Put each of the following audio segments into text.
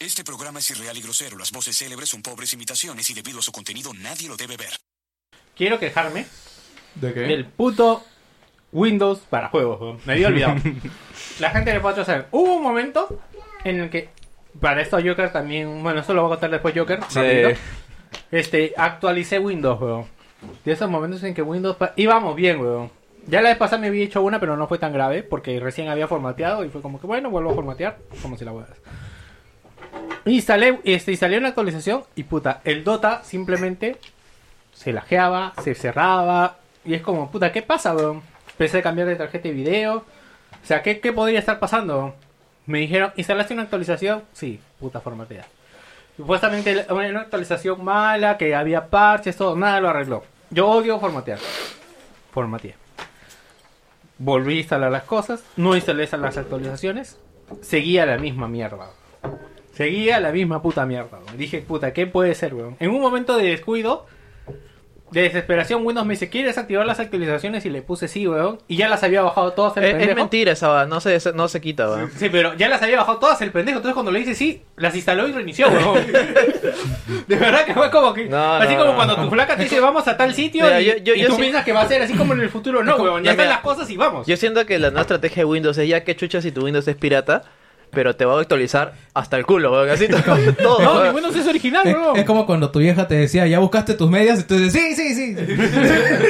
Este programa es irreal y grosero. Las voces célebres son pobres imitaciones y debido a su contenido nadie lo debe ver. Quiero quejarme ¿De qué? del puto Windows para juegos. weón. Me había olvidado. La gente le puede atrasar. Hubo un momento en el que. Para esto Joker también. Bueno, eso lo voy a contar después Joker. Sí. rapidito. Este, actualicé Windows, weón. De esos momentos en que Windows... pa- Íbamos bien, weón. Ya la vez pasada me había hecho una, pero no fue tan grave, porque recién había formateado y fue como que, bueno, vuelvo a formatear, como si la huevas. Instalé, este, instalé una actualización y puta, el Dota simplemente se lajeaba, se cerraba, y es como, puta, ¿qué pasa, weón? Empecé a cambiar de tarjeta de video, o sea, ¿qué, qué podría estar pasando? weón? Me dijeron, ¿instalaste una actualización? Sí, puta formatea. Supuestamente la- una actualización mala, que había parches, todo, nada lo arregló. Yo odio formatear. Formateé. Volví a instalar las cosas, no instalé esas las actualizaciones, seguía la misma mierda. weón. Seguía la misma puta mierda. weón. Dije, puta, ¿qué puede ser, weón? En un momento de descuido, de desesperación, Windows me dice, ¿quieres activar las actualizaciones? Y le puse sí, weón. Y ya las había bajado todas. el Es, es pendejo. mentira esa va, no se, no se quita, va. Sí, pero ya las había bajado todas el pendejo. Entonces cuando le hice sí, las instaló y reinició, weón. De verdad que fue como que. No, así no, como no. cuando tu flaca te dice vamos a tal sitio Mira, y, yo- yo- y yo tú sí- piensas que va a ser así como en el futuro. No, Es como- weón. ya, Ya están mira. las cosas y vamos. Yo siento que la nueva estrategia de Windows es ya que chucha si tu Windows es pirata, pero te va a actualizar hasta el culo, weón. Así todo. todo, No, weón. mi Windows es original, Es, weón. es como cuando tu vieja te decía, ya buscaste tus medias, y tú dices, sí, sí, sí.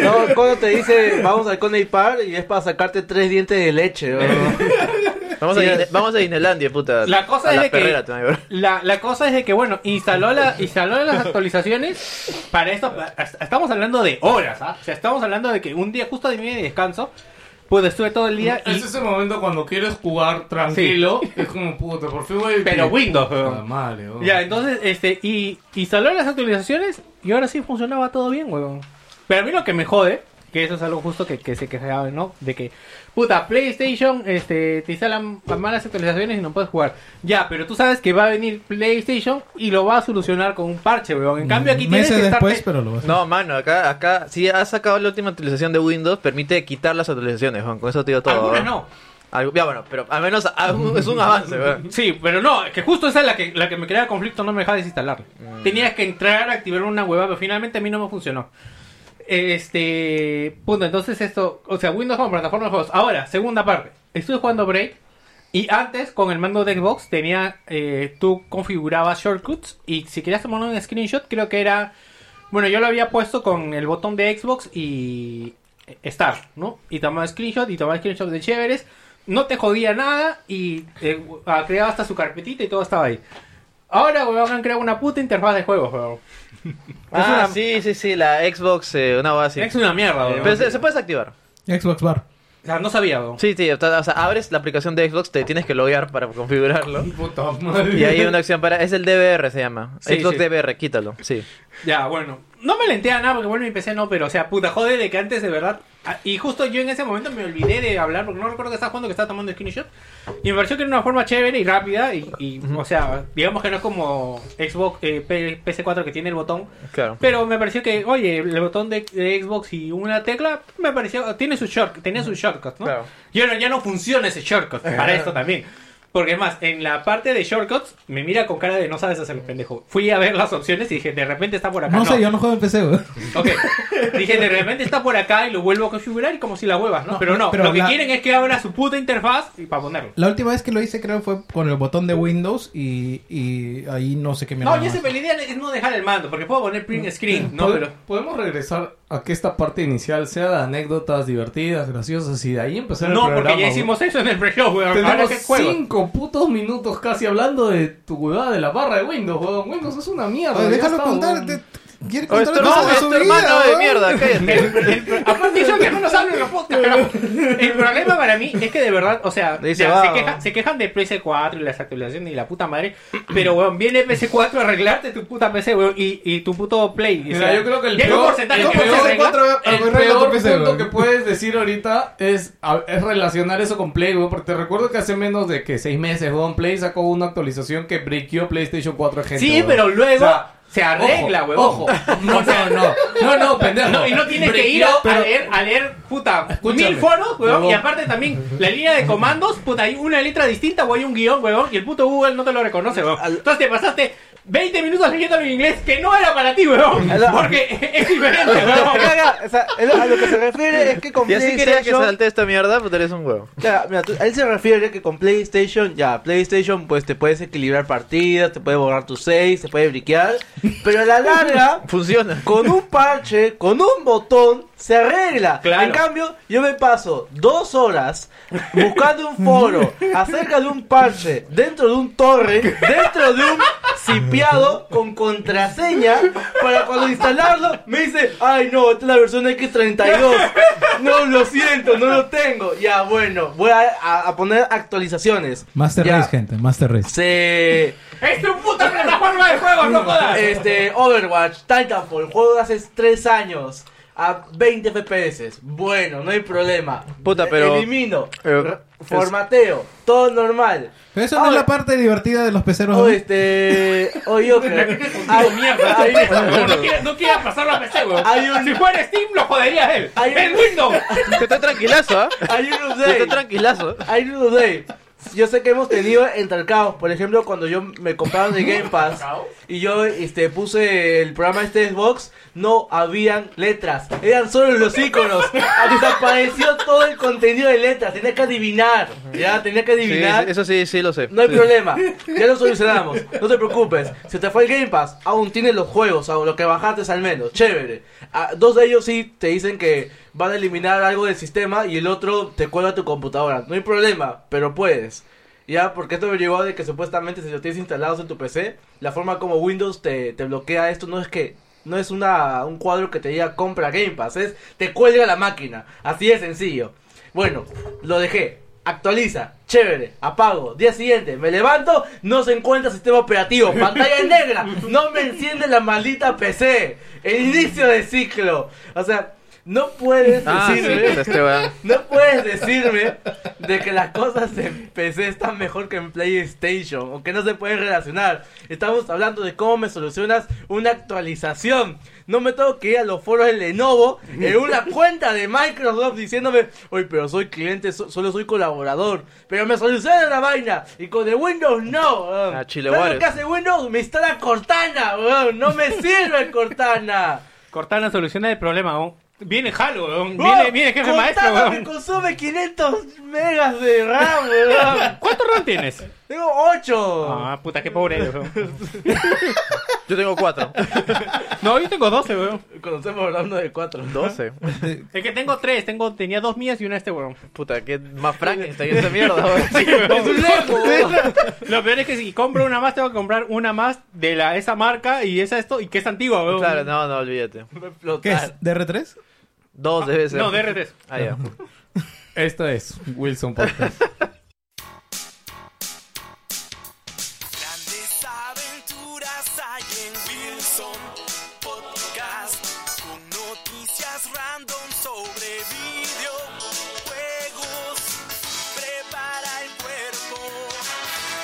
No, cuando te dice vamos al Coney Park y es para sacarte tres dientes de leche. weón. Vamos, Sí, a, Disney- es- vamos a Disneylandia, puta. La cosa a es la de que- perrera, te van a llevar. La, la cosa es de que, bueno, instaló, la, instaló las actualizaciones. Para esto, pa- est- estamos hablando de horas, ¿ah? O sea, estamos hablando de que un día justo de mi día de descanso, pues estuve todo el día. y- Es ese momento cuando quieres jugar tranquilo. Es como puta, por fin voy a pero Windows, weón. Ah, Vale, weón. Ya, entonces, este, y instaló las actualizaciones y ahora sí funcionaba todo bien, huevón. Pero a mí lo que me jode, que eso es algo justo que, que se quejaba, ¿no? De que, puta, PlayStation, este, te instalan malas actualizaciones y no puedes jugar. Ya, pero tú sabes que va a venir PlayStation y lo va a solucionar con un parche, huevón. En cambio aquí tienes Mm, Meses que después, estarte- pero lo vas a No, mano, acá, acá, si has sacado la última actualización de Windows, permite quitar las actualizaciones, weón. Con eso te digo todo. Algunas weón. no. Algo- ya, bueno, pero al menos a- un- es un avance, weón. Sí, pero no, es que justo esa es la que, la que me creaba conflicto, no me dejaba desinstalar. Tenías que entrar, activar una hueva, pero finalmente a mí no me funcionó. Este, punto, entonces esto, o sea, Windows como plataforma de juegos. Ahora, segunda parte, estuve jugando Break y antes con el mando de Xbox tenía, eh, tú configurabas shortcuts y si querías tomar un screenshot creo que era, bueno, yo lo había puesto con el botón de Xbox y eh, Start, ¿no? Y tomaba screenshot y tomaba screenshot de chéveres no te jodía nada y eh, ah, creaba hasta su carpetita y todo estaba ahí. Ahora, weón, han creado una puta interfaz de juegos, weón. Ah, una- sí, sí, sí, la Xbox, eh, una base. Es una mierda, weón. Pero se, se puede desactivar. hacer. Xbox Bar. O sea, no sabía, weón. Sí, sí, o sea, o sea, abres la aplicación de Xbox, te tienes que loguear para configurarlo. Puta madre. Y ahí hay una opción para... Es el DVR, se llama. Sí, Xbox sí. DVR, quítalo, sí. Ya, bueno. No me lentea nada porque, bueno, mi PC no, pero, o sea, puta jode de que antes de verdad. ah, Y justo yo en ese momento me olvidé de hablar porque no recuerdo que estaba jugando, que estaba tomando screenshot. Y me pareció que era una forma chévere y rápida. Y, y, o sea, digamos que no es como Xbox eh, P- PC4 que tiene el botón. Claro. Pero me pareció que, oye, el botón de, de Xbox y una tecla, me pareció, tiene su short, tenía su shortcut, ¿no? Claro. Y ahora ya no funciona ese shortcut para esto también. Porque es más, en la parte de shortcuts, me mira con cara de no sabes hacer el pendejo. Fui a ver las opciones y dije, de repente está por acá. No, sé, yo no juego en PC, weón. Ok. Dije, de repente está por acá y lo vuelvo a configurar y como si la huevas, ¿no? No, pero no, pero lo que la- quieren es que abra su puta interfaz y para ponerlo. La última vez que lo hice, creo, fue con el botón de Windows y, y ahí no sé qué me No, yo siempre la idea es no dejar el mando, porque puedo poner print screen, ¿no? Pod- Pero... Podemos regresar a que esta parte inicial sea de anécdotas divertidas, graciosas y de ahí empezar el No, programa. porque ya güey. hicimos eso en el pre-show, weón. Ahora Tenemos que juego. cinco putos minutos casi hablando de tu huevada de la barra de Windows, weón. Windows es una mierda. ya déjalo está, contar. weón. te- ¿Quieres Oh, es contar tu cosas hermano, de es su tu vida, hermano de weón? mierda, cállate. El- el- Aparte yo que no nos hablo en los podcasts, pero el problema para mí es que de verdad, o sea, Dice, ya, "Va, se, va". quejan, se quejan de PS4 y las actualizaciones y la puta madre, pero weón, viene PS4 a arreglarte tu puta PC, weón, y, y tu puto Play. o Mira, sea, yo creo que el llega un peor- porcentaje el que no se peor arregla. cuatro- El Arregla tu peor PC, punto weón. que puedes decir ahorita es, a- es relacionar eso con Play, weón, porque te recuerdo que hace menos de que seis meses, weón, Play sacó una actualización que brequeó PlayStation 4 a gente, Sí, weón. pero luego O sea, se arregla, weón. ojo, Ojo, no, no, no, no, no, pendejo. No, y no tienes que ir a, Pero- a leer, a leer puta, Escúchame. mil foros, weón. Huevón. Y aparte también, la línea de comandos, puta, hay una letra distinta o hay un guión, weón. Y el puto Google no te lo reconoce, weón. Entonces te pasaste 20 minutos leyéndolo en inglés que no era para ti, weón. Aló. Porque es diferente, Pero weón. caga, o sea, él- a lo que se refiere es que con Y así quería que PlayStation- salte esta mierda, pues eres un huevo. Claro, mira, tú- a él se refiere que con PlayStation, ya, PlayStation, pues te puedes equilibrar partidas, te puede borrar tus saves, te puede briquear, pero a la larga, Funciona. con un parche, con un botón, se arregla. Claro. En cambio, yo me paso dos horas buscando un foro acerca de un parche dentro de un torre, dentro de un cipiado con contraseña para cuando instalarlo me dice, ay no, esta es la versión X32. No, lo siento, no lo tengo. Ya, bueno, voy a, a- a poner actualizaciones. Master Ya. Race, gente, Master Race. Se... Es tu puta plataforma de juegos, no jodas. Este, Overwatch, Titanfall, juego de hace 3 años a 20 FPS. Bueno, no hay problema. Puta, pero- Elimino, pero- r- formateo, todo normal. Pero eso no es Ahora- la parte divertida de los peceros. O ¿no? este. O yo creo. Ay, Hay, mierda, hay- no quiera, no quiera pasar la PC, weón. Hay un- Si fuera Steam, lo jodería a él. Hay un- En Windows. Yo estoy tranquilazo, ¿ah? hay un Yo estoy update. tranquilazo. Hay un update. Yo sé que hemos tenido entarcados. Por ejemplo, cuando yo me compraron el Game Pass y yo este, puse el programa este de Xbox, no habían letras. Eran solo los iconos. Desapareció todo el contenido de letras. Tenía que adivinar. Ya, tenía que Sí, adivinar. eso sí, sí lo sé. No hay Sí. problema, ya lo solucionamos. No te preocupes, se te fue el Game Pass, aún tienes los juegos, aún lo que bajaste al menos, chévere. Ah, dos de ellos sí te dicen que van a eliminar algo del sistema y el otro te cuelga tu computadora. No hay problema, pero puedes. Ya, porque esto averiguó de que supuestamente si lo tienes instalados en tu PC, la forma como Windows te, te bloquea esto no es que. No es una, un cuadro que te diga compra Game Pass, es te cuelga la máquina. Así de sencillo. Bueno, lo dejé. Actualiza, chévere, apago. Día siguiente, me levanto, no se encuentra sistema operativo, pantalla en negra, no me enciende la maldita PC. El inicio de ciclo. O sea, no puedes Ah, sí, decirme. este weón. No puedes decirme de que las cosas en PC están mejor que en PlayStation o que no se pueden relacionar. Estamos hablando de cómo me solucionas una actualización. No me tengo que ir a los foros de Lenovo en una cuenta de Microsoft diciéndome, oye, pero soy cliente, so- solo soy colaborador, pero me solucionan la vaina y con el Windows no. weón. Ah, Chile ¿Sabes lo Juárez. que hace Windows? Me instala Cortana, weón. no me sirve Cortana. Cortana soluciona el problema, weón. Viene Halo, weón. Wow, Viene, viene jefe contaba maestro, que weón. consume 500 megas de RAM, weón. ¿Cuánto RAM tienes? Tengo 8. Ah, puta, qué pobre eres, weón. Yo tengo cuatro. No, yo tengo 12, weón. Conocemos RAM uno de 4. Doce. Es que tengo 3, tengo, tenía dos mías y una este, weón. Puta, qué más Frankenstein esa mierda, weón. Es un lego, weón. Lo peor es que si compro una más, tengo que comprar una más de la, esa marca y esa esto, y que es antigua, weón. Claro, no, no, olvídate. Me ¿Qué es? explotar. ¿DR3? Dos debe ser. No, DRT. Ah, ya. Esto es Wilson Podcast. Grandes aventuras hay en Wilson Podcast con noticias random sobre videojuegos. Prepara el cuerpo,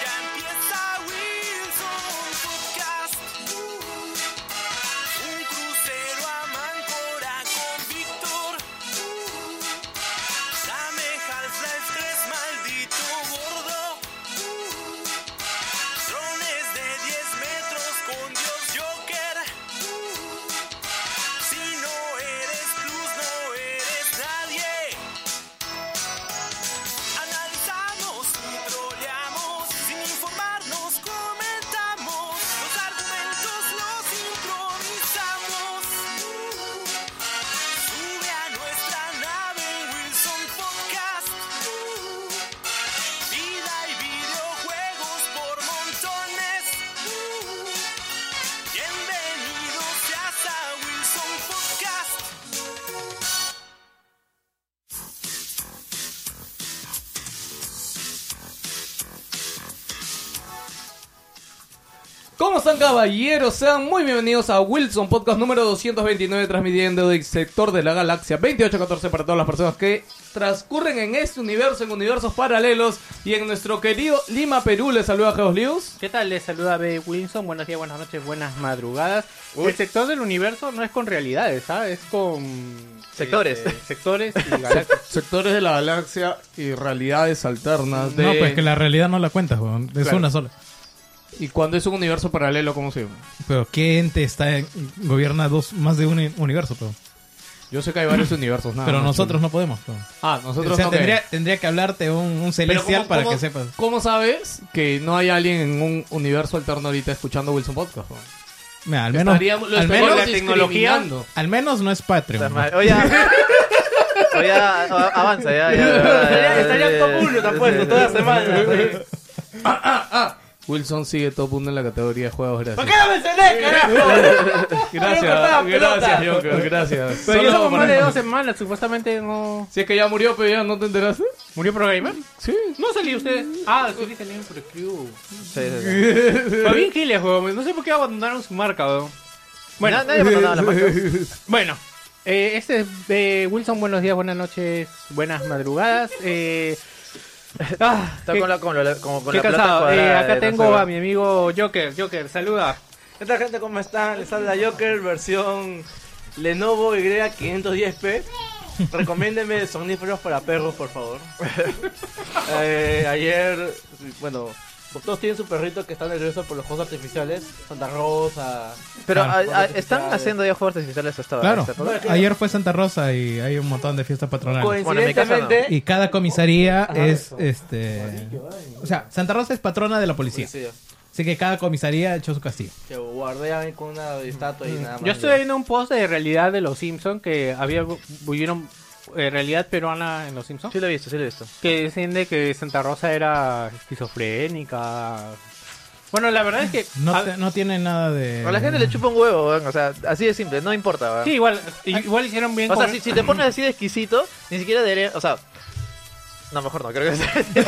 ya empieza Wilson Podcast. Uh, un crucero a Máncora con Víctor. Uh, dame half tres maldito. ¿Cómo están caballeros? Sean muy bienvenidos a Wilson Podcast número 229 transmitiendo del sector de la galaxia 2814 para todas las personas que transcurren en este universo, en universos paralelos y en nuestro querido Lima, Perú. Les saluda Geos Lius. ¿Qué tal? Les saluda B. Wilson. Buenos días, buenas noches, buenas madrugadas. El sector del universo no es con realidades, ¿sabes? Es con. Sectores. eh, sectores y galaxias. Sectores de la galaxia y realidades alternas. No, pues que la realidad no la cuentas, weón. Es Claro. una sola. ¿Y cuando es un universo paralelo, cómo se llama? Pero ¿qué ente está en- gobierna dos más de un uni- universo, pero, Yo sé que hay varios universos, nada pero más, nosotros no podemos, pero. chulo. Ah, nosotros O sea, no tendría, queremos. tendría que hablarte un, un Pero celestial ¿cómo- para cómo- que sepas. ¿Cómo sabes que no hay alguien en un universo alterno ahorita escuchando Wilson Podcast? weón? Mira, al menos, Estaríamos- lo al menos, estaríamos la tecnología- discriminando. al menos no es Patreon. Puta ¿no? madre. Oye, oye, a- avanza, ya, ya. de verdad, ya, Estaría- ya, estaría en top uno, te apuesto, sí, toda la sí. semana. Wilson sigue top 1 en la categoría de juegos, gracias. ¿Por qué no me cené, carajo? Gracias, Pero cortaba gracias, pelota. Joker, gracias. Pero ya Solo somos para- más de dos semanas, supuestamente no. Si es que ya murió, pero ya no te enteraste. ¿Murió Pro Gamer? Sí. No salí usted. Ah, sí que salí en Pro Crew. Sí, sí, sí. Pero bien giles, weón. No sé por qué abandonaron su marca, weón. Bueno, Na- nadie mandó nada, la marca. Bueno, eh, este es de Wilson, buenos días, buenas noches, buenas madrugadas. Eh, ah, Está qué- con la, con la, como con qué la plata cansado. Eh, cuadrada, acá eh, tengo no sé, a mi amigo Joker. Joker, saluda. ¿Qué tal, gente? ¿Cómo están? Les habla Joker, versión Lenovo Y510P. Recomiéndeme somníferos para perros, por favor. Eh, ayer, bueno, todos tienen su perrito que está nervioso por los juegos artificiales. Santa Rosa. Ah, Pero Claro. a- a- están haciendo ya juegos artificiales hasta ahora. Claro. hasta ahora. Ayer fue Santa Rosa y hay un montón de fiestas patronales. Bueno, en mi casa no. Coincidentemente, Y cada comisaría es este o sea, Santa Rosa es patrona de la policía. policía, Así que cada comisaría ha hecho su castigo. que guardé ahí con una estatua y nada más. Yo estoy viendo un post de realidad de los Simpsons que había hubieron eh, realidad peruana en los Simpsons. Sí lo he visto, sí lo he visto. Que decían de que Santa Rosa era esquizofrénica. Bueno, la verdad es que. No, a- te- no tiene nada de Ah. A la gente le chupa un huevo, weón. O sea, así de simple, no importa, weón. Eh. Sí, igual, igual hicieron bien. O sea, con- si, si te pones así de exquisito, ni siquiera debería. O sea. No, mejor no, creo que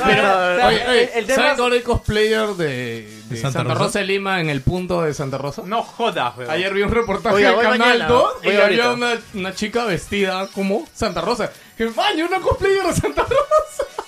Ok, Pero, pero- oye, oye, el tema ¿Saben es- cuál es el cosplayer de, de Santa, Santa Rosa? Rosa? de Lima en el punto de Santa Rosa? No jodas, weón. Ayer vi un reportaje Oiga, de voy Canal mañana, 2 y voy había ahorita. una, una chica vestida como Santa Rosa. Que vaya, una cosplayer de Santa Rosa.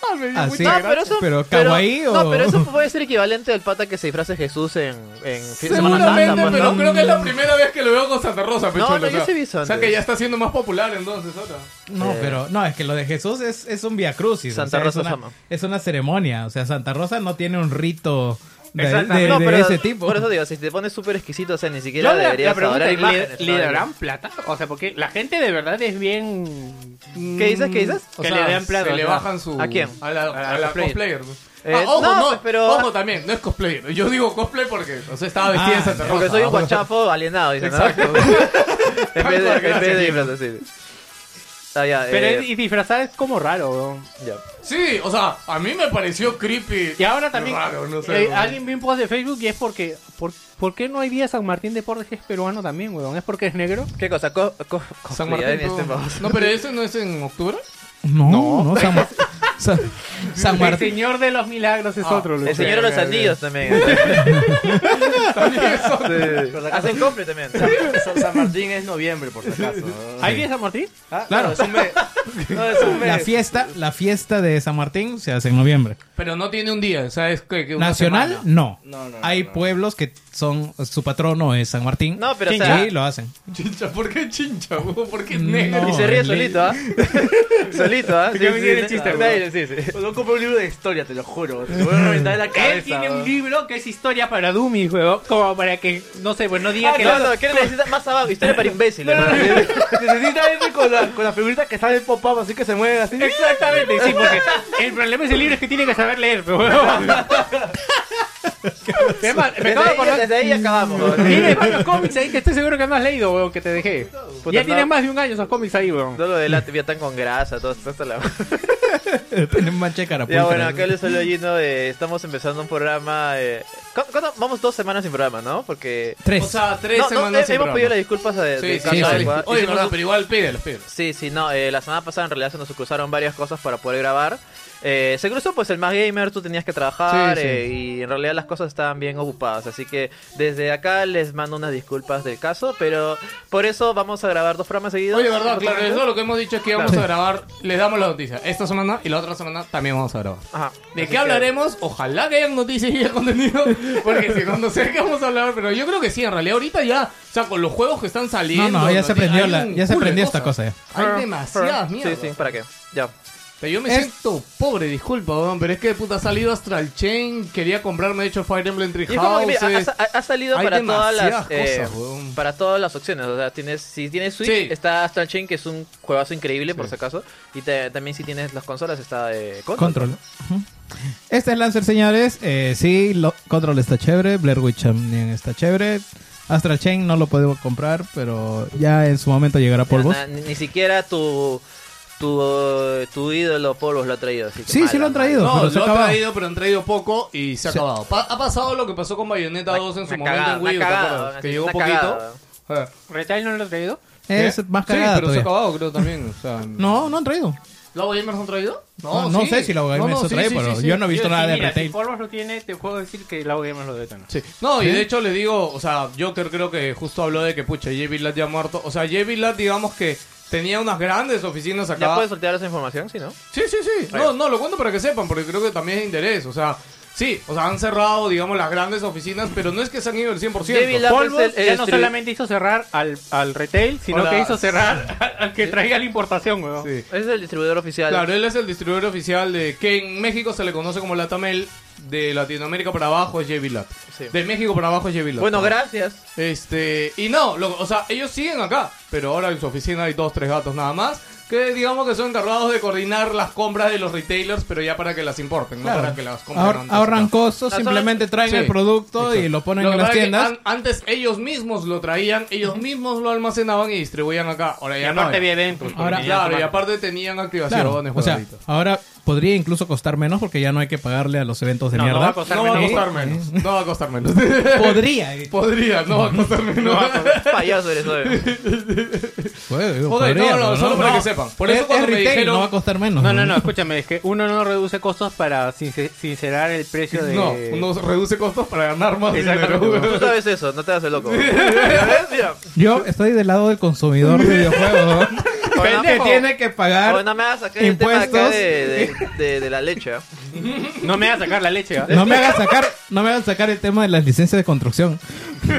Me dio Ah, mucha sí. Pues No, gracia. pero eso. ¿Pero kawaii o- No, pero eso puede ser equivalente al pata que se disfraza de Jesús en. en fin de semana santa, Seguramente, pues, pero ¿no? creo que es la primera vez que lo veo con Santa Rosa, No, Pechuelo, no, o yo sea. sí vi eso O sea, antes. que ya está siendo más popular entonces, ahora. No, Eh. pero no, es que lo de Jesús es, es un via crucis. Santa Rosa es, una, Sama. es una ceremonia. O sea, Santa Rosa no tiene un rito de, Exactamente. de- No, de pero ese tipo. Por eso digo, si te pones súper exquisito, o sea, ni Yo siquiera la- la, deberías pregunta adorar es, ¿li- imágenes, ¿le ¿no? darán plata? O sea, porque la gente de verdad es bien... ¿Qué dices? ¿Qué dices? Que le den plata, Se le o sea, bajan su. ¿a quién? A la, a la cosplayer. cosplayer. Ah, Eh, ojo, no, no, pues, pero- ojo también, no es cosplayer. Yo digo cosplay porque, o sea, estaba vestida Ah, en Santa Rosa. Porque soy un guachafo alienado, dice, ¿no? en vez de, en vez de disfrazar, sí. Ah, ya, Pero eh, es- y disfrazada es como raro, weón. ya. Sí, o sea, a mí me pareció creepy. Y ahora también... Raro, no sé, eh, weón. alguien vi un post de Facebook y es porque... ¿Por, ¿por qué no hay día San Martín de Porres que es peruano también, weón? ¿Es porque es negro? ¿Qué cosa? Co co San cosplay, Martín. en este no- mouse. No, pero eso no es en octubre. No, no, San, Mar- San- San El Martín. señor de los milagros es Ah, otro, El Lucho. señor de los anillos eh. también. ¿eh? Sí. Hacen cosplay también. San, San Martín es noviembre, por si acaso. ¿Hay día San Martín? Ah, Claro. No, es un mes. No, es un mes. La fiesta, la fiesta de San Martín se hace en noviembre. Pero no tiene un día, o sea, es que, que una Nacional, semana. no. No, no, no, Hay no. pueblos que son su patrono es San Martín. No, pero, o y sea- lo hacen. Chincha, ¿por qué chincha? huevón? ¿Por qué negro? No. Y se ríe le- solito, ¿ah? solito, ¿ah? Creo que tiene chiste, Nadie- sí, sí. No compro un libro de historia, te lo juro. Te voy a reventar en la cabeza. Él tiene un weón. libro que es historia para dummies, weón. Como para que, no sé, pues no diga Ah, que... No, la- no, ¿qué necesitas? Más abajo, historia para imbéciles. ¿no? Necesita irme con la, con la figurita que sale pop-up, así que se mueve así. Exactamente, sí, porque el problema ese libro es que tiene que saber leer, pero huevón. Es más, me acabo Desde de ahí- acordar. desde ahí acabamos. weón. Tienes varios cómics ahí que estoy seguro que no has leído, weón, que te dejé. ya no. tienes más de un año esos cómics ahí, weón. Todo lo de la tibia tan con grasa, todo todo hasta la... Tienen mancha de carapulcra. Ya bueno, acá les saludo Gino, eh, estamos empezando un programa eh, ¿Cu- cuánto- Vamos dos semanas sin programa, ¿no? Porque. Tres. O sea, tres no, no, semanas eh, sin hemos programa. pedido las disculpas a de, de Sí, sí, Carlos sí. de sí. Guad- Oye, hicimos no, un- pero igual pídelos, pídelos. Sí, sí, no, eh, la semana pasada en realidad se nos cruzaron varias cosas para poder grabar. Eh, se cruzó pues el más gamer, tú tenías que trabajar Sí, sí. eh, y en realidad las cosas estaban bien ocupadas. Así que desde acá les mando unas disculpas del caso, pero por eso vamos a grabar dos programas seguidos. Oye, verdad, claro, ¿Totalmente? eso lo que hemos dicho es que vamos a grabar, les damos la noticia. Esta semana y la otra semana también vamos a grabar. Ajá. ¿De Así qué que- hablaremos? Ojalá que hayan noticias y haya contenido, porque si no, no sé qué vamos a hablar, pero yo creo que sí, en realidad ahorita ya, o sea, con los juegos que están No, saliendo... no, ya noticias, se aprendió, hay la, un ya se culo de aprendió esta cosa cosas. ya. Hay demasiadas mierdas. Sí, sí, ¿para qué? Ya. Pero yo me Es- siento pobre, disculpa, weón, pero es que puta ha salido Astral Chain, quería comprarme de hecho Fire Emblem Three Y es como que, mira, ha- Houses. ha, ha salido Hay para todas las demasiadas eh, cosas, weón. para todas las opciones. O sea, tienes, si tienes Switch, Sí. está Astral Chain, que es un juegazo increíble, por si acaso. Y te- también si tienes las consolas, está eh, Control. Ujú. Este es Lancer, señores. Eh, sí, lo- Control está chévere. Blair Witch Omnium está chévere. Astral Chain no lo podemos comprar, pero ya en su momento llegará Ya, polvos. na- ni, ni siquiera tu, tu, eh, tu ídolo Polvos lo ha traído. así que Sí, sí mala, lo han mala. traído. No, pero se lo han acaba. traído, pero han traído poco y se ha Sí. acabado. Pa- ha pasado lo que pasó con Bayonetta 2 en su una momento cagada, en Wii U, ¿te una cagada, acuerdas? así, Que llegó una poquito. cagada. Eh. ¿Retail no lo he traído? Es ¿Eh? más cagada Sí, pero se ha todavía. acabado, creo también. O sea, No, no han traído. ¿Lavo Gamers han traído? No, no sé si la Gamers No, no, lo sí, trae, sí, pero sí, sí. yo no he visto Yo, nada sí, de mira, retail. Si Forbes lo tiene, te puedo decir que la Gamer lo detona. Sí. No, y de hecho les digo, o sea, yo creo, creo que justo habló de que, pucha, J. Villat ya muerto. O sea, J. Villat, digamos que tenía unas grandes oficinas acá. ¿Ya puedes sortear esa información, si no? Ah. Sí, sí, sí. No, no, lo cuento para que sepan, porque creo que también es de interés. O sea, sí, o sea, han cerrado, digamos, las grandes oficinas, pero no es que se han ido el 100%. Devil Up Polvos es el- ya es no el- solamente hizo cerrar al, al retail, sino Hola. que hizo cerrar al, al que traía la importación, weón. Sí. Es el distribuidor oficial. Claro, él es el distribuidor oficial de que en México se le conoce como Latamel, de Latinoamérica para abajo es J. Villat. Sí. De México para abajo es J. Villat. Bueno, gracias. Este, y no, lo- o sea, ellos siguen acá, pero ahora en su oficina hay dos, tres gatos nada más, que digamos que son encargados de coordinar las compras de los retailers, pero ya para que las importen, Claro. no para que las compren. Ahor- antes ahorran acá. costos, Las simplemente traen Sí. el producto y Exacto. lo ponen Lo que en las pasa es que tiendas. an- antes ellos mismos lo traían, ellos mismos lo almacenaban y distribuían acá. Ahora Y ya no. aparte ya. había eventos. Ahora- porque claro, tenía y que aparte tenían activaciones, Claro, o sea, jueguitos. ahora podría incluso costar menos porque ya no hay que pagarle a los eventos de No, no va a mierda. costar no va a menos. costar menos. No va a costar menos. podría. eh. Podría, no va a costar menos. Payaso eres hoy. Fue- Ok, no, podría, no, pero solo no. para No, que sepan. Por eso es- cuando es me retail, dijeron- no va a costar menos. No, no, no, escúchame, es que uno no reduce costos para sincer- sincerar el precio de... No, uno reduce costos para ganar más dinero. Exactamente. Tú sabes eso, no te hagas el loco. ¿Ya ves? Mira. Yo estoy del lado del consumidor de videojuegos. ¿no? Pendejo. que tiene que pagar. Oye, no me hagas sacar el tema acá Impuestos. de, de- de- de la leche. ¿ah? No me va a sacar la leche, ¿ah? este- No me hagas sacar, no me hagas sacar el tema de las licencias de construcción.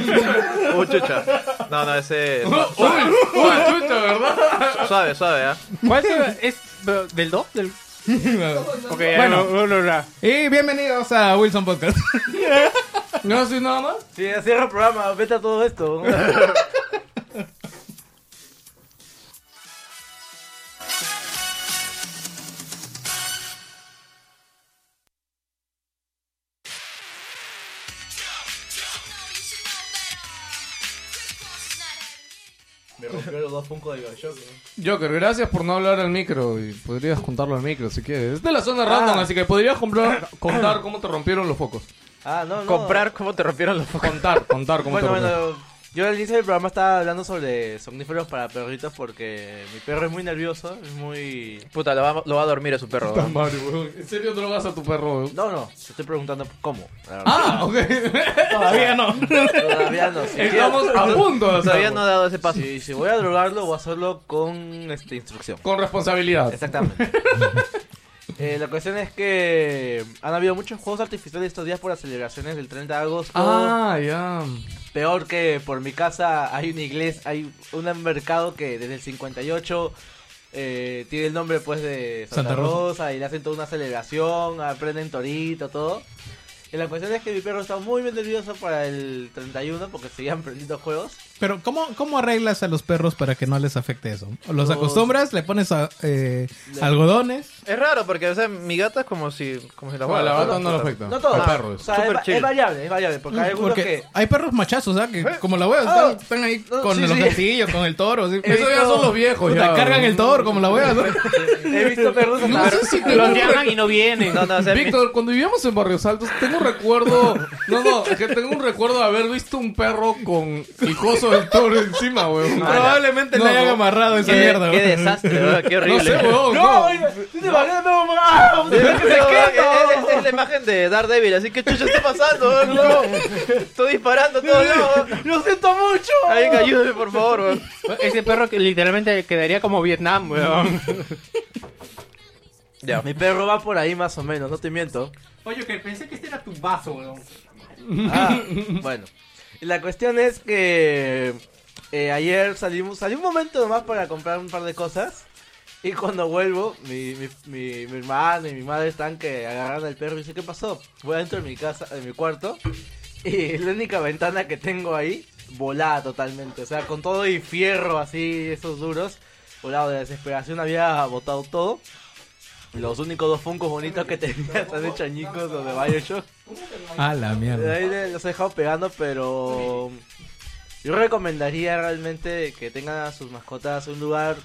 Uh, chucha. No, no, ese. Uy, uy, chuta, ¿verdad? Suave, suave, ¿ah? ¿Cuál se- es pero, del 2? Del... Ok, ya, Bueno. no, no, no, no. Y bienvenidos a Wilson Podcast. ¿No haces nada más? Sí, cierra el programa, vete a todo esto. Me rompió los dos puncos de Bioshock. Joker, gracias por no hablar al micro. Y podrías contarlo al micro si quieres. Es de la zona random, así que podrías comprar- contar cómo te rompieron los focos. Ah, no, no. Comprar cómo te rompieron los focos. Contar, contar cómo Bueno, te rompieron. bueno, yo al inicio del programa estaba hablando sobre somníferos para perritos porque mi perro es muy nervioso, es muy... Puta, lo va, lo va a dormir a su perro. Puta ¿no? madre, weón. ¿En serio drogas a tu perro? weón? No, no, te estoy preguntando cómo. la verdad. Ah, ok. Todavía no. Todavía no. Si, Estamos quiero- a punto de Todavía hacerlo. no ha dado ese paso. si, si voy a drogarlo, voy a hacerlo con este, instrucción. Con responsabilidad. Exactamente. Eh, la cuestión es que han habido muchos juegos artificiales estos días por las celebraciones del 30 de agosto. Ah, ya. Peor que por mi casa hay una iglesia, hay un mercado que desde el 58 eh, tiene el nombre pues de Santa, Santa Rosa. Rosa. y le hacen toda una celebración, aprenden torito, todo. Y la cuestión es que mi perro está muy bien nervioso para el 31 porque seguían prendiendo juegos. Pero ¿cómo, ¿cómo arreglas a los perros para que no les afecte eso? ¿Los acostumbras? ¿Le pones a- eh, algodones? Es raro porque, o sea, mi gata es como si, como si la Bueno, la guarda, gata no lo Puta. afecta. No todo. Al Ah, perro. O sea, Súper es, va- chill. es variable, es variable. Porque hay algunos Mm, Porque que. hay perros machazos, ¿ah? Que como la hueva, Ah, están, están ahí no, con sí, los sí. gatillos, con el toro. así. Eso ya son los viejos, Puta, ya. cargan el toro como la hueva. ¿no? He visto perros hasta- No sé si tengo Los un llaman y no vienen. No, no, o sea, mi- Víctor, cuando vivíamos en Barrios Altos, tengo un recuerdo. No, no, que tengo un recuerdo de haber visto un perro con el coso del toro encima, weón. Probablemente No, le hayan no. amarrado esa qué, mierda. qué weón. desastre, ¿verdad? qué No horrible. sé, weón. No, No, oye, ¿tú te imaginas? No, mamá. ¡Ah! Pero ¡Que se queda! es, es- es la imagen de Daredevil, así que chucho está pasando, weón? no, estoy disparando todo, no, weón. ¡Lo siento mucho! alguien ayúdeme por favor, weón. Ese perro que literalmente quedaría como Vietnam, weón. ya, Mi perro va por ahí más o menos, no te miento. Oye, que pensé que este era tu vaso, weón. Ah, bueno. Y La cuestión es que eh, ayer salimos, salí un momento nomás para comprar un par de cosas. Y cuando vuelvo, mi, mi, mi, mi hermano y mi madre están que agarran al perro y dice, ¿qué pasó? Voy adentro de mi casa, de mi cuarto. Y la única ventana que tengo ahí, volada totalmente. O sea, con todo y fierro así, esos duros. Volado de desesperación, había botado todo. Los únicos dos funcos bonitos que tenía están hechos añicos los de Bioshock. A la De mierda. ahí le- los he dejado pegando, pero yo recomendaría realmente que tengan a sus mascotas un lugar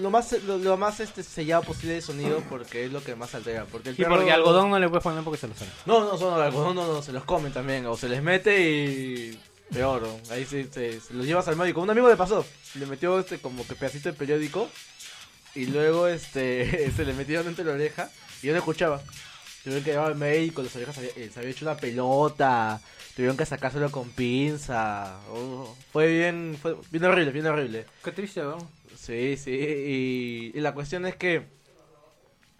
lo más lo, lo más este sellado posible de sonido porque es lo que más altera. Porque el Y perro- porque algodón no le puedes poner porque se lo sale. No, no, son algodón, no, no, se los comen también o se les mete y peor. ¿no? Ahí se, se- se los llevas al médico. Un amigo le pasó, le metió este como que pedacito de periódico y luego este se le metieron entre la oreja y yo no escuchaba. Tuvieron que llevar al médico, las orejas había- eh, se había hecho una pelota, tuvieron que sacárselo con pinza. oh, fue bien, fue bien horrible, bien horrible. Qué triste, weón. Sí, sí, y, y la cuestión es que,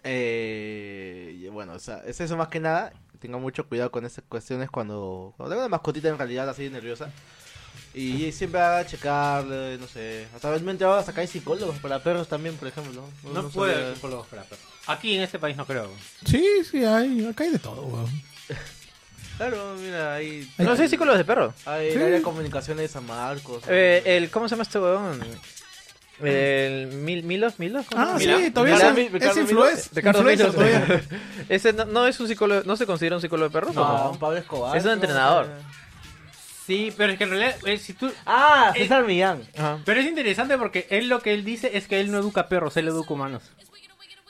eh, y bueno, o sea, es eso más que nada. Tengo mucho cuidado con esas cuestiones cuando, cuando tengo una mascotita en realidad así nerviosa. Y, siempre haga checarle, no sé. Hasta realmente ahora hasta acá hay psicólogos para perros también, por ejemplo. No, No No puede haber sabía. psicólogos para perros. Aquí en este país no creo. Sí, sí, hay. Acá hay de todo, weón. Claro, mira, hay, no soy psicólogo de perro. hay el área de comunicaciones de San Marcos. Eh, el, ¿Cómo se llama este weón? El Mil, Milos, Milos. ¿cómo se Ah, llama? Mira, sí, todavía mira, es- mi- es Ricardo influencer. Ricardo influencer Milos. todavía. Ese no, no es un psicólogo, no se considera un psicólogo de perros. No, ¿o? Pablo Escobar. Es un ¿no? entrenador. Sí, pero es que en realidad, eh, si tú... Ah, César Millán. Ajá. Pero es interesante porque él lo que él dice es que él no educa perros, él educa humanos.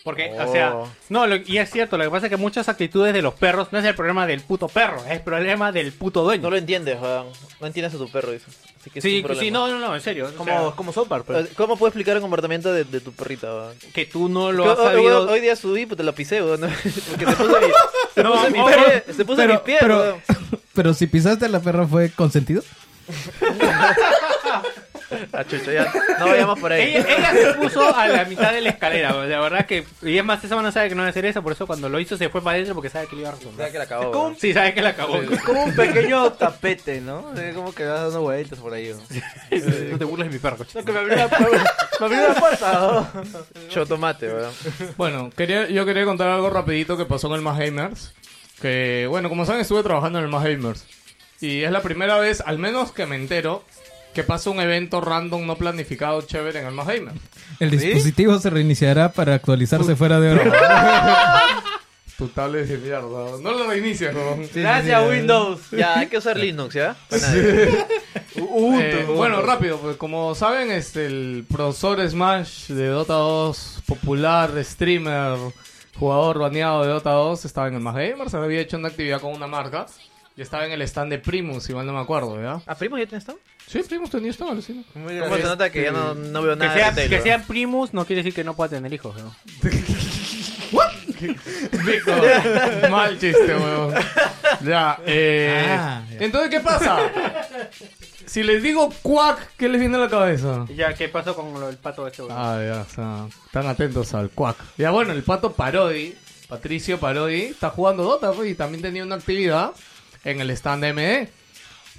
Porque, o sea, Oh. no, lo- y es cierto, lo que pasa es que muchas actitudes de los perros no es el problema del puto perro, es el problema del puto dueño. No lo entiendes, weón. No entiendes a tu perro, dice. Así que es sí, un problema. sí, no, no, no, en serio. o Como, como Sopar, pero... Eh, ¿Cómo puedo explicar el comportamiento de, de tu perrita, weón? sea, que tú no lo Que has hoy- sabido. Hoy, hoy día subí, pues te la pisé, weón. Porque se puso mi, se No, puso mi pero- pie, se puso mi pie, pero, weón. pero si pisaste a la perra fue consentido. Ah, chucho, ya. No vayamos por ahí. Ella, ella se puso a la mitad de la escalera, o sea, la verdad que. Y es más, esa mano sabe que no va a hacer eso, por eso cuando lo hizo se fue para adentro porque sabe que le iba a Ya resolver. que la acabó, ¿Cómo? weón. Sí, sabe que la acabó. Es como un pequeño tapete, ¿no? Es como que vas dando vueltas por ahí. ¿no? No te burles de mi perro. No, que me abrió la puerta. Me abrió la puerta. ¿no? Choto mate, weón. Bueno, quería, yo quería contar algo rapidito que pasó en el Más Gamers. Que, bueno, como saben, estuve trabajando en el Más Gamers. Y es la primera vez, al menos que me entero, que pasa un evento random no planificado chévere en el Más Gamers. El dispositivo se reiniciará para actualizarse fuera de hora. Tu tablet de mierda. No lo reinicies, weón. Gracias, Windows. Ya, hay que usar Linux, ¿ya? Eh, bueno, rápido, pues como saben, este, el profesor Smash de Dota 2, popular streamer, jugador baneado de Dota 2, estaba en el Más Gamers, había hecho una actividad con una marca y estaba en el stand de Primus, si mal no me acuerdo, ¿verdad? ¿A primo ya tienes todo? Sí, Primus tenía stand, alucina. Muy ¿Cómo se gracioso. nota que ya no, no veo Que, nada sea- de Taylor? que sean primus no quiere decir que no pueda tener hijos, ¿no? Víctor, mal chiste, weón. Ya, eh, Ah, ya. Entonces, ¿qué pasa? Si les digo cuac, ¿qué les viene a la cabeza? Ya, ¿qué pasó con lo del pato de este weón? Ah, ya, o sea, están atentos al cuac. Ya, bueno, el pato Parodi, Patricio Parodi, está jugando Dota pues, y también tenía una actividad en el stand de ME.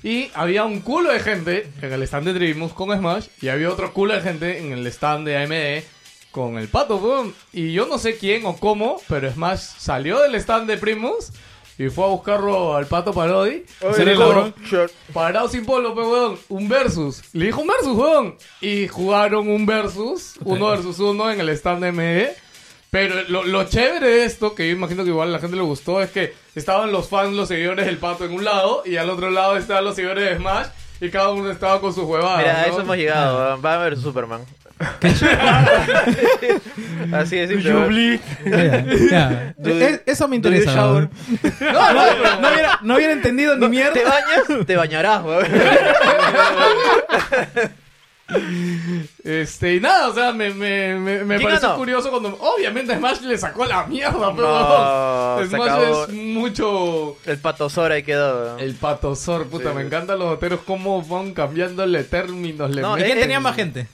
Y había un culo de gente en el stand de Trimus con Smash y había otro culo de gente en el stand de AMD con el pato, weón. Y yo no sé quién o cómo, pero Smash salió del stand de Primus y fue a buscarlo al pato Parodi. Se le le cobró. cobró. Parado sin polo, pues, weón. Un versus. Le dijo un versus, weón. Y jugaron un versus, uno versus uno en el stand de ME. Pero lo, lo chévere de esto, que yo imagino que igual a la gente le gustó, es que estaban los fans, los seguidores del pato en un lado y al otro lado estaban los seguidores de Smash y cada uno estaba con su huevada. Mira, a ¿no? eso hemos llegado, Ah. weón. Batman vs Superman. Así de simple. weón. Ya, ya. Es- Eso me interesa. weón. No, no, pero- No hubiera, no hubiera entendido ni ¿Te mierda. bañas? Te bañarás, weón. Este, y nada, o sea, me, me, me, me ¿Quién pareció ganó? curioso cuando. Obviamente Smash le sacó la mierda, No, pero. se Smash acabó. es mucho. El patosor ahí quedó, weón. El patosor, puta, Sí. me encantan los doteros cómo van cambiándole términos. Le No, meten. ¿quién Tenía más gente.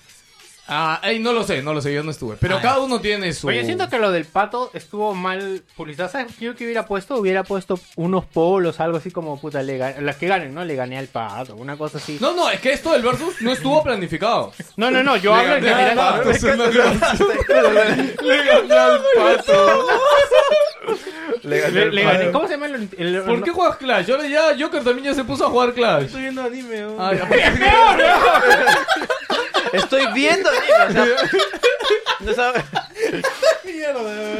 Ah, ey, no lo sé, no lo sé, yo no estuve. Pero Ah, cada uno tiene su. Oye, pues siento que lo del pato estuvo mal publicitado. ¿Sabes qué yo que hubiera puesto? Hubiera puesto unos polos, algo así como puta, le ga- las que ganen, ¿no? Le gané al pato, una cosa así. No, no, es que esto del versus no estuvo planificado. No, no, no, yo Le hablo de gané que al mira- pato, es una gran- Le gané al pato. Le gané le, el le pato. gané. ¿Cómo se llama el, el- ¿Por qué juegas Clash? Ahora ya Joker también ya se puso a jugar Clash. Estoy viendo anime, weón. Ay, aparte- Estoy viendo, niño, o sea, no sabes.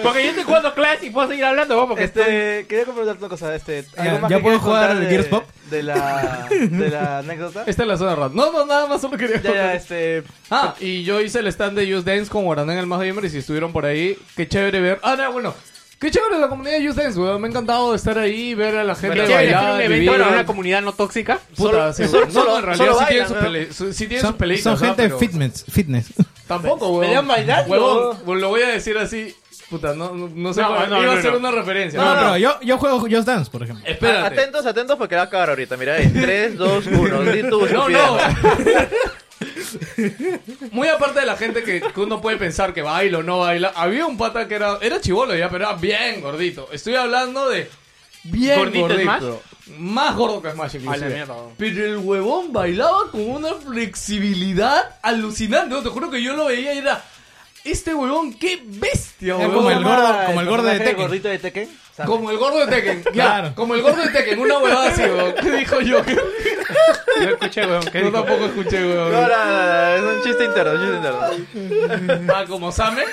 Porque yo estoy jugando Clash y puedo seguir hablando, vos, porque estoy- Este, quería complementar una cosa, este, Ya, Ah, ¿algo más ¿ya que puedo quieras jugar contar al de- Gears Pop? De la, de la anécdota. Esta es la zona random. No, no, nada más solo quería Ya, ya, contar. este, Ah, y yo hice el stand de Just Dance con Guaraná en el Más Gamer y si estuvieron por ahí, qué chévere ver. Ah, no, bueno. Qué chévere la comunidad de Just Dance, weón. Me ha encantado estar ahí, ver a la gente Pero chévere, hacer bailar, un vivir. evento en una comunidad no tóxica. Puta, Solo- sí, solo- weón. no, no, en solo- realidad solo sí tienen bailan, sus ¿no? pele- su- sí tienen Son, sus peleitas. son ¿no? gente Pero- fitness. fitness. Tampoco, weón. Deberían bailar, Huevón, weón. weón, lo voy a decir así. Puta, no, no, no sé. No, cuál- no, Iba no, a ser no. una referencia. No, No, pero yo, yo juego Just Dance, por ejemplo. Espérate. Atentos, atentos porque la va a cagar ahorita. Mira ahí. 3, 2, 1. Di tú, No, estúpido. no. Muy aparte de la gente que, que uno puede pensar que baila o no baila, había un pata que era, era chivolo ya, pero era bien gordito. Estoy hablando de bien ¿Gordito gordito. Smash? Más gordo que Smash, A la inclusive. mierda. Pero el huevón bailaba con una flexibilidad alucinante. Te juro que yo lo veía y era... Este huevón, qué bestia, Era huevón. como el ¿cómo se gordo- llama como el gordo de personaje del Tekken. gordito de Tekken. Como el gordo de Tekken, ya, Claro. como el gordo de Tekken, una huevada así, huevón. ¿Qué dijo yo? Yo escuché, weón, ¿qué Yo dijo? tampoco escuché, huevón. No, no, no, no, es un chiste interno, un chiste interno. Ah, como Samen.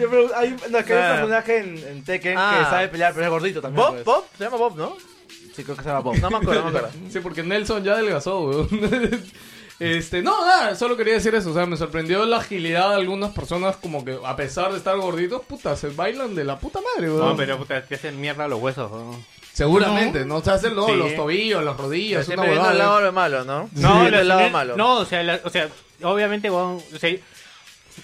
Yo pregunto, hay, no, que hay un Claro. personaje en, en Tekken Ah. que sabe pelear, pero es gordito también. Bob, pues. Bob, se llama Bob, ¿no? Sí, creo que se llama Bob. No me acuerdo, no me acuerdo. Sí, porque Nelson ya adelgazó, weón. Este, no, nada, solo quería decir eso. O sea, me sorprendió la agilidad de algunas personas, como que a pesar de estar gorditos, puta, se bailan de la puta madre, weón. No, pero puta, te hacen mierda los huesos, weón. Seguramente, ¿no? se hacen los, Sí. los tobillos, las rodillas, una Siempre viendo el eh. huevada. lado malo, ¿no? No, Siempre la- el lado malo. No, o sea, la- o sea obviamente, weón, o sea,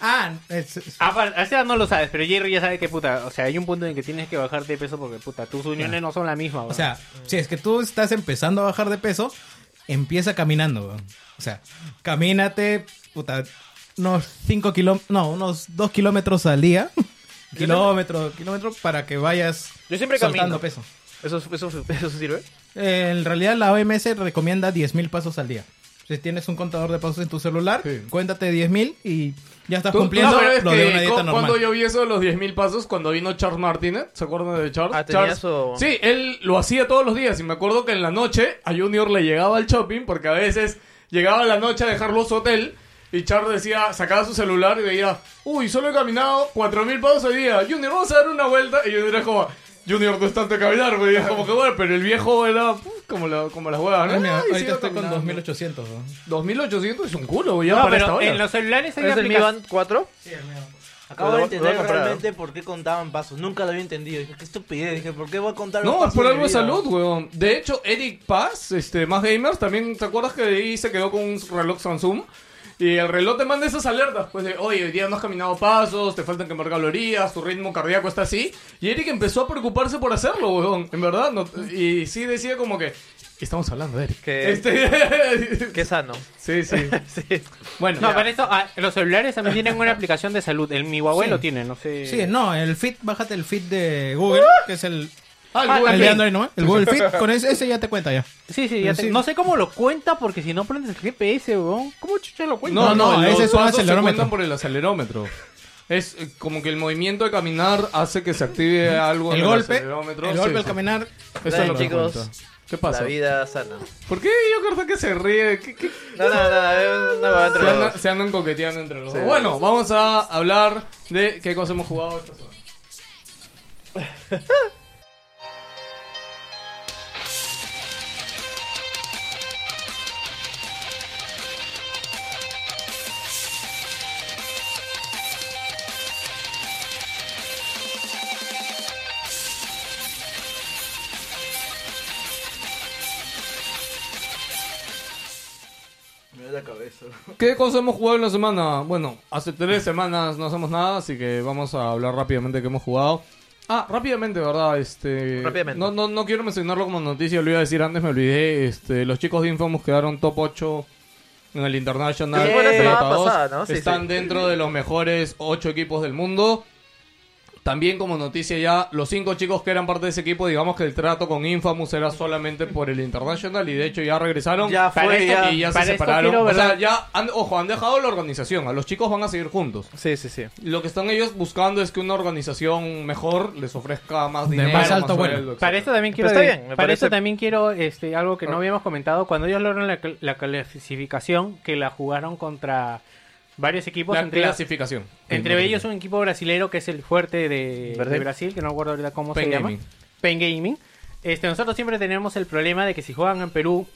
Ah, es- es- a, a esa edad no lo sabes, pero Jerry ya sabe que puta, o sea, hay un punto en que tienes que bajar de peso porque puta, tus uniones no son la misma, weón. o sea, si es que tú estás empezando a bajar de peso, empieza caminando, weón. O sea, camínate, puta, unos 5 kilómetros, no, unos 2 kilómetros al día. kilómetro, kilómetro, para que vayas Yo siempre camino. soltando peso. ¿Eso, eso, eso sirve? Eh, en realidad la OMS recomienda 10.000 pasos al día. Si tienes un contador de pasos en tu celular, Sí. cuéntate 10.000 y ya estás Tú- cumpliendo no, pero es lo que de una dieta cu- Cuando normal. yo vi eso de los 10.000 pasos, cuando vino Charles Martinet, ¿se acuerdan de Charles? Ah, tenía Charles- su- Sí, él lo hacía todos los días y me acuerdo que en la noche a Junior le llegaba al shopping porque a veces llegaba a la noche a dejarlo a su hotel y Charles decía, sacaba su celular y veía, uy, solo he caminado 4.000 pasos hoy día, Junior, vamos a dar una vuelta y Junior era como... Junior, no es tanto caminar, güey. Es como que bueno, pero el viejo era uh, como, la, como las huevas, ¿no? Ay, mira, Ay, ahorita sigo estoy con caminando. 2.800. weón. 2.800 es un culo, güey. ya no, para esta pero hora. en los celulares hay ¿Es el Mi aplicaciones- Band 4? Acabo Lo voy- lo voy de a entender comprar, ¿no? realmente por qué contaban pasos. Nunca lo había entendido. Dije, qué estupidez. Dije, ¿por qué voy a contar los No, es pasos por de algo mi de vida? salud, weón. De hecho, Eric Paz, este, más gamers, también, ¿te acuerdas que ahí se quedó con un reloj Samsung? Y el reloj te manda esas alertas, pues de, oye, hoy día no has caminado pasos, te faltan quemar calorías, tu ritmo cardíaco está así. Y Eric empezó a preocuparse por hacerlo, weón, en verdad. no- y sí decía como que, estamos hablando de Eric. Que- Este- Qué sano. sí, sí. Sí. Bueno, No, ya. pero esto, ah, los celulares también tienen una aplicación de salud. El mi Huawei Sí. lo tiene, no sé. Sí, no, el Fit, bájate el Fit de Google, que es el, Ah, el Ah, Google el de Fit. Android, ¿no? El Google Fit, con ese, ese ya te cuenta ya. Sí, sí, Pero ya te- sí. no sé cómo lo cuenta porque si no prendes el GPS, weón, ¿cómo chucha lo cuenta? No, no, Pues No, no, los ese es un pasos se acelerómetro. cuentan por el acelerómetro. Es eh, como que el movimiento de caminar hace que se active algo El en golpe, el acelerómetro. golpe Sí, al sí. caminar, eso Dale, es lo que chicos. cuenta. ¿Qué pasa? La vida sana. ¿Por qué yo creo que se ríe? ¿Qué- qué- No, no, no, es una huevada entre Se los andan, dos. se andan coqueteando entre los dos. Bueno, vamos a hablar de qué cosa hemos jugado esta semana. Me da la cabeza. ¿Qué cosa hemos jugado en la semana? Bueno, hace tres semanas no hacemos nada, así que vamos a hablar rápidamente de qué hemos jugado. Ah, rápidamente, ¿verdad? Este, Rápidamente. No, no, no quiero mencionarlo como noticia, lo iba a decir antes, me olvidé. Este, los chicos de Infamous quedaron top 8 en el International. Sí, fue la de semana Dota 2. pasada, ¿no? Sí, Están sí. dentro de los mejores 8 equipos del mundo. También como noticia ya, los cinco chicos que eran parte de ese equipo, digamos que el trato con Infamous era solamente por el International y de hecho ya regresaron Ya Para fue, esto- ya. y ya se Para esto separaron. quiero, o sea, ¿verdad? ya, han- ojo, han dejado la organización. A los chicos van a seguir juntos. Sí, sí, sí. Lo que están ellos buscando es que una organización mejor les ofrezca más dinero, más alto vuelo. sueldo, etc. Para esto también quiero, está bien, me para parece- Ah. esto también quiero este, algo que no habíamos comentado. Cuando ellos lograron la, cl- la clasificación, que la jugaron contra varios equipos, la entre, clasificación. entre ellos un equipo brasilero que es el fuerte de de ¿Verdad? Brasil, que no recuerdo ahorita cómo Pen se Gaming. llama. Pen Gaming. Este, nosotros siempre tenemos el problema de que si juegan en Perú,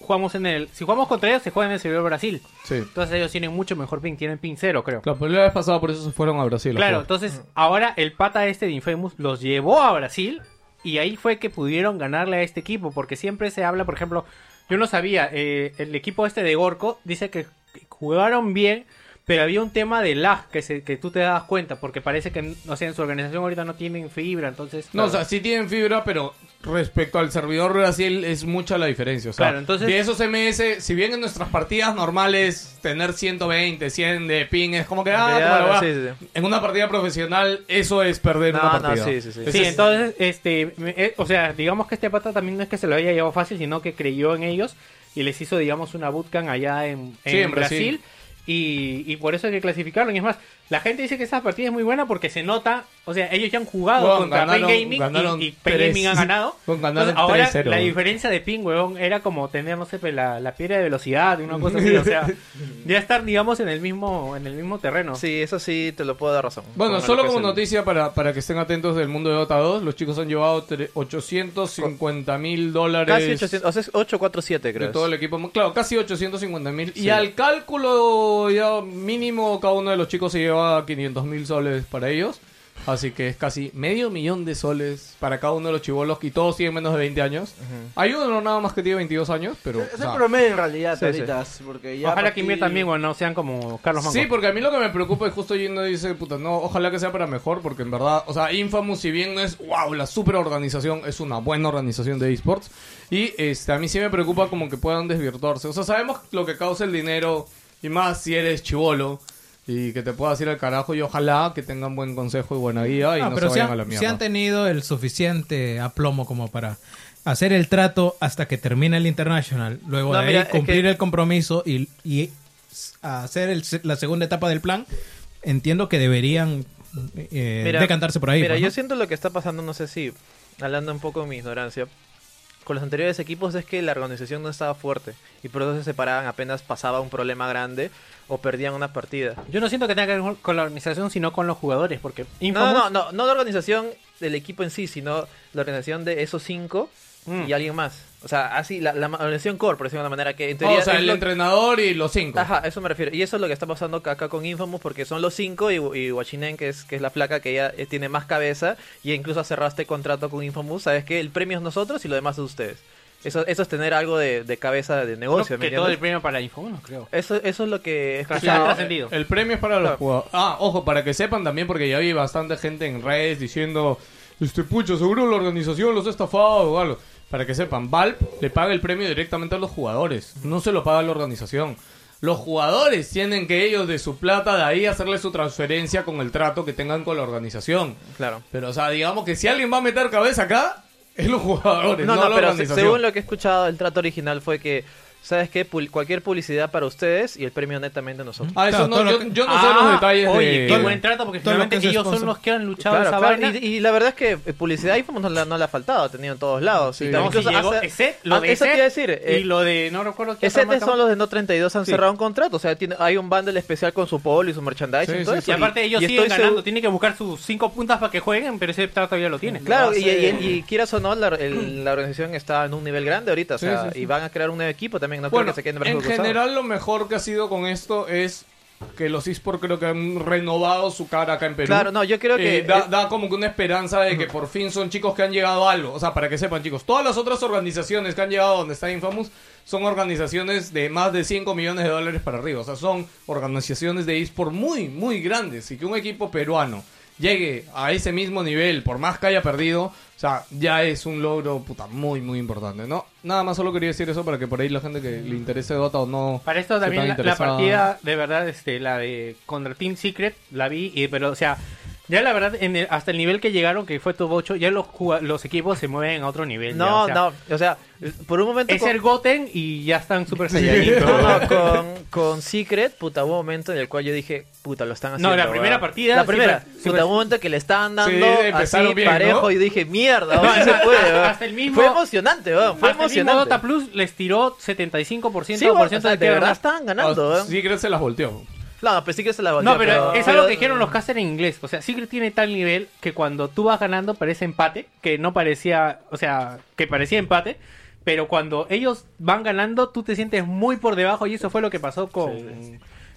jugamos en el, si jugamos contra ellos, se juegan en el servidor Brasil. Sí. Entonces ellos tienen mucho mejor ping, tienen ping cero, creo. La primera vez pasada por eso se fueron a Brasil. a Claro, jugar. entonces ahora el pata este de Infamous los llevó a Brasil y ahí fue que pudieron ganarle a este equipo, porque siempre se habla, por ejemplo, yo no sabía, eh, el equipo este de Gorko dice que jugaron bien, pero había un tema de lag que, se, que tú te das cuenta, porque parece que, no sé, en su organización ahorita no tienen fibra, entonces... No, o sea, sí tienen fibra, pero respecto al servidor Brasil es mucha la diferencia. O sea, Claro, entonces- de esos MS, si bien en nuestras partidas normales tener 120, 100 de ping es como que, ah, Ya, como la sí, va. sí, en una partida profesional eso es perder No, una no, partida. sí, sí, sí. Ese Sí, es- entonces, este, me- eh, o sea, digamos que este pata también no es que se lo haya llevado fácil, sino que creyó en ellos y les hizo, digamos, una bootcamp allá en, en Sí, en Brasil. Brasil. Y, y por eso es que clasificaron. Y es más, la gente dice que esta partida es muy buena porque se nota, o sea, ellos ya han jugado Huevón, contra Pain ganaron- Gaming y- ganaron y, Pain tres. Gaming ha ganado. Huevón, ganaron Entonces, ahora 3-0, la huevón. diferencia de ping, weón, era como tener, no sé, pues, la, la piedra de velocidad, una cosa así. O sea, ya estar, digamos, en el mismo, en el mismo terreno. Sí, eso sí te lo puedo dar razón. Bueno, Con lo solo que es como el- noticia para, para que estén atentos del mundo de Dota 2, los chicos han llevado 850 mil dólares Casi 800, o sea, es 847 de creo. todo el equipo. Claro, casi 850 mil. Y al cálculo ya mínimo, cada uno de los chicos se lleva 500 mil soles para ellos. Así que es casi medio millón de soles para cada uno de los chivolos y todos tienen menos de 20 años. Hay uno nada más que tiene 22 años, pero... Es o sea, el promedio en realidad, Sí, sí. ahorita. Porque ya Ojalá que partí- inviertan bien, weón, no sean como Carlos Manco. Sí, porque a mí lo que me preocupa es justo yendo dice, puta, no, ojalá que sea para mejor, porque en verdad, o sea, Infamous, si bien no es, wow, la super organización, es una buena organización de esports, y este, a mí sí me preocupa como que puedan desvirtuarse. O sea, sabemos lo que causa el dinero, y más si eres chivolo, y que te puedas ir al carajo, y ojalá que tengan buen consejo y buena guía, y Ah, no se pero si vayan han, a la si mierda. han tenido el suficiente aplomo como para hacer el trato hasta que termine el International, luego No, de ahí mira, es cumplir que- el compromiso y, y s- hacer el se- la segunda etapa del plan, entiendo que deberían eh, Mira, decantarse por ahí. Mira, pues, yo ¿no? siento lo que está pasando, no sé si, hablando un poco de mi ignorancia, con los anteriores equipos es que la organización no estaba fuerte y por eso se separaban apenas pasaba un problema grande o perdían una partida. Yo no siento que tenga que ver con la organización, sino con los jugadores, porque No, Infamous- no, no, no, no la organización del equipo en sí, sino la organización de esos cinco Mm. y alguien más. O sea, así, la, la ma- organización core, por decirlo de una manera, Oh, que en Ah, teoría... o sea, es el lo- entrenador y los cinco. Ajá, a eso me refiero. Y eso es lo que está pasando acá- acá con Infamous, porque son los cinco y, y Wachinen, que es, que es la flaca que ella eh, tiene más cabeza, y incluso cerraste contrato con Infamous, sabes que el premio es nosotros y lo demás es ustedes. Eso, eso es tener algo de, de cabeza de Creo negocio, ¿me que todo el entiendes? premio para Infamous, creo. Eso, eso es lo que... Claro. O sea, Ya, trascendido. El premio es para los Claro. jugadores. Ah, ojo, para que sepan también, porque ya vi bastante gente en redes diciendo, este pucho, seguro la organización los ha estafado o algo. Para que sepan, Valve le paga el premio directamente a los jugadores, no se lo paga la organización. Los jugadores tienen que ellos de su plata de ahí hacerle su transferencia con el trato que tengan con la organización. Claro. Pero, o sea, digamos que si alguien va a meter cabeza acá, es los jugadores, no, No, no, la pero se- organización. según lo que he escuchado, el trato original fue que ¿sabes qué? Pul- cualquier publicidad para ustedes y el premio netamente nosotros. Ah, eso Claro, no, todo lo yo, que- yo no sé Ah, los detalles Ah, Oye, de... qué Todo- buen trato, porque todo lo finalmente que es ellos son sponsor. los que han luchado Claro, esa claro, vaina. Y, y la verdad es que eh, publicidad a Infamous no la, no la ha faltado, ha tenido en todos lados. Sí. Y No, también No, si incluso llegó hace- Exet, lo ah, de eso te iba a Exet decir. eh, y lo de no recuerdo qué otra Ese marca son más. los de No 32 han cerrado un contrato, o sea, tiene, hay un bundle especial con su polo y su merchandising Sí, y todo sí, eso. Y aparte ellos y siguen estoy ganando, seguro- tienen que buscar sus cinco puntas para que jueguen, pero ese trato ya lo tienen. Claro, Ah, y, sí. y- y quieras o no, la, el- la organización está en un nivel grande ahorita, o Sí, sea, sí, sí. y van a crear un nuevo equipo también, no Bueno, creo que se queden de brazos en cruzados. general lo mejor que ha sido con esto es que los eSports creo que han renovado su cara acá en Perú. Claro, no, yo creo que- Eh, da, da como que una esperanza de que por fin son chicos que han llegado a algo. O sea, para que sepan, chicos, todas las otras organizaciones que han llegado a donde está Infamous son organizaciones de más de 5 millones de dólares para arriba. O sea, son organizaciones de eSports muy, muy grandes. Y que un equipo peruano llegue a ese mismo nivel, por más que haya perdido, o sea, ya es un logro puta muy, muy importante, ¿no? Nada más solo quería decir eso para que por ahí la gente que le interese Dota o no. Para esto esté también la, tan la interesada. Ah, partida, de verdad, este, la de contra Team Secret, la vi, y, pero o sea, ya la verdad, en el- hasta el nivel que llegaron, que fue top 8, ya los, juga- los equipos se mueven a otro nivel. ya, No, o sea, no, o sea, por un momento... Es con- el Goten y ya están súper No, selladitos. no, con, con Secret, puta, hubo un momento en el cual yo dije, puta, lo están No, haciendo. la weón. primera partida, La primera. sí, fue- puta, hubo un momento que le estaban dando Sí, empezaron así bien, ¿no? parejo y dije, mierda, weón, sí se hasta- puede, hasta- weón. hasta el mismo- Fue emocionante, weón, fue Hasta el mismo emocionante. Dota Plus les tiró 75% Sí, weón, o por ciento sea, de que de verdad ganar. estaban ganando, ¿eh? Ah, weón. Sí, creo que se las volteó. No, pero sí que se la volteó, No, pero, es algo pero- que dijeron los casters en inglés. O sea, Secret tiene tal nivel que cuando tú vas ganando parece empate, que no parecía, o sea, que parecía empate, pero cuando ellos van ganando tú te sientes muy por debajo y eso fue lo que pasó con,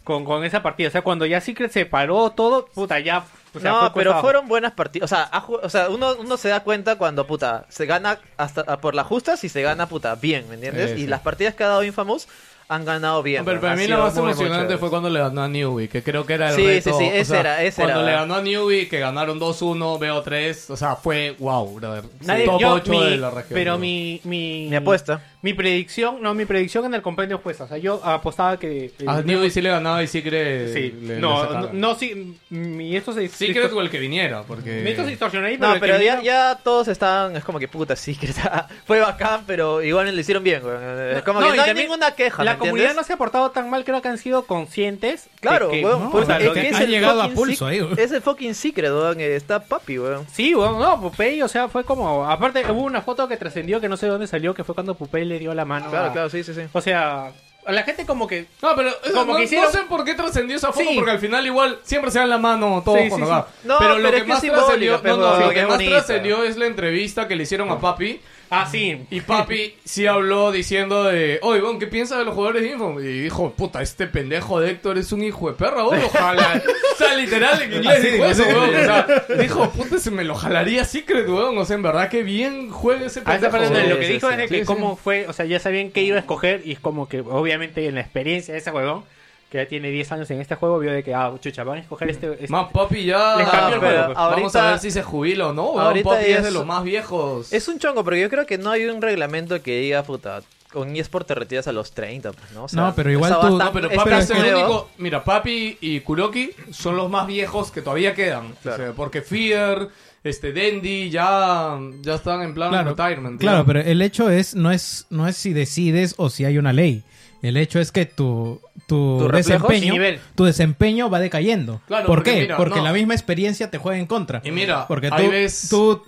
con, con esa partida. O sea, cuando ya Secret se paró todo, puta, ya... o sea, no, fue cuesta pero abajo. fueron buenas partidas. O sea, ha ju- o sea uno, uno se da cuenta cuando, puta, se gana hasta a por las justas y se gana, puta, bien, ¿me entiendes? Sí, y sí. las partidas que ha dado Infamous han ganado bien. Pero weón, para ha mí sido lo más muy, muy emocionante chévere. fue cuando le ganó a Newbie, que creo que era el Sí, sí, reto. sí, o ese sea, era, ese Cuando era. le ganó a Newbie, que ganaron 2-1, BO3, o sea, fue wow, brother. Nadie- Top yo- 8 mi- de la región. Pero bro. mi, mi... Mi apuesta. Mi predicción, no, mi predicción en el compendio opuesta. O sea, yo apostaba que... eh, A Newbie sí le ganaba y Secret... sí. Ah, eh, le- le no, sacaba. no, no, sí, mi, esto se... Secret o el que viniera, porque... Me hizo distorsionar ahí, No, el pero que ya, vino- ya todos estaban, es como que puta, sí, que está- fue bacán, pero igual lo hicieron bien, güey. Es como No, que y no hay también ninguna queja, La ¿me comunidad entiendes? no se ha portado tan mal, creo que han sido conscientes. de Claro, que- weón, no, por o sea, eso- lo es que es han el llegado a fucking pulso sec- ahí, weón. Es el fucking secret, weón, eh, está papi, weón. Sí, weón, no, Pupey, o sea, fue como. Aparte, hubo una foto que trascendió que no sé dónde salió, que fue cuando Pupey le dio la mano. Claro, a- claro, sí, sí, sí. O sea, a la gente como que. No, pero eso, Como no, que hicieron- no sé por qué trascendió esa foto, Sí. porque al final igual siempre se dan la mano todos Sí, sí, cuando sí. va. No, pero lo pero que es que más es simbólico, trascendió, pero no, no, lo qué que más bonito. trascendió es la entrevista que le hicieron a Papi. Ah, sí. Y Papi sí habló diciendo de, oye, bon, ¿qué piensas de los jugadores de Info? Y dijo, puta, este pendejo de Héctor es un hijo de perra, weón, ojalá. o sea, literal, en inglés Así dijo dijo, eso, sí. weón. O sea, dijo, puta, se me lo jalaría Secret, weón. O sea, en verdad que bien juega ese Ah, A esta pendejo. parte Sí, lo que sí, dijo sí. es de Sí, que sí. cómo fue, o sea, ya sabían qué iba a escoger y es como que obviamente en la experiencia de ese huevón, que ya tiene 10 años en este juego, vio de que, ah, chucha, van a escoger este... este- Más Papi ya... Les cambió el pero juego. Vamos a Ahorita- ver si se jubila o no, weón. ahorita Papi es... es- de los más viejos. Es un chongo, pero yo creo que no hay un reglamento que diga, puta, con eSport te retiras a los 30, pues, ¿no? O sea, No, pero igual esa tú- va no, tan- Pero es Papi tan es el nueva. único. Mira, Papi y Kuroki son los más viejos que todavía quedan. O sea, porque Fear, este Dendy ya, ya están en plan Claro, retirement. claro, ¿no? pero el hecho es no es no es si decides o si hay una ley. El hecho es que tu tu, Tus reflejos y desempeño nivel. tu desempeño va decayendo. Claro, ¿Por porque qué? mira, porque no. la misma experiencia te juega en contra. Y mira, porque tú, ahí ves- tú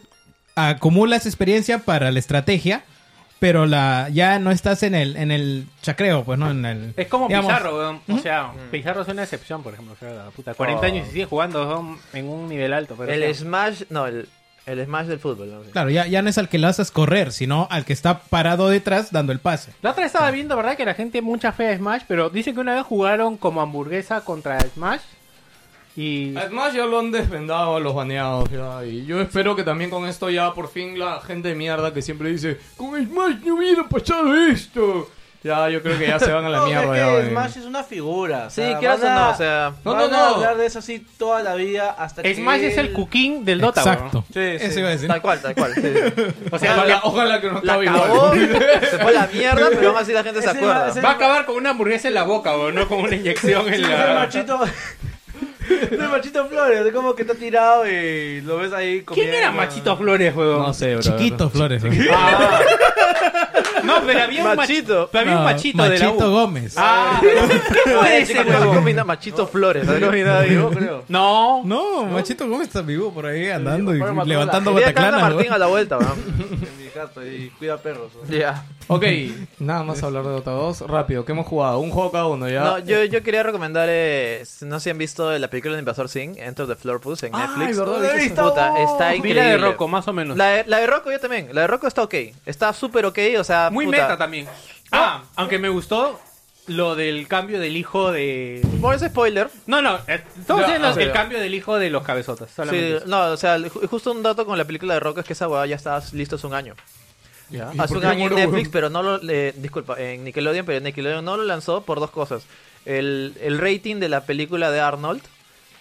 acumulas experiencia para la estrategia, pero la ya no estás en el en el chacreo, pues no en el Es como digamos, Pizarro, weón. O sea, Mm. Pizarro es una excepción, por ejemplo. O sea, la puta, 40 Oh. años y sigue jugando weón, en un nivel alto. Pero, o El sea, Smash, no, el, el Smash del fútbol, ¿no? Sí. Claro, ya, ya no es al que lo haces correr, sino al que está parado detrás dando el pase. La otra vez estaba viendo, ¿verdad? Que la gente mucha fe a Smash, pero dicen que una vez jugaron como hamburguesa contra Smash. Y... Ah, Además ya lo han desvendado a los baneados ya, y yo espero que también con esto ya por fin la gente de mierda que siempre dice con Smash no hubiera pasado esto ya yo creo que ya se van a la No, mierda es ya, que eh. Smash es una figura. o Sí, sea, quieras o van a- no, o sea... No, Ah. No, no, no, no. hablar de eso así toda la vida hasta que... Smash es el cuquín del Dota, Exacto. weón. Sí, sí. Eso iba a decir. Tal cual, tal cual. sí, sí. O sea, ojalá, ojalá que no La acabe acabó, igual se fue a la mierda, pero aún así la gente se Ese iba- acuerda. ese- va a acabar con una hamburguesa en la boca, weón, no con una inyección en Sí, es el la... machito... el machito Flores, es como que está tirado y lo ves ahí comiendo. ¿Quién era Machito Flores, weón? no sé bro Chiquito Flores. ¿no? Ah, No, pero había un machito. Machito. Pero había un No, machito, de la Machito U. Gómez. Ah, ¿qué fue ese, Machito huevón? combina Machito Flores. ¿sabes? Combina ahí, yo creo. No. No, Machito Gómez está vivo por ahí andando y Pero mató a la levantando Quería estar bataclanas. Martín a weón. la vuelta, weón. Mi gato y cuida perros. ¿no? Ya. Ok, nada más hablar de Dota 2. Rápido, ¿qué hemos jugado? Un juego cada uno, ¿ya? No, yo, yo quería recomendar, eh, no sé si han visto la película de Invasor Singh, Enter the Floor Puss en Ay, Netflix. verdad, Puta, ¿viste eso? está Vi increíble. la de Rocco, más o menos. La de, la de Rocco yo también. La de Rocco está ok. Está súper ok, o sea... Muy puta. meta también. Ah, aunque me gustó lo del cambio del hijo de. Por ese spoiler. No, no. eh, Todos Ya, tienen los- ok, el ya. cambio del hijo de los cabezotas. sí, Solamente eso. no, o sea, ju- justo un dato con la película de Rocco es que esa huevada ya está listo hace un año. Ya. Hace un año en Netflix, pero no lo... eh, disculpa, en Nickelodeon, pero Nickelodeon no lo lanzó por dos cosas. El, el rating de la película de Arnold,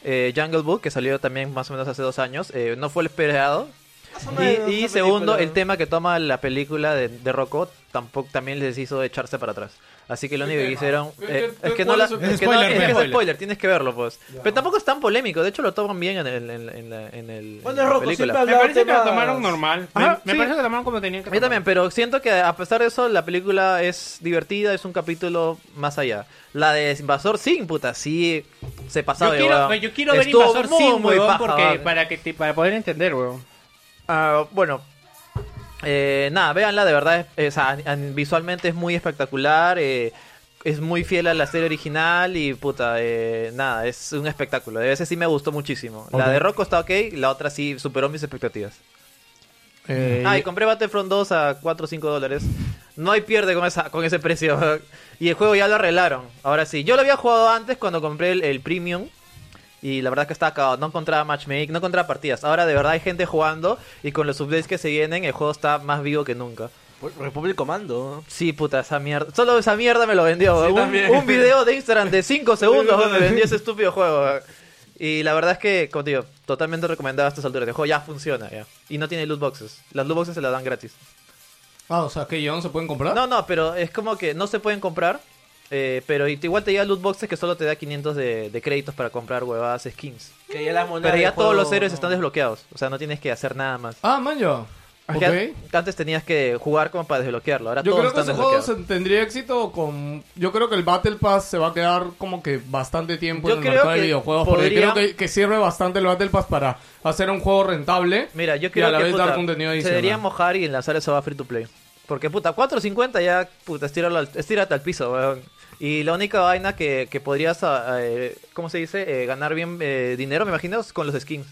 eh, Jungle Book, que salió también más o menos hace dos años, eh, no fue el esperado. Ah, Y, y segundo, el tema que toma la película de, de Rocco tampoco también les hizo echarse para atrás. Así que lo único que hicieron ¿Qué- eh, qué- es cuál que no la- es es el- que no- es que spoiler, es spoiler. spoiler, tienes que verlo pues. Pero tampoco es tan polémico, de hecho lo toman bien en el en, en la- en el Bueno, en la Rocco, siempre película. habla- Me parece que lo temas- tomaron normal. Ajá, me me sí. parece que lo tomaron como tenían que A mí tomar. también, pero siento que a pesar de eso la película es divertida, es un capítulo más allá. La de Invasor Sin, puta, sí se pasaba Yo de quiero, huevón. yo quiero ver Estuvo Invasor muy, Sim, muy huevón, paja, porque huevón. para, que te- para poder entender, huevón. Ah, bueno, eh, nada, véanla, de verdad, es- es- a- a- visualmente es muy espectacular, eh, es muy fiel a la serie original y puta, eh, nada, es un espectáculo. De veces sí me gustó muchísimo. La de Rocco está ok, la otra sí superó mis expectativas. Eh, Ah, y compré Battlefront 2 a 4 o 5 dólares. No hay pierde con, esa, con ese precio. y el juego ya lo arreglaron. Ahora sí. Yo lo había jugado antes cuando compré el, el Premium. Y la verdad es que está acabado. No encontraba matchmaking, no encontraba partidas. Ahora de verdad hay gente jugando. Y con los updates que se vienen, el juego está más vivo que nunca. Pues, Republic Commando. Sí, puta, esa mierda. Solo esa mierda me lo vendió. Sí, un, también. un video de Instagram de 5 segundos me vendió ese estúpido juego. Y la verdad es que, como te digo, totalmente recomendado a estas alturas. El juego ya funciona, ya. Y no tiene loot boxes. Las loot boxes se las dan gratis. Ah, o sea, que ya no se pueden ¿Ah? comprar. No, no, pero es como que no se pueden comprar. eh, pero y- igual te llega loot boxes que solo te da 500 de, de créditos para comprar huevadas skins. Que ya las monedas Pero ya del todos juego, los héroes no. están desbloqueados. O sea, no tienes que hacer nada más. Ah, manjo. Ok. Porque an- Antes tenías que jugar como para desbloquearlo. Ahora Yo todos creo que están ese juego desbloqueados. se tendría éxito con... Yo creo que el Battle Pass se va a quedar como que bastante tiempo Yo en el creo mercado de que videojuegos. Porque podría- creo que, que sirve bastante el Battle Pass para hacer un juego rentable. Mira, yo Y creo a la que vez puta, dar contenido se adicional. debería mojar y lanzar eso a free to play. Porque puta, 4.50 ya, puta, estíralo al- estírate al piso, weón. Y la única vaina que, que podrías, ah, eh, ¿cómo se dice? Eh, ganar bien eh, dinero, me imagino, es con los skins.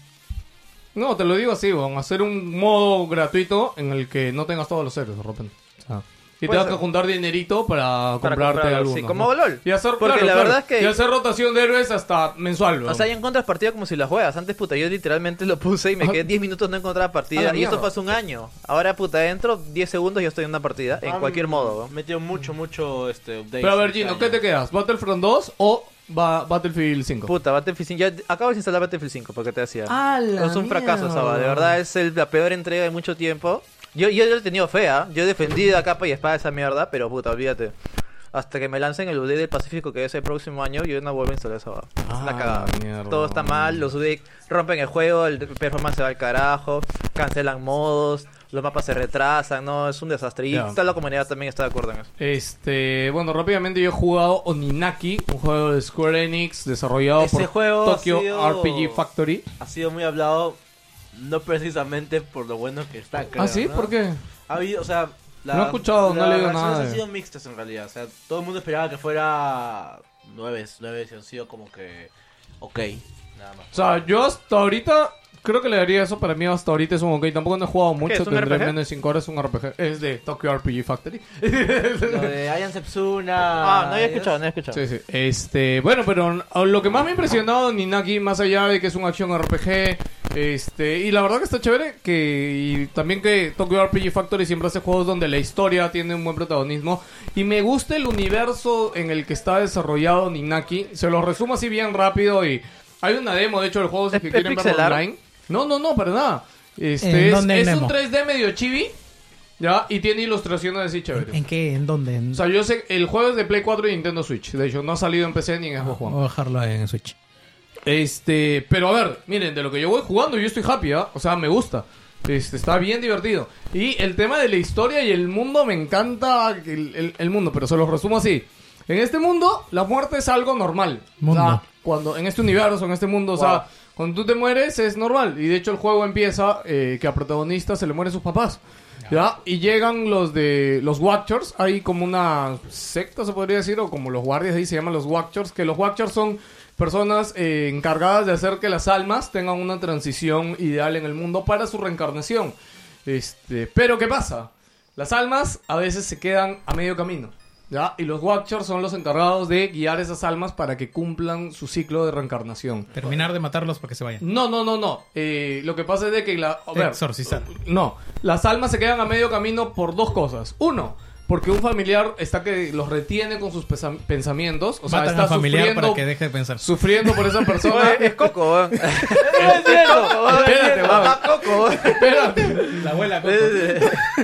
No, te lo digo así, weón. Hacer un modo gratuito en el que no tengas todos los héroes, de repente. O sea, y Puede tengas ser. que juntar dinerito para, Para comprarte comprarlo, algunos. sí, como LOL. Y hacer, claro, Porque la claro. verdad es que- Y hacer rotación de héroes hasta mensual, weón. O sea, ya encuentras partida como si la juegas. Antes, puta, yo literalmente lo puse y me Ah. quedé 10 minutos no encontraba A partida. la Y esto mierda. fue hace un año. Ahora, puta, entro 10 segundos y yo estoy en una partida. En Ah, Han cualquier modo. ¿no? Metido mucho, mucho este, update. Pero a ver, Gino, ¿qué te quedas? ¿Battlefront 2 o ba- Battlefield 5? Puta, Battlefield 5. Ya acabo de instalar Battlefield 5 porque te hacía. ¡A la es un fracaso, mierda! Saba. De verdad, es el- la peor entrega de mucho tiempo. Yo, yo, yo le he tenido fea. Yo he defendido a capa y espada esa mierda. Pero, puta, olvídate. Hasta que me lancen el UD del Pacífico, que es el próximo año, yo no vuelvo a instalar esa hueá. Es Ah, la cagada. mierda. Todo está mal, los UD rompen el juego, el performance se va al carajo, cancelan modos, los mapas se retrasan, no, es un desastre. Y Ya. toda la comunidad también está de acuerdo en eso. Este, bueno, rápidamente yo he jugado Oninaki, un juego de Square Enix desarrollado Ese por juego ha Tokyo sido- RPG Factory. Ha sido muy hablado, no precisamente por lo bueno que está, creo, ¿Ah, sí? ¿no? ¿Por qué? Ha habido, o sea... la- No he escuchado, no las le digo reacciones nada. han sido mixtas en realidad, o sea, todo el mundo esperaba que fuera... Nueve, nueve, y han sido como que... Ok, nada más. O sea, yo hasta ahorita creo que le daría eso para mí hasta ahorita es un ok. Tampoco no he jugado es mucho, un tendré RPG? menos de 5 horas, es un RPG. Es de Tokyo RPG Factory. Lo de Ayan Sepsuna... Ah, no había escuchado, no había escuchado. Sí, sí. Este, bueno, pero lo que más me ha impresionado de Ninaki, más allá de que es un acción RPG, este, y la verdad que está chévere, que y también que Tokyo RPG Factory siempre hace juegos donde la historia tiene un buen protagonismo, y me gusta el universo en el que está desarrollado Ninaki, se lo resumo así bien rápido y hay una demo, de hecho, del juego si ¿Es- que es quieren pixel verlo art? online. No, no, no, para nada. ¿En Este, es, dónde hay es un demo? 3D medio chibi, ya, y tiene ilustraciones así chéveres. ¿En qué? ¿En dónde? En- O sea, yo sé, el juego es de Play 4 y Nintendo Switch. De hecho, no ha salido en PC ni en Xbox Voy a One. bajarlo en Switch. Este, pero a ver, miren, de lo que yo voy jugando, yo estoy happy, ¿ah? O sea, me gusta. Este, está bien divertido. Y el tema de la historia y el mundo, me encanta el, el- el mundo, pero se los resumo así. En este mundo, la muerte es algo normal. Mundo. O sea, cuando, en este universo, en este mundo, o sea, cuando tú te mueres es normal. Y de hecho el juego empieza eh, que a protagonista se le mueren sus papás. ¿Ya? Y llegan los de los Watchers, hay como una secta se podría decir, o como los guardias de ahí se llaman los Watchers, que los Watchers son personas eh, encargadas de hacer que las almas tengan una transición ideal en el mundo para su reencarnación. Este, pero ¿qué pasa? Las almas a veces se quedan a medio camino. ¿Ya? Y los Watchers son los encargados de guiar esas almas para que cumplan su ciclo de reencarnación. Terminar de matarlos para que se vayan. No, no, no, no. Eh, lo que pasa es de que la... a ver, Exorcizar. no, las almas se quedan a medio camino por dos cosas. Uno, porque un familiar está que los retiene con sus pesa- pensamientos. O sea, Matan está al familiar sufriendo, para que deje de pensar. sufriendo por esa persona. Oye, es Coco, weón. es cierto. Espérate, Papá Coco, weón. Espérate. La abuela.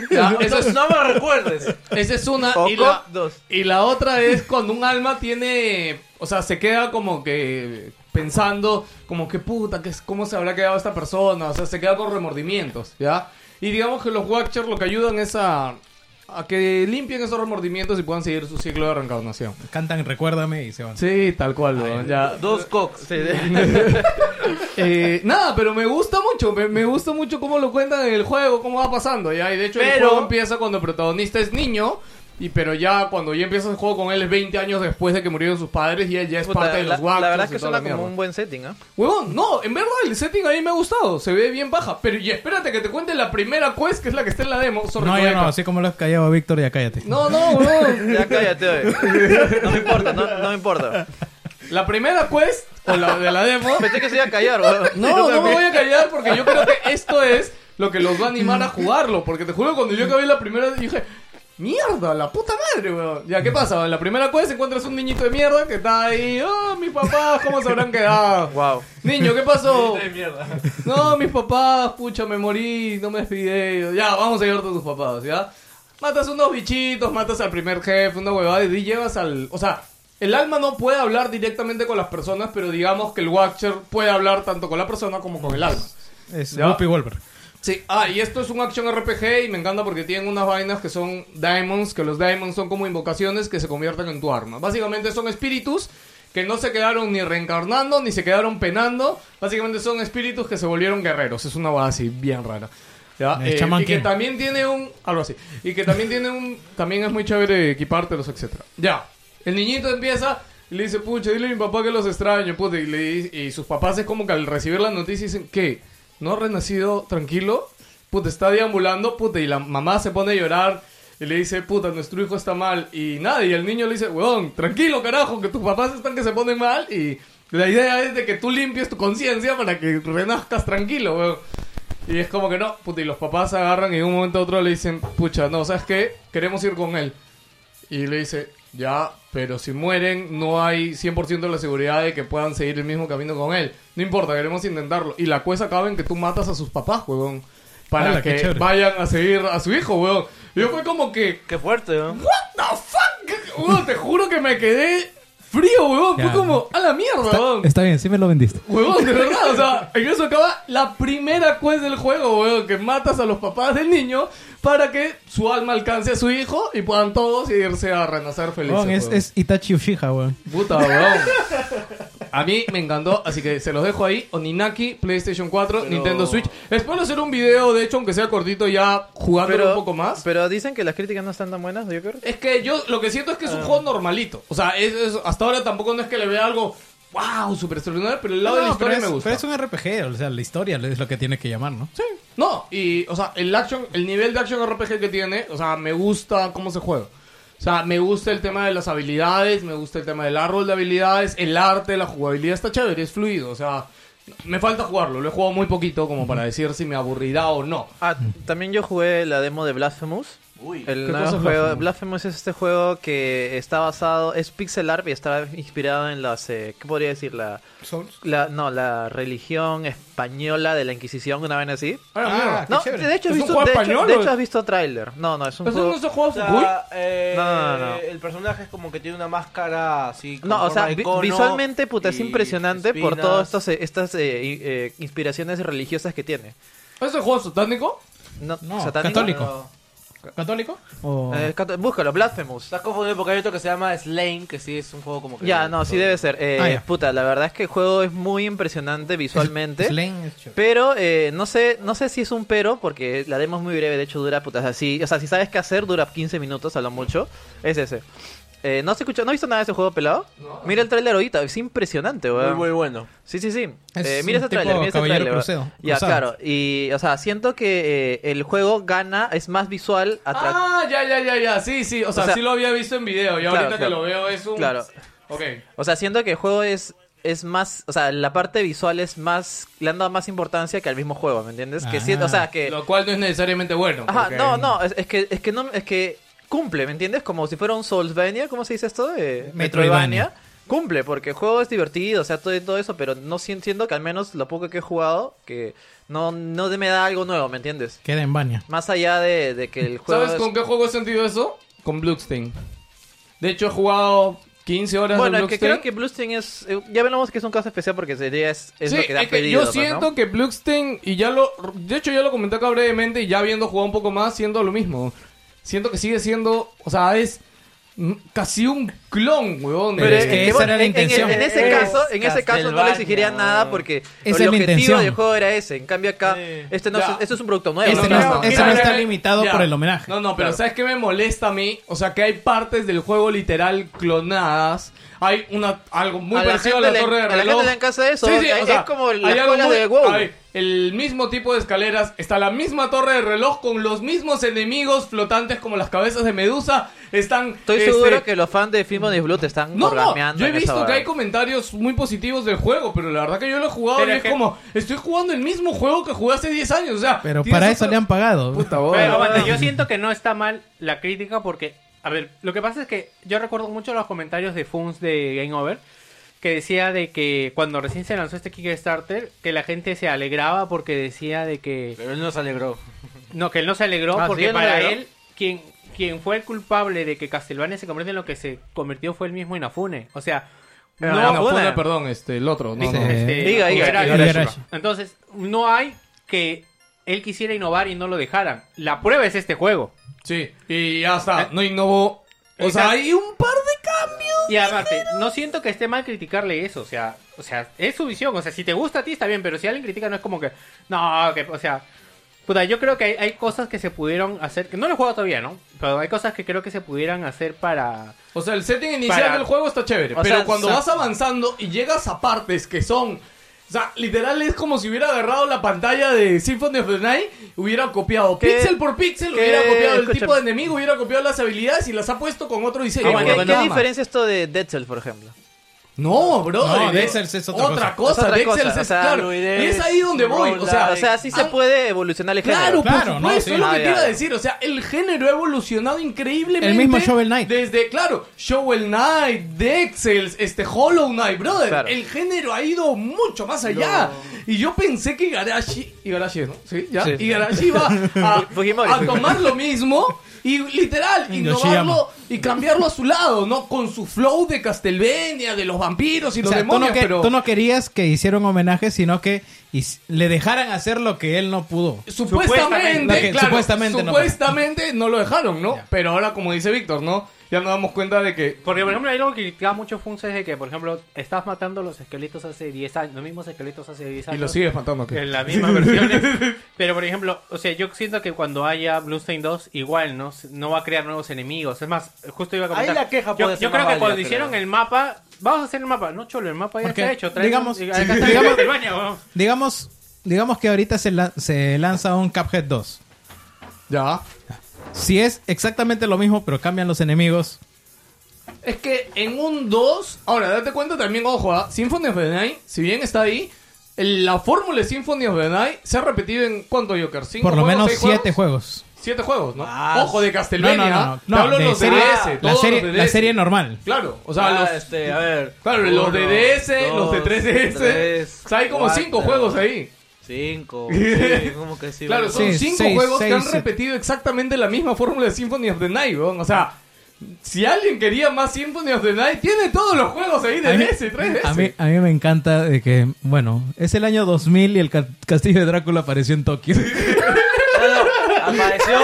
Ya, eso es- No me recuerdes. esa es una. O Y la, Cop dos. y la otra es cuando un alma tiene. O sea, se queda como que pensando, como que puta, que es, ¿cómo se habrá quedado esta persona? O sea, se queda con remordimientos, ¿ya? Y digamos que los Watchers lo que ayudan es a, a que limpien esos remordimientos y puedan seguir su ciclo de reencarnación. Cantan Recuérdame y se van. Sí, tal cual, weón, ya. Dos cocks. Eh, nada, pero me gusta mucho, me, me gusta mucho cómo lo cuentan en el juego, cómo va pasando, ya. Y de hecho el Pero- juego empieza cuando el protagonista es niño, y pero ya cuando ya empieza el juego con él es 20 años después de que murieron sus padres y él ya es Puta, parte de la, los Watchers la verdad es y que toda suena la como mierda. un buen setting, ¿ah? Huevón, no, en verdad el setting a mí me ha gustado, se ve bien baja, pero ya espérate que te cuente la primera quest que es la que está en la demo. Sorry, No, ya Rebeca. no, así como lo has callado a Víctor, ya cállate. no, no, huevón. Ya cállate, oye. No me importa, no, no me importa. La primera quest o la de la demo Pensé que se iba a callar, weón. No, no me voy a callar porque yo creo que esto es lo que los va a animar a jugarlo. Porque te juro, cuando yo acabé la primera, dije, mierda, la puta madre, weón. Ya, ¿qué pasa? En la primera quest encuentras un niñito de mierda que está ahí, oh, mis papás, ¿cómo se habrán quedado? Wow. Niño, ¿qué pasó? No, mis papás, pucha, me morí, no me despidí de ellos. Ya, vamos a llevarte a tus papás, ¿ya? Matas unos bichitos, matas al primer jefe, una huevada, y llevas al... O sea, el alma no puede hablar directamente con las personas, pero digamos que el Watcher puede hablar tanto con la persona como con el alma. Es Ya. Whoopi Wolver. Sí, ah, y esto es un action RPG y me encanta porque tienen unas vainas que son diamonds, que los diamonds son como invocaciones que se convierten en tu arma. Básicamente son espíritus que no se quedaron ni reencarnando ni se quedaron penando. Básicamente son espíritus que se volvieron guerreros. Es una base así bien rara. ¿Ya? El Eh, Shaman y que King. también tiene un. Algo así. Y que también tiene un. También es muy chévere equipártelos, etc. Ya. El niñito empieza y le dice, pucha, dile a mi papá que los extraño, puta. Y, le, dice- y sus papás es como que al recibir la noticia dicen, ¿qué? ¿No ha renacido tranquilo? Puta, está deambulando, puta. Y la mamá se pone a llorar y le dice, puta, nuestro hijo está mal. Y nada, y el niño le dice, weón, tranquilo, carajo, que tus papás están que se ponen mal. Y la idea es de que tú limpies tu conciencia para que renazcas tranquilo, weón. Y es como que no, puta, y los papás agarran y de un momento a otro le dicen, pucha, no, ¿sabes qué? Queremos ir con él. Y le dice, ya, pero si mueren, no hay 100% de la seguridad de que puedan seguir el mismo camino con él. No importa, queremos intentarlo. Y la cosa acaba en que tú matas a sus papás, huevón. Para Ala, qué que chévere. vayan a seguir a su hijo, huevón. Y yo fue como que, Qué fuerte, ¿no? what the fuck? Huevón, te juro que me quedé frío, huevón. Fue Ya. como, a la mierda, huevón. Está bien, sí me lo vendiste. Huevón, de verdad, o sea, en eso acaba la primera quest del juego, huevón, que matas a los papás del niño para que su alma alcance a su hijo y puedan todos irse a renacer felices. Weón, es, huevón. es Itachi Uchiha, weón. Puta, huevón. A mí me encantó, así que se los dejo ahí. Oninaki, PlayStation 4, Nintendo Switch. Les puedo hacer un video, de hecho, aunque sea cortito, ya jugándolo un poco más. Pero dicen que las críticas no están tan buenas, yo creo. Es que yo lo que siento es que Ah. es un juego normalito. O sea, es, es- hasta ahora tampoco no es que le vea algo, wow, super extraordinario, pero el lado de la No, pero historia es, me gusta. pero es un RPG, o sea, la historia es lo que tiene que llamar, ¿no? Sí. No, y, o sea, el action, el nivel de action RPG que tiene, o sea, me gusta cómo se juega. O sea, me gusta el tema de las habilidades, me gusta el tema del árbol de habilidades, el arte, la jugabilidad está chévere, es fluido, o sea, me falta jugarlo, lo he jugado muy poquito como para decir si me aburrirá o no. Ah, también yo jugué la demo de Blasphemous. Uy. El Mm. ¿Qué nuevo cosa es juego. Blasphemous? Blasphemous es este juego que está basado, es pixel art y está inspirado en las, eh, ¿qué podría decir? La, la, no, la religión española de la Inquisición, una vez así. Ah, mierda. No, chévere. de hecho, ¿Es Pues un has visto, juego de, hecho- español, de o- hecho has visto tráiler. No, no, es un Pero son juego... esos juegos O sea, Uy. eh, No, no, no. El personaje es como que tiene una máscara así. con No, o forma sea, de vi- cono visualmente, puta, es y impresionante por espinas. todas estas, eh, estas eh, i- eh, inspiraciones religiosas que tiene. ¿Es el juego satánico? No, No, satánico. católico. Oh. ¿Católico? ¿O- Eh, cató- búscalo, Blasphemous. Estás confundido porque hay otro que se llama Slane, que sí es un juego como que. Ya, no, sí debe ser. Eh, Ah, ya. Puta, la verdad es que el juego es muy impresionante visualmente. Slane es chévere. Pero eh, no sé no sé si es un pero, porque la demo es muy breve, de hecho dura putas así. O sea, si sabes qué hacer, dura 15 minutos a lo mucho. Es ese. Eh, no se escucha, ¿no has visto nada de ese juego pelado? Mira el tráiler ahorita, es impresionante, Muy, weón. muy bueno. Sí, sí, sí. Es Eh, mira un ese tipo tráiler, mira ese Caballero tráiler, Cruceo, weón. Ya, cruzado. claro. Y, o sea, siento que eh, el juego gana, es más visual, atractivo. Ah, ya, ya, ya, ya. Sí, sí. O sea, O sea- sí lo había visto en video y Claro, ahorita que claro. lo veo es un. Claro. Ok. O sea, siento que el juego es, es más. O sea, la parte visual es más. Le han dado más importancia que al mismo juego, ¿me entiendes? Que sí, Ah. o sea, que. Lo cual no es necesariamente bueno. Ajá, porque- no, no, es, es que, es que no. Es que cumple, ¿me entiendes? Como si fuera un Soulsvania, ¿cómo se dice esto? Eh, Metroidvania. Cumple, porque el juego es divertido, o sea, todo, todo eso, pero no si- siento que al menos lo poco que he jugado, que no, no me da algo nuevo, ¿me entiendes? Queda en Bania. Más allá de, de que el juego. ¿Sabes es- con qué juego he sentido eso? Con Bloodstained. De hecho, he jugado 15 horas Bueno, de es que Bloodstained. creo que Bluestein es. eh, Ya veremos que es un caso especial porque sería es, es sí, lo que da es que pedido, yo pues, ¿no? siento que Bloodstained, y ya lo... De hecho, ya lo comenté acá brevemente y ya habiendo jugado un poco más, siento lo mismo. Siento que sigue siendo... O sea, es mm, casi un clon, weón. Pero Pero es es que que esa bueno, era la en- en- intención. En, ese Es caso, en ese caso no le Castlevania, exigiría nada ¿no? porque Esa es el la objetivo intención. del juego era ese. En cambio acá, este no es, Ya. este es un producto nuevo. ¿no? Ese no, este Claro. ese no está limitado Ya. por el homenaje. No, no, pero Claro. ¿sabes qué me molesta a mí? O sea, que hay partes del juego literal clonadas. Hay una algo muy A la parecido a la gente le- torre de a la reloj. gente le encanta eso. Es- es como las hay algo colas muy- de WoW. a ver, el mismo tipo de escaleras, está la misma torre de reloj con los mismos enemigos flotantes como las cabezas de Medusa. Están... Estoy este, seguro que los fans de Film de Blue te están no, no, gorgameando yo he en esa visto que hora. hay comentarios muy positivos del juego, pero la verdad que yo lo he jugado Pero y es es que- como, estoy jugando el mismo juego que jugué hace 10 años, o sea... Pero tienes para eso otro- le han pagado. Puta, Oh, weón. Pero aguanta, yo siento que no está mal la crítica porque, a ver, lo que pasa es que yo recuerdo mucho los comentarios de Funs de Game Over que decía de que cuando recién se lanzó este Kickstarter, que la gente se alegraba porque decía de que... Pero él nos alegró. No, que él no se alegró Ah, porque sí, él no para se alegró. él, quien, quien fue el culpable de que Castlevania se convierte en lo que se convirtió fue el mismo Inafune. O sea, Pero No, no, Ah, Inafune. Funa, perdón, este, el otro. No, Dice, no. este, Diga, diga, Igarashi. diga, Igarashi. Entonces, no hay que él quisiera innovar y no lo dejaran. La prueba es este juego. Sí, y ya Eh. está, no innovó. O sea, Exacto. hay un par de cambios. Y aparte, no siento que esté mal criticarle eso, o sea, o sea, es su visión, o sea, si te gusta a ti está bien, pero si alguien critica no es como que, no, que, o sea, puta, yo creo que hay, hay cosas que se pudieron hacer, que no lo he jugado todavía, ¿no? Pero hay cosas que creo que se pudieran hacer para... O sea, el setting inicial Para- del juego está chévere, O pero sea, cuando sa- vas avanzando y llegas a partes que son... O sea, literal es como si hubiera agarrado la pantalla de Symphony of the Night, hubiera copiado ¿Qué? píxel por píxel, ¿Qué? hubiera copiado el Escúchame. Ah, tipo de enemigo, hubiera copiado las habilidades y las ha puesto con otro diseño. ¿Qué, qué- weón. qué Nada más. diferencia esto de Dead Cells, por ejemplo? No, bro. No, eh, Dead Cells es otra cosa. cosa. Es otra Dead cosa, Cells o es sea, claro. lo Y ideal es es ahí donde voy. O sea, O sea, sí se han- puede evolucionar el género. Claro, Claro, por no, supuesto, sí. es lo que Ah, te ya, iba a ya. decir. O sea, el género ha evolucionado increíblemente. El mismo Shovel Knight. Desde, claro, Shovel Knight, Dexels, este Hollow Knight, brother. Claro. El género ha ido mucho más allá. Y yo pensé que Igarashi. Igarashi, ¿no? Sí, ya. Sí, sí. Igarashi iba a, Fujimori, a Fujimori. tomar lo mismo y literal, Yoshiyama. innovarlo y cambiarlo a su lado, ¿no? Con su flow de Castlevania, de los vampiros y O los sea, tú, demonios. no que- pero... tú no querías que hicieran homenaje, sino que his- le dejaran hacer lo que él no pudo. Supuestamente, Porque claro, supuestamente no. supuestamente no, lo dejaron, ¿no? Pero ahora, como dice Víctor, ¿no? Ya nos damos cuenta de que... Porque, por ejemplo, hay algo que criticaba mucho Funks es de que, por ejemplo, estás matando los esqueletos hace 10 años, los mismos esqueletos hace 10 Y años. lo sigues matando aquí. En las mismas versiones. ¿eh? Pero, por ejemplo, o sea, yo siento que cuando haya Bluestein 2, igual, ¿no? No va a crear nuevos enemigos. Es más, justo iba a comentar. Ahí la queja yo, puede yo ser creo más que válida, cuando creo. hicieron el mapa... Vamos a hacer el mapa. No, cholo, el mapa ya Porque, está hecho. digamos- acá está el digamos- Castlevania, weón. Digamos, digamos que ahorita se, la- se lanza un Cuphead 2. Ya. Si es exactamente lo mismo, pero cambian los enemigos. Es que en un 2... Ahora, date cuenta también, ojo, ¿ah? Symphony of the Night, si bien está ahí, el- la fórmula de Symphony of the Night se ha repetido en... ¿Cuánto, Joker? ¿Cinco Por lo juegos, seis menos 7 juegos. Siete juegos, ¿no? Ah, ojo, de Castlevania. no, no, ¿ah? no, no, Te hablo de los serie- DS, la, todos serie, los la DS. serie normal. Claro, o sea, Ah, los... este, a ver. Claro, los de Uno, DS, los de dos, 3DS. tres, o sea, hay como cuatro, cinco juegos ahí. Cinco. Sí, como que sí. Claro, bueno. son Sí, cinco seis, juegos seis, que han siete. repetido exactamente la misma fórmula de Symphony of the Night, weón. O sea, Si alguien quería más Symphony of the Night, tiene todos los juegos ahí de DS, 3DS. a mí, a mí me encanta de que, bueno, es el año 2000 y el ca- castillo de Drácula apareció en Tokio. No, no, apareció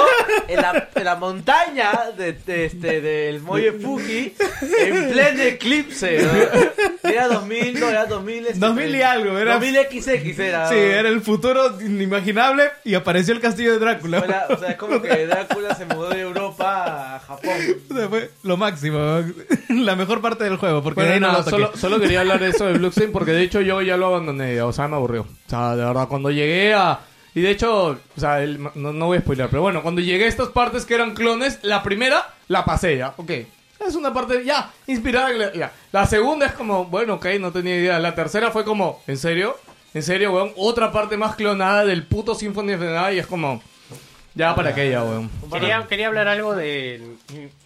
en la, en la montaña de, de este, del Molle Fuji en pleno eclipse. ¿no? Era 2000, no, era 2000. este, 2000 y algo, era- 2000 XX era. Sí, ¿no? era el futuro inimaginable y apareció el castillo de Drácula. Era- O sea, es como que Drácula se mudó de Europa a Japón. O sea, fue lo máximo, la mejor parte del juego, porque de ahí Bueno, no no, lo toqué. solo, solo quería hablar de eso de Bloodstained porque de hecho yo ya lo abandoné, o sea, me aburrió. O sea, de verdad, cuando llegué a... Y de hecho, o sea, el- no, no voy a spoiler, pero bueno, cuando llegué a estas partes que eran clones, la primera la pasé ya, ok. Es una parte ya, inspirada. en la- ya. La segunda es como, bueno, ok, no tenía idea. La tercera fue como, ¿en serio? ¿En serio, weón? Otra parte más clonada del puto Symphony of the Night y es como, ya para qué ya, weón. Quería, quería hablar algo del.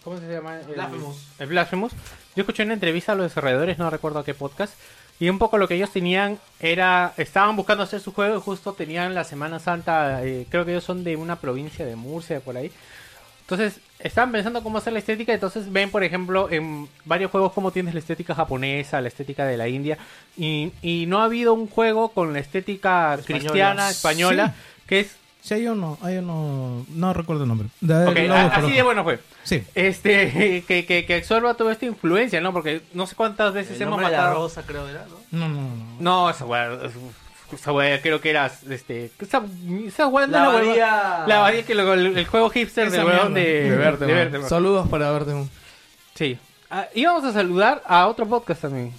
¿Cómo se llama? El Blasphemous. El Blasphemous. Yo escuché una entrevista a los desarrolladores, no recuerdo a qué podcast. Y un poco lo que ellos tenían era. Estaban buscando hacer su juego y justo tenían la Semana Santa. eh, creo que ellos son de una provincia de Murcia, por ahí. Entonces, estaban pensando cómo hacer la estética, entonces ven, por ejemplo, en varios juegos cómo tienes la estética japonesa, la estética de la India, y, y no ha habido un juego con la estética cristiana, española, que es... Sí, hay uno, hay uno, no recuerdo el nombre. Da- ok, Eh, lo a- busco, lo así de busco. bueno fue. Sí. Este, que, que, que absorba toda esta influencia, ¿no? Porque no sé cuántas veces El hemos nombre de la matado... rosa, creo, era, ¿no? No, no, no. No, esa weá... Esa weá creo que era... Este, esa, esa weá no La la hueva- abadía- La abadía que lo- el, el juego hipster Esa de, weón mierda. de, De verte, de man. Verteman. Saludos para verte, man. Sí. Ah, íbamos a saludar a otro podcast también.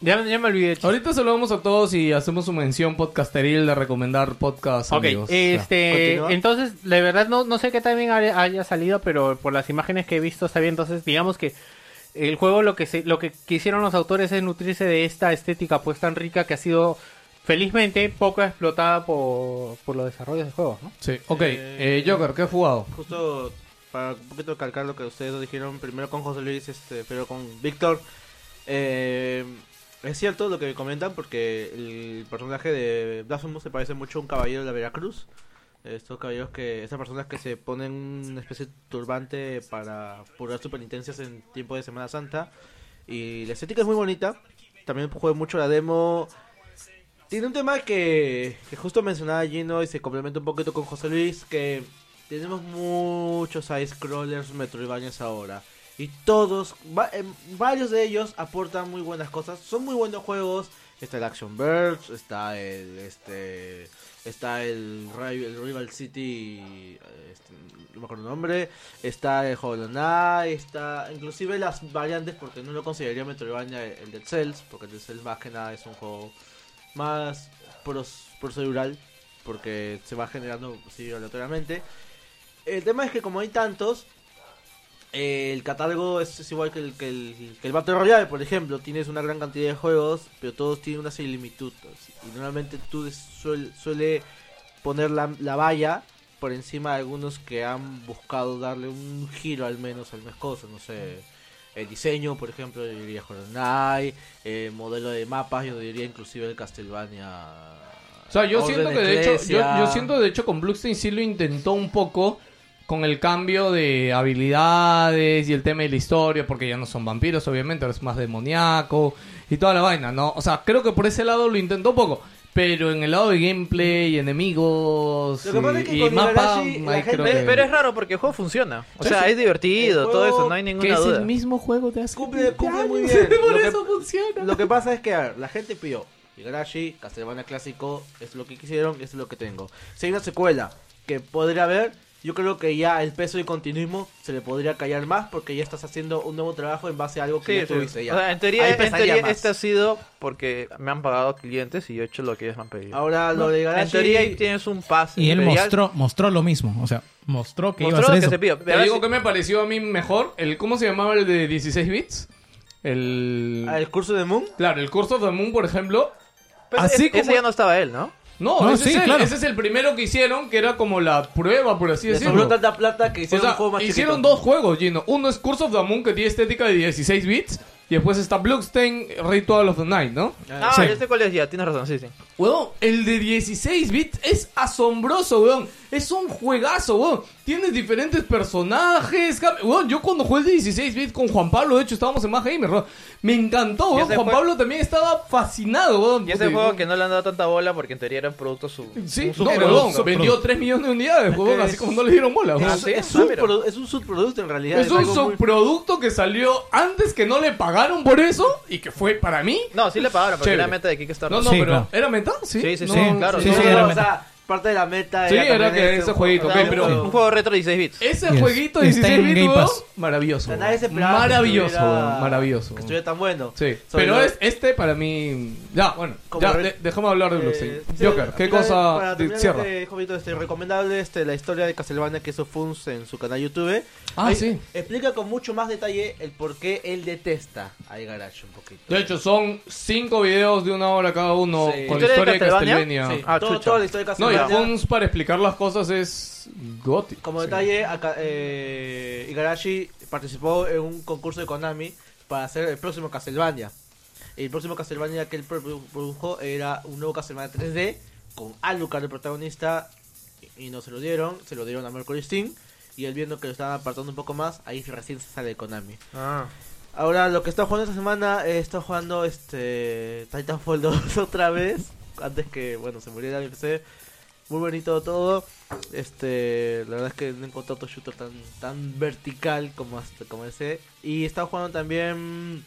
Ya, me- ya me olvidé. chico. Ahorita saludamos a todos y hacemos su mención podcasteril de recomendar podcast, Ok, amigos. este, Continúa. entonces, de verdad no, no sé qué también haya haya salido, pero por las imágenes que he visto está bien. Entonces, digamos que el juego lo que se, lo que quisieron los autores es nutrirse de esta estética pues tan rica que ha sido felizmente poco explotada por, por los desarrollos del juego, ¿no? Sí, ok. Eh, Eh, Joker, ¿qué has jugado? Justo para un poquito calcar lo que ustedes dos dijeron, primero con José Luis, este, pero con Víctor. eh, es cierto lo que comentan porque el personaje de Blasphemous se parece mucho a un caballero de la Veracruz. Estos caballeros que, estas personas que se ponen una especie de turbante para purgar sus penitencias en tiempo de Semana Santa. Y la estética es muy bonita. También jugué mucho la demo. Tiene un tema que, que justo mencionaba Gino y se complementa un poquito con José Luis, que tenemos muchos side-scrollers metroidvanias ahora. Y todos, va- em, varios de ellos aportan muy buenas cosas. Son muy buenos juegos. Está el Action Birds, está el este está el Rival, el Rival City, este, no me acuerdo el nombre, está el Hollow Knight, está inclusive las variantes porque no lo consideraría Metroidvania el, el Dead Cells, porque el Dead Cells más que nada es un juego más pros- procedural porque se va generando sí, aleatoriamente. El tema es que como hay tantos, eh, el catálogo es, es igual que el, que, el, que el Battle Royale, por ejemplo. Tienes una gran cantidad de juegos, pero todos tienen una similitud. así. Y normalmente tú des- suel- suele poner la, la valla por encima de algunos que han buscado darle un giro al menos a algunas cosas. No sé, el diseño, por ejemplo, yo diría Hollow Knight, eh, modelo de mapas, yo diría inclusive el Castlevania. O sea, yo Orden siento que de hecho, yo, Ecclesia. yo siento de hecho con Bloodstained sí lo intentó un poco con el cambio de habilidades y el tema de la historia, porque ya no son vampiros, obviamente, ahora es más demoníaco y toda la vaina, ¿no? O sea, creo que por ese lado lo intentó un poco, pero en el lado de gameplay, enemigos Lo que pasa y, es que y con mapa, Igarashi la ahí gente- creo que- Pe- Pero es raro porque el juego funciona. O sea, es divertido, el todo juego eso, no hay que ninguna es duda. el mismo juego de hace Cumple- 20 cumple muy años. bien. por Lo que- eso funciona. Lo que pasa es que, a ver, la gente pidió Igarashi, Castlevania Clásico, es lo que quisieron, es lo que tengo. Si hay una secuela que podría haber, yo creo que ya el peso y continuismo se le podría callar más porque ya estás haciendo un nuevo trabajo en base a algo que Sí, ya sí. tuviste. Ya. O sea, en Ahí teoría, en pesaría teoría más. este ha sido porque me han pagado clientes y yo he hecho lo que ellos me han pedido. Ahora lo de Igarashi... en teoría ahí tienes un pase. Y él pero ya mostró, mostró lo mismo, o sea, mostró que mostró iba a lo hacer que eso. se pidió. Te Ahora digo sí- que me pareció a mí mejor. El, ¿Cómo se llamaba el de 16 bits? El... Ah, ¿El curso de Moon? Claro, el Curse of the Moon, por ejemplo. Pero así Pues ese- como... ese ya no estaba él, ¿no? No, No, ese, sí, es el, claro. ese es el primero que hicieron, que era como la prueba, por así Le sobró decirlo. tanta plata que O hicieron sea, un juego más hicieron chiquito. dos juegos, Gino. Uno es Curse of the Moon, que tiene estética de 16 bits. Y después está Bloodstained Ritual of the Night, ¿no? Ah, Sí. ya sé cuál es ya, tienes razón, sí, sí. Weón, el de 16 bits es asombroso, weón. Es un juegazo, weón. Tienes diferentes personajes. cam- Weón, yo cuando jugué el de 16 bit con Juan Pablo, de hecho estábamos en Más Gamer, weón. Me encantó, Y weón. ese Juan jue- Pablo también estaba fascinado, weón. Y ese Puta, juego weón. que no le han dado tanta bola porque en teoría era un producto su. Sí, un no, subproducto. weón, vendió 3 millones de unidades, weón, que así es- como no le dieron bola, weón. Ah, Es, sí, es ah, un pero- produ- es un subproducto en realidad. Es un algo muy- subproducto que salió antes que no le pagaron por eso y que fue para mí. No, sí le pagaron, porque Chévere. era meta de Kickstarter. No, no, Sí, pero claro. ¿era meta? Sí, Sí, sí, No, sí, no, claro. Sí, No, sí, no, era o meta. sea, parte de la meta Sí, era también que ese jueguito, juego. ok, pero- Un juego retro 16 bits. Ese Yes. jueguito Está 16 en bits, Game weón, Pass. O maravilloso. sea, weón. nadie se esperaba que Maravilloso, estuviera- weón, maravilloso. Que weón. estuviera tan bueno. Sí, Sobre pero lo- es, este para mí... Ya, bueno, Como ya, re- de- dejamos hablar de Eh, Blockstein. sí, Joker, ¿qué mira, cosa para de, terminar cierra? este jovito, este, recomendable este, la historia de Castlevania que hizo Funs en su canal YouTube. Ah, Ahí sí. Explica con mucho más detalle el por qué él detesta a Igarashi un poquito. De hecho, son cinco videos de una hora cada uno Sí. con la historia de Castlevania. Sí, Ah, todo, chucha. toda la historia de No, y Castlevania. Funs para explicar las cosas es gótico. Como sí. detalle, acá, eh, Igarashi participó en un concurso de Konami para hacer el próximo Castlevania. El próximo Castlevania que él produ- produjo era un nuevo Castlevania 3D con Alucard de protagonista y no se lo dieron, se lo dieron a Mercury Steam y él viendo que lo estaban apartando un poco más, ahí recién se sale de Konami. Ah. Ahora lo que está jugando esta semana, eh, está jugando este Titanfall 2 otra vez, antes que bueno se muriera mi PC. Muy bonito todo. Este, la verdad es que no he encontrado otro shooter tan tan vertical como hasta como ese. Y está jugando también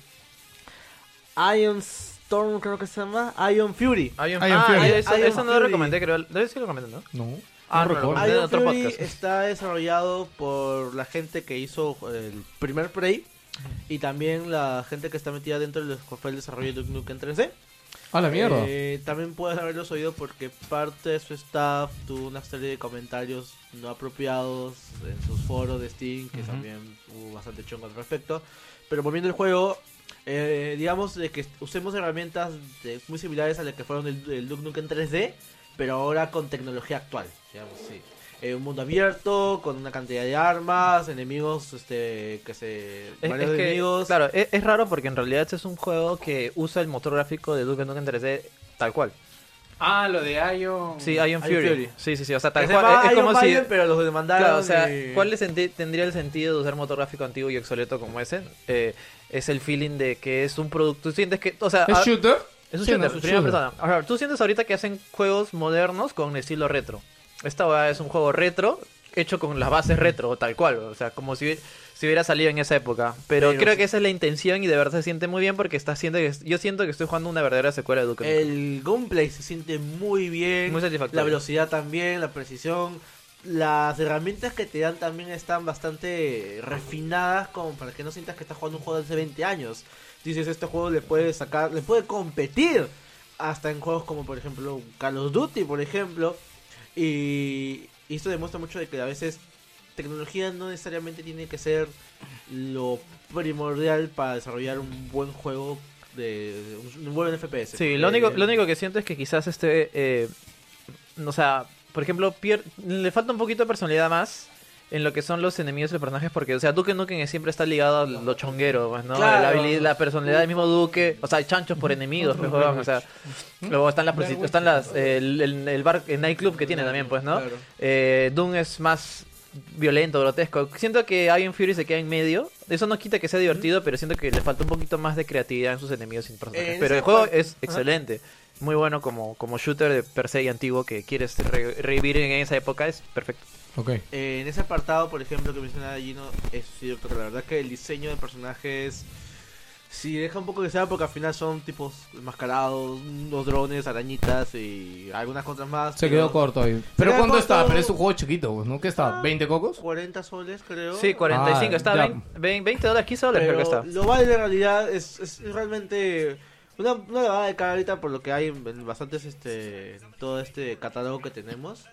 Ion Storm creo que se llama, Ion Fury. Hay un- Hay un ah, Fury. eso, Hay un eso no lo Fury. recomendé, creo. Debe ser recomendé, ¿no? No. Ah, no no, recuerdo. no, en Ion otro Fury podcast. está desarrollado por la gente que hizo el primer Prey y también la gente que está metida dentro de lo que fue el desarrollo de Duke Nukem 3D. A la mierda. Eh, también puedes haberlos oído porque parte de su staff tuvo una serie de comentarios no apropiados en sus foros de Steam, que también hubo bastante chongo al respecto. Pero volviendo al juego, eh, digamos de que usemos herramientas de- muy similares a las que fueron el, el Duke Nukem 3D, pero ahora con tecnología actual, digamos, sí. Eh, un mundo abierto, con una cantidad de armas, enemigos este, que se... Es, varios es que, enemigos. claro, e-, es, es raro porque en realidad este es un juego que usa el motor gráfico de Duke Nukem 3D tal cual. Ah, lo de Ion. Sí, Ion Ion Mm. Fury. Fury. Sí, sí, sí. O sea, tal Se cual. llama Es, es Iron como si. Maiden, pero los demandaron. Claro, o sea, y- ¿cuál le senti- tendría el sentido de usar motor gráfico antiguo y obsoleto como ese? Eh, es el feeling de que es un producto. Sientes que. O sea, ¿Es ah, a- shooter? Es un Sí, shooter, no, es un primera shooter. persona. Ahora, tú sientes ahorita que hacen juegos modernos con estilo retro. Esta weá es un juego retro hecho con las bases retro, tal cual. O sea, como si, si hubiera salido en esa época. Pero, Pero creo sí. que esa es la intención y de verdad se siente muy bien porque está haciendo que, yo siento que estoy jugando una verdadera secuela de Duke Nukem. El gameplay se siente muy bien. Muy satisfactorio. La velocidad también, la precisión. Las herramientas que te dan también están bastante refinadas como para que no sientas que estás jugando un juego de hace 20 años. Dices, este juego le puede sacar, le puede competir hasta en juegos como por ejemplo Call of Duty, por ejemplo. Y, y esto demuestra mucho de que a veces tecnología no necesariamente tiene que ser lo primordial para desarrollar un buen juego de un buen FPS. Sí, lo Eh, único, lo único que siento es que quizás este, eh, o sea, por ejemplo, pier- le falta un poquito de personalidad más en lo que son los enemigos y los personajes, porque, o sea, Duque Nukem siempre está ligado a lo chonguero, pues, ¿no? Claro. La habilidad, la personalidad del mismo Duque, o sea, hay chanchos por enemigos, pues, huevón, o sea, luego están las, prostitu- están las, eh, el, el, el bar, el nightclub que tiene también, pues, ¿no? Claro. Eh, Doom es más violento, grotesco. Siento que Iron Fury se queda en medio. Eso no quita que sea divertido, pero siento que le falta un poquito más de creatividad en sus enemigos y personajes. En pero ese el juego aspecto- es excelente. Muy bueno como, como shooter de per se y antiguo que quieres re- revivir en esa época. Es perfecto. Ok. Eh, en ese apartado, por ejemplo, que menciona Gino, es cierto que la verdad que el diseño de personajes sí deja un poco que sea porque al final son tipos enmascarados, unos drones, arañitas y algunas cosas más. Se pero Ah. quedó corto ahí. Se ¿Pero quedó cuánto corto. está? Pero es un juego chiquito, pues, ¿no? ¿Qué está? ¿20 cocos? 40 soles, creo. Sí, 45. Ah, está ya. 20, 20 dólares, 15 dólares pero creo que está. Lo vale en realidad, es, es realmente una, una lavada de cara ahorita por lo que hay en, en bastantes, este, en todo este catálogo que tenemos.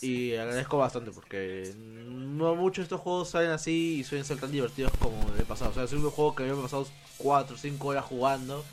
Y agradezco bastante porque no muchos de estos juegos salen así y suelen ser tan divertidos como el pasado. O sea, es un juego que me he pasado 4 o 5 horas jugando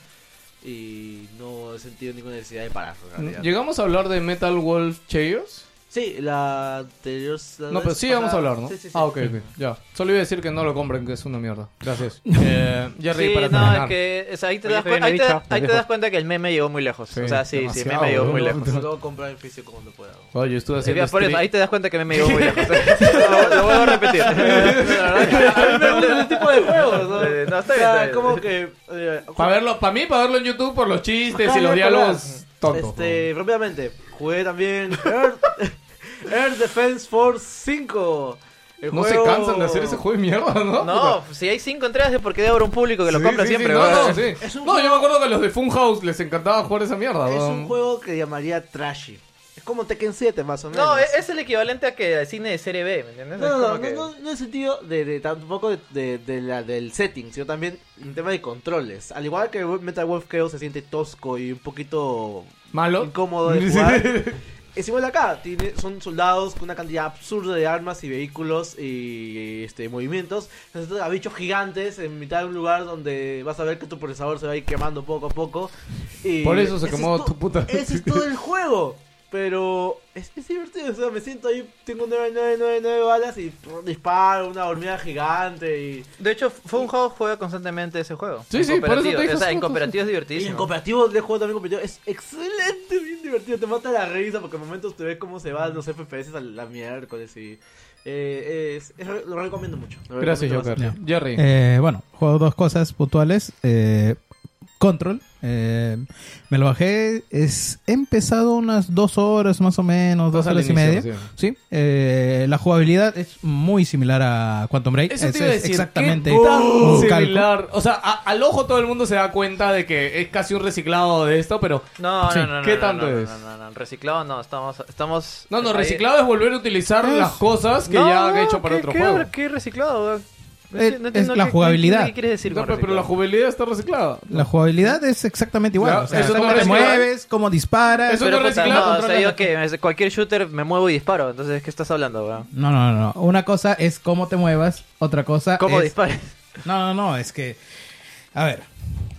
y no he sentido ninguna necesidad de parar. En realidad. ¿Llegamos a hablar de Metal Wolf Chaos? Sí, la anterior. la No, vez pero sí vamos a pasada. hablar, ¿no? Sí, sí, sí. Ah, ok, ok, ya. Solo iba a decir que no lo compren, que es una mierda. Gracias. Eh, Jerry, Sí, para no, terminar. es que o sea, ahí, te Oye, das, te cuen- habían ahí te- dicho, ahí te lejos. das cuenta que el meme llegó muy lejos. Sí, o sea, sí, sí, el demasiado, meme llegó ¿no? muy lejos. Solo comprar en físico cuando pueda. Oye, yo estuve Sí, haciendo ya, por eso, stream- ahí te das cuenta que el meme llegó muy lejos. lo, lo vuelvo a repetir. A mí me gusta ese tipo de juegos, ¿no? Eh, no, está O bien, está sea, bien. como que. eh, Para verlo, para mí, para verlo en YouTube por los chistes Acá y los voy a acordar. diálogos tontos. Este, rápidamente, jugué también Earth, Earth Defense Force 5. El No se juego- cansan de hacer ese juego de mierda, ¿no? No, pues, si hay cinco entradas es porque debe haber un público que lo Sí, compra sí, sí, siempre. no, ¿verdad? no, sí. Es un No, yo juego- me acuerdo que a los de Funhouse les encantaba jugar esa mierda. Es ¿no? un juego que llamaría trashy. Es como Tekken 7, más o menos. No, es, es el equivalente a que al cine de serie B, ¿me entiendes? No, Es no, como no, que- no, no, no en sentido de, de tampoco de, de- de la, del setting, sino también en tema de controles. Al igual que Metal Wolf Chaos se siente tosco y un poquito Malo. incómodo de jugar. Es igual acá, tiene, son soldados con una cantidad absurda de armas y vehículos y este movimientos. Se trata de bichos gigantes en mitad de un lugar donde vas a ver que tu procesador se va a ir quemando poco a poco. Y Por eso se ese quemó es tu puta. Ese es todo el juego. Pero es, es divertido, o sea, me siento ahí, tengo 9999 balas y pum, disparo una hormiga gigante y... De hecho, Funhouse juega constantemente ese juego. Sí, En sí, por eso te cooperativo. dije, O sea, sí, en sí, cooperativo es Y en divertísimo. cooperativo de juego también competitivo es excelente, bien divertido, te mata la risa porque en momentos te ves cómo se van los FPS a la miércoles y eh, es, es- lo recomiendo mucho. lo Gracias, recomiendo Joker. bastante. Jerry. Eh, bueno, juego dos cosas puntuales. Eh, Control. eh, me lo bajé. Es, he empezado unas dos horas más o menos, dos Estás al horas y inicio, media. sí. Sí, eh, la jugabilidad es muy similar a Quantum Break. Eso Es- te iba a es decir. exactamente ¿qué tan un calco. similar? O sea, a- al ojo todo el mundo se da cuenta de que es casi un reciclado de esto, pero. No, Sí. no, no, no. ¿Qué no, tanto no, no, es? No, no, no, Reciclado no, estamos... estamos No, no, ahí- reciclado es volver a utilizar Es- las cosas que No, ya he hecho para ¿qué- otro qué- juego. ¿Qué reciclado? weón? No Eh, entiendo- no es entiendo la qué- qué- jugabilidad. ¿Qué quieres decir No, con pero, pero la reciclado. jugabilidad está reciclada. La jugabilidad es exactamente igual. Ya, o sea, eso no cómo te es reciclar. mueves, cómo disparas. Eso- Pero, no puta, reciclado, no, o sea, controla yo la que es- cualquier shooter me muevo y disparo. Entonces, ¿qué estás hablando, weón? No, no, no. no. Una cosa es cómo te muevas, otra cosa ¿Cómo es disparas? No, no, no, es que. A ver.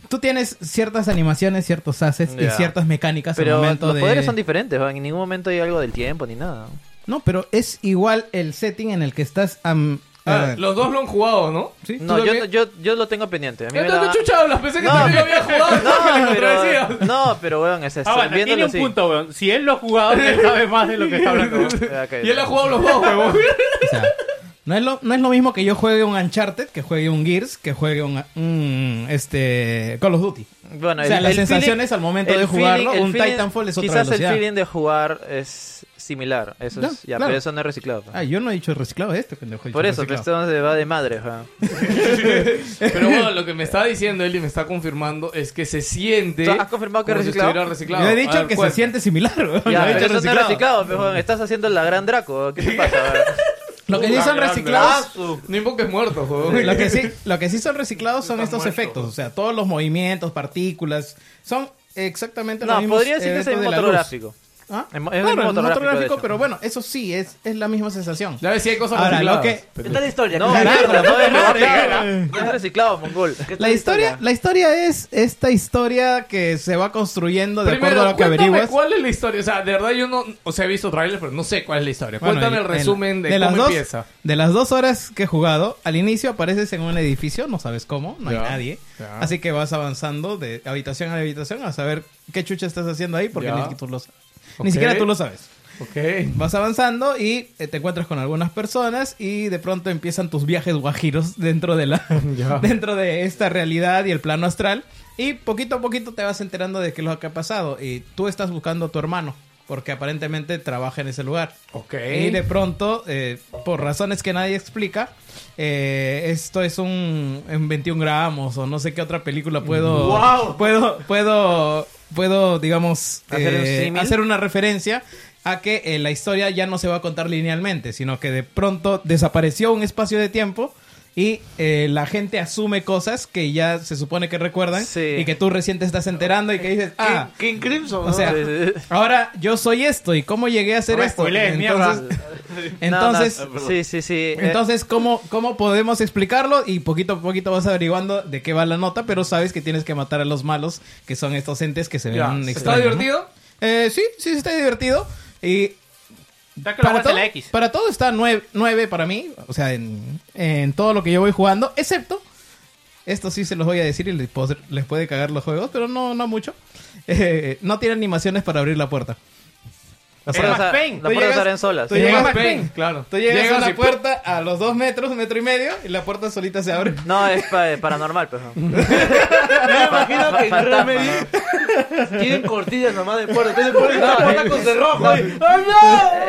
Tú tienes ciertas animaciones, ciertos assets y Ya. ciertas mecánicas al Pero los momento de. poderes son diferentes, weón. En ningún momento hay algo del tiempo ni nada. no, pero es igual el setting en el que estás. am- Ah, eh, los dos lo han jugado, ¿no? Sí. No, ¿Tú yo, también? yo, yo lo tengo pendiente. A mí me Entonces, da- ¿qué chucha hablas? Pensé que No, también lo había jugado. No, que lo decías. pero, no, pero weón, es esto. Ah, bueno, tiene viéndolo un así. punto, weón. Si él lo ha jugado, él sabe más de lo que está hablando. weón. Eh, ok. Y él ha jugado los dos, huevón. o sea, no, es lo, no es lo mismo que yo juegue un Uncharted, que juegue un Gears, que juegue un. un, este. Call of Duty. Bueno, O sea, las feeling- sensaciones al momento de el jugarlo, feeling- el un feeling- Titanfall es otra Quizás velocidad. el feeling de jugar es similar. Eso es, Ya, ya, claro. pero eso no es reciclado. pues. Ah, yo no he dicho reciclado este, pendejo. he dicho Por eso, pues, reciclado. esto no se va de madre. ajá. Pero bueno, lo que me está diciendo él y me está confirmando es que se siente. ¿Tú has confirmado que como es si reciclado? estuviera reciclado. Yo he A dicho ver, que cuenta. se siente similar, weón. Ya, no he pero eso dicho no es reciclado. reciclado, pues, weón. Estás haciendo la gran Draco. ¿Qué te pasa? weón? Ah, Lo que sí son grande. reciclados. No invoques muertos, huevón. lo que sí, lo que sí son reciclados son estos efectos, o sea, todos los movimientos, partículas, son exactamente los No, mismos. podría decir que es el mismo eventos de la motor luz. gráfico. ¿Ah? Es el mismo Claro, el motor motor gráfico, de gráfico, hecho. pero bueno, eso sí es, es la misma sensación. Ya ves si hay cosas Ahora, lo recicladas. ¿Qué tal la historia? No, ¿Qué tal- mierda, no es madre, reciclado. No es reciclado, mongol. qué tal La historia, la historia es esta historia que se va construyendo de Primero, acuerdo a lo que cuéntame averiguas. cuál es la historia. O sea, de verdad yo no. O sea, he visto trailers, pero no sé cuál es la historia. Bueno, cuéntame y- el resumen de, las cómo dos, empieza. De las dos horas que he jugado, al inicio apareces en un edificio, no sabes cómo, no Ya, hay nadie. ya. Así que vas avanzando de habitación a habitación a saber qué chucha estás haciendo ahí porque Ya. ni, siquiera tú lo sa- Ok. ni siquiera tú lo sabes. Ok. Vas avanzando y eh, te encuentras con algunas personas y de pronto empiezan tus viajes guajiros dentro de la Ya. dentro de esta realidad y el plano astral y poquito a poquito te vas enterando de qué es lo que ha pasado y tú estás buscando a tu hermano porque aparentemente trabaja en ese lugar. Ok. Y de pronto, eh, por razones que nadie explica, eh, esto es un en 21 gramos o no sé qué otra película puedo Pues, ¡Guau! puedo puedo puedo digamos Hacer un eh, símil. hacer una referencia a que eh, la historia ya no se va a contar linealmente, sino que de pronto desapareció un espacio de tiempo. Y eh, la gente asume cosas que ya se supone que recuerdan Sí. y que tú recién te estás enterando y que dices, ah, King Crimson, o sea, ahora yo soy esto y cómo llegué a ser No me esto. spoilees, entonces, entonces, No, no, sí, sí, sí. eh, entonces ¿cómo, ¿cómo podemos explicarlo? Y poquito a poquito vas averiguando de qué va la nota, pero sabes que tienes que matar a los malos, que son estos entes que se ven Ya. ¿Está extraños, ¿no? divertido? Eh, sí, sí, está divertido. Y Está que lo juegas todo, en la X. para todo está 9, para mí, o sea, en, en todo lo que yo voy jugando, excepto, esto sí se los voy a decir y les, puedo- les puede cagar los juegos, pero no, no mucho. Eh, no tiene animaciones para abrir la puerta. O Las sea, puertas tú salen- las puertas llegas- salen solas. tú Te llegas- llamas Pain, claro. Tú llegas Llegas a y- la puerta a los dos metros, metro y medio, y la puerta solita se abre. No, es pa- paranormal, pues. ¿no? Yo me imagino que en Fantasma, Remedy tienen eh, cortinas nomás de puerta. Entonces ponen una puerta con cerrojo. Pues, ahí.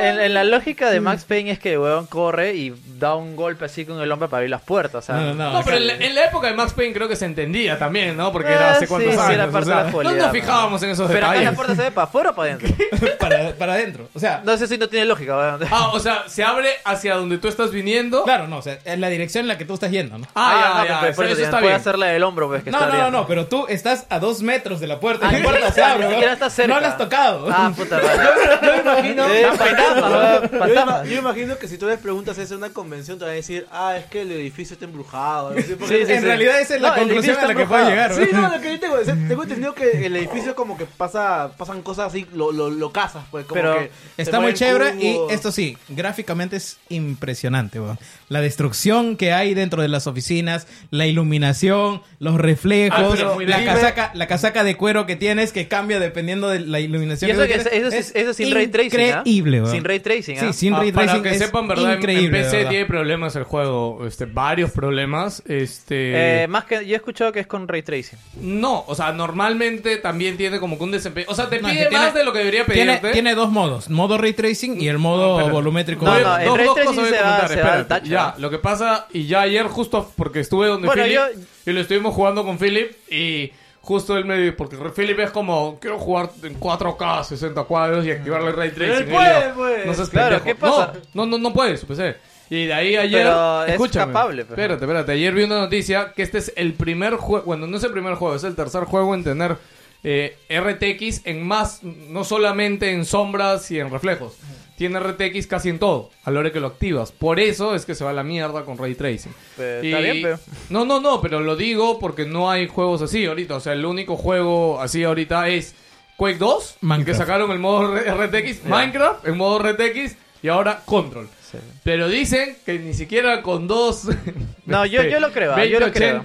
En, en la lógica de Max Payne es que el huevón corre y da un golpe así con el hombro para abrir las puertas. O sea, No, no, no. No, pero o en sea, la, en la época de Max Payne creo que se entendía también, ¿no? Porque Eh, era hace sí, cuántos sí, años. era parte o sea, de la no cualidad, nos fijábamos en esos Pero acá la detalles. puerta se ve para afuera o para adentro. para, para adentro. O sea, No sé si no tiene lógica. huevón. Ah, o sea, se abre hacia donde tú estás viniendo. claro, no, o sea, en la dirección en la que tú estás yendo, ¿no? Ah, ya, no, ya, pero eso- pues, por eso eso ya, está puede bien. hacerla del hombro, pues, que No, está no, no, abierta. no, pero tú estás a dos metros de la puerta y Ah, la puerta se ni abre. siquiera ¿no? está cerca. No la has tocado. Ah, puta madre. Yo me imagino. Eh, pues, fantasma, huevón, Yo, me fantasma. ima- yo me imagino que si tú les preguntas eso en una convención, te van a decir, ah, es que el edificio está embrujado. algo así, porque- Sí, sí, en sí. realidad esa es No, la el edificio conclusión a está la que puedo llegar. embrujado. Sí, no, lo que yo tengo, o sea, tengo entendido que el edificio como que pasa, pasan cosas así, lo, lo, lo cazas, pues como Pero que se Está muy mueven chévere cubos. y esto sí, gráficamente es impresionante. weón. La destrucción que hay dentro de las oficinas, la iluminación, los Ah, reflejos, pero muy la, bien. casaca, la casaca de cuero que tienes que cambia dependiendo de la iluminación. Y eso, tú que es, tienes, eso, es, eso es sin ray tracing. ¿ah? Increíble, weón. Sin ray tracing. ¿ah? Sí, sin Ah, ray tracing. para que es sepan, ¿verdad? En- Increíble. en PC de verdad. tiene problemas el juego, este, varios problemas. Este, Eh, más que yo he escuchado que es con ray tracing. no, o sea, normalmente también tiene como que un desempeño. O sea, te No, pide es que tiene- más de lo que debería Tiene, pedirte. Ah, tiene dos modos: modo ray tracing y el modo Espérate. volumétrico. No, Oye, no, eh. el dos, Ray dos Tracing cosas voy se a va- comentar, se va al espérate. tacho, Ya, ¿no? lo que pasa, y ya ayer justo porque estuve donde Bueno, Philip yo- y lo estuvimos jugando con Philip y justo él me dijo, porque Philip es como, quiero jugar en 4K, 60 cuadros y activarle Ray Tracing. Él Y puede, yo, pues. No seas Claro, pendejo". ¿qué pasa? No, no, no, no puedes, pues eh. Y de ahí ayer... Pero es escúchame, capable, pues, pero- Espérate, espérate. Ayer vi una noticia que este es el primer juego... Bueno, no es el primer juego, es el tercer juego en tener eh, RTX en más... No solamente en sombras y en reflejos. Tiene RTX casi en todo, a la hora que lo activas. Por eso es que se va a la mierda con Ray Tracing. Pero Y- está bien, pero- No, no, no, pero lo digo porque no hay juegos así ahorita. O sea, el único juego así ahorita es Quake 2, en que Minecraft. sacaron el modo R- RTX, Minecraft en modo RTX y ahora Control. Pero dicen que ni siquiera con dos. No, yo- yo lo creo, ah, yo lo creo.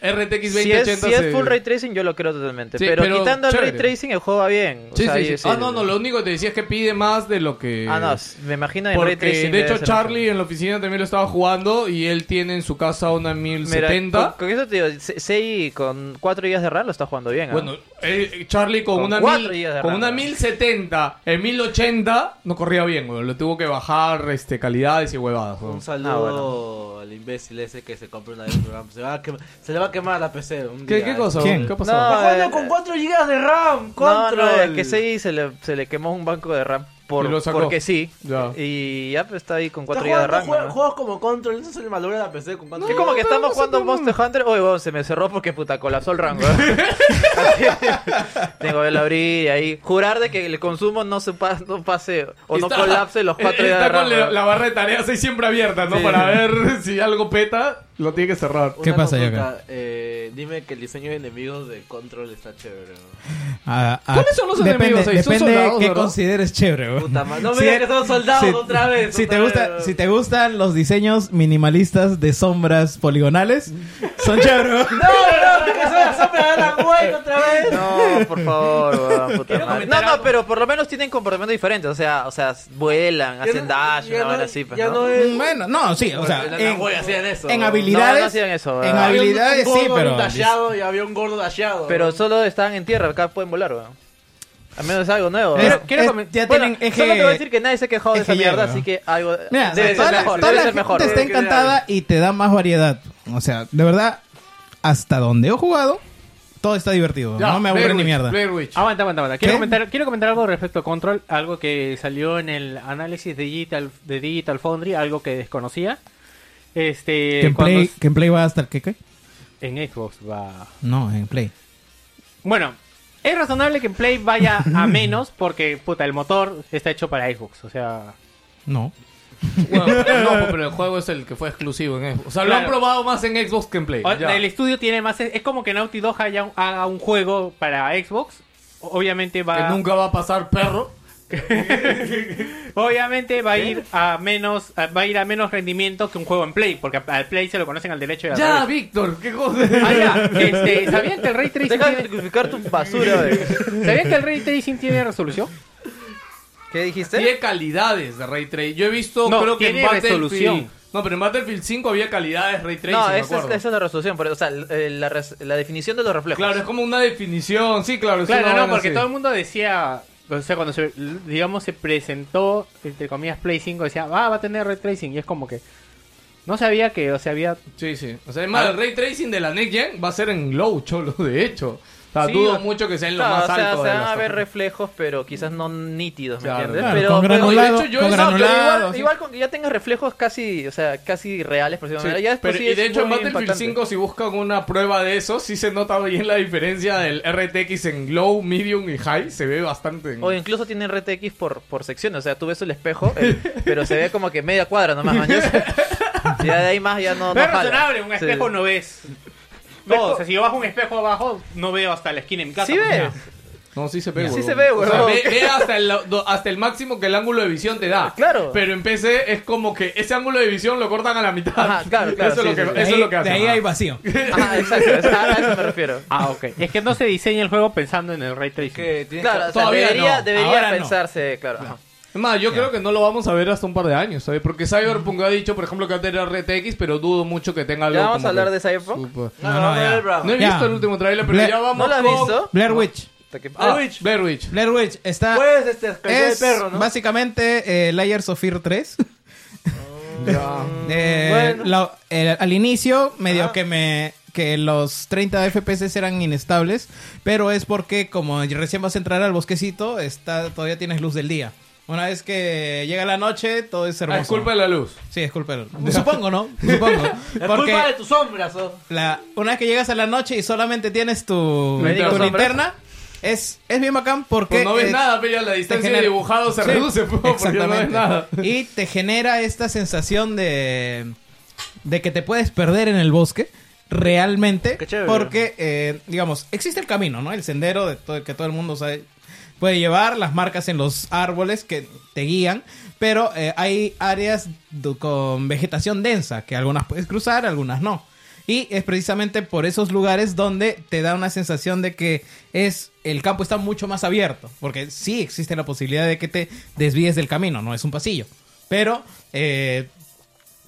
2080, RTX Si es, 2080. si es full se- ray tracing, yo lo creo totalmente. Sí, pero, pero quitando el chévere. ray tracing, el juego va bien. O Sí, sea, sí, yo sí. Ah, no, no, lo único que te decía es que pide más de lo que. Ah, no, me imagino en ray Porque, de tracing. debe hecho, ser Charlie mejor. en la oficina también lo estaba jugando y él tiene en su casa una Mira, 1070. con, con eso te digo, Se- Sei con 4 GB de RAM lo está jugando bien. ¿ah? Bueno, eh, Charlie con, Con una cuatro mil, gigas de con RAM, una ¿no? 1070 en 1080 no corría bien, güey. Lo tuvo que bajar este calidades y huevadas. güey. Un saludo Ah, al imbécil ese que se compra una de RAM. Se, va a quema- se le va a quemar la PC. Un ¿Qué, día. ¿Qué cosa? ¿Quién? güey? ¿Qué pasó? Está No, jugando eh, con 4 GB de RAM. No, Control. no, es que Sei se le, se le quemó un banco de RAM por, Y lo sacó. porque sí. Ya. Y ya pues, está ahí con 4 Está GB de jugando RAM. jue- ¿no? juegos como Control. Eso se le valora la PC con 4 Es como que estamos jugando Monster Hunter. Oye, weón, se me cerró porque puta colapsó el rango. ¿eh? Tengo que la abrí y ahí. Jurar de que el consumo no se pa- no pase o Está- no colapse los cuatro eh, días de Está con la, rango. la barra de tareas ahí siempre abierta, ¿no? Sí. Para ver si algo peta, lo tiene que cerrar. ¿Qué pasa, acá? Eh, dime que el diseño de enemigos de Control está chévere. ¿no? Ah, ah, ¿Cuáles son los depende, enemigos ahí? ¿Son Depende soldados, que verdad? consideres chévere, weón. Puta madre. No me Si digas es- que son soldados si- otra vez. Si otra te, gusta, vez. si te gustan los diseños minimalistas de sombras poligonales, son chéveres. No, no, que son las sombras de la Wake otra vez. No, por favor, weón, puta Quiero madre. comentar No, no, algo. pero por lo menos tienen comportamientos diferentes. O sea, o sea vuelan, Ya hacen no- dash, ya una no- vaina así. pues, ya ¿no? no es. Bueno, no, sí, o sea, Las en, Wake hacían eso. en ¿no? No, no habilidades, hacían eso, en ¿verdad? Había un habilidades gordo, sí, un pero tallado y había un gordo tallado. Pero solo estaban en tierra, acá pueden volar, weón. A menos es algo nuevo. Es- ¿no? es- ya tienen eje- Solo te voy a decir que nadie se ha quejado de eje esa mierda, hierro. así que algo. Mira, debe toda ser la, mejor. toda Debe la ser gente mejor. está encantada y te da más variedad. O sea, de verdad, hasta donde he jugado, todo está divertido. Ya, no me aburre Blair ni Witch, mierda. Blair Witch. Aguanta, aguanta, aguanta. Quiero ¿Qué? comentar, quiero comentar algo respecto a Control, algo que salió en el análisis de Digital, de Digital Foundry, algo que desconocía. Este, ¿Que en, cuando play, s- que en Play va hasta el que qué? en Xbox va. No, en Play. Bueno, es razonable que en Play vaya a menos porque, puta, el motor está hecho para Xbox, o sea, No. Bueno, no, pero el juego es el que fue exclusivo en Xbox. O sea, lo han Claro. probado más en Xbox que en Play. O- ya. El estudio tiene más. Es como que Naughty Dog haya un- haga un juego para Xbox. o- Obviamente Que va. nunca va a pasar perro. Obviamente va a ir a menos a- va a ir a menos rendimiento que un juego en Play, porque a- al Play se lo conocen al derecho y al Ya, revés. Víctor, qué cosa. Ah, ya. Este, ¿sabían que el Ray Tracing Deja de tiene, sacrificar tu basura, güey. ¿sabían que el Ray Tracing tiene resolución? ¿Qué dijiste? Tiene calidades de Ray Tracing. Yo he visto, No, creo que en tiene Battlefield. resolución. No, pero en Battlefield 5 había calidades Ray Tracing. No, me esa es, acuerdo. esa es la resolución, pero, o sea, eh, la, res- la definición de los reflejos. Claro, es como una definición. Sí, claro. es una Claro, no, vaina porque así. todo el mundo decía, o sea, cuando se, digamos se presentó entre comillas Play 5 decía, "Ah, va a tener Ray Tracing" y es como que no sabía que, o sea, había Sí, sí. O sea, es Ah. más, el Ray Tracing de la Next Gen va a ser en low, cholo, de hecho. O sea, Sí, dudo o- mucho que sea en lo Claro, más o sea, alto. se de van a las ver tapas. reflejos, pero quizás no nítidos, ¿me Claro. entiendes? Claro, pero, con pero- granulado, de hecho, yo con he No, pero granulado, igual, sí. igual con que ya tengas reflejos casi, o sea, casi reales, por decirlo de Sí, manera, ya después pero, sí y es de hecho, en muy Battlefield impactante. 5, si buscan una prueba de eso, sí se nota bien la diferencia del RTX en low, medium y high. Se ve bastante. En... O incluso tiene RTX por, por secciones, o sea, tú ves el espejo, el- pero se ve como que media cuadra nomás, man. Ya de ahí más ya no. no Pero jala. razonable, un Sí. espejo no ves. Todo, o sea, si yo bajo un espejo abajo, no veo hasta la esquina de mi casa. Sí pues, ves. mira. No, sí se ve, Sí huevón. se ve, O sea, huevón. ve, ve hasta, el, do- hasta el máximo que el ángulo de visión te da. Claro. Pero en PC es como que ese ángulo de visión lo cortan a la mitad. Ajá, claro, claro, Eso, sí, es, lo sí, que, sí. eso ahí, es lo que de hace. ahí hay vacío. Ajá, exacto, o sea, a eso me refiero. Ah, ok. Es que no se diseña el juego pensando en el ray tracing. Que tiene Claro, o sea, Todavía debería, no, debería ahora no. pensarse, claro. ajá. Es más, yo creo que no lo vamos a ver hasta un par de años, ¿sabes? Porque Cyberpunk ha dicho, por ejemplo, que va a tener RTX, pero dudo mucho que tenga algo. vamos como a hablar que de Cyberpunk? super- No, No, no, no, no, ya. no, bro. No he Ya. visto el último trailer, pero Blair- ya vamos ¿No lo has con- visto? Blair Witch. Hasta que- Ah, Blair Witch. Blair Witch. Blair Witch está... Puedes este, acariciar es el perro, ¿no? básicamente eh, Layers of Fear 3. Oh, Eh, Bueno. la- eh, al inicio medio Ah. que me que los 30 FPS eran inestables, pero es porque como recién vas a entrar al bosquecito, está todavía tienes luz del día. Una vez que llega la noche, todo es Ah, hermoso. es culpa de la luz. Sí, es culpa de la- Supongo, ¿no? Supongo. Es Porque culpa de tus sombras, oh. la, una vez que llegas a la noche y solamente tienes tu, Me digo tu sombra. linterna, es, es bien bacán porque... Pues no ves eh, nada, pero ya la distancia de genera- dibujado se Sí, reduce, po, porque ya no ves exactamente. nada. Y te genera esta sensación de, de que te puedes perder en el bosque. Realmente, Qué chévere. porque, eh, digamos, existe el camino, ¿no? El sendero de todo, que todo el mundo sabe, puede llevar, las marcas en los árboles que te guían, pero eh, hay áreas du- con vegetación densa, que algunas puedes cruzar, algunas no. Y es precisamente por esos lugares donde te da una sensación de que es el campo está mucho más abierto, porque sí existe la posibilidad de que te desvíes del camino, no es un pasillo, pero eh,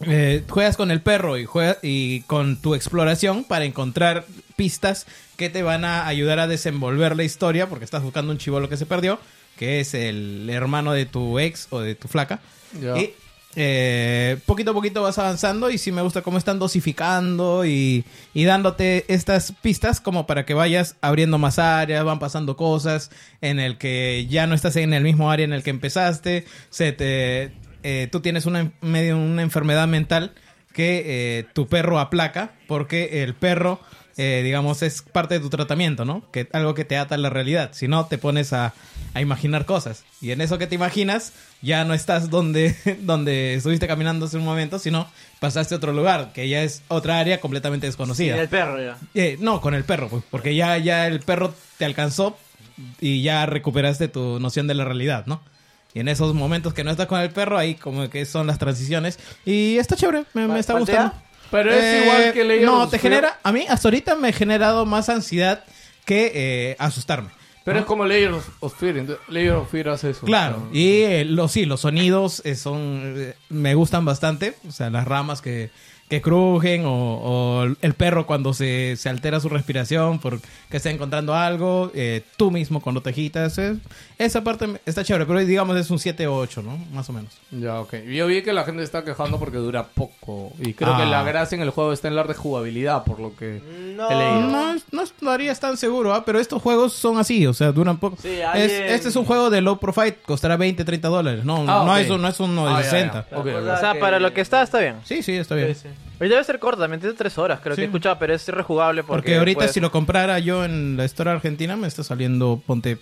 eh, juegas con el perro y, juega- y con tu exploración para encontrar pistas que te van a ayudar a desenvolver la historia, porque estás buscando un chivolo que se perdió, que es el hermano de tu ex o de tu flaca. Ya. Y eh, poquito a poquito vas avanzando y sí me gusta cómo están dosificando y, y dándote estas pistas como para que vayas abriendo más áreas, van pasando cosas en el que ya no estás en el mismo área en el que empezaste, se te, eh, tú tienes una, en- medio una enfermedad mental que eh, tu perro aplaca porque el perro eh, digamos es parte de tu tratamiento no que algo que te ata a la realidad si no te pones a, a imaginar cosas y en eso que te imaginas ya no estás donde donde estuviste caminando hace un momento sino pasaste a otro lugar que ya es otra área completamente Y desconocida el perro, ya. eh, no, con el perro, pues, porque ya, ya el perro te alcanzó y ya recuperaste tu noción de la realidad, ¿no? Y en esos momentos que no estás con el perro, ahí como que son las transiciones. Y está chévere, me, me está ¿Patea? gustando. Eh, Pero es igual que Layers No, of te Fear. genera. A mí, hasta ahorita me he generado más ansiedad que eh, asustarme. Pero es como Layers of- of Fear, entonces Layers of Fear hace eso. Ah, Claro, y eh, los, sí, los sonidos eh, son eh, me gustan bastante, o sea, las ramas que, que crujen o, o el perro cuando se, se altera su respiración porque está encontrando algo, eh, tú mismo cuando te agitas, es- esa parte me- está chévere, pero digamos es un 7 o 8, ¿no? Más o menos. Ya, ok. Yo vi que la gente está quejando porque dura poco. Y creo Ah. que la gracia en el juego está en la rejugabilidad, por lo que Mm. No. he leído. No, no estarías tan seguro, ¿ah? pero estos juegos son así, o sea, duran poco. Sí, alguien- Es- este es un juego de low profile, costará 20, 30 dólares, no, Ah, no, ok. es, un- no es uno de Ah, ya, 60. ya. Ok, ok. O sea, para lo que está, está bien. Sí, sí, está bien. Pero debe ser corta, también tiene tres horas, creo que he escuchado, pero es rejugable porque... Porque ahorita pues, si lo comprara yo en la historia argentina me está saliendo, ponte,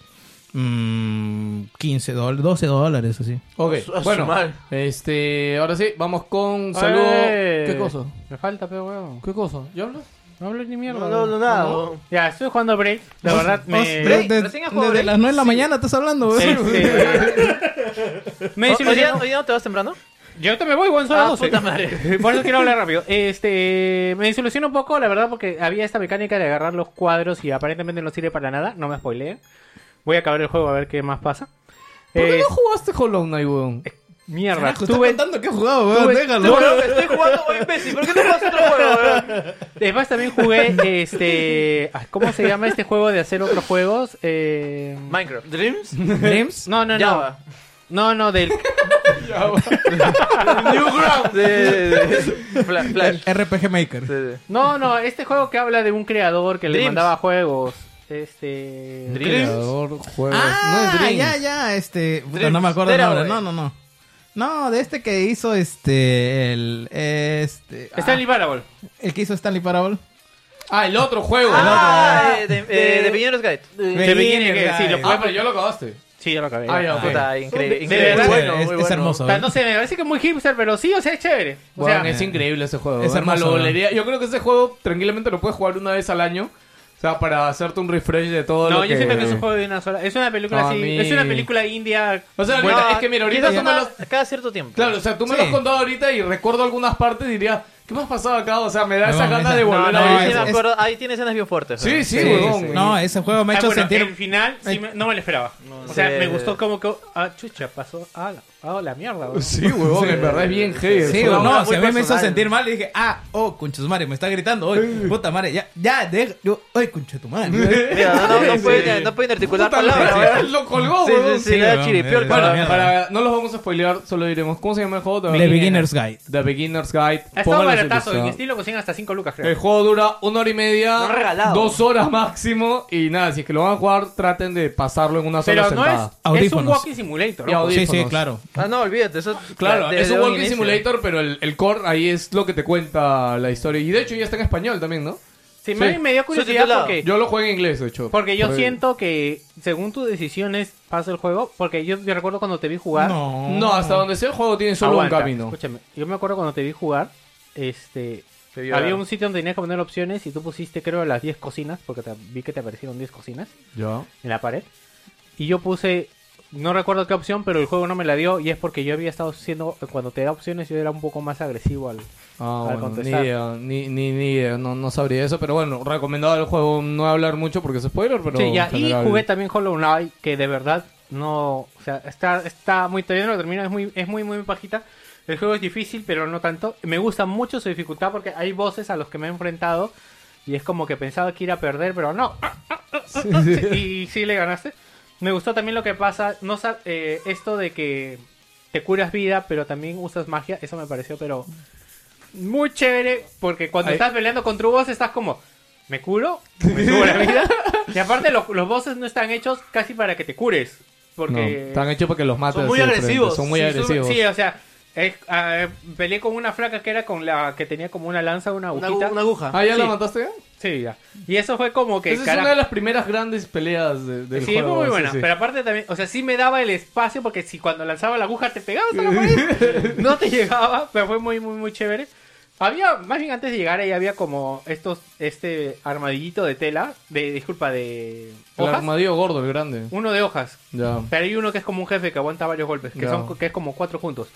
mm, 15 dólares, 12 dólares, así. Ok, A su- a su bueno, madre. este, ahora sí, vamos con un saludo. ¡Eh! ¿Qué cosa? Me falta, pero weón. ¿Qué cosa? ¿Ya hablas? No hables ni No, mierda. no, no, weón. nada. weón. Ya, estoy jugando Break. La verdad, me. Break, de- recién has desde jugado Break. las 9 de la mañana estás hablando, weón. Este, me dice, ¿Hoy, me dice, hoy día, hoy día no te vas temprano? Yo te me voy, buen solo Ah, 12. puta madre. Por eso quiero hablar rápido. Este, me desilusiona un poco, la verdad, porque había esta mecánica de agarrar los cuadros y aparentemente no sirve para nada. No me spoileen. Voy a acabar el juego a ver qué más pasa. ¿Por qué Eh, no jugaste Hollow Knight, weón? Mierda, Carajo, estás tuve, contando que he jugado, weón. tuve- Déjalo. Estoy jugando con imbécil, ¿por qué no juegas otro juego? weón? Además también jugué este... ah, ¿Cómo se llama este juego de hacer otros juegos? Eh... Minecraft. ¿Dreams? Dreams. No, no, no. Java. No, no, del... Newgrounds. Fla- Flash. RPG Maker. Sí, sí. No, no, este juego que habla de un creador que le Dreams. mandaba juegos. Este... Creador, juegos. Ah, no es ya, Dreams. ya, este. puta, Dreams. no me acuerdo el Data nombre. Boy. No, no, no. No, de este que hizo este. El. Este. ah, Stanley Parable. el que hizo Stanley Parable. Ah, el otro juego. Ah, eh, de, eh, de Beginner's Guide. The Beginning, que sí, lo Ah, pero ya lo acabaste. Sí, ya lo acabé. Ah, ya, Ah, ok. Puta, increíble. De increíble. verdad. bueno, bueno, es, muy es bueno. O hermoso. ¿eh? sea, no sé, me parece que es muy hipster, pero sí, o sea, es chévere. O sea, Weón, es increíble ese juego. es Es hermoso. hermoso, Lo weón. leería- Yo creo que ese juego tranquilamente lo puedes jugar una vez al año. O sea, para hacerte un refresh de todo lo no, que... yo siento que es un juego de una sola. Es una película No, a así. mí- Es una película india. O sea, buena. ahorita- es que mira, ahorita Quizás tú me una- los... cada cierto tiempo. Claro, o sea, tú me Sí. lo has contado ahorita y recuerdo algunas partes y diría, ¿qué más pasaba acá? O sea, me da No, esas ganas esa- de No, volver no, a yo es- sí ver. me es- acuerdo. Ahí tiene escenas bien fuertes. ¿no? Sí, sí, Sí, weón. sí. güey. No, ese juego me ha Ah, hecho bueno, sentir. El final sí me- no me lo esperaba. o sea, sí. me gustó como que. Ah, chucha, pasó. Ah, la, ah, la mierda. weón. Sí, huevón, en verdad es bien heavy. Sí, Es una o hueá no, muy si a mí me hizo personal. sentir mal y dije, ah, oh, conchos madre, me está gritando hoy. Puta madre, ya, ya, deja. Yo, ay, concha tu madre. Mira, no, no, no pueden, no pueden articular Puta, palabras. lo- weón. Lo colgó, Sí, huevón. sí, sí, le da weón, chiripiorca. es- Para, la mierda. para- no los vamos a spoilear, solo diremos. ¿Cómo se llama el juego? The Beginner's Guide. The Beginner's Guide. Ha estado Pónganlo en su baratazo. En listado. Steam lo consiguen hasta 5 lucas, creo. El juego dura una hora y media, Lo han regalado. dos horas máximo. Y nada, si es que lo van a jugar, traten de pasarlo en una sola pero no sentada. es. Es un Audífonos. walking simulator. Y ¿no? Sí, sí, audífonos. claro. Ah, no, olvídate. Eso, Claro, de- es de un walking inicio. simulator, pero el, el core ahí es lo que te cuenta la historia. Y de hecho ya está en español también, ¿no? Sí, me- Sí. me dio curiosidad Subtitulado. porque. Yo lo juego en inglés, de hecho. Porque yo Por el- siento que según tus decisiones pasa el juego. Porque yo me recuerdo cuando te vi jugar. No. No, hasta donde sea el juego tiene solo Aguanta, un camino. Escúchame, yo me acuerdo cuando te vi jugar. Este. Te vio Había dar. un sitio donde tenías que poner opciones y tú pusiste, creo, las 10 cocinas. Porque te- vi que te aparecieron 10 cocinas Ya. en la pared. Y yo puse. No recuerdo qué opción, pero el juego no me la dio. Y es porque yo había estado siendo. Cuando te da opciones, yo era un poco más agresivo al. Ah, al bueno, ni contestar. idea, ni, ni, ni idea, no, no sabría eso, pero bueno, recomendado el juego, no hablar mucho porque es spoiler, pero... Sí, ya, en y general- jugué también Hollow Knight, que de verdad no, o sea, está, está muy, todavía no lo termino, es muy, es muy, muy pajita. El juego es difícil, pero no tanto. Me gusta mucho su dificultad porque hay voces a los que me he enfrentado y es como que pensaba que iba a perder, pero no. y sí le ganaste. Me gustó también lo que pasa, no sa- eh, esto de que te curas vida, pero también usas magia, eso me pareció, pero muy chévere, porque cuando Ay. estás peleando contra un boss estás como, ¿me curo? ¿Me subo la vida? Y aparte los, los bosses no están hechos casi para que te cures, No, porque... están hechos porque los mates Son muy así de frente, agresivos. Son muy Sí, agresivos. Sí, o sea, es- ah, peleé con una flaca que era con la que tenía como una lanza, una Una, agujita. agu- una aguja. Ah, ¿ya la Sí. mataste ya? Sí, ya. Y eso fue como que... Esa es carajo. una de las primeras grandes peleas de, del Sí, juego. fue muy buena, sí, sí. pero aparte también, o sea, sí me daba el espacio porque si cuando lanzaba la aguja te pegabas a la pared, no te llegaba, pero fue muy, muy, muy chévere. Había, más bien antes de llegar ahí había como estos, este armadillito de tela, de, disculpa, de El hojas, armadillo gordo, el grande. uno de hojas, Ya. pero hay uno que es como un jefe que aguanta varios golpes, que Ya. son, que es como cuatro juntos,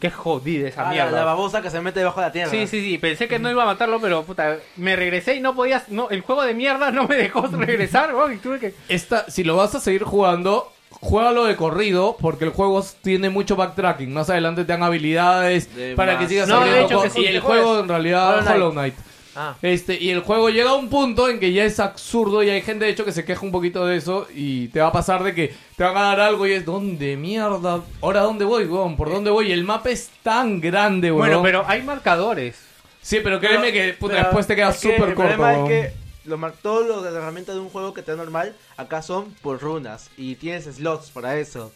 que es jodida esa Ah, la, mierda. la babosa que se mete debajo de la tierra. Sí, sí, sí, pensé que no iba a matarlo, pero puta, me regresé y no podías, no, el juego de mierda no me dejó regresar, weón, y tuve que... Esta, si lo vas a seguir jugando, juégalo de corrido, porque el juego tiene mucho backtracking. Más adelante te dan habilidades De para que más. sigas No, de abriendo hecho que co- sí, Y el que juego juegues. en realidad Hollow Knight. Hollow Knight. Ah. Este, y el juego llega a un punto en que ya es absurdo y hay gente de hecho que se queja un poquito de eso y te va a pasar de que te van a dar algo y es ¿dónde mierda? ¿Ahora dónde voy, weón? ¿Por dónde voy? Y el mapa es tan grande, weón. Bueno, pero hay marcadores. Sí, pero créeme que puta, pero después te quedas es que súper El corto, problema weón. es que lo, mar- todo lo de las herramientas de un juego que te da normal, acá son por runas. Y tienes slots para eso.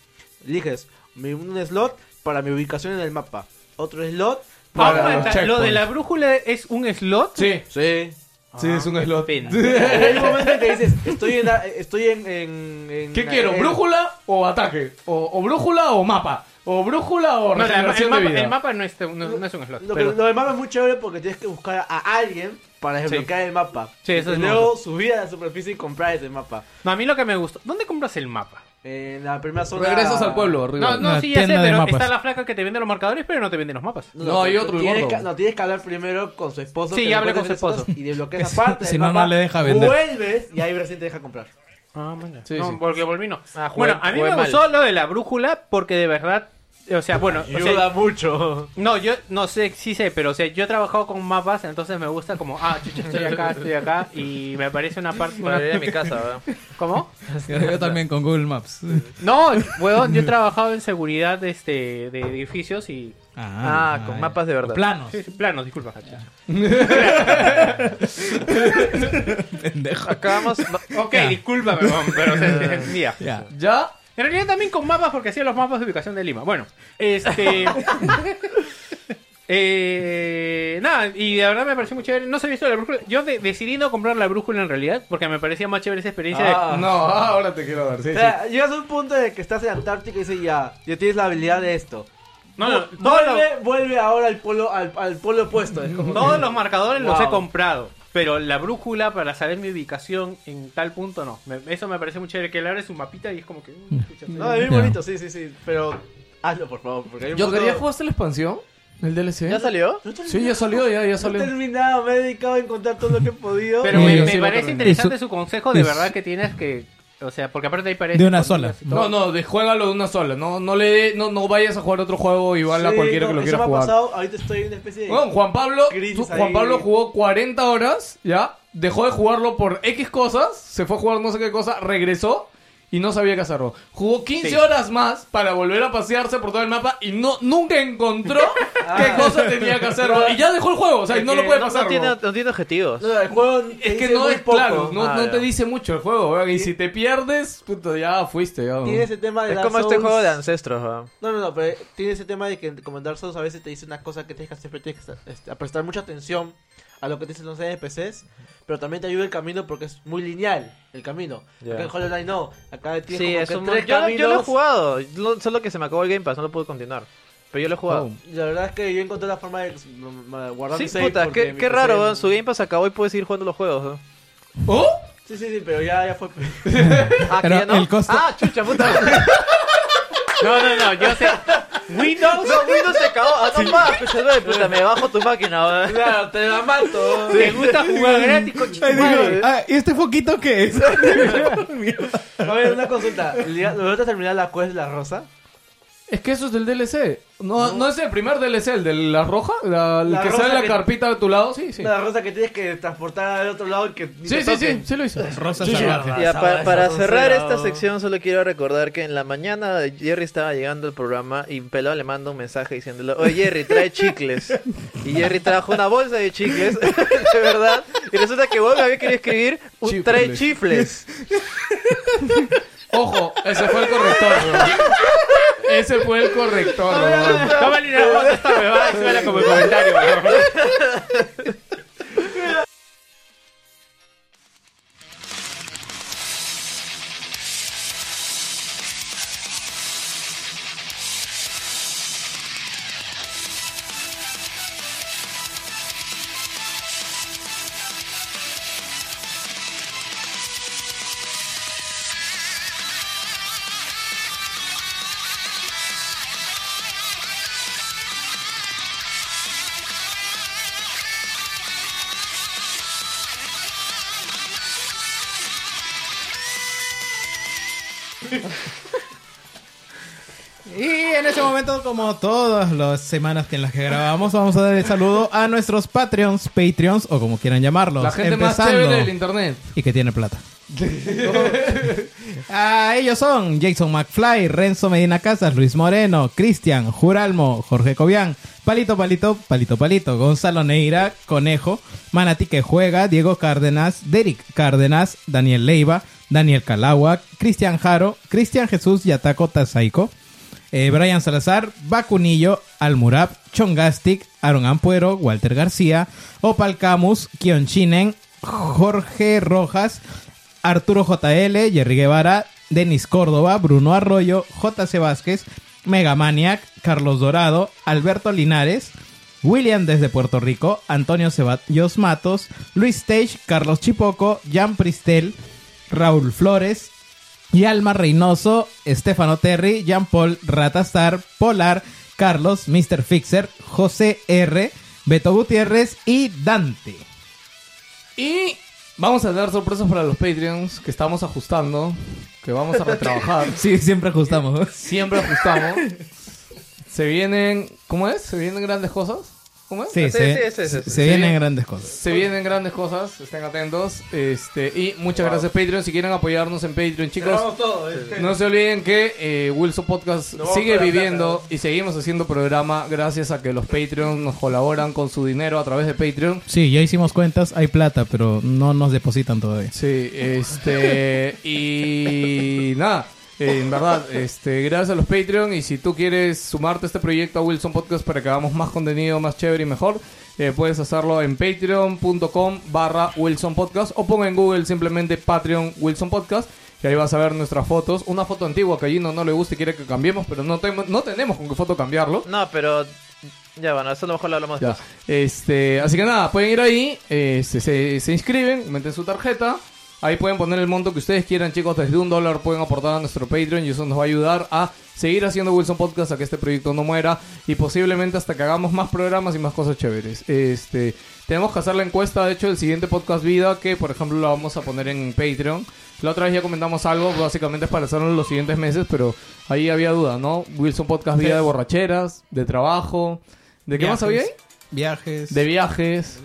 Eliges mi- un slot para mi ubicación en el mapa. Otro slot para... Ahora, Aguanta, los lo de checkpoints. la brújula es un slot. Sí, Sí. sí, es Ah, un slot. pena. Hay un momento en que dices, estoy en... la- estoy en, en- en- ¿Qué quiero? en- ¿Brújula o ataque? O, o brújula o mapa? O brújula No, o el, ma- el regeneración de mapa, vida. el mapa no, es, no- no es un slot. Lo, que- pero- lo del mapa es muy chévere porque tienes que buscar a alguien para desbloquear el mapa. Sí, eso y es luego subir a la superficie y comprar ese mapa. No, a mí lo que me gustó. ¿Dónde compras el mapa? En la primera zona. Regresas al pueblo, arriba. No, no, Una sí, ya sé, tienda de pero mapas. está la flaca que te vende los marcadores, pero no te vende los mapas. No, hay pero otro, el tienes gordo. que- no, tienes que hablar primero con su esposo. Sí, que ya hablé con después su de esas- esposo. Y desbloqueas Que esa parte. si del no, no mapa, le deja vender. Vuelves y ahí recién te deja comprar. Ah, manja. Sí, no, sí. porque volví no. Ah, jugué- bueno, a mí jugué me mal. gustó lo de la brújula porque de verdad, o sea, bueno, o sea, mucho. no, yo no sé, sí sé, pero o sea, yo he trabajado con mapas, entonces me gusta como, ah, chucha, estoy acá, estoy acá, y me aparece una parte... Para ir a mi casa, ¿verdad? ¿Cómo? Yo también con Google Maps. No, huevón, yo he trabajado en seguridad este, de edificios y... Ah, con ya. mapas de verdad. Planos. sí, sí, planos, disculpa. Pendejo. Acabamos. Ok, discúlpame, huevón, pero o sea, mira. Ya. Ya, En realidad también con mapas, porque hacía los mapas de ubicación de Lima. Bueno, este. eh, nada, y de verdad me pareció muy chévere. No se visto la brújula. Yo de- decidí no comprar la brújula en realidad, porque me parecía más chévere esa experiencia de- Ah. no, ahora te quiero dar. O sea, llegas a un punto en el que estás en Antártica y dices ya, ya tienes la habilidad de esto. No, no, todos, los, Vuelve, vuelve ahora al polo, al, al polo opuesto. Es como todos los marcadores los Wow. he comprado. Pero la brújula para saber mi ubicación en tal punto no. Me- eso me parece muy chévere. Que le abre su mapita y es como que. mm, chucha, No, es Ya. bien bonito, sí, sí, sí. Pero hazlo, por favor. Porque hay un Yo punto- quería jugaste la expansión, el DLC. ¿Ya salió? No he terminado. Sí, ya salió, ya, ya No he salió. terminado, me he dedicado a encontrar todo lo que he podido. Pero eh, Sí, me, yo me sí lo parece terminé. interesante Eso- su consejo de eso- verdad que tienes que. O sea, porque aparte ahí parece. De una sola. No, no, de juégalo de una sola. No, no le no, no vayas a jugar otro juego igual a Sí, cualquiera no, que lo eso quiera me ha jugar. pasado, ahorita estoy en una especie de... Bueno, Juan Pablo, Crisis tú- ahí. Juan Pablo jugó 40 horas, ¿ya? Dejó de jugarlo por X cosas, se fue a jugar no sé qué cosa, regresó y no sabía qué hacerlo. Jugó 15 horas más para volver a pasearse por todo el mapa y no nunca encontró qué cosa tenía que hacer. Y ya dejó el juego, o sea, y no lo puede pasar. No tiene, bro. no tiene objetivos. No, el juego te Es que dice no muy es poco. claro, no, Ah, no ya. te dice mucho el juego, weón. Y si te pierdes, puto, ya fuiste, ya. weón. Tiene ese tema de Es Dark como este Souls. juego de ancestros, ¿verdad? No, no, no, pero tiene ese tema de que como en Dark Souls a veces te dice una cosa que tienes que hacer, pero tienes que este, a prestar mucha atención a lo que te dicen los NPCs, pero también te ayuda el camino porque es muy lineal el camino. Ya. Acá en Hollow Knight no, acá tienes Sí, como es que un tres mon- yo, lo- caminos. yo lo he jugado. lo- solo que se me acabó el Game Pass, no lo pude continuar. Pero yo lo he jugado. Oh. La verdad es que yo encontré la forma de mm, guardar Sí, mi save puta, porque qué, mi qué PC raro, no- weón, su Game Pass se acabó y puedes seguir jugando los juegos. ¿no? ¿Oh? Sí, sí, sí, pero ya, ya fue. Ah, ¿que Pero ya no? el costo- Ah, chucha, puta. No, no, no, yo sé. Windows. No, Windows se acabó. Ah, no más, pues, güey, puta, me bajo tu máquina, weón. claro, te la mato. Te gusta jugar gratis, coche. Ay, tu madre. digo, ah, ¿y este foquito qué es? A ver, una consulta. ¿Ya- ¿Lograste terminar la quest de la rosa? Es que eso es del DLC. No, no, es el primer DLC, el de la roja, la, el La que roja sale en la que- carpita de tu lado, sí, sí. La rosa que tienes que transportar al otro lado y que. ni Sí, sí, te sí, toquen. sí lo hizo. Rosa Sí, sí. salvaje. Ya, Esa pa- vaina para no cerrar será, esta ¿no? sección solo quiero recordar que en la mañana Jerry estaba llegando al programa y Pelado le manda un mensaje diciéndole, oye Jerry, trae chicles. Y Jerry trajo una bolsa de chicles, de verdad. Y resulta que vos me había querido escribir, un- Chifles. trae chifles. Ojo, ese fue el corrector, bro. Ese fue el corrector, bro. Tómale una foto a esta huevada y súbela como comentario, huevón. Y en este momento, como todas las semanas que en las que grabamos, vamos a dar el saludo a nuestros Patreons, Patreons o como quieran llamarlos. La gente más Empezando- chévere del internet. y que tiene plata. Ah, ellos son Jason McFly, Renzo Medina Casas, Luis Moreno, Cristian, Juralmo, Jorge Cobian, Palito Palito, Palito Palito, Gonzalo Neira, Conejo, Manati que juega, Diego Cárdenas, Derek Cárdenas, Daniel Leiva, Daniel Calagua, Cristian Jaro, Cristian Jesús Yataco Tazaico, eh, Brian Salazar, Bacunillo, Almurab, Chongastic, Aaron Ampuero, Walter García, Opal Camus, Kion Chinen, Jorge Rojas, Arturo JL, Jerry Guevara, Denis Córdoba, Bruno Arroyo, JC Vázquez, Megamaniac, Carlos Dorado, Alberto Linares, William desde Puerto Rico, Antonio Ceballos Matos, Luis Stage, Carlos Chipoco, Jan Pristel, Raúl Flores, y Alma Reynoso, Estefano Terry, Jean Paul, Ratastar, Polar, Carlos, Mr. Fixer, José R, Beto Gutiérrez y Dante. Y vamos a tener sorpresas para los Patreons que estamos ajustando, que vamos a retrabajar. Sí, siempre ajustamos. Siempre ajustamos. Se vienen, ¿cómo es? ¿Se vienen grandes cosas? ¿Cómo es? Sí, Sí, se, sí, sí, sí, sí. se vienen grandes cosas. Se vienen grandes cosas, estén atentos. Este, y muchas gracias Patreon, si quieren apoyarnos en Patreon, chicos. No se olviden que eh, Wilson Podcast No, sigue espera, viviendo espera, y seguimos haciendo programa gracias a que los Patreons nos colaboran con su dinero a través de Patreon. Sí, ya hicimos cuentas, hay plata, pero no nos depositan todavía. Sí, este y nada, eh, en verdad, este gracias a los Patreon y si tú quieres sumarte a este proyecto a Wilson Podcast para que hagamos más contenido más chévere y mejor, eh, puedes hacerlo en patreon.com barra Wilson Podcast o pon en Google simplemente Patreon Wilson Podcast y ahí vas a ver nuestras fotos, una foto antigua que a Gino no le gusta y quiere que cambiemos, pero no, temo- no tenemos con qué foto cambiarlo. No, pero. Ya, bueno, eso a lo mejor lo hablamos Ya. después. Este, así que nada, pueden ir ahí, eh, se, se- se inscriben, meten su tarjeta. Ahí pueden poner el monto que ustedes quieran, chicos. Desde un dólar pueden aportar a nuestro Patreon y eso nos va a ayudar a seguir haciendo Wilson Podcast, a que este proyecto no muera y posiblemente hasta que hagamos más programas y más cosas chéveres. Este, tenemos que hacer la encuesta, de hecho, del siguiente podcast Vida, que por ejemplo la vamos a poner en Patreon. La otra vez ya comentamos algo, básicamente es para hacerlo en los siguientes meses, pero ahí había duda, ¿no? Wilson Podcast Vida de borracheras, de trabajo. ¿De qué más Viajes. había ahí? Viajes, de viajes,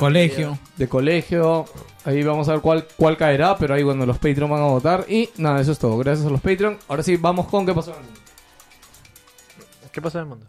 colegio. de colegio. Ahí vamos a ver cuál, cuál caerá, pero ahí bueno, los Patreon van a votar. Y nada, eso es todo. Gracias a los Patreon. Ahora sí, vamos con qué pasó. en el mundo? ¿Qué pasa en el mundo?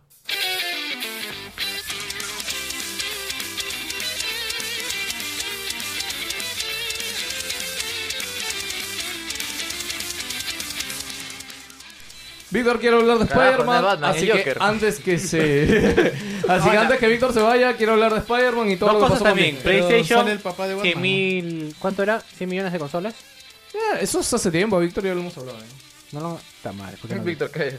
Víctor quiere hablar de Carajo, Spider-Man, no es Batman, así es que Joker. antes que se... así que antes que Víctor se vaya, quiero hablar de Spider-Man y todo Dos lo que cosas pasó también. con Disney. PlayStation, sale el papá de Batman, 100 mil... ¿Cuánto era? ¿100 millones de consolas? Ya, Eh, Eso es hace tiempo, Víctor, ya lo hemos hablado. ¿eh? No, no, está mal. ¿por qué no lo Víctor, ¿qué?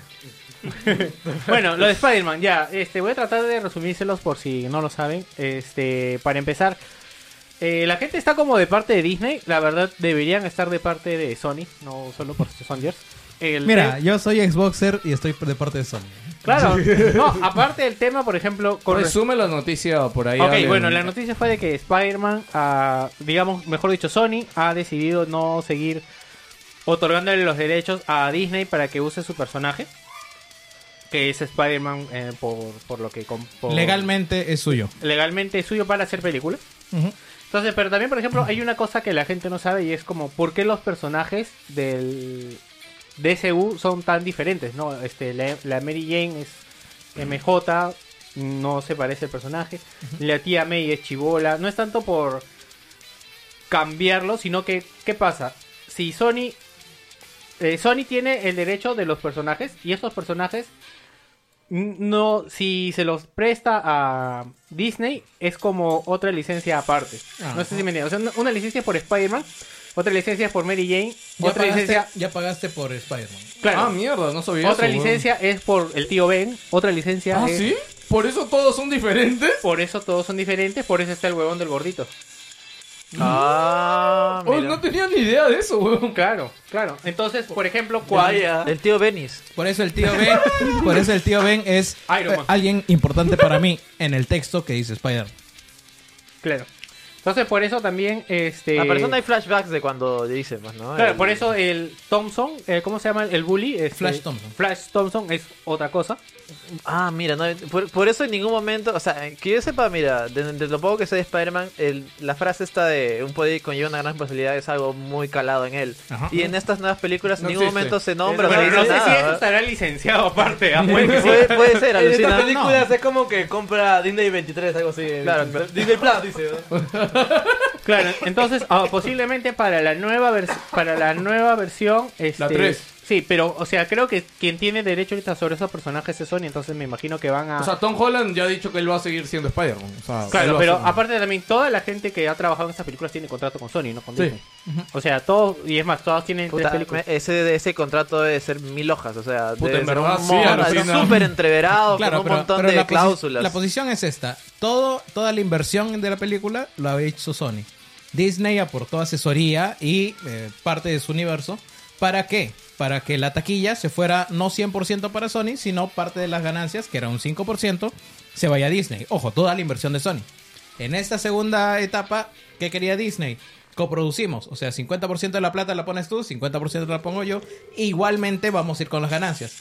Bueno, lo de Spider-Man, ya. Este, voy a tratar de resumírselos por si no lo saben. Este, para empezar, eh, la gente está como de parte de Disney. La verdad, deberían estar de parte de Sony, no solo por sus Songers. El Mira, te- yo soy Xboxer y estoy de parte de Sony. claro. No, aparte del tema, por ejemplo, con Resume la noticia por ahí. Ok, dale. bueno, la noticia fue de que Spider-Man, ah, digamos, mejor dicho, Sony ha decidido no seguir otorgándole los derechos a Disney para que use su personaje, que es Spider-Man eh, por, por lo que... com- por- Legalmente es suyo. legalmente es suyo para hacer películas. Entonces, pero también, por ejemplo, hay una cosa que la gente no sabe y es como, ¿por qué los personajes del DCU son tan diferentes? No, este, la, la Mary Jane es MJ, no se parece el personaje. La tía May es chivola. No es tanto por cambiarlo, sino que, ¿qué pasa? Si Sony... eh, Sony tiene el derecho de los personajes y estos personajes no, si se los presta a Disney, es como otra licencia aparte. No sé si me entiendes. O sea, una- una licencia es por Spider-Man, otra licencia es por Mary Jane, otra licencia. por Spider-Man. Claro. Ah, mierda, no sabía otra eso, weón. licencia es por el tío Ben, otra licencia ¿Ah, es. sí? ¿Por eso todos son diferentes? Por eso todos son diferentes, por eso está el huevón del gordito. Ah, Oh, mira. no tenía ni idea de eso, weón. Claro, claro. Entonces, por ejemplo, cuando. Vaya. El tío Benis. Por eso el tío Ben, por eso el tío Ben es Iron eh, Man. alguien importante para mí en el texto que dice Spider. Claro. Entonces, por eso también. Este... Ah, pero eso no hay flashbacks de cuando dicen, pues, ¿no? Claro, El- por eso el Thompson, eh, ¿cómo se llama el bully? Este, Flash Thompson. Flash Thompson es otra cosa. Ah, mira, no, por, por eso en ningún momento, o sea, que yo sepa, mira, de, de lo poco que sé de Spider-Man, el- la frase esta de un poder conlleva una gran responsabilidad es algo muy calado en él. Ajá. Y en estas nuevas películas en No ningún existe. momento se nombra, Pero se no sé si dice nada, eso ¿verdad? estará licenciado aparte. ah, puede que sí. puede, puede ser, En estas alucina. películas es como que compra Disney 23, algo así. Claro, claro. Disney Plus, dice. ¿no? Claro, entonces ah, posiblemente para la nueva vers- para la nueva versión este, La tres. Sí, pero, o sea, creo que quien tiene derecho ahorita sobre esos personajes es Sony, entonces me imagino que van a... O sea, Tom Holland ya ha dicho que él va a seguir siendo Spider-Man. O sea, él Claro, va a pero ser- aparte también toda la gente que ha trabajado en estas películas tiene contrato con Sony, no con Sí. Disney. O sea, todos, y es más, todas tienen tres Puta, películas. me- ese, ese contrato debe ser mil hojas, o sea, Puta, debe en ser verdad, un sí, mon- alucina. súper entreverado, con un montón de la posi- cláusulas. La posición es esta. Todo, toda la inversión de la película lo había hecho Sony. Disney aportó asesoría y eh, parte de su universo. ¿Para qué? Para que la taquilla se fuera no 100% para Sony, sino parte de las ganancias, que era un 5%, se vaya a Disney. Ojo, toda la inversión de Sony. En esta segunda etapa, ¿qué quería Disney? Coproducimos, o sea, 50% de la plata la pones tú, 50% la pongo yo. Igualmente vamos a ir con las ganancias.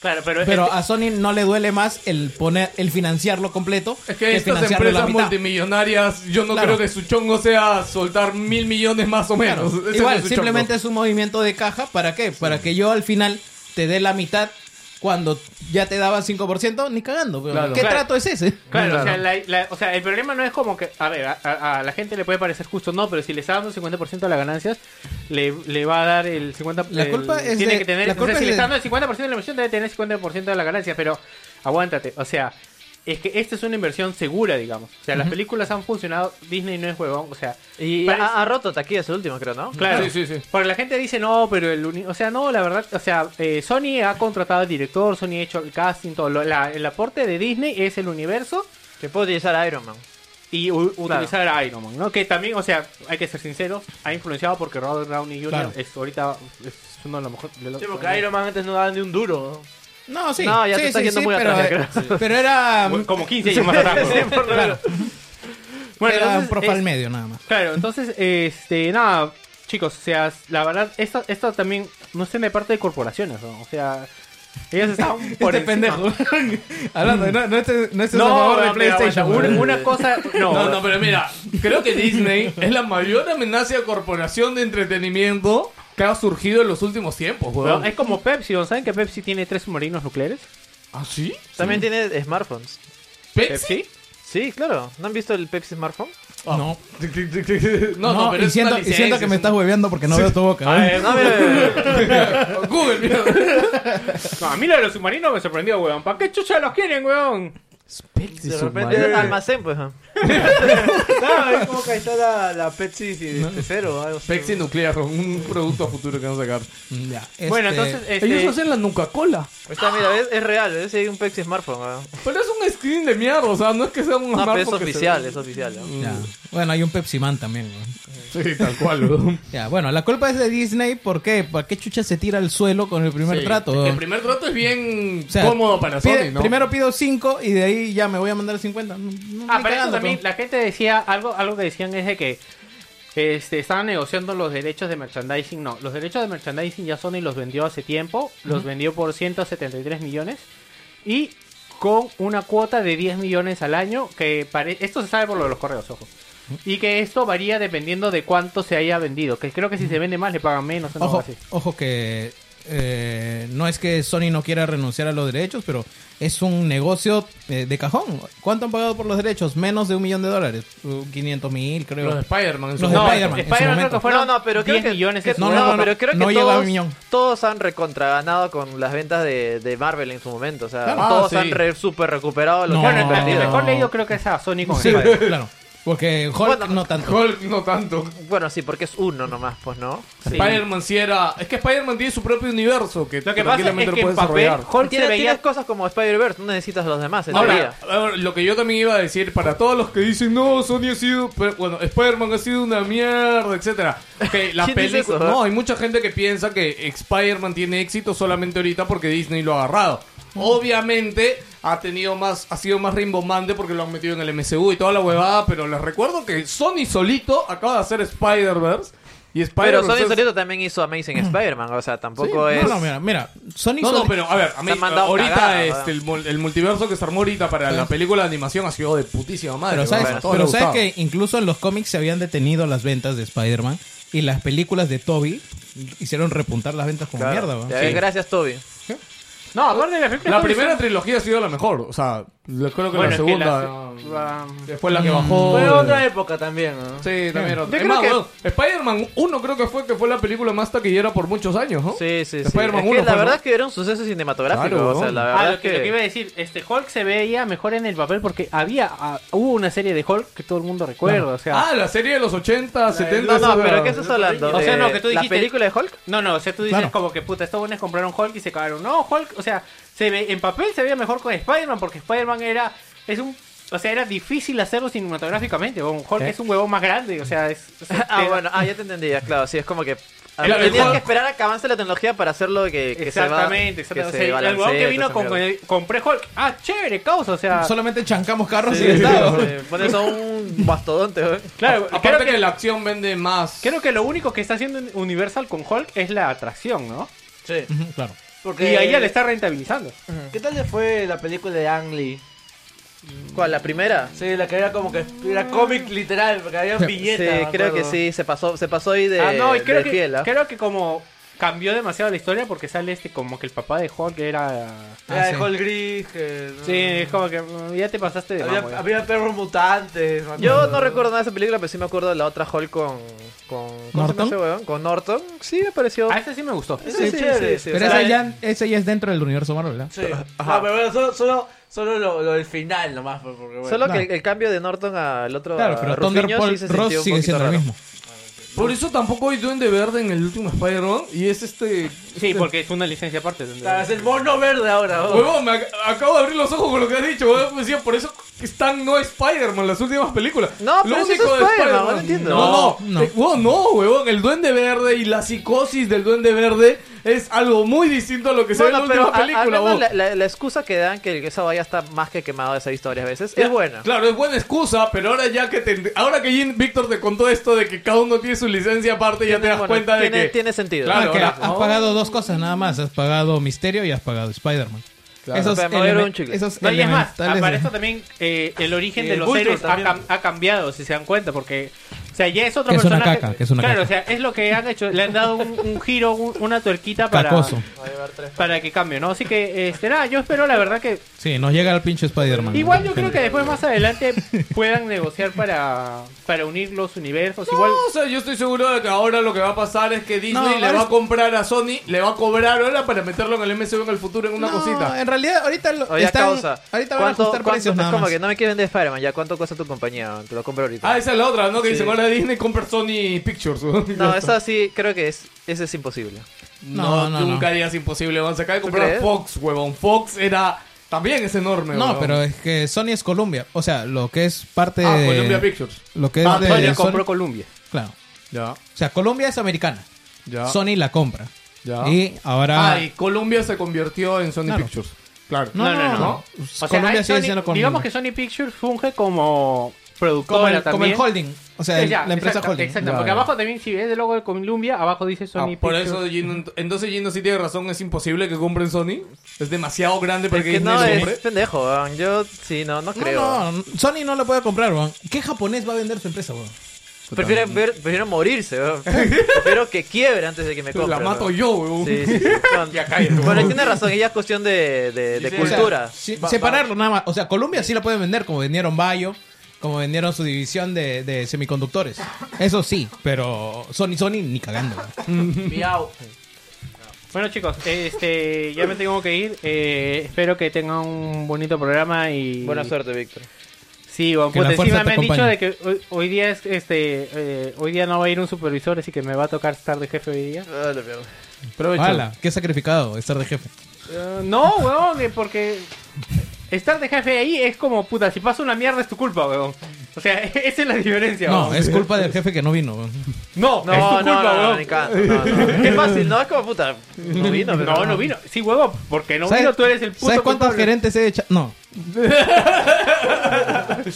Claro, pero, Pero este- a Sony no le duele más el poner, el financiarlo completo. Es que estas financiarlo la empresas mitad. multimillonarias, yo no Claro. creo que su chongo sea soltar mil millones más o Claro, menos. Ese Igual, no es su simplemente chongo. es un movimiento de caja. ¿Para qué? Para que yo al final te dé la mitad cuando ya te daba 5%, ni cagando. weón. Claro. ¿Qué Claro. trato es ese? Claro, O, sea, la- la- o sea, el problema no es como que, a ver, a, a- a la gente le puede parecer justo, no, pero si le está dando 50% de las ganancias, le, le va a dar el 50%. La el- culpa es tiene de- que tener, la o sea, culpa si es le está de- dando el 50% de la inversión, debe tener 50% de las ganancias, pero aguántate, o sea, es que esta es una inversión segura, digamos. O sea, las películas han funcionado, Disney no es huevón, o sea, y parece- ha, ha roto taquillas el último, creo, ¿no? Claro. Sí, sí, sí. Porque la gente dice, no, pero el uni- O sea, no, la verdad. O sea, eh, Sony ha contratado al director, Sony ha hecho el casting, todo. lo- la- el aporte de Disney es el universo Que puede utilizar a Iron Man. y u- utilizar a Iron Man, ¿no? Que también, o sea, hay que ser sinceros, ha influenciado porque Robert Downey Jr. Claro. es ahorita es uno de los mejores. de los- Sí, porque Iron Man antes no daban ni un duro. No, sí. No, ya sí, te estás sí, yendo sí, muy pero, atrás, eh, pero era. Bueno, Como 15 años más atrás. ¿no? claro, Bueno, era entonces, un profile es- medio nada más. Claro, entonces, este, nada, chicos, o sea, la verdad, esto, esto también no estén de parte de corporaciones, ¿no? O sea, ellos estaban por este encima. pendejo. Hablando, no, no estés no estés a No, favor de no, pero aguanta, PlayStation. una, weón. una cosa, no, No, no, pero mira, creo que Disney es la mayor amenaza a corporación de entretenimiento que ha surgido en los últimos tiempos, no, weón. es como Pepsi, ¿no? ¿saben que Pepsi tiene tres submarinos nucleares? ¿Ah, sí? También tiene smartphones. ¿Pepsi? Pepsi. Sí, claro. ¿No han visto el Pepsi Smartphone? Eh, No, No, no, pero y es una siento, y siento licencia, que es me estás hueveando porque no veo tu boca. A weón. Eh, ver, No, mira, mira, mira. un- Google, mira. no, a mí lo de los submarinos me sorprendió, weón. ¿Para qué chucha los quieren, weón? Pepsi, De su repente madre. almacén, pues. ¿no? Claro, es como que ahí está la, la Pepsi de cero. Algo así. Pepsi nuclear, un producto a futuro que van a sacar. Ya, este- Bueno, entonces, este, Ellos hacen la Nuca-Cola. Ahí está, mira, ¿ves? es real, ¿ves? Hay un Pepsi Smartphone. ¿no? Pero es un skin de mierda, o sea, no es que sea un No, pero es smartphone que se- oficial, es oficial. ¿no? eh, Ya. Bueno, hay un Pepsi Man también. ¿no? Sí, tal cual, weón. Ya, bueno, la culpa es de Disney. ¿Por qué? ¿Para qué chucha se tira al suelo con el primer Sí. trato? El primer trato es bien O sea, cómodo para pide- Sony, ¿no? Primero pido 5 y de ahí ya me voy a mandar 50. No, no, Ah, pero eso ni cagando, también, pero- la gente decía, algo, algo que decían es de que este, estaban negociando los derechos de merchandising. No, los derechos de merchandising ya Sony los vendió hace tiempo, los vendió por 173 millones y con una cuota de 10 millones al año, que pare- esto se sabe por lo de los correos, ojo. Y que esto varía dependiendo de cuánto se haya vendido. Que creo que si se vende más le pagan menos. una Ojo, cosa así. ojo que eh, no es que Sony no quiera renunciar a los derechos, pero es un negocio eh, de cajón. ¿Cuánto han pagado por los derechos? Menos de un millón de dólares. Uh, 500 mil, creo. Los de Spider-Man. en su Los de No, momento. Spider-Man, en su Spider-Man creo momento. que fueron no, no, pero creo 10 que, millones que- en su no, momento. no, pero creo que No llegaba a todos, un millón. todos han recontraganado con las ventas de, de Marvel en su momento. O sea, Claro. todos Ah, sí. han re- super recuperado lo No. que Bueno, el- han el invertido. mejor leído creo que es a Sony con Sí, Spider-Man. claro. Porque Hulk Bueno, no tanto. Hulk no tanto. Bueno, sí, porque es uno nomás, pues, ¿no? Sí. Spider-Man sí era... Es que Spider-Man tiene su propio universo que Lo que pasa es que tranquilamente lo en puedes papel desarrollar. Hulk se Tiene, veía tiene cosas como Spider-Verse, no necesitas los demás, en Ahora, teoría. ahora, lo que yo también iba a decir para todos los que dicen no, Sony ha sido, pero, bueno, Spider-Man ha sido una mierda, etcétera. Ok, la ¿Quién dice película, eso, eh? no, hay mucha gente que piensa que Spider-Man tiene éxito solamente ahorita porque Disney lo ha agarrado. Obviamente ha tenido más, ha sido más rimbombante porque lo han metido en el MCU y toda la huevada, pero les recuerdo que Sony solito acaba de hacer Spider-Verse y Pero Spider-Man Sony Solito también hizo Amazing Mm. Spider-Man, o sea, tampoco es... No, no, mira, mira. Sony No, no, solo- pero a ver, a mí, Se han mandado ahorita cagadas, este, el, mul- el multiverso que se armó ahorita para la película de animación ha sido de putísima madre. Pero sabes, weón, a todos pero les sabes gustaba. que incluso en los cómics se habían detenido las ventas de Spider-Man y las películas de Toby hicieron repuntar las ventas como Claro. mierda. weón. Ya ves, Gracias, Toby. No, aparte de la película La Toby primera Stark- trilogía ha sido la mejor, o sea, Lo- Creo que Bueno, es la que segunda. la- um, Después la que bajó. Fue otra época también, ¿no? Sí, también era Yo otra. Es creo más, que- weón, Spider-Man 1 creo que fue que fue la película más taquillera por muchos años, ¿no? Sí, sí, sí. Es que Spider-Man 1 la fue, verdad ¿no? es que era un suceso cinematográfico. Claro, o sea, weón. la Ah, verdad lo que, lo que iba a decir, este Hulk se veía mejor en el papel porque había ah, hubo una serie de Hulk que todo el mundo recuerda, o sea, Ah, la serie de los 80, 70. No, no, esa- pero ¿qué estás hablando? O sea, ¿De no, que tú ¿La dijiste- película de Hulk? no, no, o sea, tú dices Claro. como que puta, estos buenos compraron Hulk y se cagaron. No, Hulk, o sea, se ve en papel se veía mejor con Spider-Man porque Spider-Man era es un o sea, era difícil hacerlo cinematográficamente. weón. Hulk es un huevón más grande, o sea, es. este, o sea, Ah, te- bueno, ah, ya te entendía, claro, sí, es como que ah, Claro, el tenías Hulk- que esperar a que avance la tecnología para hacerlo que, que se va- Exactamente, que exactamente. se O sea, el balancee, huevón que vino toda esa con, mierda. con- compré Hulk. Ah, chévere, causa, o sea. Solamente chancamos carros Sí, y estado. sí, Pones a un mastodonte, güey. Claro, creo Aparte que, que la acción vende más. creo que lo único que está haciendo Universal con Hulk es la atracción, ¿no? Sí. Ujú, Claro. Porque, Y ahí ya le está rentabilizando. ¿Qué tal le fue la película de Ang Lee? ¿Cuál? ¿La primera? Sí, la que era como que era cómic literal, porque había Sí, viñetas. me creo acuerdo. que sí, se pasó, se pasó ahí de, ah, no, y creo de que, fiel, ¿ah? creo que como cambió demasiado la historia porque sale este como que el papá de Hulk era... Era Ah, de sí. Hall Gris, que... no- Sí, es como que mm, ya te pasaste de... Había, mambo, ya. había perros mutantes. me Yo acuerdo. no recuerdo nada de esa película, pero sí me acuerdo de la otra Hulk con... con ¿cómo se llama ¿Norton? ese weón? Con Norton. Sí, me pareció... Ah, ese sí me gustó. sí, chévere. sí, o Pero sea, esa ya, esa ya es dentro del universo Marvel, ¿verdad? Sí. No, pero bueno, solo, solo, solo lo, lo del final nomás, pues, porque bueno. Solo Claro. que el, el cambio de Norton al otro... Claro, a pero Rufiño Thunderbolt sí se sintió un Ross sigue poquito siendo el raro. mismo. Por eso tampoco hay Duende Verde en el último Spider-Man. Y es este. Sí, porque es una licencia aparte. Claro, Ah, es el mono verde ahora. ¿no? Huevón, me ac- acabo de abrir los ojos con lo que has dicho. Huevón, pues, decía, por eso están no Spider-Man las últimas películas. No, lo pero si único eso es de Spider-Man, no entiendo. No, no, No. eh, huevón, no, huevón. El Duende Verde y la psicosis del Duende Verde es algo muy distinto a lo que se ve en Bueno, la pero última a- al película, menos huevón. la, la- la excusa que dan que esa valla está más que quemada de esa historia a veces es buena. Claro, es buena excusa, pero ahora ya que te, ahora que Jim- Víctor te contó esto de que cada uno tiene su licencia aparte, ya te das Bueno, cuenta de tiene, que tiene sentido. Claro, Ah, que ahora- has pagado dos cosas nada más. Has pagado Misterio y has pagado Spider-Man. Esos Pero me voy a ver elemen- un chicle. esos No, y es más, elementales para de- esto también eh, el origen Y de el los Vulture héroes ha, también. cam- ha cambiado, si se dan cuenta, porque... O sea, ya es otro Que es una personaje. caca, que es una claro, caca. o sea, es lo que han hecho. Le han dado un, un giro, un- una tuerquita para, Cacoso. para que cambie, ¿no? Así que, este, nada, yo espero, la verdad, que Sí, nos llega el pinche Spider-Man. Igual yo creo que después más adelante puedan negociar para, para unir los universos. Igual No, o sea, yo estoy seguro de que ahora lo que va a pasar es que No, Disney le ahora va a es- comprar a Sony, le va a cobrar ahora para meterlo en el MCU en el futuro en una No, cosita. En realidad, ahorita, lo, Oye, están- causa. ahorita van a ajustar cuánto- precios nada es como más. que no me quieres vender Spider-Man, ya cuánto cuesta tu compañía, te lo compro ahorita. Ah, esa es la otra, ¿no? Que dicen ahora Disney compra Sony Pictures. no, esa sí creo que es ese es imposible. No, No, no, nunca no. digas imposible, van a sacar de comprar crees? a Fox, huevón. Fox era también es enorme, No, huevón. pero es que Sony es Columbia. O sea, lo que es parte Ah, de... Columbia Pictures. Lo que es Ah, de Sony Sony- compró Columbia. Claro. Ya, O sea, Colombia es americana. ya. Sony la compra. Ya. Y ahora... Ah, y Colombia se convirtió en Sony Claro. Pictures. Claro. No, no, no. no. O sea, Colombia hay sigue Sony- siendo Colombia. Digamos que Sony Pictures funge como como productora el, como el también. holding. O sea, Sí, el- ya, la empresa exacto, holding. Exacto, Ya, porque ya. abajo también si ves el logo de Columbia, abajo dice Sony Ah, Pictures. por eso, Gino, entonces Gino sí tiene razón, es imposible que compren Sony. Es demasiado grande para Es que, que Disney no lo es compre. pendejo, weón. yo sí no no creo. No, no, Sony no la puede comprar, weón. ¿Qué japonés va a vender su empresa, weón? Prefiero, ver- prefiero morirse, weón. prefiero que quiebre antes de que me compre. La mato weón. yo, weón. Sí, sí, sí. No, bueno, tiene razón, ella es cuestión de, de, de Sí, sí. O sea, cultura. sí, separarlo nada más. O sea, Colombia sí la pueden vender, como vendieron Bayo, como vendieron su división de, de semiconductores. Eso sí, pero Sony, Sony ni cagando. weón. Miau. Bueno chicos, este, ya me tengo que ir. Eh, espero que tengan un bonito programa y... Buena suerte, Víctor. Sí, bueno, Que la puta, fuerza encima te me han dicho acompañe. de que hoy, hoy día es, este, eh, hoy día no va a ir un supervisor, así que me va a tocar estar de jefe hoy día. Aprovecha. Ala, qué sacrificado estar de jefe. Eh, no, weón, eh, porque estar de jefe ahí es como puta, si pasa una mierda es tu culpa, weón. O sea, esa es la diferencia, No, weón. es culpa del jefe que no vino. weón. No, No, es tu no, culpa, no, no, weón. ni cagando, no, no. Es fácil, no es como puta. No vino, pero No, no vino. Sí, huevón, porque no ¿Sabes- vino, tú eres el puto ¿Sabes cuántos culpable. gerentes he echado? No.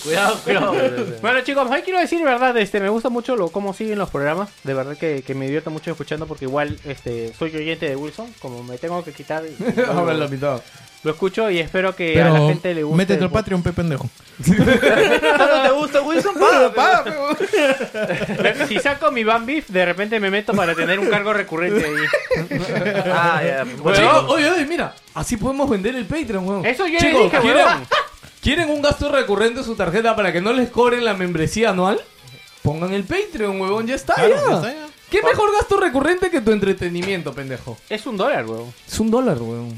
Cuidado, cuidado. Bueno, chicos, hoy quiero decir verdad, este, me gusta mucho lo cómo siguen los programas. De verdad que, que me divierto mucho escuchando porque igual este soy oyente de Wilson, como me tengo que quitar. Ahora la mitad. Lo escucho y espero que a la Pero gente le guste. métete el al Patreon, pe pendejo. ¿No te gusta Wilson? Paga, paga, podcast. Si saco mi Van Beef, de repente me meto para tener un cargo recurrente ahí. Ah, ya. Chicos, Bueno, oye, oye, mira, así podemos vender el Patreon, weón. Eso yo le Chicos, dije, ¿quieren, weón. ¿Quieren un gasto recurrente en su tarjeta para que no les cobren la membresía anual? Pongan el Patreon, huevón, ya está. Claro, ya. ya está, ya. ¿Qué mejor gasto recurrente que tu entretenimiento, pendejo? Es un dólar, weón. Es un dólar, huevón.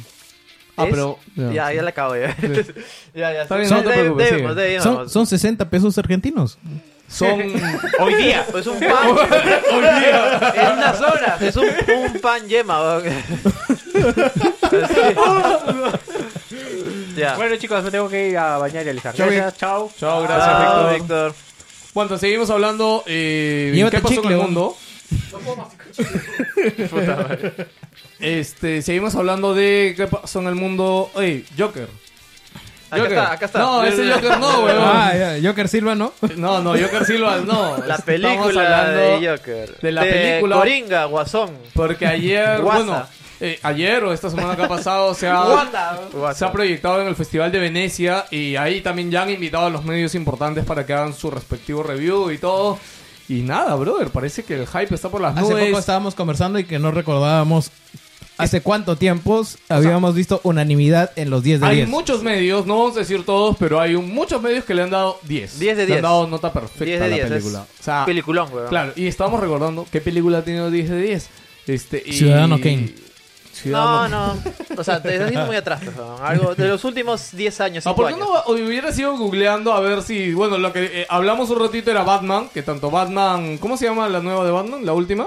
Ah, Es- pero. Ya, ya, la acabo ya. ya, ya. Está bien, no te preocupes, debemos, sigue. debemos. Son, son 60 pesos argentinos. Son. Hoy día. Es un pan. Hoy día. En unas horas. Es un, un pan yema. weón. Así. ya. Bueno, chicos, me tengo que ir a bañar y alisar. Chau, Gracias, chao. Chao, gracias, Chao, Víctor. Ah, Víctor. Cuando seguimos hablando, eh, Llévate ¿qué pasó chicle, con el weón. mundo? Puta madre. este, seguimos hablando de qué pasó en el mundo. Oye, Joker. Acá Joker. está, acá está. No, ese Joker no, weón. Ah, ya, Joker Silva, ¿no? No, no, Joker Silva no. La Estamos película hablando de Joker. de la película- Coringa, Guasón. Porque ayer, Guasa. bueno, eh, ayer o esta semana que ha pasado se ha, Guata. se ha proyectado en el Festival de Venecia y ahí también ya han invitado a los medios importantes para que hagan su respectivo review y todo. Y nada, brother, parece que el hype está por las Hace nubes. poco estábamos conversando y que no recordábamos hace cuánto tiempos habíamos visto unanimidad en los 10 de Hay 10. muchos medios, no vamos a decir todos, pero hay un- muchos medios que le han dado 10. 10 de Le han 10. dado nota perfecta 10 a de la 10. película. es O sea, peliculón, weón. claro, y estábamos recordando qué película ha tenido 10 de 10. Este, y- Ciudadano Kane. No, Ciudadano no. O sea, te estás yendo muy atrás, pues, weón. Algo de los últimos 10 años, Ah, 5 ¿Por qué años. no hubiera sido googleando a ver si... Bueno, lo que eh, hablamos un ratito era Batman, que tanto Batman... ¿Cómo se llama la nueva de Batman? ¿La última?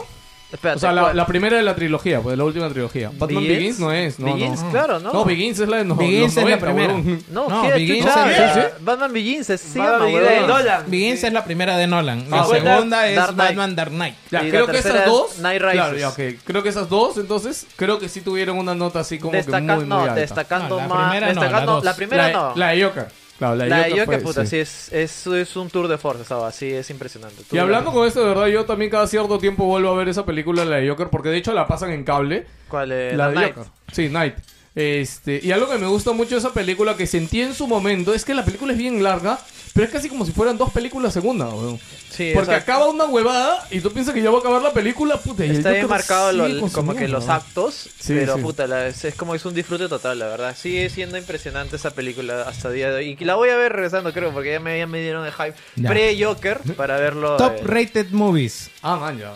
Espérate, O sea, la, ¿cuál? la primera de la trilogía, pues de la última trilogía. Batman ¿Begins? Begins, no es, no, Begins, no. claro, ¿no? No, Begins es la de no, Begins los es la 90, primera. huevón. No, No, ¿qué Begins chucha? es- sí, Batman Begins, se sí, Batman llama, Begins. weón. Nolan. Begins es la primera de Nolan. La Ah, bueno. segunda es Dark Knight. Batman Dark Knight. Ya, Y la creo que tercera esas es dos... Night Rises. Claro, ya, ok. Creo que esas dos, entonces, creo que sí tuvieron una nota así como que Destaca- muy, muy no, alta. destacando No, la más. primera no, la destacando, dos. la primera la, no. La de Joker. Claro, la de La Joker, de Joker, fue- puta, sí. sí, es, es, es un tour de fuerza, ¿sabes? Sí, es impresionante. Tú- Y hablando con esto, de verdad, yo también cada cierto tiempo vuelvo a ver esa película, la de Joker, porque de hecho la pasan en cable. ¿Cuál es? La La de Knight. Joker. Sí, Night. Este, y algo que me gusta mucho de esa película que sentí en su momento es que la película es bien larga, pero es casi como si fueran dos películas segunda, weón. Sí, Porque exacto. acaba una huevada y tú piensas que ya va a acabar la película, puta. y el Está bien Joker marcado lo- sigue con su como que mierda, los weón. actos, Sí, pero sí. puta, la- es, es como es un disfrute total, la verdad. Sigue siendo impresionante esa película hasta día de hoy. Y la voy a ver regresando, creo, porque ya me, ya me dieron el hype Ya. pre-Joker para verlo. Top eh, rated movies. Ah, man, ya.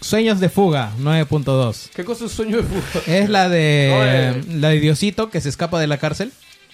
Sueños de fuga, 9.2. ¿Qué cosa es sueño de fútbol? Es la de la de Diosito que se escapa de la cárcel.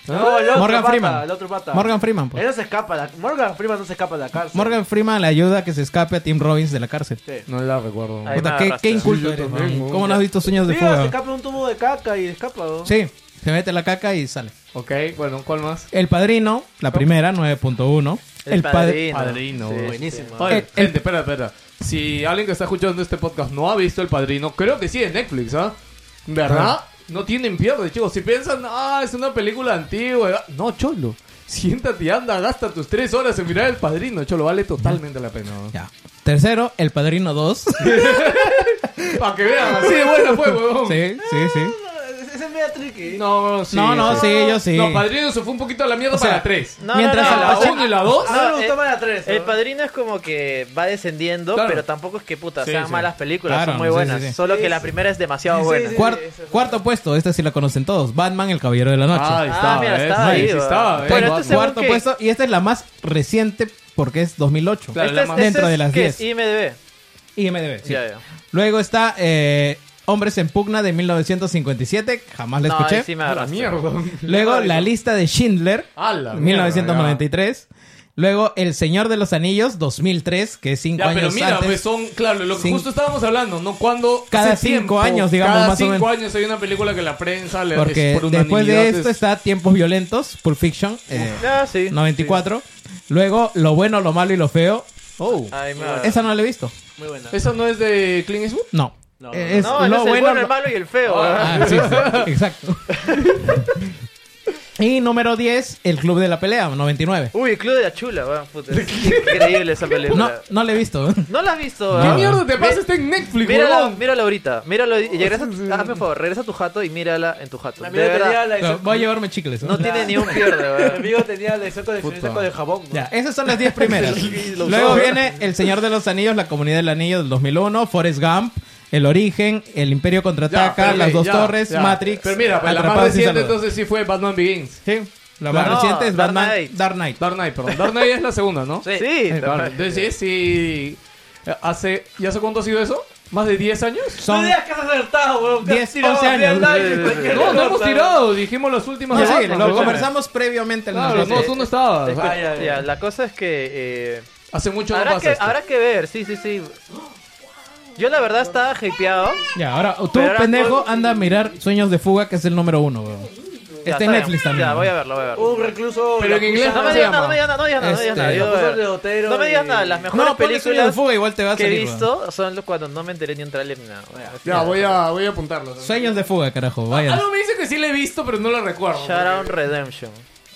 No, el otro Morgan pata, Freeman. el otro pata. Morgan Freeman, pues. Él no se escapa. la- Morgan Freeman no se escapa de la cárcel. Morgan Freeman le ayuda a que se escape a Tim Robbins de la cárcel. No la recuerdo. Ahí Puta, me qué, agarraste. qué inculto Sí, yo eres, también, man. weón. ¿Cómo no has visto Sueños de Mira, se fuga? escapa un tubo de caca y escapa. ¿no? Sí, se mete la caca y sale. Ok, bueno, ¿cuál más? El Padrino, la primera, 9.1. El, El, Padrino. padrino. Padrino, Sí, buenísimo. sí. Oye, El- gente, espera, espera. Si alguien que está escuchando este podcast no ha visto El Padrino, creo que sí es Netflix, ¿ah? ¿Verdad? No tienen pierde, chicos. Si piensan, ah, es una película antigua. ¿verdad? No, cholo. Siéntate y anda, gasta tus tres horas en mirar El Padrino, cholo. Vale totalmente la pena. ¿no? Ya. Tercero, El Padrino 2. Para que vean, así de buena fue, huevón. sí, sí, sí. Ese es medio tricky. No, sí. No, no, sí, yo sí. No, Padrino se fue un poquito a la mierda O sea, para la tres. Ah, No, Mientras no, al no, La la Pacino- uno y la dos. A mí me No, gustó eh, más la tres. El ¿no? padrino es como que va descendiendo, Claro. pero tampoco es que puta, Sí, sean sí. malas películas, Claro, son muy sí, buenas. sí, sí. Solo Sí, que la sí. primera es demasiado Sí, sí, buena. sí. Cuar- cuarto puesto, esta sí la conocen todos. Batman, El Caballero de la Noche. Ah, ahí Ah, está, mira, ¿ves? estaba Ahí ahí, sí weón. estaba, ¿eh? ¿ves? Bueno, Batman. este según Cuarto que- puesto, y esta es la más reciente porque es 2008. Claro. Este es- la más- este Dentro es- de las ¿qué 10. es? IMDB. IMDb. sí. Ya, ya. Luego está eh, Hombres en Pugna de 1957. Jamás la No, escuché. ahí sí me A la agarraste. mierda. Luego La lista de Schindler, A la mierda, 1993. Luego El Señor de los Anillos, 2003, que es cinco Ya, años pero mira, antes. pues son, claro, lo que Cin- justo estábamos hablando, ¿no? Cuando. Cada hace cinco años, digamos, Cada más o cinco menos. años hay una película que la prensa le Porque es por después de unanimidad, esto es- está Tiempos Violentos, Pulp Fiction, eh, Ah, sí. 94. Luego Lo Bueno, Lo Malo y Lo Feo. Oh. Ahí me agarraste. Esa no la he visto. Muy buena. ¿Esa no es de Clint Eastwood? No. Eh, es No, él lo es el bueno, bueno, el lo- malo y el feo. weón. Ah, sí, sí, exacto. y número 10, El Club de la Pelea, 99. Uy, el Club de la Chula, weón, puta, es increíble esa película. No, No, no la he visto. la has visto, ¿Qué weón? mierda te pasa? Ve- Está en Netflix, Mírala, huevón. mírala ahorita. Míralo y Oh, regresa, hazme un favor, regresa a tu jato y mírala en tu jato. Mi De amigo tenía verdad, la Pero excepto- Voy a llevarme chicles. ¿no? no tiene ni un pierde, Mi weón. amigo tenía la excepto de diferencia con el jabón. ¿no? Ya, esas son las 10 primeras. Luego viene El Señor de los Anillos, La Comunidad del Anillo del 2001, Forrest Gump, El Origen, El Imperio Ya, Contraataca, pero, Las ya, Dos Torres, ya. Matrix. Pero mira, pues la más Atrapados sin reciente Salvador. entonces sí fue Batman Begins. Sí. La más No, reciente es Dark Batman Knight. Dark Knight. Dark Knight, perdón. Dark Knight es la segunda, ¿no? Sí, Eh, claro. Entonces, sí, sí. Eh, Hace, ¿Y hace cuánto ha sido eso? ¿Más de 10 años? Son digas que has acertado, weón. 10, 11 años. No, no hemos tirado. Dijimos las últimas. No, de sí, Batman, lo pues. conversamos previamente. al Claro, no, nosotros. tú no estabas. Escucha, Ay, ay, ya, ay. la cosa es que eh, Hace mucho no habrá, pasa que esto. habrá que ver, sí, sí, sí. Yo la verdad estaba hypeado. Ya, ahora tú, Pero ahora pendejo, todo- anda a mirar Sueños de Fuga, que es el número uno, weón. Ya, Está en bien. Netflix también. Ya, voy a verlo, voy a verlo. Un recluso. Pero en inglés Uh, No ¿Cómo me se digas nada, llama? no me digas nada, no me digas nada, Este, yo voy a Los ver. Ojos de Botero No me digas y- nada, las No, mejores ponle Sueños de películas Fuga, igual te va a que he salir, weón. visto son los cuando no me enteré ni un trailer ni nada. Ya, voy a, voy a apuntarlo. también. Sueños de Fuga, carajo, vaya. Algo me dice que sí lo he visto, pero no lo recuerdo. Shutdown Redemption.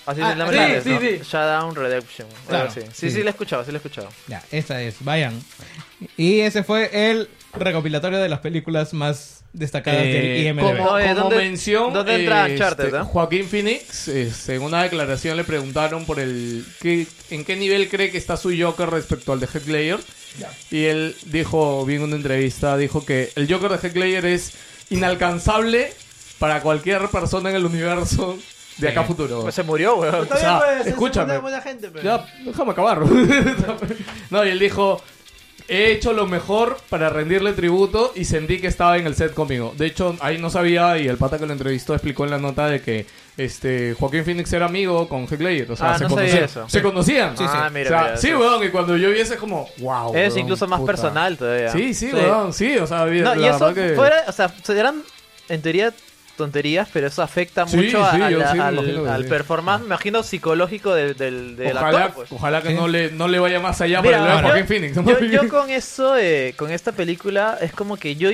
Así Ah, se llama sí, el nombre, sí, ¿no? sí. Shutdown Redemption. algo Claro, así. sí. sí. sí, sí, lo he escuchado, sí lo he escuchado. Ya, esa es, vayan. Y ese fue el recopilatorio de las películas más destacadas Eh, del IMDb. como, Oye, como ¿dónde- mención, dónde entra eh, Uncharted, este, eh? Joaquín Phoenix, este, en una declaración le preguntaron por el qué- en qué nivel cree que está su Joker respecto al de Heath Ledger. Y él dijo, vi en una entrevista, dijo que el Joker de Heath Ledger es inalcanzable para cualquier persona en el universo de acá a futuro. Pues se murió, weón. Está bien, O sea, pues, es escúchame. una buena gente, pero- Ya, déjame acabar. no, y él dijo, he hecho lo mejor para rendirle tributo y sentí que estaba en el set conmigo. De hecho, ahí no sabía y el pata que lo entrevistó explicó en la nota de que este Joaquín Phoenix era amigo con Heath Ledger. O sea, Ah, se no sabía conocían. eso. Se conocían. Ah, sí, sí. mira, O sea, mira, sí, sí. weón, y cuando yo vi ese es como, wow. Es weón, incluso más puta". personal todavía. Sí, sí, weón, sí, o sea, No, la y verdad eso que... fuera, o sea, serán en teoría tonterías, pero eso afecta Sí, mucho a- sí, a yo la- sí me al, imagino que al sí. performance, me imagino, psicológico del, del, del Ojalá, actor. pues. ojalá que no, le, no le vaya más allá Mira, para el ahora, Joaquín Phoenix. ¿no? Yo, yo con eso, eh, con esta película, es como que yo.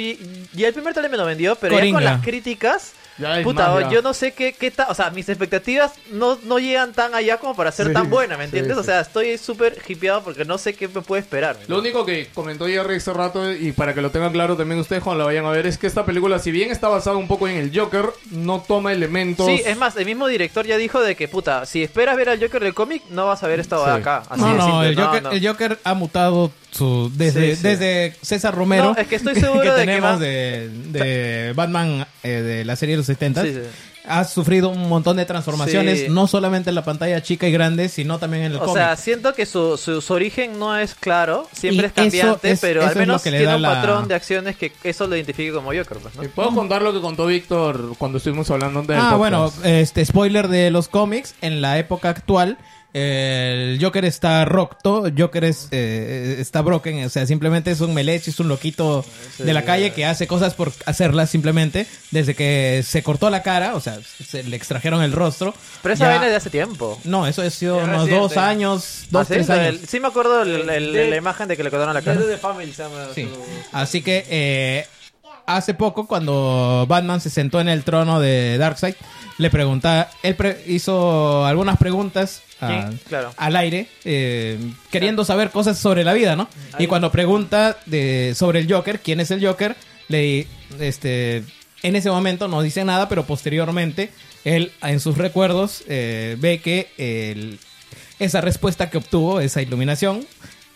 Ya el primer trailer me lo vendió, pero ya con Coringa. las críticas. Ya es Puta, más, ya. yo no sé qué, qué tal. O sea, mis expectativas no, no llegan tan allá como para ser Sí, tan buenas, ¿me sí, entiendes? O sí. sea, estoy súper hipeado porque no sé qué me puede esperar. ¿me Lo único que comentó Jerry hace rato, y para que lo tengan claro también ustedes cuando la vayan a ver, es que esta película, si bien está basada un poco en el Joker, no toma elementos. Sí, es más, el mismo director ya dijo de que, puta, si esperas ver al Joker del cómic, no vas a ver esta de Sí. acá. Así no, de no, simple. el Joker, no. el Joker ha mutado su, desde, Sí, sí. desde César Romero. No, es que estoy seguro de que tenemos va- de, de Batman eh, de la serie de los 70 Sí, sí. ha sufrido un montón de transformaciones, Sí. no solamente en la pantalla chica y grande, sino también en el O cómic. sea, siento que su, su, su origen no es claro, siempre Y es cambiante, eso es- pero eso al es lo menos que le tiene da un la- Eh, patrón de acciones que eso lo identifique como Joker, pues, ¿no? ¿Te Eh, ¿Puedo contar lo que contó Víctor cuando estuvimos hablando antes del Ah, podcast? bueno, este spoiler de los cómics, en la época actual el Joker está roto, Joker es, eh, está broken, o sea, simplemente es un melech, es un loquito de la calle que hace cosas por hacerlas simplemente, desde que se cortó la cara, o sea, se le extrajeron el rostro. Pero esa ya- vaina es de hace tiempo. No, eso ha sido Es unos reciente. dos años, dos, Ah, ¿sí? tres Lo años. del- sí me acuerdo el- el- De- la imagen de que le cortaron la Ya cara. es de Family, se llama. Sí. Ah. su- Así que eh, hace poco cuando Batman se sentó en el trono de Darkseid, le preguntaba, él pre- hizo algunas preguntas a- Sí, claro. al aire, eh, queriendo saber cosas sobre la vida, ¿no? Y cuando pregunta de, sobre el Joker, quién es el Joker, le este en ese momento no dice nada, pero posteriormente él en sus recuerdos eh, ve que el- esa respuesta que obtuvo, esa iluminación,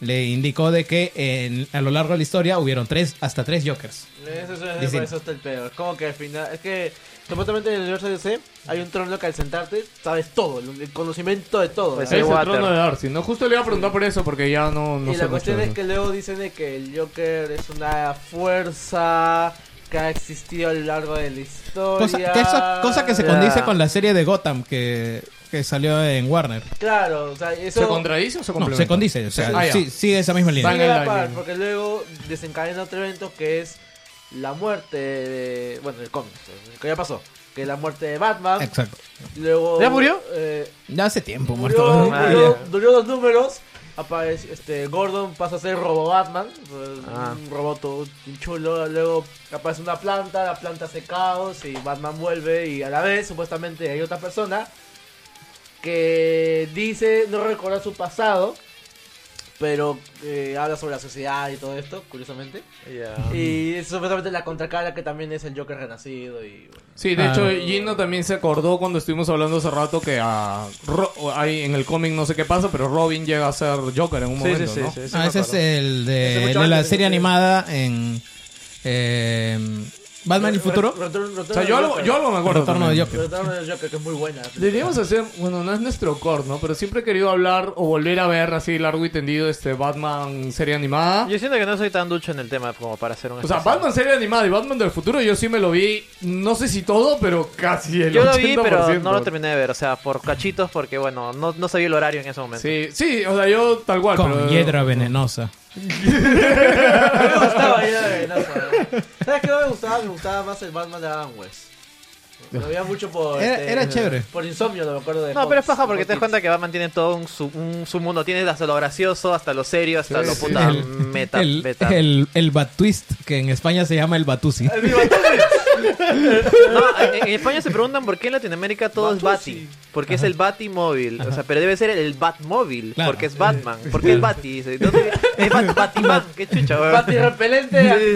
le indicó de que en- a lo largo de la historia hubieron tres, hasta tres Jokers. Eso, eso, eso, Dicen. eso está el peor. Como que al final. Es que. Completamente en el universo de DC hay un trono que al sentarte sabes todo, el, el conocimiento de todo. Pues ¿no? Es el Water. trono de Darcy, ¿no? Justo le iba a preguntar por eso, porque ya no, no y sé la mucho cuestión de es eso. que luego dicen de que el Joker es una fuerza que ha existido a lo largo de la historia. Cosa que, eso- cosa que se Ya. condice con la serie de Gotham que, que salió en Warner. Claro, o sea, eso. ¿Se contradice o se No, complementa? se condice, o sea, Ah, ya. sí- sigue esa misma línea. Van en Sigue a la la par, línea. porque luego desencadena otro evento que es la muerte de. Bueno, el cómic, que ya pasó. Que es la muerte de Batman. Exacto. Luego, ¿Ya murió? eh, Ya hace tiempo, murió, muerto. Ah, murió, Madre. murió dos números. Aparece, este, Gordon pasa a ser Robo Batman. pues, Ah. Un robot todo chulo. Luego aparece una planta, la planta hace caos y Batman vuelve. Y a la vez, supuestamente, hay otra persona que dice no recordar su pasado. Pero eh, habla sobre la sociedad y todo esto, curiosamente. Ya. Y es supuestamente la contracara que también es el Joker renacido. Y bueno. Sí, de Claro. hecho, Gino también se acordó cuando estuvimos hablando hace rato que a Ro- hay en el cómic no sé qué pasa, pero Robin llega a ser Joker en un Sí, sí, momento, sí, ¿no? sí, sí, Ah, me ese es acuerdo. el de, Ese mucho de la antes, serie ese- animada en eh, Batman y futuro. Retorno- O sea, yo algo, yo algo me acuerdo. Retorno también. de Joker. Retorno del Joker, que es muy buena. Deberíamos hacer, bueno, no es nuestro core, ¿no? Pero siempre he querido hablar o volver a ver así largo y tendido este Batman serie animada. Yo siento que no soy tan ducho en el tema como para hacer un O sea, especial. Batman serie animada y Batman del futuro yo sí me lo vi, no sé si todo, pero casi el Yo 80%. lo vi, pero no lo terminé de ver, o sea, por cachitos, porque bueno, no, no sabía el horario en ese momento. Sí, sí, o sea, yo tal cual. Con pero- hiedra venenosa. A mí me gustaba ya de no, ¿Sabes qué me gustaba? Me gustaba más el Batman de Adam West. Lo veía mucho por. este, Era- era chévere. Por insomnio, no me acuerdo de. No, Fox, pero es paja porque Fox te das Kids. cuenta que Batman tiene todo un su, un su mundo. Tiene hasta lo gracioso, hasta lo serio, hasta Sí, lo sí. puta El- meta. El, beta. el, el Batwist, que en España se llama el Batusi. El Viva Batman. No, en, en España se preguntan por qué en Latinoamérica todo es Bati. Porque es el Batimóvil. O sea, pero debe ser el Batmóvil. Claro. Porque es Batman. Porque es Bati. Dice, ¿dónde- Es Bat- Batiman. Qué chucha, weón. Pati repelente Sí, a sí, sí.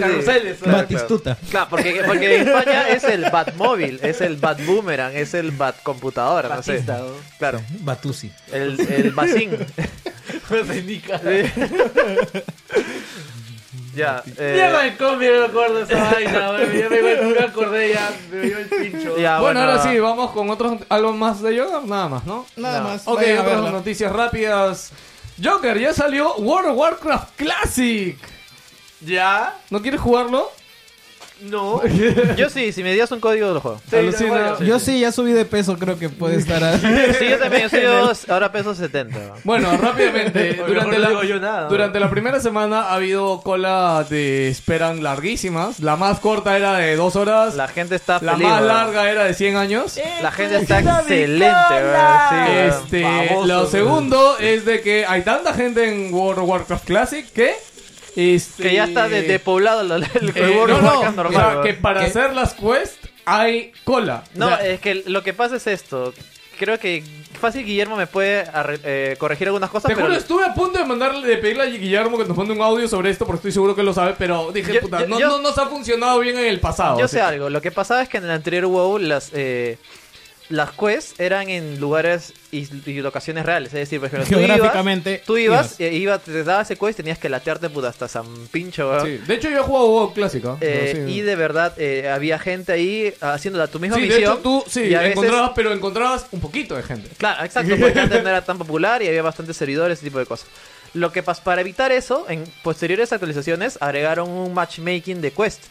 Claro, carruseles. claro. Batistuta. Claro, porque, porque en España es el Batmóvil, es el Batboomerang, es el Batcomputadora, no sé. Batista, ¿no? Claro, Batusi. el, el Basín. ya, eh, Mierda de combi, no me acuerdo de esa vaina, weón. Ya me, me acordé, ya me dio el pincho. ya, Bueno, ahora sí, vamos con otros algo más de Joker, nada más, ¿no? Nada No. más. Ok, vayan a otras verla. noticias rápidas. Joker, ya salió World of Warcraft Classic. ¿Ya? ¿No quieres jugarlo? No. Yo sí, si me das un código lo juego. Sí, Alucina. bueno, Yo sí, ya subí de peso, creo que puede estar. a- Sí, yo también, yo soy dos- ahora peso 70. weón. Bueno, rápidamente, Mejor durante, no la, digo yo nada. durante ¿eh? la primera semana ha habido cola de esperan larguísimas. La más corta era de dos horas. La, La gente está feliz. más weón. larga era de 100 años. La gente está excelente, weón. Sí, weón. Este, Baboso, lo weón. segundo es de que hay tanta gente en World of Warcraft Classic que... este, Que ya está de- despoblado el, el eh, juego no, no, normal. o sea, weón. que para Que- hacer las quests hay cola. No, O sea, es que lo que pasa es esto. Creo que fácil Guillermo me puede arre- eh, corregir algunas cosas, Te pero juro, estuve a punto de mandarle, de pedirle a Guillermo que nos mande un audio sobre esto, porque estoy seguro que lo sabe, pero dije, Yo- puta, yo- no, yo- no nos ha funcionado bien en el pasado. yo así sé que- algo. Lo que pasaba es que en el anterior WoW las eh, las quests eran en lugares y, y locaciones reales. Es decir, por ejemplo, tú ibas- Geográficamente, tú ibas, ibas. eh, iba- te daba ese quest y tenías que latearte puta hasta San Pincho, weón. Sí, De hecho, yo he jugado WoW clásico. Eh, pero sí. Y de verdad eh, había gente ahí haciendo la, tu misma Sí, de misión. hecho, tú sí, y a veces- encontrabas, pero encontrabas un poquito de gente. Claro, exacto, porque antes no era tan popular y había bastantes servidores, ese tipo de cosas. Lo que pas- para evitar eso, en posteriores actualizaciones agregaron un matchmaking de quest.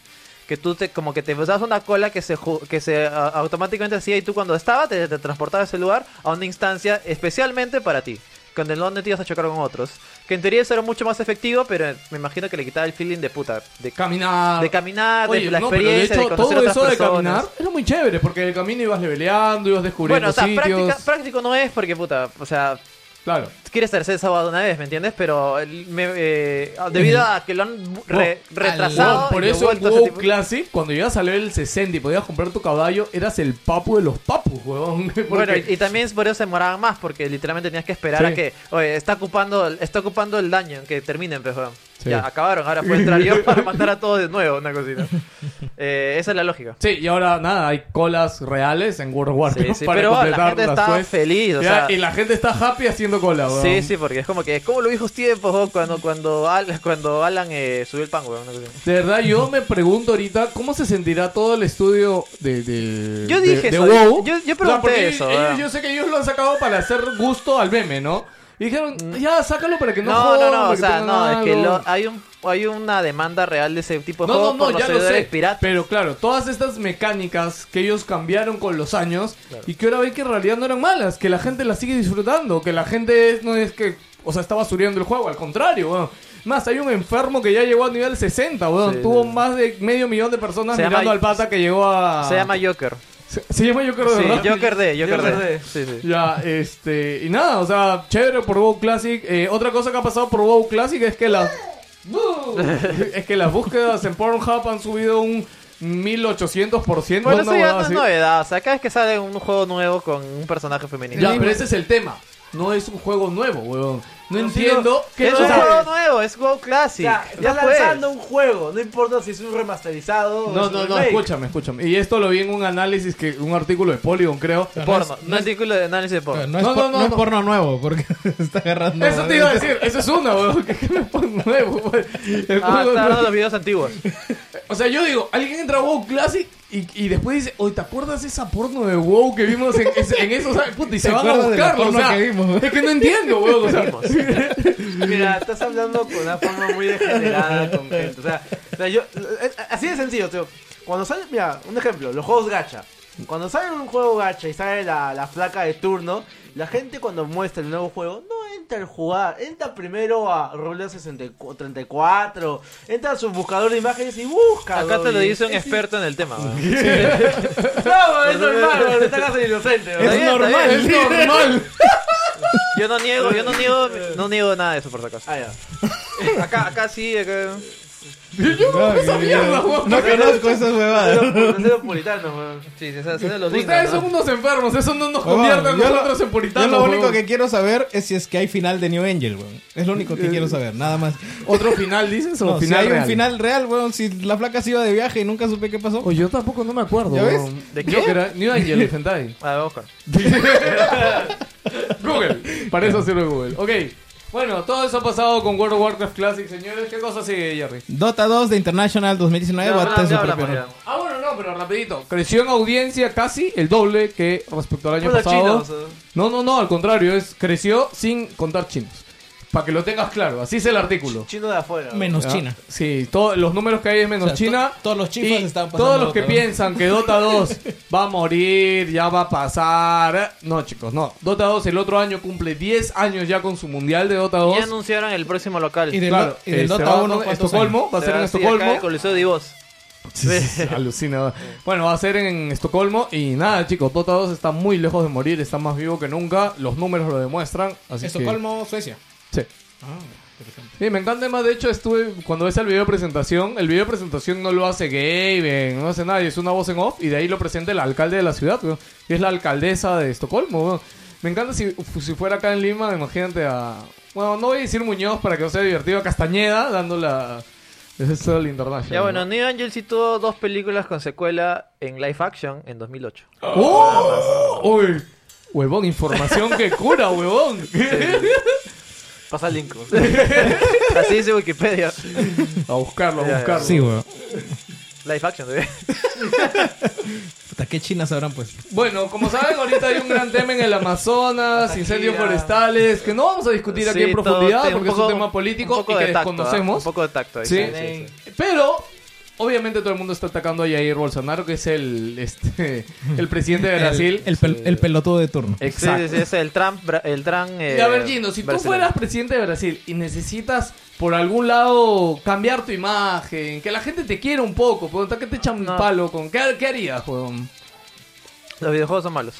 Que tú te, como que te das una cola que se, ju- que se a- automáticamente hacía y tú cuando estaba te, te transportabas a ese lugar a una instancia especialmente para ti. Con el donde te ibas a chocar con otros. Que en teoría eso era mucho más efectivo, pero me imagino que le quitaba el feeling de puta. De, Caminar. de caminar, de Oye, la no, pero de experiencia, hecho, de conocer todo otras eso de personas. caminar era muy chévere, porque en el camino ibas leveleando, ibas descubriendo Bueno, o sea, sitios. práctica- práctico no es porque puta, o sea, Claro. quieres tercer sábado una vez, ¿me entiendes? Pero el- me- eh, debido a que lo han bu- re- retrasado. Wow, por y de eso en vuelta ese WoW tipo- Classic, cuando llegas a level 60 y podías comprar tu caballo, eras el papu de los papus, huevón. Bueno, Porque- y, y también por eso se demoraban más, porque literalmente tenías que esperar Sí. a que, oye, está ocupando, está ocupando el daño, que terminen, pues, weón. Sí. Ya, acabaron, ahora puedo entrar yo para matar a todos de nuevo, una cosita. Eh, esa es la lógica. Sí, y ahora nada, hay colas reales en World of Warcraft Sí, sí, para pero la completar gente las está quests. feliz, o Ya, sea. Y la gente está happy haciendo cola, weón. Sí, sí, porque es como que es como los viejos tiempos, weón, cuando, cuando, Alan, cuando Alan eh, subió el pan, weón. una cosa así. De verdad, yo me pregunto ahorita cómo se sentirá todo el estudio de, de- Yo de- dije de eso, WoW. yo- yo O sea, pregunté porque eso, ellos- ¿verdad? yo sé que ellos lo han sacado para hacer gusto al meme, ¿no? Y dijeron, ya, sácalo para que no Mm. No, jodan, no, no, para o que sea, tengan no, es que algo". lo- hay, un, hay una demanda real de ese tipo de No, juegos no, por no, los ya lo sé. servidores piratas. Pero claro, todas estas mecánicas que ellos cambiaron con los años y que ahora ven que en realidad no eran malas, que la gente las sigue disfrutando, que la gente es- no es que, o sea, estaba subiendo el juego, al contrario, weón. Más, hay un enfermo que ya llegó a nivel 60, weón. Sí, Tuvo sí. más de medio millón de personas Se llama- mirando al pata que llegó a. Se llama Joker. Se, se llama Ah, Joker de Sí, verdad. Joker D, Joker, Joker D. D. Sí, sí. Ya, este. Y nada, o sea, chévere por WoW Classic. Eh, otra cosa que ha pasado por WoW Classic es que las. es que las búsquedas en Pornhub han subido un 1800%. una Bueno, eso ya huevada no es así. novedad. O sea, cada vez que sale un juego nuevo con un personaje femenino. Ya, pero ese es el tema. No es un juego nuevo, huevón. No No, entiendo. sí, qué es no un sabes. juego nuevo, es WoW O Classic. sea, ya estás fue. lanzando un juego, no importa si es un remasterizado. o No, es no, un no, remake. escúchame, escúchame. Y esto lo vi en un análisis, que un artículo de Polygon, creo. Porno, no es artículo de análisis de porno. No es, No, por- no, no, no es no. porno nuevo, porque está agarrando. Eso te iba a decir, eso es una, huevón. Que es porno nuevo, pues. El Ah, juego está nuevo. hablando de los videos antiguos. O sea, yo digo, alguien entra a WoW Classic y, y después dice, oye, ¿te acuerdas esa porno de WoW que vimos en, es- en esos años? Puta, y se ¿Te van a acuerdas de la buscarlo, o porno sea, que vimos? es que no entiendo, weón, o sea, Mira, estás hablando con una forma muy degenerada con gente. O sea, o sea, yo, es- así de sencillo, tío. Cuando sale, mira, un ejemplo, los juegos gacha. Cuando sale un juego gacha y sale la, la flaca de turno, la gente cuando muestra el nuevo juego no entra a jugar, entra primero a Roller 64, 34, entra a su buscador de imágenes y busca. Acá te lo weón. dice un experto en el tema. weón. No, es normal, weón, está casi inocente. weón. Está bien, está bien. es normal. Yo no niego, yo no niego, no niego nada de eso por si acaso. Eh, Ah, ya. Acá, acá sí, acá. Yo, yo No, esa que- mierda, weón. no conozco esas huevadas. Los- los napolitanos, weón. Sí, se hace de los Ustedes lindos, son ¿no? unos enfermos, eso no nos Huevón, convierte a yo lo- nosotros en puritanos. Yo lo único weón. que quiero saber es si es que hay final de New Angel, weón. Es lo único que quiero saber, nada más. ¿Otro final dices o No, si Eh, final hay real? un final real, weón, si la flaca se iba de viaje y nunca supe qué pasó. Oye, yo tampoco no me acuerdo, ¿Ya ves? weón. ¿De Creo qué? que era New Angel, el hentai. A ver, Oscar. Este Google. Para eso sirve Google. Ok. Bueno, todo eso ha pasado con World of Warcraft Classic, señores. ¿Qué cosa sigue, Jerry? Dota 2 de International 2019, Ya, bate ya su hablamos, propio ya. nombre. Ah, bueno, no, pero rapidito. Creció en audiencia casi el doble que respecto al año Puros pasado. chinos, eh. No, no, no, al contrario. es Creció sin contar chinos. Para que lo tengas claro. Así es el artículo. Chino de afuera. weón. Menos ¿Ya? Pues China. Ah, Sí, todos los números que hay es menos O sea, to- China. todos los chifas Y están pasando Todos los que Dota, ¿no? piensan que Dota 2 va a morir, ya va a pasar. No, chicos, no. Dota 2 el otro año cumple 10 años ya con su mundial de Dota 2. Ya anunciaron el próximo local. Y del, Claro, y del eh, se Dota va a- 1, en ¿cuántos Estocolmo, va a Se ser en va así, acá Estocolmo. El Coliseo de Divos. Alucinador. Bueno, va a ser en Estocolmo y nada, chicos, Dota 2 está muy lejos de morir, está más vivo que nunca, los números lo demuestran, años? así Estocolmo, Suecia. que sí. Sí, me encanta más, de hecho estuve cuando ves el video de presentación, el video de presentación no lo hace Gaben, no hace nadie, es una voz en off y de ahí lo presenta el alcalde de la ciudad, weón, y es la alcaldesa de Estocolmo. weón. Me encanta si, fu- si fuera acá en Lima, imagínate a... Bueno, no voy a decir Muñoz para que no sea divertido, a Castañeda dando la... Ese es el international. Ya bueno, ¿no? New Angel sí tuvo dos películas con secuela en live action en 2008. ¡Oh! Uy, huevón, información que cura, huevón. Pasa el link. weón. Así dice Wikipedia. A buscarlo, a Ya, buscarlo. Sí, weón. Live action, ¿no? Puta, ¿qué chinas habrán pues? Bueno, como saben, ahorita hay un gran tema en el Amazonas, Hasta incendios aquí ya. forestales, que no vamos a discutir aquí Sí, en todo- profundidad sí, un porque poco- es un tema político un poco y que de tacto, ¿ah? desconocemos. Un poco de tacto ahí. Sí. Sí, sí, sí. Pero, obviamente todo el mundo está atacando a Jair Bolsonaro, que es el, este, el presidente de Brasil. El, el pel- el pelotudo de turno. Sí, sí, sí, es el Trump, bra- el Trump. eh, Y a ver, Gino, si tú brasileño. fueras presidente de Brasil y necesitas por algún lado cambiar tu imagen, que la gente te quiera un poco, pues, que te echan un No. palo con. ¿Qué, qué harías, weón? Los videojuegos son malos.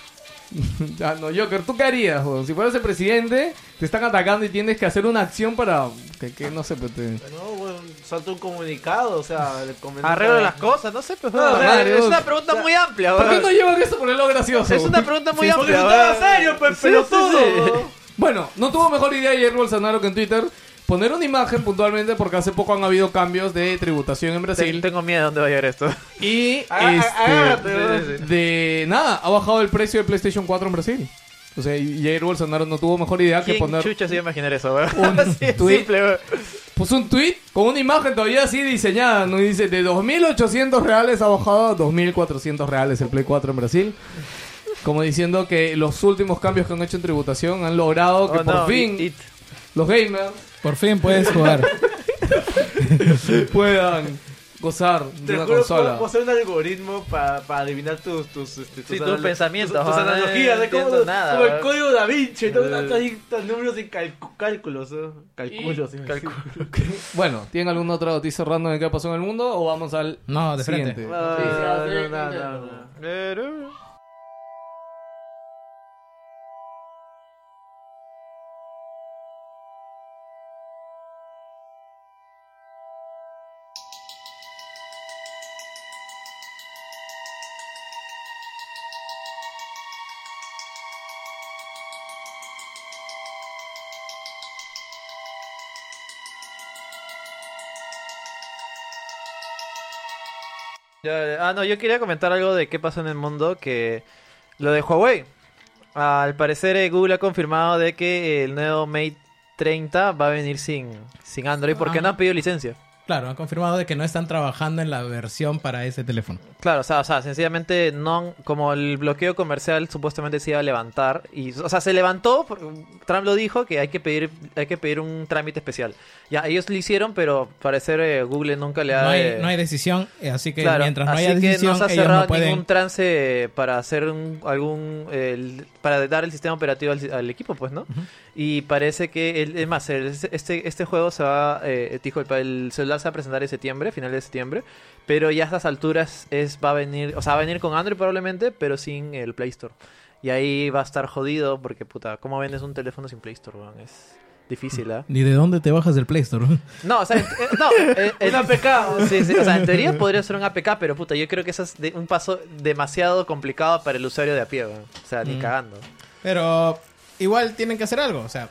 Ah, no, Joker, ¿tú qué harías, weón? Si fueras el presidente, te están atacando y tienes que hacer una acción para. que, que no sé, pues, te- No, weón, salta un comunicado, o sea, le comenta- Arreglo las cosas, no sé, pues, No, o sea, madre, es vos- una pregunta muy amplia, ¿Por qué weón. no llevan esto por el lado gracioso? Es una pregunta muy Porque amplia. no estaba weón. serio, pues, Sí, sí, pelotudo. sí. weón. Bueno, no tuvo mejor idea ayer Bolsonaro que en Twitter poner una imagen puntualmente porque hace poco han habido cambios de tributación en Te- Brasil. Tengo miedo de dónde va a llegar esto. Y Ah, este, ah, agárrate, weón. Sí, sí, sí. de nada, ha bajado el precio de PlayStation 4 en Brasil. O sea, y Jair Bolsonaro no tuvo mejor idea que ¿Quién poner chucha se iba a imaginar eso, weón? Un Así de tuit. simple, weón. puso un tweet con una imagen todavía así diseñada, no Y dice de 2800 reales ha bajado a 2400 reales el Play 4 en Brasil. Como diciendo que los últimos cambios que han hecho en tributación han logrado que Oh, por no, fin it- it. los gamers Por fin puedes jugar. puedan gozar de Te una juro, consola. puedo hacer un algoritmo para adivinar tus tus, este, Sí, tus anal- pensamientos, tus, tus ah, no analogías, de cómo, entiendo nada, como el weón. código da Vinci, todos Eh. tantos ahí, tantos números y calcu- cálculos, ¿eh? calculos, iba a decir. Bueno, ¿tienen alguna otra noticia random de qué pasó en el mundo o vamos al No, de frente. siguiente? Ah, no, no, no, no. Ya, ya. Ah, no, yo quería comentar algo de qué pasó en el mundo, que lo de Huawei. Al parecer eh, Google ha confirmado de que el nuevo Mate 30 va a venir sin, sin Android porque no han pedido licencia. Claro, han confirmado de que no están trabajando en la versión para ese teléfono. Claro, o sea, o sea, sencillamente no, como el bloqueo comercial supuestamente se iba a levantar y, o sea, se levantó. por- Trump lo dijo que hay que pedir, hay que pedir un trámite especial. Ya ellos lo hicieron, pero parecer eh, Google nunca le ha. No eh, hay, no hay decisión, eh, así que claro, mientras no así haya que decisión, no se ha ellos cerrado no pueden... ningún trance eh, para hacer un- algún, eh, el- para dar el sistema operativo al, al equipo, pues, ¿no? Y parece que, el, es más, el- este, este juego se va, eh, dijo, el, el celular se va a presentar en septiembre, finales de septiembre, pero ya a estas alturas es, va a venir, o sea, va a venir con Android probablemente, pero sin el Play Store. Y ahí va a estar jodido porque, puta, ¿cómo vendes un teléfono sin Play Store, weón? Es difícil, ¿ah? Ni de dónde te bajas del Play Store. No, o sea, en- eh, no, eh, el APK. Sí, sí, o sea, en teoría podría ser un APK, pero puta, yo creo que eso es de- un paso demasiado complicado para el usuario de a pie, weón. O sea, ni cagando. Pero igual tienen que hacer algo, o sea,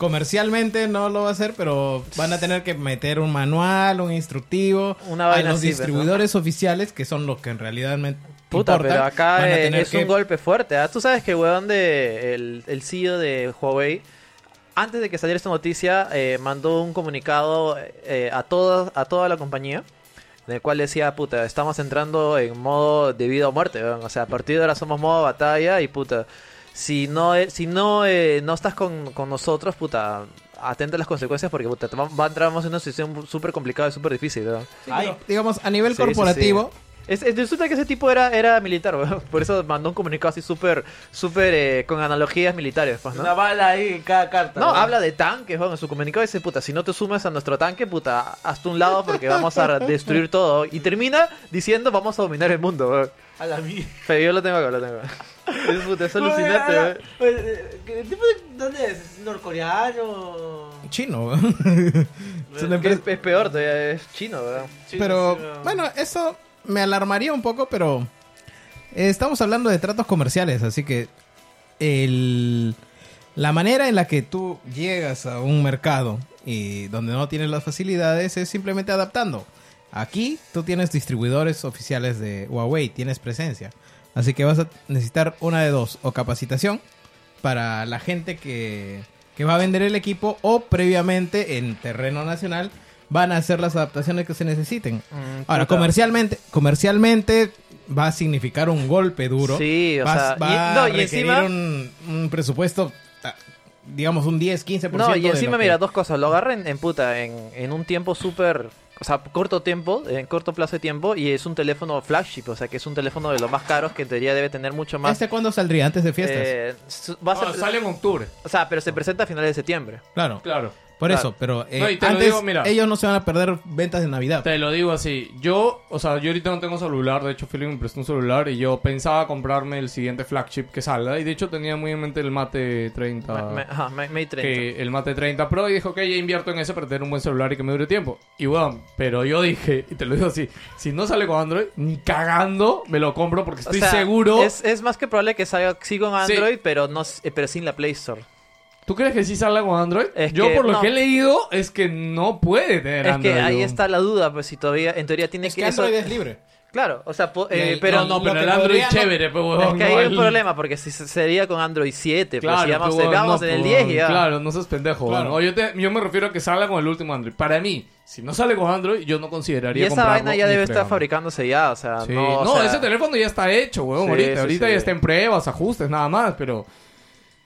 comercialmente no lo va a hacer, pero van a tener que meter un manual, un instructivo Una a vaina los así, ¿verdad? distribuidores oficiales que son los que en realidad me Puta, importan, pero acá van a eh, tener es que- un golpe fuerte. ¿ah? Tú sabes que el weón de el, el CEO de Huawei, antes de que saliera esta noticia, eh, mandó un comunicado eh, a toda, a toda la compañía. En el cual decía, puta, estamos entrando en modo de vida o muerte, weón. O sea, a partir de ahora somos modo batalla y puta. Si no, eh, si no, eh, no estás con, con nosotros, puta, atenta a las consecuencias porque puta, te va, va- entramos en una situación súper complicada y súper difícil, weón. Ay, digamos a nivel Sí, sí, corporativo, Es, es- resulta que ese tipo era, era militar, weón. Por eso mandó un comunicado así súper, súper, eh, con analogías militares, pues, ¿no? Una bala ahí en cada carta. No, weón. habla de tanques, weón. En su comunicado dice, puta, si no te sumas a nuestro tanque, puta, hazte un lado porque vamos a destruir todo. Y termina diciendo, vamos a dominar el mundo, weón. A la mierda. Pero yo lo tengo acá, lo tengo acá. Es, puta, es alucinante, Oye, weón. ahora, pues, eh, ¿El tipo de dónde es? ¿Es norcoreano? chino. Es una Que empresa- Es, es peor todavía, es chino, weón. Sí, pero sí, no. bueno, eso me alarmaría un poco, pero eh, estamos hablando de tratos comerciales, así que el, la manera en la que tú llegas a un mercado y donde no tienes las facilidades es simplemente adaptando. Aquí tú tienes distribuidores oficiales de Huawei, tienes presencia, así que vas a necesitar una de dos, o capacitación para la gente que, que va a vender el equipo o previamente en terreno nacional van a hacer las adaptaciones que se Mm, necesiten. Ahora, puta. comercialmente, comercialmente va a significar un golpe duro. Sí, o Vas- sea, va y- a no, y requerir encima- un, un presupuesto, ah, digamos, un 10, 15%. No, de y lo encima, que- mira, dos cosas. Lo agarran en, en puta, en, en un tiempo súper. O sea, corto tiempo, en corto plazo de tiempo. Y es un teléfono flagship, o sea, que es un teléfono de los más caros que en teoría debe tener mucho más. ¿Este cuándo saldría? Antes de fiestas. eh, su- va a ser- No, Ah, sale en octubre. O sea, pero se presenta a finales de septiembre. claro, Claro. por claro. eso. Pero eh, No, y te lo antes digo, mira. ellos no se van a perder ventas de Navidad. Te lo digo así. Yo, o sea, yo ahorita no tengo celular. De hecho, Philip me prestó un celular y yo pensaba comprarme el siguiente flagship que salga. Y de hecho, tenía muy en mente el Mate 30. Ma- ma- ajá, ma- May 30. Ah. que el Mate 30 Pro y dijo que ya invierto en ese para tener un buen celular y que me dure tiempo. Y bueno, pero yo dije, y te lo digo así, si no sale con Android, ni cagando me lo compro porque O estoy sea, seguro. Es, es más que probable que salga sí con Sí. Android, pero no s- eh, pero sin la Play Store. ¿Tú crees que sí salga con Android? Es yo que por lo no. que he leído es que no puede tener es Android. que ahí weón. está la duda, pues si todavía, en teoría tiene es que eso- Android es libre. Claro, o sea, po- Y eh, ahí- pero no, no, lo pero que el Android podría es no- chévere, pues, Es weón, que ahí no, hay un el- problema, porque si se- sería con Android 7, pues si ya vamos, pues, weón, vamos no, en el pues, 10 ya. Claro, no seas pendejo. Claro. weón. No, yo, te- yo me refiero a que salga con el último Android. Para mí, si no sale con Android, yo no y consideraría esa comprarlo vaina ya ni debe estar fregando. fabricándose ya, o sea, Sí. no, No, o sea, ese teléfono ya está hecho, weón. Sí, ahorita sí, ahorita sí. ya está en pruebas, ajustes, nada más, pero...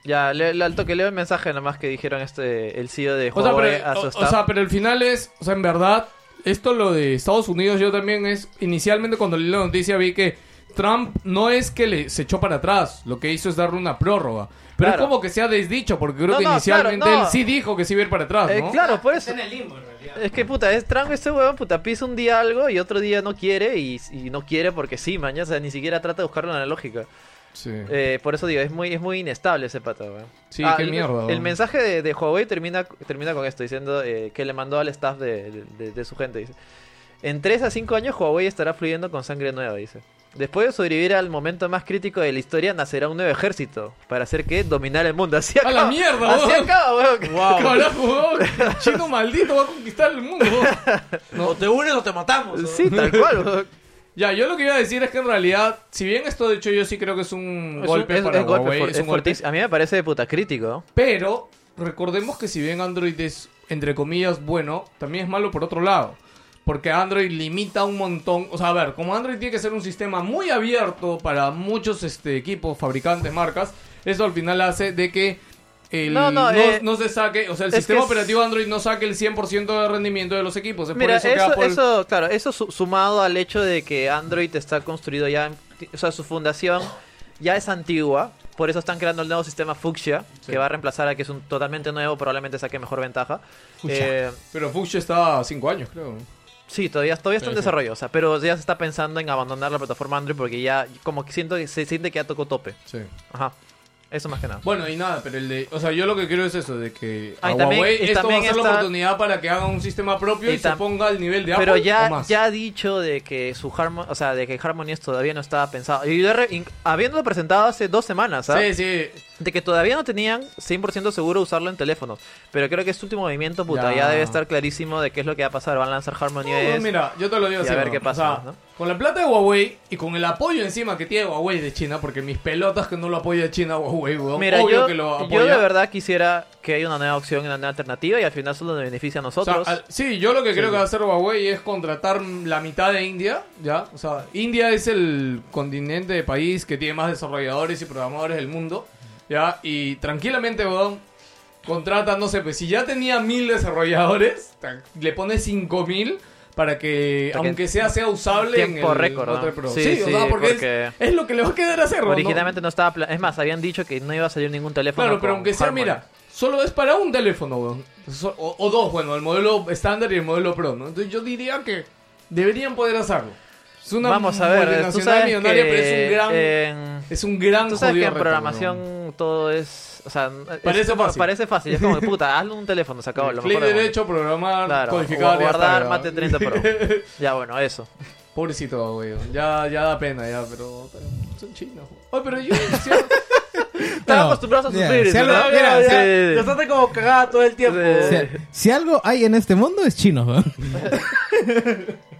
Ya, le, le- al toque leo el mensaje nomás que dijeron este el CEO de O sea, Huawei pero, a su o- o staff. sea, pero el final es... O sea, en verdad, esto lo de Estados Unidos yo también es... Inicialmente cuando leí la noticia vi que Trump no es que le, se echó para atrás. Lo que hizo es darle una prórroga. Pero Claro. es como que se ha desdicho, porque creo No, que no, inicialmente claro, no. él sí dijo que se iba a ir para atrás, Eh, ¿no? claro, por eso. Es que puta, es tranco este huevón, puta, pisa un día algo y otro día no quiere y, y no quiere porque sí, mañana, o sea, ni siquiera trata de buscarlo en la lógica. Sí. Eh, por eso digo, es muy, es muy inestable ese pata, weón. Sí, qué el, mierda, El weón. mensaje de, de Huawei termina, termina con esto, diciendo eh, que le mandó al staff de, de- de su gente, dice. En 3 a 5 años Huawei estará fluyendo con sangre nueva, dice. Después de sobrevivir al momento más crítico de la historia, nacerá un nuevo ejército. ¿Para hacer qué? Dominar el mundo. Así ¡A acaba. la mierda, Así weón! acaba, weón. Carajo, weón. Chino maldito va a conquistar el mundo. O te unes o te matamos. ¿no? Sí, tal cual, weón. Ya, yo lo que iba a decir es que en realidad, si bien esto de hecho yo sí creo que es un Es un- golpe es- para es golpe Huawei, fu- es es un golpe, fuertísimo. A mí me parece de puta crítico. pero recordemos que si bien Android es entre comillas bueno, también es malo por otro lado. porque Android limita un montón. O sea, a ver, como Android tiene que ser un sistema muy abierto para muchos este, equipos, fabricantes, marcas, eso al final hace de que el- No, no, no, eh, no se saque, o sea, el es que sistema es- operativo Android no saque el 100% de rendimiento de los equipos. Es Mira, por eso, eso, que Apple... eso, claro, eso su- sumado al hecho de que Android está construido ya, en- o sea, su fundación ya es antigua, por eso están creando el nuevo sistema Fuchsia, que va a reemplazar a que es un totalmente nuevo, probablemente saque mejor ventaja. Eh, Pero Fuchsia está a 5 años, creo. sí, todavía, todavía está Sí, en sí. desarrollo, o sea, pero ya se está pensando en abandonar la plataforma Android porque ya, como que siento que se siente que ya tocó tope. Sí. Ajá, eso más que nada. Bueno, y nada, pero el de. O sea, yo lo que quiero es eso, de que Ah, y a también- Huawei y esto va a también ser la está- oportunidad para que haga un sistema propio Y y, se tam- ponga al nivel de Apple. Pero o ya, más. ya ha dicho de que su Harmon, o sea, de que Harmonious todavía no estaba pensado. Y yo re- in- habiéndolo presentado hace dos semanas, ¿ah? Sí, sí. De que todavía no tenían 100% seguro usarlo en teléfono. Pero creo que este último movimiento, puta, ya, Ya. debe estar clarísimo de qué es lo que va a pasar. Van a lanzar Harmonious. No, mira, yo te lo digo y a así, ver ¿no? qué O pasa, sea, ¿no? Con la plata de Huawei y con el apoyo encima que tiene Huawei de China, porque mis pelotas que no lo apoya China, Huawei, weón. Mira, obvio yo, que lo yo apoya. de verdad quisiera que haya una nueva opción, una nueva alternativa y al final solo nos beneficia a O sea, nosotros. al- sí, yo lo que creo que va a hacer Huawei es contratar la mitad de India, ¿ya? O sea, India es el continente de país que tiene más desarrolladores y programadores del mundo, ¿ya? Y tranquilamente, weón, contrata, no sé, pues si ya tenía mil desarrolladores, ta- le pone cinco mil para que, Para que aunque sea, sea usable en el tiempo récord, ¿no? otro pro. Sí, Sí, o sí, sea, porque, es- porque- Es, lo que le va a quedar a hacer, weón, ¿no? Originalmente no, estaba. pla- Es más, habían dicho que no iba a salir ningún teléfono. Claro, pero con aunque sea, Harmony. mira, solo es para un teléfono, weón. So- o, o dos, bueno, el modelo estándar y el modelo pro, ¿no? Entonces yo diría que deberían poder hacerlo. Es una Vamos a ver, tú multinacional sabes millonaria, que pero es un gran, en- es un gran Tú sabes que jodido en reto, weón. programación todo es. O sea, es- Parece fácil. Parece fácil. Es como, puta, hazlo en un teléfono, se acabó. Lo Clic mejor del mundo. derecho, programar, Claro, codificar, gu- ya está, guardar, ya. mate 30 pro. Ya bueno, eso. Pobrecito, weón. Ya, ya da pena, ya, pero son chinos. weón. Ay, pero yo... sí, Estaba acostumbrado a mira, sufrir. si algo- ¿no? mira, Sí. si Ya estás como cagada todo el tiempo. Sí. Si, si algo hay en este mundo es chino, weón.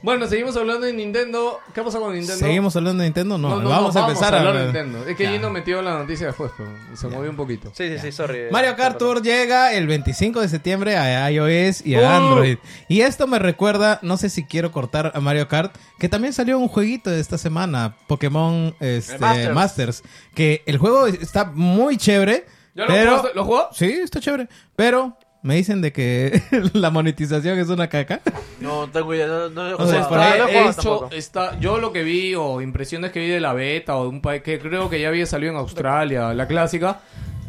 bueno, seguimos hablando de Nintendo. ¿Qué ha pasado con Nintendo? ¿Seguimos hablando de Nintendo? No, vamos, a empezar hablar de a Nintendo. Es que Ya. Gino metió la noticia después, pero se movió un poquito. Sí, sí, sí, sorry. eh, Mario Kart Tour llega el 25 de septiembre a iOS y a Android. Y esto me recuerda, no sé si quiero cortar a Mario Kart, que también salió un jueguito de esta semana, Pokémon este, Masters. Masters. que el juego está muy chévere, ¿Ya lo pero jugaste? ¿Lo jugó? sí, está chévere, pero me dicen de que la monetización es una caca. No tengo idea. No, no, O sea, no, por no, ahí- no, Está lo he jugado hecho- tampoco. está- yo lo que vi o impresiones que vi de la beta o de un país que creo que ya había salido en Australia, la clásica,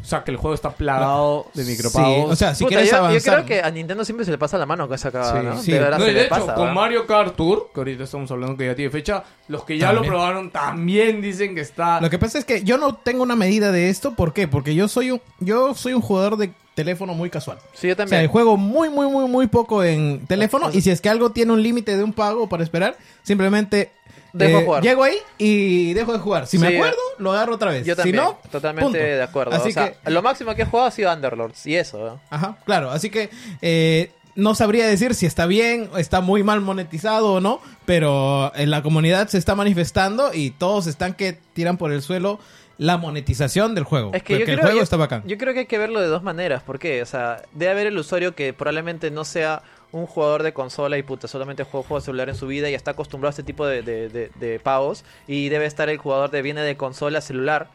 o sea que el juego está plagado de micropagos. Sí, o sea, si Puta, quieres yo, yo avanzar, creo que a Nintendo siempre se le pasa la mano con esa cagada, Sí, ¿no? sí. De verdad No, se y le de hecho, pasa. con ¿no? Mario Kart Tour, que ahorita estamos hablando que ya tiene fecha, los que ya lo También. probaron también dicen que está... Lo que pasa es que yo no tengo una medida de esto, ¿por qué? Porque yo soy un, yo soy un jugador de teléfono muy casual. Sí, yo O sea, también. juego muy, muy, muy, muy poco en teléfono. Y si es que algo tiene un límite de un pago para esperar, simplemente eh, Dejo de jugar. llego ahí y dejo de jugar. Si Sí, me acuerdo, lo agarro otra vez. yo también, Si no, totalmente punto. de acuerdo. Así o sea, que, lo máximo que he jugado ha sido Underlords, y eso. ¿no? ajá, claro. Así que eh, no sabría decir si está bien, o está muy mal monetizado o no. Pero en la comunidad se está manifestando y todos están que tiran por el suelo la monetización del juego. Es que yo porque creo, el juego yo- está bacán. Yo creo que hay que verlo de dos maneras. ¿Por qué? O sea, debe haber el usuario que probablemente no sea un jugador de consola y puta, solamente juega juegos de celular en su vida y está acostumbrado a este tipo de, de, de- de pagos. Y debe estar el jugador de viene de consola a celular.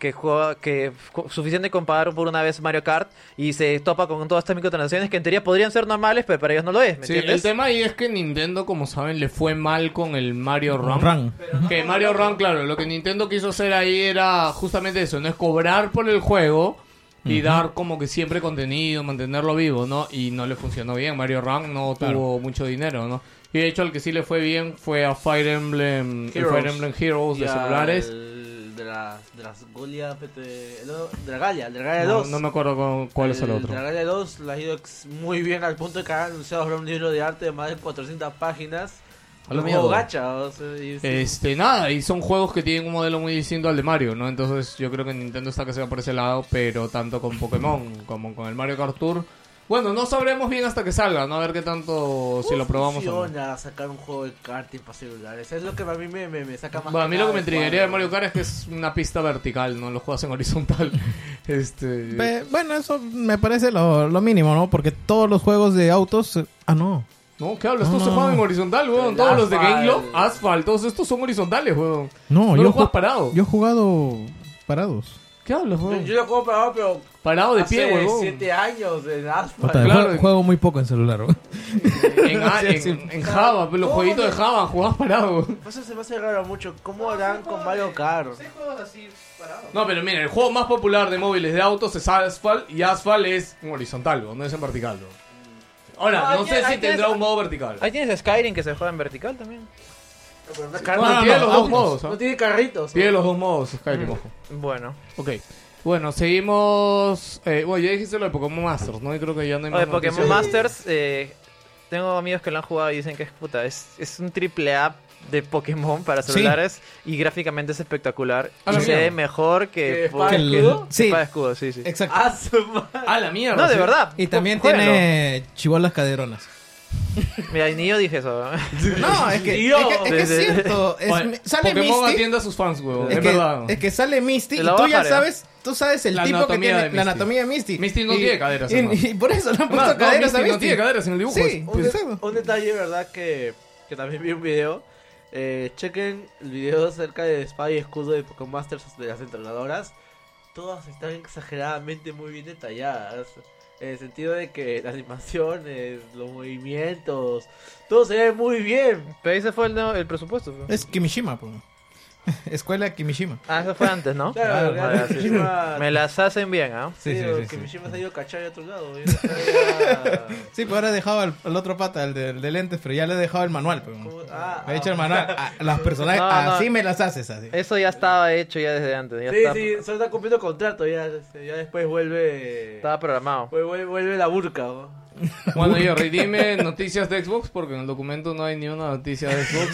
Que juega, que ju- suficiente con pagar por una vez Mario Kart y se topa con todas estas microtransacciones que en teoría podrían ser normales, pero para ellos no lo es, ¿me Sí, el entiendes? tema ahí es que Nintendo, como saben, le fue mal con el Mario Run. Run. Que Mario Run, claro, lo que Nintendo quiso hacer ahí era justamente eso, no es cobrar por el juego y dar como que siempre contenido, mantenerlo vivo, ¿no? Y no le funcionó bien, Mario Run no tuvo mucho dinero, ¿no? Y de hecho al que sí le fue bien fue a Fire Emblem el Heroes. Fire Emblem Heroes Y de al- celulares. De las, de las Golia, PT, no, de la Galia, de la Galia No, 2. no me acuerdo con- cuál es el otro. De la Galia 2 la ha ido ex- muy bien al punto de que ha anunciado ahora un libro de arte de más de 400 páginas. A la Un juego mierda. gacha. o sea, y- Este, nada, y son juegos que tienen un modelo muy distinto al de Mario, ¿no? Entonces yo creo que Nintendo está que se va por ese lado, pero tanto con Pokémon como con el Mario Kart Tour. Bueno, no sabremos bien hasta que salga, ¿no? A ver qué tanto, si ¿Cómo lo probamos o no. funciona sacar un juego de karting para celulares? Es lo que a mí me, me, me saca más. Bueno, a mí lo que me intrigaría de cuadro. Mario Kart es que es una pista vertical, ¿no? Los juegas en horizontal. Este... Pe- bueno, eso me parece lo, lo mínimo, ¿no? Porque todos los juegos de autos. eh, Ah, no. No, ¿qué hablas? Estos No, se no, juegan no. en horizontal, weón. Todos los de Asphalt. Game Loft, Asphalt, todos estos son horizontales, weón. No, no yo, lo he juegas ju- parado. yo he jugado parados. ¿Qué hablas, Yo, weón? yo lo compro, pero Parado Oh, de pie, hace weón. siete años en Asphalt. Puta, claro. jue- juego muy poco en celular. weón. En, Sí, en- sí. en Java, pero los ¿Cómo jueguitos de que- Java, jugabas parado. weón. Eso se me hace raro mucho. ¿Cómo harán con Mario Kart? No, pero mira, el juego más popular de móviles de autos es Asphalt y Asphalt es en horizontal, weón, no es en vertical. weón. Ahora, No, no ahí sé tiene- si ahí tendrá tienes- un modo vertical. Ahí tienes Skyrim que se juega en vertical también. Pero no, No, car- no, no, tiene no, los dos autos. modos. ¿ah? no tiene carritos. Tiene los dos modos, Mm. Skyrim, ojo. Bueno. Ok. Bueno, seguimos. Eh, bueno, ya dijiste lo de Pokémon Masters, ¿no? Y creo que ya no hay O más. de Pokémon noticias. Masters, eh, tengo amigos que lo han jugado y dicen que es puta, es, es un triple A de Pokémon para Sí. celulares y gráficamente es espectacular. A la y se mierda. ve mejor que ¿Que Espada que y el- Escudo? Sí. Sí, Espada y escudo, sí, sí. exacto. Ah, su madre. Ah, la mierda. No, de sí. verdad. y ju- también juéguenlo. tiene chibolas caderonas. Mira, y ni yo dije eso. No, es que, Dios. es, que, es que es Desde- cierto. Es- Oye, me- sale Pokémon Misty. atiende a sus fans, weón. Es, Es que, verdad. es que sale Misty Te y la tú baja, ya ya. sabes, tú sabes el La tipo que anatomía tiene de la Misty. anatomía de Misty. Misty no Y- tiene caderas, y- hermano. Y, por eso le han puesto Además, no, caderas Misty a no Misty. tiene caderas en el dibujo. Sí, es- pues, Un, de- Exacto. un detalle, ¿verdad? Que, que también vi un video. Eh, chequen el video acerca de Spy y Escudo de Pokémon Masters de las entrenadoras. Todas están exageradamente muy bien detalladas. En el sentido de que las animaciones, los movimientos, todo se ve muy bien. Pero ahí se fue el, no- el presupuesto. fue. Es Kimishima, po. Escuela Kimishima. Ah, eso fue antes, ¿no? Claro, Ah, claro, vale, sí, sí. Kimishima- Me las hacen bien, ¿ah? Sí, sí, Digo, sí, que sí. Mishima se ha ido a cachar de otro lado. yo no sabía- Sí, pues ahora he dejado al, al otro pata, al de, al de lentes, pero ya le he dejado el manual. Pues. ¿Cómo? Ah, Le he ah. hecho el manual. A- a las personajes, No, no. así me las haces, así. Eso ya estaba hecho ya desde antes. Ya Sí, estaba, sí, solo está cumpliendo contrato. Ya, ya después vuelve. estaba programado. Vuelve, vuelve- vuelve la burca. ¿no? Bueno, Jerry, dime noticias de Xbox porque en el documento no hay ni una noticia de Xbox.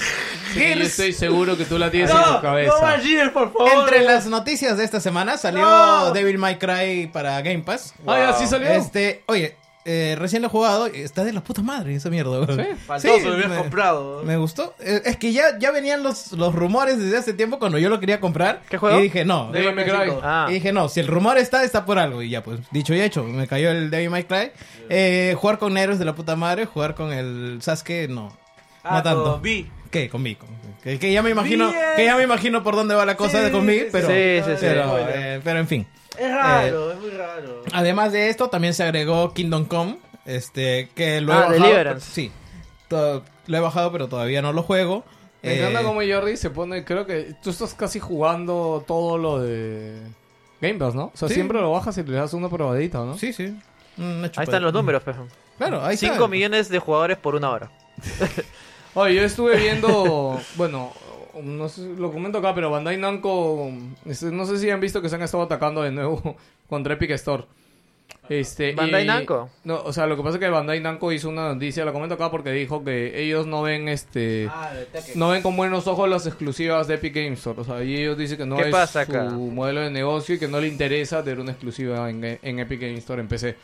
Así que yo estoy seguro que tú la tienes en tu no cabeza. más Gears, por favor. Entre las noticias de esta semana salió No. Devil May Cry para Game Pass. ah, ya sí salió. Este, oye, eh, recién lo he jugado. Está de la puta madre esa mierda, güey. Sí. Faltó, Sí, se lo hubieras me- comprado. Me gustó. Eh, Es que ya, ya venían los, los rumores desde hace tiempo cuando yo lo quería comprar. ¿Qué juego? Y dije, no. Devil May Cry. Devil May Ah, Y dije, no, si el rumor está, está por algo. Y ya, pues, dicho y hecho, me cayó el Devil May Cry. Eh, jugar con héroes de la puta madre, jugar con el Sasuke, no. Ah, no tanto. con Vi. ¿Qué? Con Vico. Que, que ya me imagino, Bien. que ya me imagino por dónde va la cosa Sí, de con Vi, sí, sí, pero, sí, sí, sí. pero, Spoiler. eh, pero en fin. Es raro, es muy raro. Además de esto, también se agregó Kingdom Come, este, que lo he Ah, bajado. Deliverance. Sí. To- lo he bajado, pero todavía no lo juego. Me Eh, encanta cómo Jordi se pone, creo que tú estás casi jugando todo lo de Game Pass, ¿no? O sea, Sí. siempre lo bajas y le das una probadita, ¿no? Sí, sí. ahí están los números, pejo. Claro, ahí está. 5 millones de jugadores por una hora. Oye, yo estuve viendo, bueno, no sé, lo comento acá, pero Bandai Namco, este, no sé si han visto que se han estado atacando de nuevo contra Epic Store. Este, ¿Bandai Namco? No, o sea, lo que pasa es que Bandai Namco hizo una noticia, la comento acá porque dijo que ellos no ven este... Ah, el ataque. No ven con buenos ojos las exclusivas de Epic Games Store. O sea, y ellos dicen que no ¿Qué es pasa su acá? modelo de negocio y que no le interesa tener una exclusiva en, ga- en Epic Games Store en PC.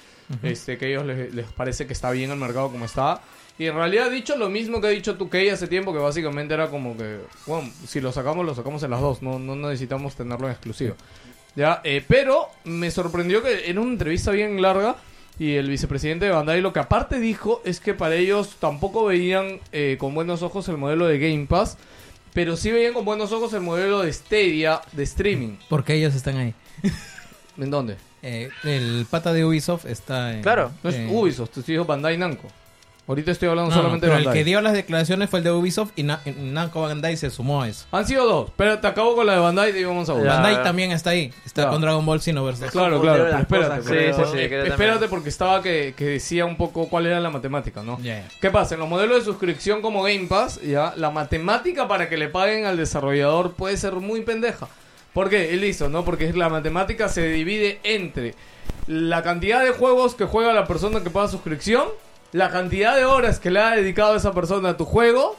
Este, que a ellos les, les parece que está bien el mercado como está. Y en realidad ha dicho lo mismo que ha dicho tú que hace tiempo, que básicamente era como que, bueno, si lo sacamos, lo sacamos en las dos, no, no necesitamos tenerlo en exclusiva. Ya, eh, pero me sorprendió que en una entrevista bien larga y el vicepresidente de Bandai lo que aparte dijo es que para ellos tampoco veían eh, con buenos ojos el modelo de Game Pass, pero sí veían con buenos ojos el modelo de Stadia de streaming. Porque ellos están ahí. ¿En dónde? Eh, el pata de Ubisoft está en... Claro. No es eh, Ubisoft, te estoy diciendo Bandai Namco. Ahorita estoy no, hablando no, solamente pero de el Bandai. que dio las declaraciones fue el de Ubisoft y Na- y Namco Bandai se sumó a eso. Han sido dos, pero te acabo con la de Bandai y vamos a Ya. una. Bandai también está ahí. Está Ya. con Dragon Ball Xenoverse. Claro, Confundieron claro, pero las espérate. cosas, pero- creo. Sí, sí, sí. creo espérate también. porque estaba que, que decía un poco cuál era la matemática, ¿no? Ya, ya. ¿Qué pasa? En los modelos de suscripción como Game Pass, ya, la matemática para que le paguen al desarrollador puede ser muy pendeja. ¿Por qué? Y listo, ¿no? Porque la matemática se divide entre la cantidad de juegos que juega la persona que paga suscripción, la cantidad de horas que le ha dedicado esa persona a tu juego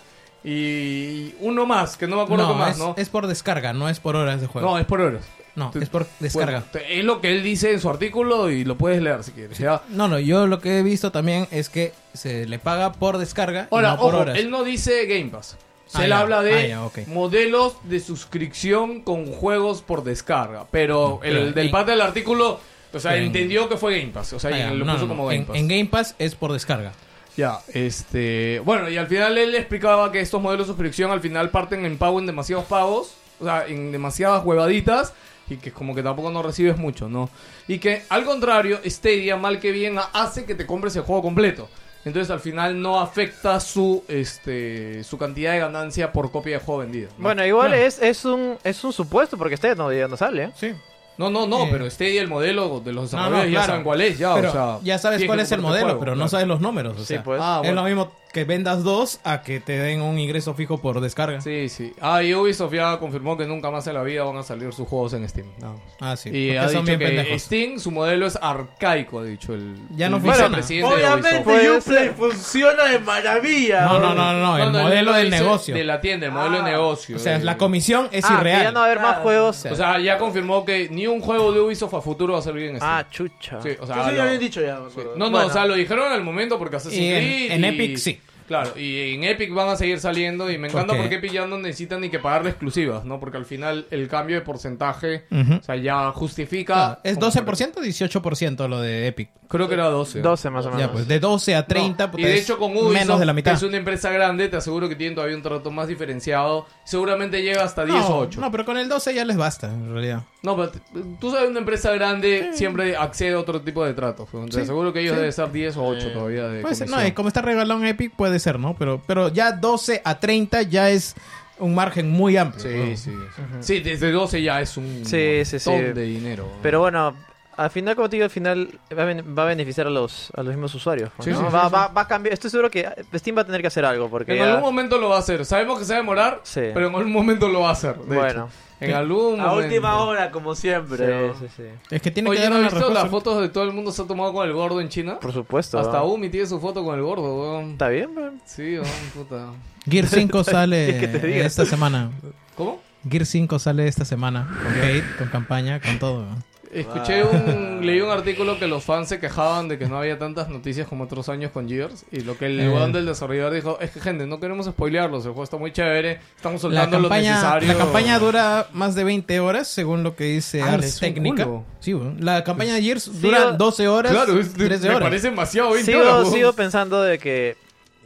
y uno más, que no me acuerdo qué No, más, es, ¿no? es por descarga, no es por horas de juego. No, es por horas. No, Tú- es por descarga. Bueno, te- es lo que él dice en su artículo y lo puedes leer si quieres. ya. No, no, yo lo que he visto también es que se le paga por descarga Ahora, y no por ojo, horas. él no dice Game Pass. Se Ah, él ya. habla de Ah, ya, ok. modelos de suscripción con juegos por descarga. Pero el Claro, del en- parte del artículo, o sea, pero en- entendió que fue Game Pass. O sea, Ah, y ya, lo no, puso no, no. como Game en, Pass. en Game Pass es por descarga. Ya, este. Bueno, y al final él explicaba que estos modelos de suscripción al final parten en pago en demasiados pagos, o sea, en demasiadas huevaditas, y que como que tampoco no recibes mucho, ¿no? Y que al contrario, Stadia, mal que bien, hace que te compres el juego completo. Entonces al final no afecta su este su cantidad de ganancia por copia de juego vendido. ¿no? Bueno, igual Ah. es, es, un, es un supuesto, porque este no, ya no sale. ¿eh? Sí. No, no, no, Eh. pero Stadia, el modelo de los No, no, desarrolladores ya claro. saben cuál es, ya, Pero o sea. ya sabes tienes cuál que es el comprarte modelo, juego, pero no claro. sabes los números. O Sí, sea, pues. Ah, es lo mismo que vendas dos a que te den un ingreso fijo por descarga. Sí, sí. Ah, y Ubisoft ya confirmó que nunca más en la vida van a salir sus juegos en Steam. No. Ah, sí. Y porque ha son dicho bien que pendejos. Steam, su modelo es arcaico, ha dicho el Ya no el funciona. vicepresidente de Obviamente Ubisoft. Uplay funciona de maravilla. No, no, bro. no, no, No, no, el no, modelo no, del dice negocio. De la tienda, el modelo Ah. de negocio. O sea, de- la comisión es Ah, que ya irreal. no va a haber más Ah, juegos. O sea, ya confirmó que ni un juego de Ubisoft a futuro va a salir en Steam. ah, chucha. sí, o sea, Eso lo- ya lo habían dicho ya. me sí. acuerdo. No, no, Bueno. o sea, lo dijeron al momento porque Assassin's Y en- Creed en y- Epic sí. Claro, y en Epic van a seguir saliendo y me encanta Porque- porque Epic ya no necesitan ni que pagar de exclusivas, ¿no? Porque al final el cambio de porcentaje, Ujú. o sea, ya justifica... Ah, ¿Es 12% o 18% lo de Epic? Creo que era 12. 12 más o menos. Ya, pues de 12 a 30, No, puta, y de es hecho con Ubisoft, menos de la que mitad. es una empresa grande, te aseguro que tienen todavía un trato más diferenciado. Seguramente llega hasta 10 o no, 8. no, pero con el 12 ya les basta, en realidad. No, pero t- tú sabes, una empresa grande siempre accede a otro tipo de tratos. pues. Te Sí, aseguro que ellos sí. deben estar 10 o 8 todavía de Puede ser, no, comisión. y como está regalado en Epic, puede ser, ¿no? Pero, pero ya 12 a 30 ya es un margen muy amplio. Sí, ¿no? sí. Sí, desde 12 ya es un Sí, sí, sí. montón de dinero. Pero bueno, al final, como te digo, al final va a, ben- va a beneficiar a los, a los mismos usuarios. pues, ¿no? Sí, sí, sí, va, sí. va- va a cambiar. Estoy seguro que Steam va a tener que hacer algo. Porque en ya- algún momento lo va a hacer. Sabemos que se va a demorar, Sí. pero en algún momento lo va a hacer. de Bueno. hecho. En algún A momento. última hora, como siempre. Sí, sí, sí. Es que tiene que Oye, dar ¿no una has visto respuesta. las fotos de todo el mundo se ha tomado con el gordo en China? Por supuesto. Hasta ¿no? Umi tiene su foto con el gordo, weón. Está bien, pues. bro. Sí, weón, puta. Gear 5 ¿Qué que te diga? sale esta semana. ¿Cómo? Gear 5 sale esta semana. Con bait, con campaña, con todo. ¿no? Escuché un, leí un artículo que los fans se quejaban de que no había tantas noticias como otros años con Gears y lo que el Eh. weón del desarrollador dijo es que gente, no queremos spoilearlos, el juego está muy chévere, estamos La soltando lo campaña, necesario. la campaña dura más de 20 horas, según lo que dice Ah, Ars es un Técnica. culo. Sí, bueno, la campaña de Gears dura o- 12 horas, Claro, es- 13 me horas. parece demasiado 20 horas, Sigo, weón. sigo pensando de que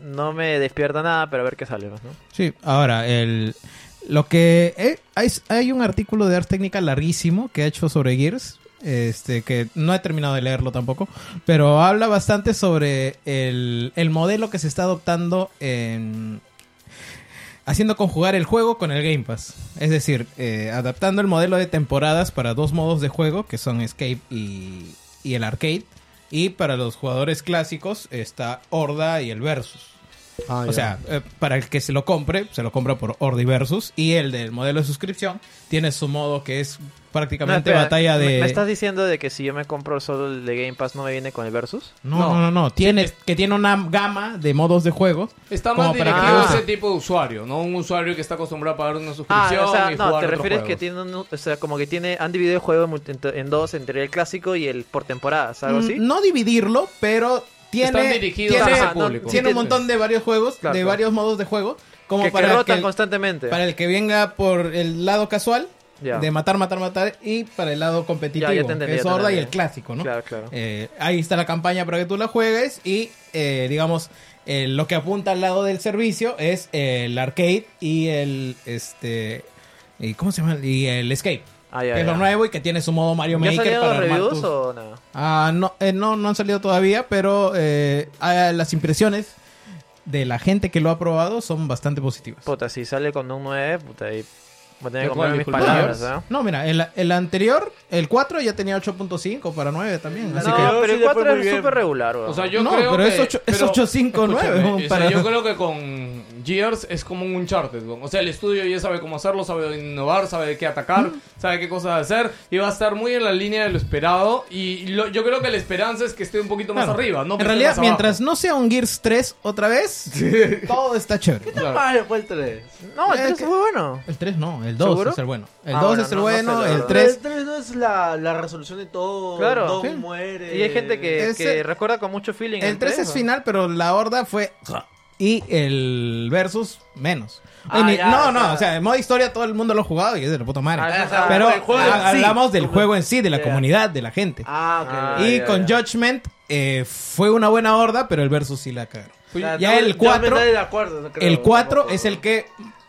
no me despierta nada, pero a ver qué sale. pues, ¿no? Sí, ahora, el, lo que... eh, hay, hay un artículo de Ars Técnica larguísimo que ha hecho sobre Gears, este, que no he terminado de leerlo tampoco, pero habla bastante sobre el, el modelo que se está adoptando en... Haciendo conjugar el juego con el Game Pass. Es decir, eh, adaptando el modelo de temporadas para dos modos de juego, que son Escape y, y el Arcade. Y para los jugadores clásicos está Horda y el Versus. Ah, O sea, eh, para el que se lo compre, se lo compra por Ordi Versus. Y el del modelo de suscripción tiene su modo que es No, prácticamente espera, batalla ¿me- de. ¿Me estás diciendo de que si yo me compro solo el de Game Pass no me viene con el Versus? No, no, no, no. Tiene, que tiene una gama de modos de juego. Está como más para que dirigido a Ah. ese tipo de usuario, no un usuario que está acostumbrado a pagar una Ah, suscripción o sea, y no, jugar te otros refieres que juegos. tiene un- o sea, como que tiene, han dividido el juego en, multi- en to- en dos entre el clásico y el por temporadas, algo así. Mm, No dividirlo, pero tiene. Están dirigidos tiene, a ese Ajá, Ah, no, público. tiene un montón de varios juegos, Claro, de claro. varios modos de juego. Como que, que para, que rotan el, constantemente. para el que venga por el lado casual. Ya. De matar, matar, matar. Y para el lado competitivo. Ya, ya te entendí, que es ya te Horda y entendí. el clásico, ¿no? Claro, claro. Eh, ahí está la campaña para que tú la juegues y eh, digamos eh, lo que apunta al lado del servicio es el arcade y el este y cómo se llama y el escape Ah, ya, que es ya. lo nuevo y que tiene su modo Mario ¿Ya Maker salieron para los armar reviews tus- o nada? Ah, no, eh, no no han salido todavía pero eh, ah, las impresiones de la gente que lo ha probado son bastante positivas Puta, si sale con un 9, puta, ahí voy a tener ¿De que comprar cuál, mis disculpa? palabras, ¿ah? no mira el, el anterior el 4 ya tenía 8.5 para 9 también así No, que Sí, pero el le fue 4 muy es bien. súper regular, weón. O sea, yo No, creo pero que... es ocho- es pero- 859, escúchame, o sea, para- yo creo que con Gears es como un Uncharted, weón. O sea, el estudio ya sabe cómo hacerlo, sabe innovar, sabe de qué atacar, Mm. sabe qué cosas hacer. Y va a estar muy en la línea de lo esperado. Y lo- yo creo que la esperanza es que esté un poquito más Claro. arriba, no que en esté realidad, más abajo. mientras no sea un Gears 3 otra vez, todo está chévere. Claro. Ah, fue el 3. no, el es 3 que- es muy bueno. El 3 no, el 2 ¿Seguro? es el bueno. El Ah, 2 bueno, es el no, no sé, bueno, la el verdad. 3... 3 no es la, la resolución de todo. Claro. Don Sí. muere. Y hay gente que, eh, Ese- que recuerda con mucho feeling. El 3 es weón. final, pero la horda fue... Y el versus, menos. Ah, Eh, ni- ya, no, o no, sea- o sea, el modo historia todo el mundo lo ha jugado y es de la puta madre. Ah, Ah, pero el juego en ha- sí. hablamos del juego en sí, de la Ya. comunidad, de la gente. Ah, ok. Ah, y ya, con ya. Judgment eh, fue una buena horda, pero el versus sí la cagaron. Ya el 4, el 4 es el que, que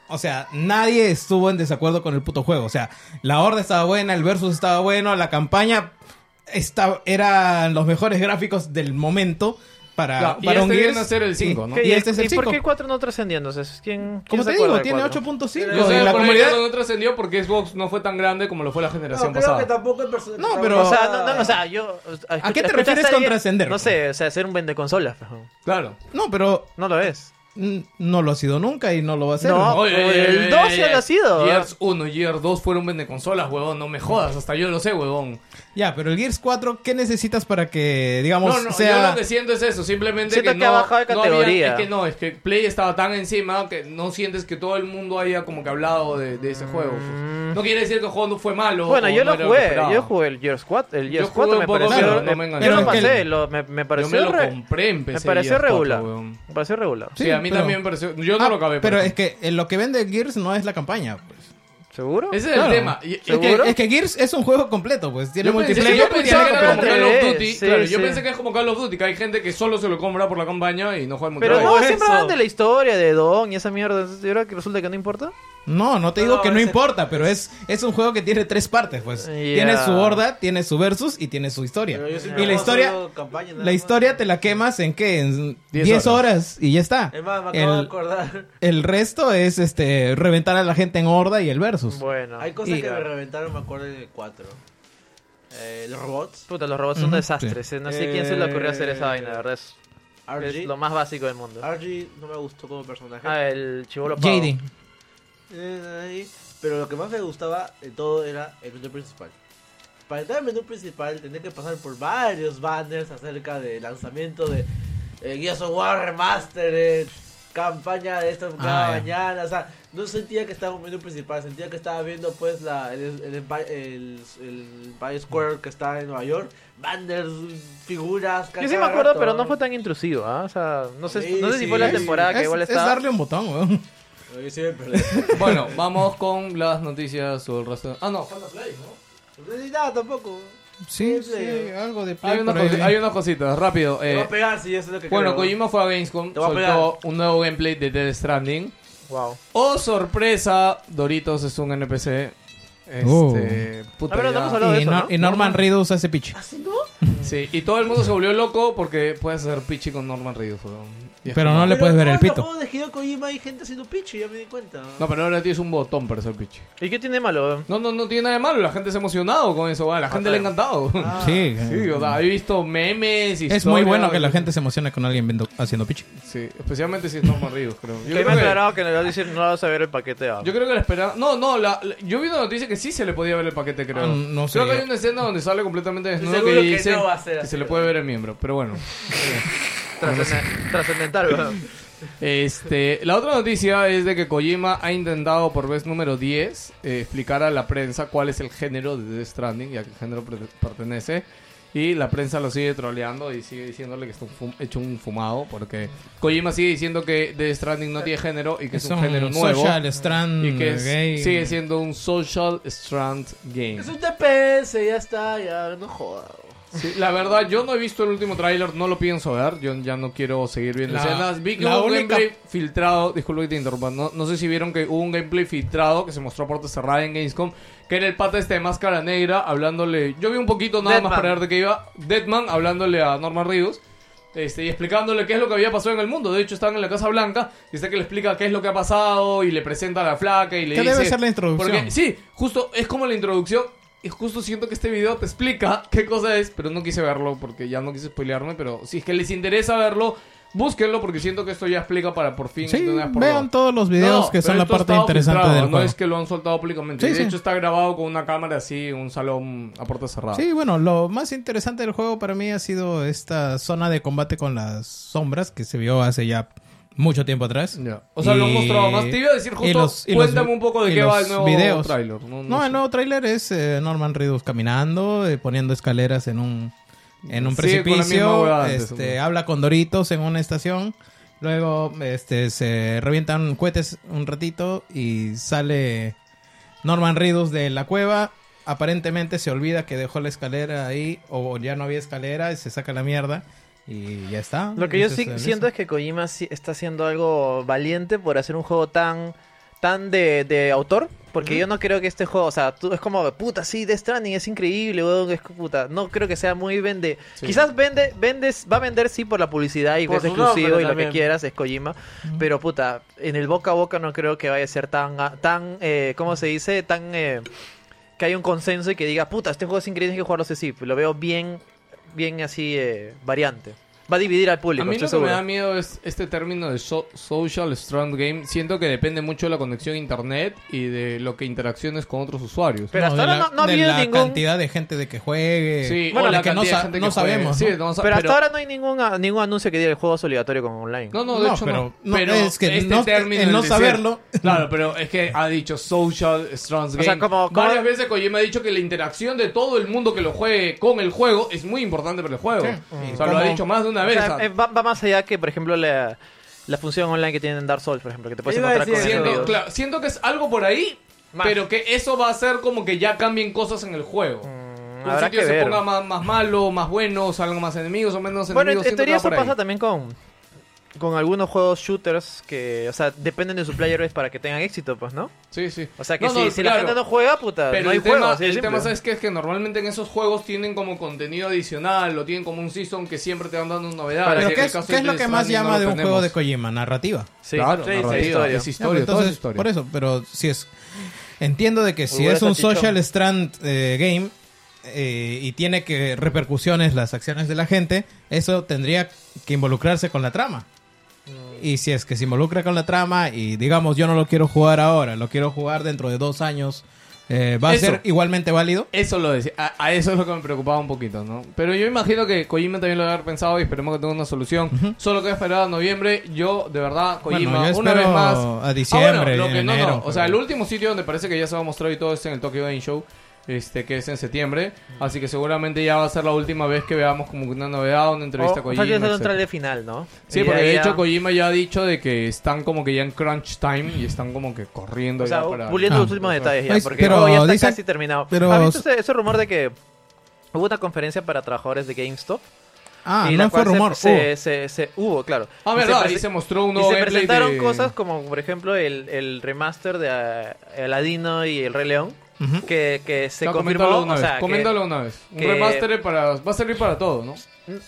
o sea, nadie estuvo en desacuerdo con el puto juego. O sea, la horda estaba buena, el versus estaba bueno, la campaña estaba, eran los mejores gráficos del momento para, Claro, y para este viene Gears. a ser el cinco, ¿no? Y, y este es ¿Y el por 5. qué 4 no trascendió entonces? ¿Quién, quién Como se te acuerda digo, del tiene cuatro? 8.5 Yo y la la comunidad... no trascendió porque Xbox no fue tan grande como lo fue la generación creo que pasada. tampoco el personaje. No, pero- O sea, no, no, no, o sea, yo... ¿A qué te refieres con trascender? No sé, o sea, ser un vende consolas. Claro. No, pero No lo es. mm, no lo ha sido nunca y no lo va a ser. No. Oye, oye, el oye, 12 oye, oye. lo ha sido. Gears 1 y Gears 2 fueron vendeconsolas, huevón. No me jodas, hasta yo lo sé, huevón. Ya, pero el Gears 4, ¿qué necesitas para que, digamos, No, no, yo sea... lo que siento es eso, simplemente Siento que, que no, ha bajado de no había- categoría. es que no, es que Play estaba tan encima que no sientes que todo el mundo haya como que hablado de, de ese juego. pues. No quiere decir que el juego no fue malo. Mm. Bueno, o yo no lo era jugué, esperaba. yo jugué el Gears 4, el Gears jugué 4 un me poco, pareció... pero no eh, me engañó. yo Pero lo es que pasé, el- lo- me, me Yo pareció... me lo re- compré en PC. me pareció Gears 4, regular, weón. me pareció regular. Sí, Sí, a mí pero- también me pareció. Yo no Ah, lo acabé. Pero por es que eh, lo que vende Gears no es la campaña, pues. ¿Seguro? Ese es Claro. el tema. Y- Es que, ¿Seguro? es que Gears es un juego completo, pues. Tiene Yo pensé, multiplayer. yo pensaba que era como completo. Call of Duty. Sí, claro, yo sí. pensé que es como Call of Duty, que hay gente que solo se lo compra por la campaña y no juega mucho. Pero multiplayer. no, eso. siempre hablan de la historia, de Don y esa mierda. entonces, ¿Y ahora que resulta que no importa? No, no te digo No, que no ese- importa, pero es, es un juego que tiene tres partes, pues. Ya. Tiene su horda, tiene su versus y tiene su historia. Y la historia, la historia te la quemas en qué? En 10 10 horas. y ya está. Es más, me acabo de El, acordar. el resto es este reventar a la gente en horda y el versus. Bueno. Hay cosas Y- que me reventaron, me acuerdo del 4. Eh, los robots. Puta, los robots Mm, son Ujú, un desastre. eh, No sé quién se le ocurrió hacer esa vaina, la verdad. Es, es RG. lo más básico del mundo. RG no me gustó como personaje. Ah, el chivolo pavo. JD. Eh, ahí. Pero lo que más me gustaba de todo era el menú principal. Para entrar al menú principal tenía que pasar por varios banners acerca del lanzamiento de eh, Gears of War Remastered, eh, campaña de esta cada Ah, ya. mañana. O sea, no sentía que estaba en un menú principal, sentía que estaba viendo pues la, el, el, Empire- el, el Empire Square que está en Nueva York. Banners, figuras, Yo sí me acuerdo, pero no fue tan intrusivo, ¿ah? O sea, no sé, no sé si Sí, fue la sí. temporada ah, que Es, igual es estaba. darle un botón, weón. tan... Yo siempre... no Bueno, vamos con las noticias o el resto. Ah, no. entendí nada tampoco. Sí, Sí, sí, sí. algo de play Hay unas por ahí. cosi- hay unas cositas, rápido. Te voy Eh, a pegar si eso es lo que bueno, creo. Kojima fue a Gamescom, Te voy a pegar. soltó un nuevo gameplay de Death Stranding. Wow. ¡Oh, sorpresa! Doritos es un NPC. Este, Oh. puta Ah, pero no ya. hemos hablado de y, eso, Nor- ¿no? y Norman Reedus hace pichi. Sí, y todo el mundo se volvió loco porque puedes hacer pichi con Norman Reedus. weón. Y es Pero como- no le puedes ver el pito. de Hideo Kojima hay gente haciendo pichi, ya me di cuenta. No, pero ahora tienes un botón para hacer pichi. ¿Y qué tiene de malo? No, no, no tiene nada de malo. La gente se ha emocionado con eso. weón. La gente le ha encantado. Sí, Sí, o sea, he visto memes y Ah, es muy bueno que la gente se emocione con alguien viendo- haciendo pichi. Sí, especialmente si es Norman Reedus, creo. Yo que creo me he que- enterado que no le vas a decir, no vas a ver el paquete ¿ah? A. Yo creo que la esperaba. No, no, la, la- yo vi una noticia que sí se le podía ver el paquete, creo. Ah, no sé. Creo que hay una escena donde sale completamente desnudo Seguro que que dice no va a ser que así, se le ¿verdad? puede ver el miembro, pero bueno. Trascenden- Trascendental, weón. Este, la otra noticia es de que Kojima ha intentado por vez número 10 eh, explicar a la prensa cuál es el género de Death Stranding y a qué género pre- pertenece. Y la prensa lo sigue troleando y sigue diciéndole que está un fum- hecho un fumado porque Kojima sigue diciendo que Death Stranding no tiene género y que es, un, género nuevo. Social Strand Y que es- gay. sigue siendo un social strand game. Es un TPS, ya está, ya no joda. Sí, la verdad, yo no he visto el último tráiler, no lo pienso ver. Yo ya no quiero seguir viendo La- escenas. Vi que la hubo un única- gameplay filtrado. Disculpe que te interrumpa. No, no sé si vieron que hubo un gameplay filtrado que se mostró a puerta cerrada en Gamescom. Que era el pata este de máscara negra hablándole. Yo vi un poquito nada más Deadman. para ver de qué iba. Deadman hablándole a Norman Reedus. Este, y explicándole qué es lo que había pasado en el mundo. De hecho, estaban en la Casa Blanca. Y está que le explica qué es lo que ha pasado. Y le presenta a la flaca. Y le ¿Qué dice. debe ser la introducción? Porque, sí, justo es como la introducción. Y justo siento que este video te explica qué cosa es, pero no quise verlo porque ya no quise spoilearme. Pero si es que les interesa verlo, búsquenlo porque siento que esto ya explica para por fin. Sí, de una vez por todas. vean todos los No, videos que pero son la esto ha parte estado interesante filtrado, del No juego. es que lo han soltado públicamente. Sí, de sí. hecho, está grabado con una cámara así en un salón a puerta cerrada. Sí, bueno, lo más interesante del juego para mí ha sido esta zona de combate con las sombras que se vio hace ya mucho tiempo atrás. Ya. O sea, lo han Y- mostrado más. Te iba a decir y justo, los- y los cuéntame vi- un poco de y qué va el los nuevo videos. tráiler. No, No, el sé. nuevo tráiler es eh, Norman Reedus caminando, eh, poniendo escaleras en un en un Sí, con la misma precipicio, huevada antes, este, hombre. habla con Doritos en una estación, luego este se revientan cohetes un ratito y sale Norman Reedus de la cueva. Aparentemente se olvida que dejó la escalera ahí o ya no había escalera y se saca la mierda Y ya está. Lo que yo Ese sí es eh, el- siento es que Kojima sí está haciendo algo valiente por hacer un juego tan, tan de, de autor. Porque yo no creo que este juego, o sea, tú, es como, puta, sí, Death Stranding es increíble, weón, es puta. No creo que sea muy vende. Quizás vende, vendes, va a vender, sí, por la publicidad y Por es su exclusivo y nombre lo que también. quieras, es Kojima. Pero puta, en el boca a boca no creo que vaya a ser tan, a- tan eh, ¿cómo se dice? Tan, eh, que haya un consenso y que diga, puta, este juego es increíble, hay que jugarlo así, sí. Lo veo bien, bien así, eh, variante. Va a dividir al público, A mí lo estoy que me seguro. da miedo es este término de so- social strong game. Siento que depende mucho de la conexión a internet y de lo que interacciones con otros usuarios. Pero hasta de ahora la- no- no ha de habido la ningún- cantidad de gente de que juegue. Sí, bueno, o la que no, cantidad de sa- gente no que juegue. sabemos. Sí, ¿no? no sa- pero, hasta ahora no hay ningún, ah, ningún anuncio que diga el juego es obligatorio con online. No, no, de No, hecho pero- no. este no, es que no- el del no desierto- saberlo. Claro, pero es que ha dicho social strong game. sea, como- como- Varias veces Kojima ha dicho que la interacción de todo el mundo que lo juegue con el juego es muy importante para el juego. O sea, lo ha Como- dicho más de una O vez. sea, eh, va, va más allá que, por ejemplo, la, la función online que tienen en Dark Souls, por ejemplo, que te puedes Iba a encontrar con decir, siento, enemigos. claro, siento que es algo por ahí, Más. pero que eso va a ser como que ya cambien cosas en el juego. Un Mm, habrá sitio que se ver. ponga más, más malo, más bueno, salgan más enemigos o menos Bueno, en, enemigos. en siento que teoría va eso por ahí. pasa también con, con algunos juegos shooters que, o sea, dependen de su player base para que tengan éxito, pues, ¿no? Sí, sí. O sea, que No, si, no, si claro. la gente no juega, puta, Pero no hay el, tema, juego. así de el tema simple. ¿sabes qué? es que normalmente en esos juegos tienen como contenido adicional o tienen como un season que siempre te van dando novedades. Pero y ¿qué el es, caso qué es de lo que más Stranding no llama lo de un juego tenemos. de Kojima? Narrativa. Sí, Claro, sí, sí, narrativa, historia. es Ya, pero historia, todo es entonces, historia. Por eso, pero si es. Entiendo de que si buena es un salchichón. social strand eh, game eh, y tiene que repercusiones las acciones de la gente, eso tendría que involucrarse con la trama. Y si es que se involucra con la trama y digamos yo no lo quiero jugar ahora, lo quiero jugar dentro de dos años, eh, ¿va Eso. a ser igualmente válido? Eso lo decía, a, a eso es lo que me preocupaba un poquito, ¿no? Pero yo imagino que Kojima también lo debe haber pensado y esperemos que tenga una solución. Solo que esperar a noviembre, yo de verdad, Kojima, Bueno, yo una espero vez más. Ah, a diciembre, lo que no, enero, no, O sea, el pero- último sitio donde parece que ya se va a mostrar y todo es en el Tokyo Game Show. Este, que es en septiembre, así que seguramente ya va a ser la última vez que veamos como una novedad, una Oh, O, o entrevista sea, con Kojima. que es un etcétera. trailer final, ¿no? Sí, Y porque ahí de ya- hecho Kojima ya ha dicho de que están como que ya en crunch time y están como que corriendo O sea, ya para... puliendo Ah. los últimos detalles ya, Pues, porque pero el juego ya está dicen- casi terminado. pero- ¿Has visto ese, ese rumor de que hubo una conferencia para trabajadores de GameStop? Ah, Y la no cual fue se- rumor. Oh. Se, se- se- hubo, claro. Ah, Y verdad, prese- ahí se mostró un y nuevo se gameplay presentaron de- cosas como, por ejemplo, el, el remaster de ah, Aladino y el Rey León, que, que se Ya, coméntalo confirmó. una o vez, sea, que- coméntalo una vez. Un que- remaster para, va a servir para todo, ¿no?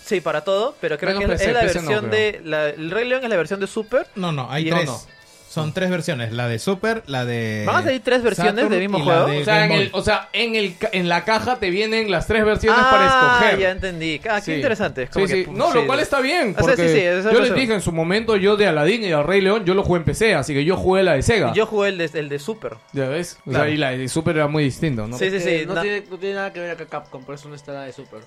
sí, para todo, pero creo Menos que es, PC, es la PC no, versión creo. de. la- el Rey León es la versión de Super. No, no, hay Y- tres. no, no. Son tres versiones, la de Super, la de... Van a salir tres versiones Saturn del mismo y la juego. de O sea, en, Game el, Boy. o sea en, el, ca- en la caja te vienen las tres versiones Ah, para escoger. ya entendí. Ah, qué Sí. interesante. es Sí, como que- pues, sí. No, lo sí. cual está bien. O sea, Porque sí, sí, esa yo les razón. dije en su momento, yo de Aladdin y del Rey León, yo lo jugué en PC, así que yo jugué la de Sega. Yo jugué el de, el de Super. ¿Ya ves? O Claro. sea, y la de Super era muy distinto, ¿no? Sí, sí, sí. Eh, no, na- tiene, no tiene nada que ver acá Capcom, por eso no está la de Super.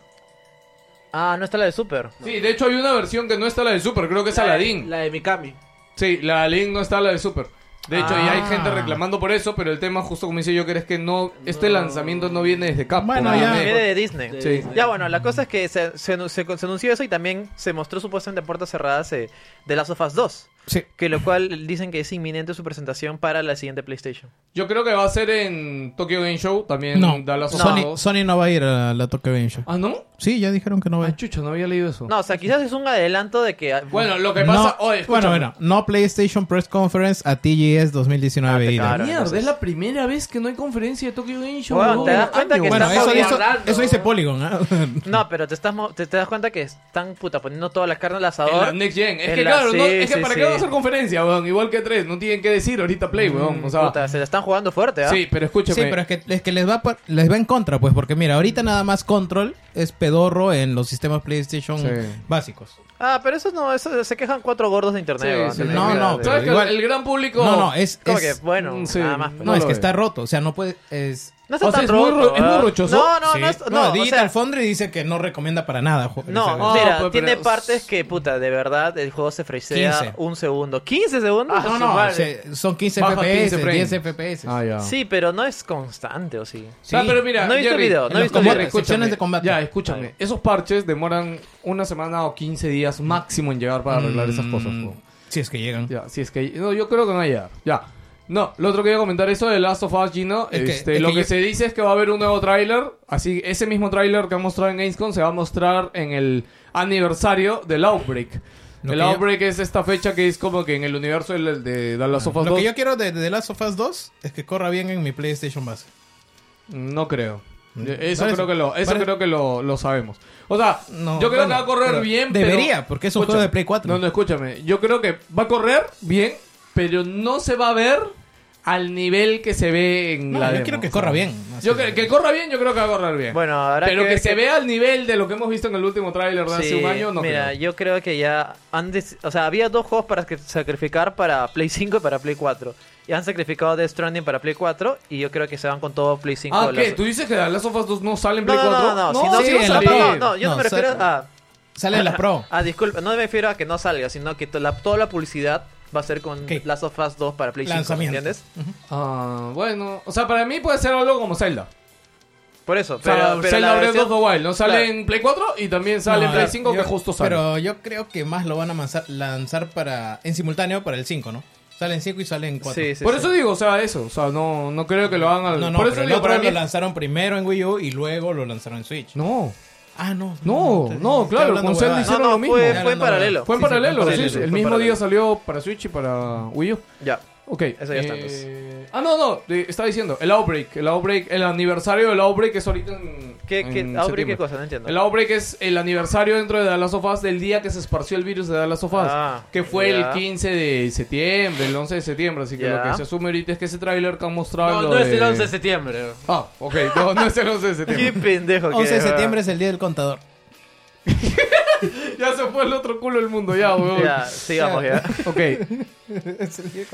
Ah, no está la de Super. Sí, de hecho hay una versión que no está la de Super, creo que es Aladdin. La de Mikami. Sí, la Link no está la de Super. De hecho, y hay Ah. gente reclamando por eso, pero el tema, justo como dice yo, que es que no, este lanzamiento no viene desde Capcom. Bueno, ¿no? ya. Viene- Viene de Disney. De Sí. Disney. Ya bueno, la cosa es que se, se anu- se- se anunció eso y también se mostró supuestamente a puertas cerradas eh, de Last of Us 2. Sí. Que lo cual dicen que es inminente su presentación para la siguiente PlayStation. Yo creo que va a ser en Tokyo Game Show, también No, Dallas of Us Sony, dos. Sony no va a ir a la Tokyo Game Show. Ah, ¿no? Sí, ya dijeron que no va a Ah, ir. chucha, no había leído eso. No, o sea, quizás es un adelanto de que... ah, Bueno, lo que pasa... No, Oye, bueno, escúchame. bueno, no PlayStation Press Conference a TGS 2019 Ah, te ida. cagaron. Mierda, es la primera vez que no hay conferencia de Tokyo Game Show. Bueno, ¿no? ¿te das cuenta que Bueno, Estás eso, dice- aguardando. eso dice Polygon. ¿ah? No, pero te, estás, mo- te, te das cuenta que están puta poniendo toda la carne al En asador. la Next Gen. Es En que la- claro, no, sí, es que sí, para sí. qué van a hacer conferencia, weón. Igual que tres, no tienen que decir ahorita Play, weón. O sea, Puta, se la están jugando fuerte, ¿ah? sí, pero escúchame. Mm, sí, pero es que, es que les, va por- les va en contra, pues, porque mira, ahorita nada más Control es pedorro en los sistemas PlayStation Sí. básicos. Ah, pero eso no, eso se quejan cuatro gordos de internet. Sí, weón. sí, Tenés no, que- no, ¿Sabes pero que igual- el gran público... No, no, es... Como es- que, bueno, sí. nada más. pues. no, no es lo ve. que está roto, o sea, no puede... Es, No está O sea, tan es muy roto, ro- es muy ¿ah? rochoso. No, no, Sí. no, es- no, o Digital sea, Foundry dice que no recomienda para nada. ju- No, ese- Ah, mira, pues, tiene pero- partes que, puta, de verdad, el juego se fresea 15. un segundo. ¿15 segundos? no, no, o sea, son 15 Ah, Baja FPS, 15 frames. 10 FPS. Ah, ya. Sí, pero no es constante, ¿o sí? Sí. Ah, pero mira, No he visto el Jerry, video, en no he los visto el combates, video. escúchame, Secciones de combate. Ya, escúchame. Esos parches demoran una semana o 15 días máximo en llegar para arreglar esas cosas. Mm, weón. Si es que llegan. Ya, si es que... No, yo creo que no va a llegar. Ya. No, lo otro que iba a comentar eso de Last of Us, Gino. Es que- este, es lo que que, yo- se dice es que va a haber un nuevo tráiler. Así, ese mismo tráiler que han mostrado en Gamescom se va a mostrar en el aniversario del Outbreak. Lo el que yo- Outbreak es esta fecha que es como que en el universo del- de, de Last of Us Lo 2. que yo quiero de, de The Last of Us 2 es que corra bien en mi PlayStation base. No creo. Mm. Eso Parece- creo que lo, eso parece- creo que lo, lo sabemos. O sea, No, yo creo que bueno, va a correr pero bien. debería, pero- porque es un Escúchame. juego de Play 4. No, no, escúchame. Yo creo que va a correr bien, pero no se va a ver al nivel que se ve en No, la. yo demo. quiero que corra bien. Así Yo que, que corra bien, yo creo que va a correr bien. Bueno, ahora pero que, ver se qué- vea al nivel de lo que hemos visto en el último tráiler de hace Sí, un año, no mira, creo. yo creo que ya han des- o sea, había dos juegos para que- sacrificar para Play 5 y para Play 4. Y han sacrificado Death Stranding para Play 4 y yo creo que se van con todo Play 5. Ah, de ¿qué? las- ¿Tú dices que The Last of Us 2 no sale en no, Play no, 4? no, no, si no, sí, si no en la sale- Play. no, no, yo no No, me refiero saca- a Sale en la Pro. Ah, disculpa, no me refiero a que no salga, sino que to- la- toda la publicidad va a ser con Ok. Last of Us 2 para Play 5, ¿me Lanzamiento. entiendes? Ah, bueno. O sea, para mí puede ser algo como Zelda. Por eso, O sea, pero, pero Zelda la Breath versión- of the Wild, ¿no? Sale Claro. en Play 4 y también sale en No, Play yo- 5 que yo- justo sale. Pero yo creo que más lo van a manza- lanzar para en simultáneo para el 5, ¿no? Sale en 5 y sale en 4. Sí, sí, Por sí. eso digo, o sea, eso. O sea, no, no creo que lo hagan al... No, no, Por pero eso el digo, otro para mí... lo lanzaron primero en Wii U y luego lo lanzaron en Switch. No, Ah, no. no, estoy- no, estoy claro. hablando Con Zelda huevadas. No, hicieron no, lo mismo. fue- Ya fue en hablando paralelo. huevadas. Fue en Sí, sí, paralelo. sí, sí, sí, el fue mismo paralelo. día salió para Switch y para Wii U. Ya, Ok. Eso ya está, eh, Ah, no, no. de- Estaba diciendo, el Outbreak. El Outbreak, el aniversario del Outbreak es ahorita en... ¿Qué, qué, en Aubrey, septiembre. ¿qué cosa? No entiendo. El Outbreak es el aniversario dentro de The Last of Us del día que se esparció el virus de The Last of Us. Ah, que fue ya. el 15 de septiembre, el 11 de septiembre. Así que Ya. lo que se asume ahorita es que ese tráiler que han mostrado. No, lo no es el de- 11 de septiembre. Ah, ok, no, no es el 11 de Qué septiembre. pendejo que 11 de es, septiembre es el día del contador. ya se fue el otro culo del mundo, ya, weón. Ya, sigamos ya. Ok,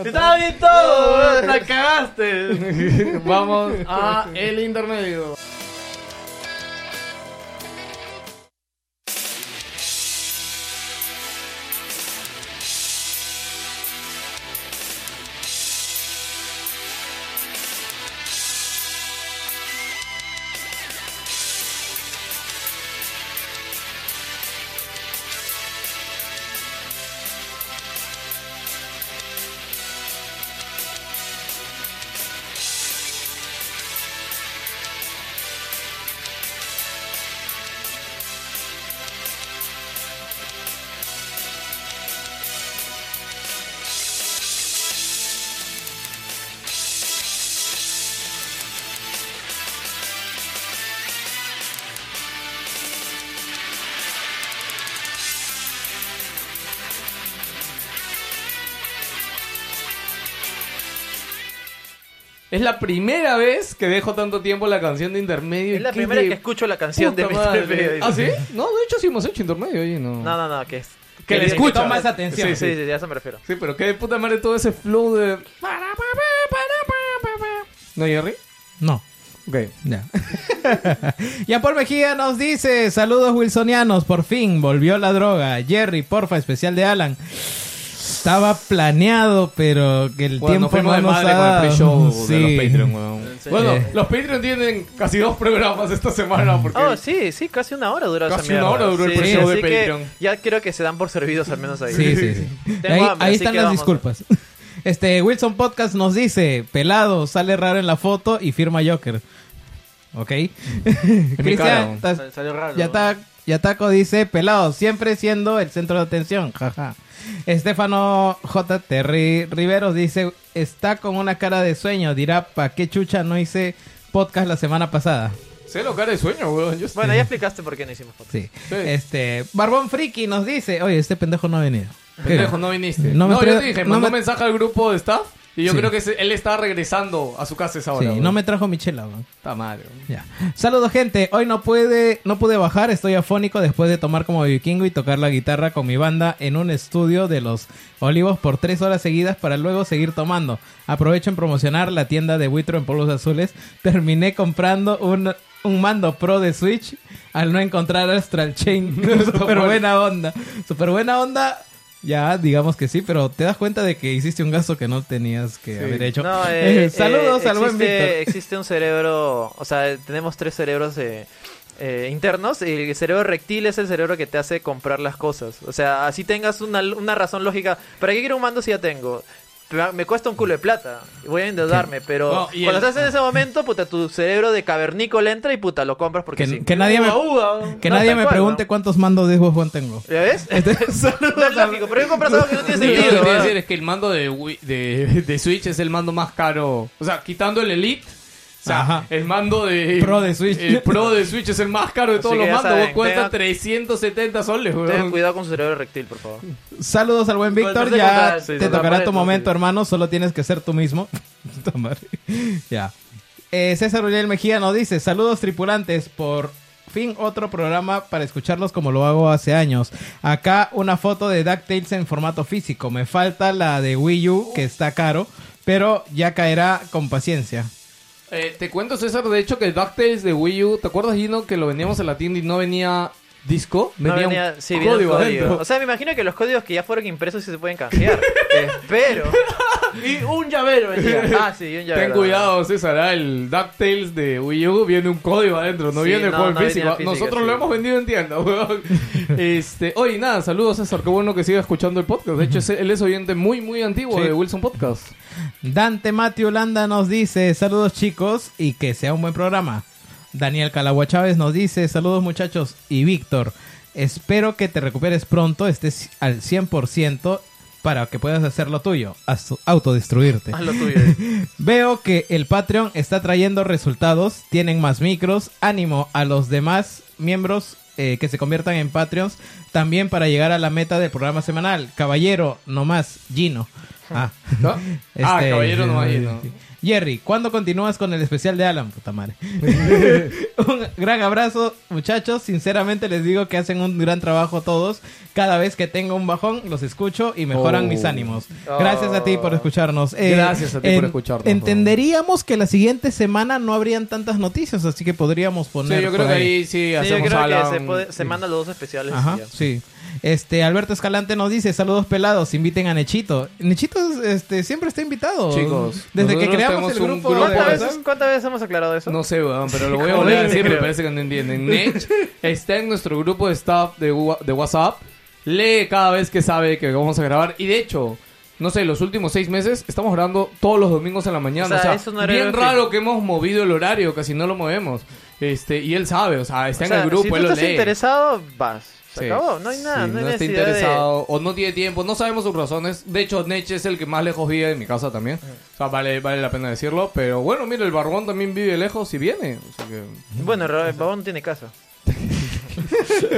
¡Está bien todo! ¡La cagaste! vamos Ah. a el intermedio. Es la primera vez que dejo tanto tiempo la canción de intermedio. Es la ¿Qué primera de que escucho la canción de puta Mr. madre? B. ¿Ah, sí? No, de hecho sí hemos hecho intermedio, oye, no. No, no, no, que es. Que le escucho escucha. Más atención. Sí, sí, sí, a eso me refiero. Sí, pero qué de puta madre todo ese flow de. ¿No, Jerry? No. Ok. Ya. Jean Paul Mejía nos dice: Saludos wilsonianos, por fin volvió la droga. Jerry, porfa, especial de Alan. Estaba planeado, pero que el Bueno, nos fuimos tiempo no de nos madre ha con el dado. pre-show de Sí. Eh. los Patreon, weón. Bueno, los Patreon tienen casi dos programas esta Mm. semana porque. Oh, sí, sí, casi una hora duró Casi esa mierda. una hora duró el Sí, sí, pre-show de así que Patreon. Ya creo que se dan por servidos al menos ahí. Sí, sí, sí. Tengo Ahí, hambre, ahí así están que las vamos. disculpas. Este, Wilson Podcast nos dice, pelado, sale raro en la foto y firma Joker. Ok. cara, Cristian, Tas- Salió raro. Yata- Yataco dice, pelado, siempre siendo el centro de atención. Jaja. Estefano J. Terry Riveros dice, está con una cara de sueño. Dirá, ¿pa' qué chucha no hice podcast la semana pasada? Sé lo cara de sueño, weón. Yo Bueno, ya explicaste por qué no hicimos fotos. Sí. Sí. Este, Barbón Friki nos dice, oye, este pendejo no ha venido. Pendejo, no viniste. No, Eh. No me yo tra- te dije, no mandó me- mensaje al grupo de staff y yo Sí. creo que se- él está regresando a su casa esa Sí, hora. no me trajo Michela, weón. Está mal, weón. Ya. Saludos gente, hoy no puede, no pude bajar, estoy afónico después de tomar como vikingo y tocar la guitarra con mi banda en un estudio de los olivos por tres horas seguidas para luego seguir tomando. Aprovecho en promocionar la tienda de Buitro en polvos azules. Terminé comprando un, un mando pro de Switch al no encontrar Astral Chain. Super buena onda. Super buena onda. Ya, digamos que sí, pero te das cuenta de que hiciste un gasto que no tenías que haber hecho. No, eh, eh, Saludos al buen existe- Víctor. Existe un cerebro, o sea, tenemos tres cerebros eh, eh, internos y el cerebro rectil es el cerebro que te hace comprar las cosas. O sea, así tengas una, una razón lógica. ¿Para qué quiero un mando si ya tengo? me- me cuesta un culo de plata, voy a endeudarme, pero No, y cuando el- estás en ese momento, puta, tu cerebro de cavernícola entra y puta, lo compras porque Que, sí. que nadie me, Uga, uga. que No, nadie tal me cual, pregunte ¿no? cuántos mandos de Xbox One tengo. ¿Ya ves? no es lógico, pero yo compras algo que no tiene Lo que sentido. te iba a ¿verdad? decir es que el mando de, Wii- de, de Switch es el mando más caro. O sea, quitando el Elite. O sea, Ajá. el mando de... Pro de Switch. El Pro de Switch es el más caro de todos Así los que ya mandos. saben, vos cuesta tengan- 370 soles, Tengan weón. cuidado con su cerebro rectil, por favor. Saludos al Pues, buen Víctor, Golpes de ya contra- sí, te contra tocará pared, tu ¿no? momento, Sí. hermano, solo tienes que ser tú mismo. Puta madre. ya. Eh, César Uriel Mejía nos dice, saludos tripulantes, por fin otro programa para escucharlos como lo hago hace años. Acá una foto de DuckTales en formato físico, me falta la de Wii U, que está caro, pero ya caerá con paciencia. Eh, te cuento, César, de hecho, que el DuckTales de Wii U... ¿Te acuerdas, Gino, que lo veníamos en la tienda y no venía disco? No Venía, venía- un sí, viene código, el código. adentro. O sea, me imagino que los códigos que ya fueron impresos sí se pueden canjear. Espero. Y un llavero, venía. Ah, sí, un llavero. Ten cuidado, César. ah, El DuckTales de Wii U viene un código adentro, no Sí, viene el no, juego en no físico. venía físico, Nosotros sí. lo hemos vendido en tienda, weón. Este, oye, nada, saludos, César. Qué bueno que siga escuchando el podcast. De hecho, es- él es oyente muy, muy antiguo Sí. de Wilson Podcast. Dante Mati Holanda nos dice, saludos chicos y que sea un buen programa. Daniel Calagua Chávez nos dice, saludos muchachos y Víctor, espero que te recuperes pronto, estés al 100% para que puedas hacer lo tuyo, as- autodestruirte. Haz lo tuyo. Veo que el Patreon está trayendo resultados, tienen más micros, ánimo a los demás miembros eh, que se conviertan en Patreons también para llegar a la meta del programa semanal. Caballero, nomás, Gino. Ah. ¿No? ah, Este, caballero, no sí, hay. sí, ¿no? sí. Jerry, ¿cuándo continúas con el especial de Alan? Puta madre. un gran abrazo, muchachos. Sinceramente les digo que hacen un gran trabajo todos. Cada vez que tengo un bajón, los escucho y mejoran Oh. mis ánimos. Gracias a ti por escucharnos. Eh, Gracias a ti por escucharnos, Entenderíamos que la siguiente semana no habrían tantas noticias, así que podríamos poner. Sí, yo por creo que ahí sí Sí, yo hacemos creo Alan. que se, puede- se mandan los dos especiales. y Ajá, ya. sí. Este, Alberto Escalante nos dice, saludos pelados, inviten a Nechito. Nechito, este, siempre está invitado. Chicos, Desde que nosotros creamos el tenemos grupo, un grupo ¿Cuántas de de WhatsApp, veces, ¿Cuántas veces hemos aclarado eso? No sé, weón, pero lo voy a volver a decir, me creo. parece que no entienden. Nech está en nuestro grupo de staff de, wa- de WhatsApp, lee cada vez que sabe que vamos a grabar y de hecho, no sé, los últimos seis meses estamos grabando todos los domingos en la mañana. O O sea, sea, eso no era bien el raro fijo. que hemos movido el horario, casi no lo movemos. Este, y él sabe, o sea, está O sea, en el grupo, si tú él lo estás lee. interesado, vas. Se Sí. acabó, no hay nada, Sí, no hay está necesidad de- interesado o no tiene tiempo, no sabemos sus razones. De hecho, Neche es el que más lejos vive de mi casa también. O sea, vale, vale la pena decirlo. Pero bueno, mira, el barbón también vive lejos y viene. O sea que Bueno, el babón no tiene casa.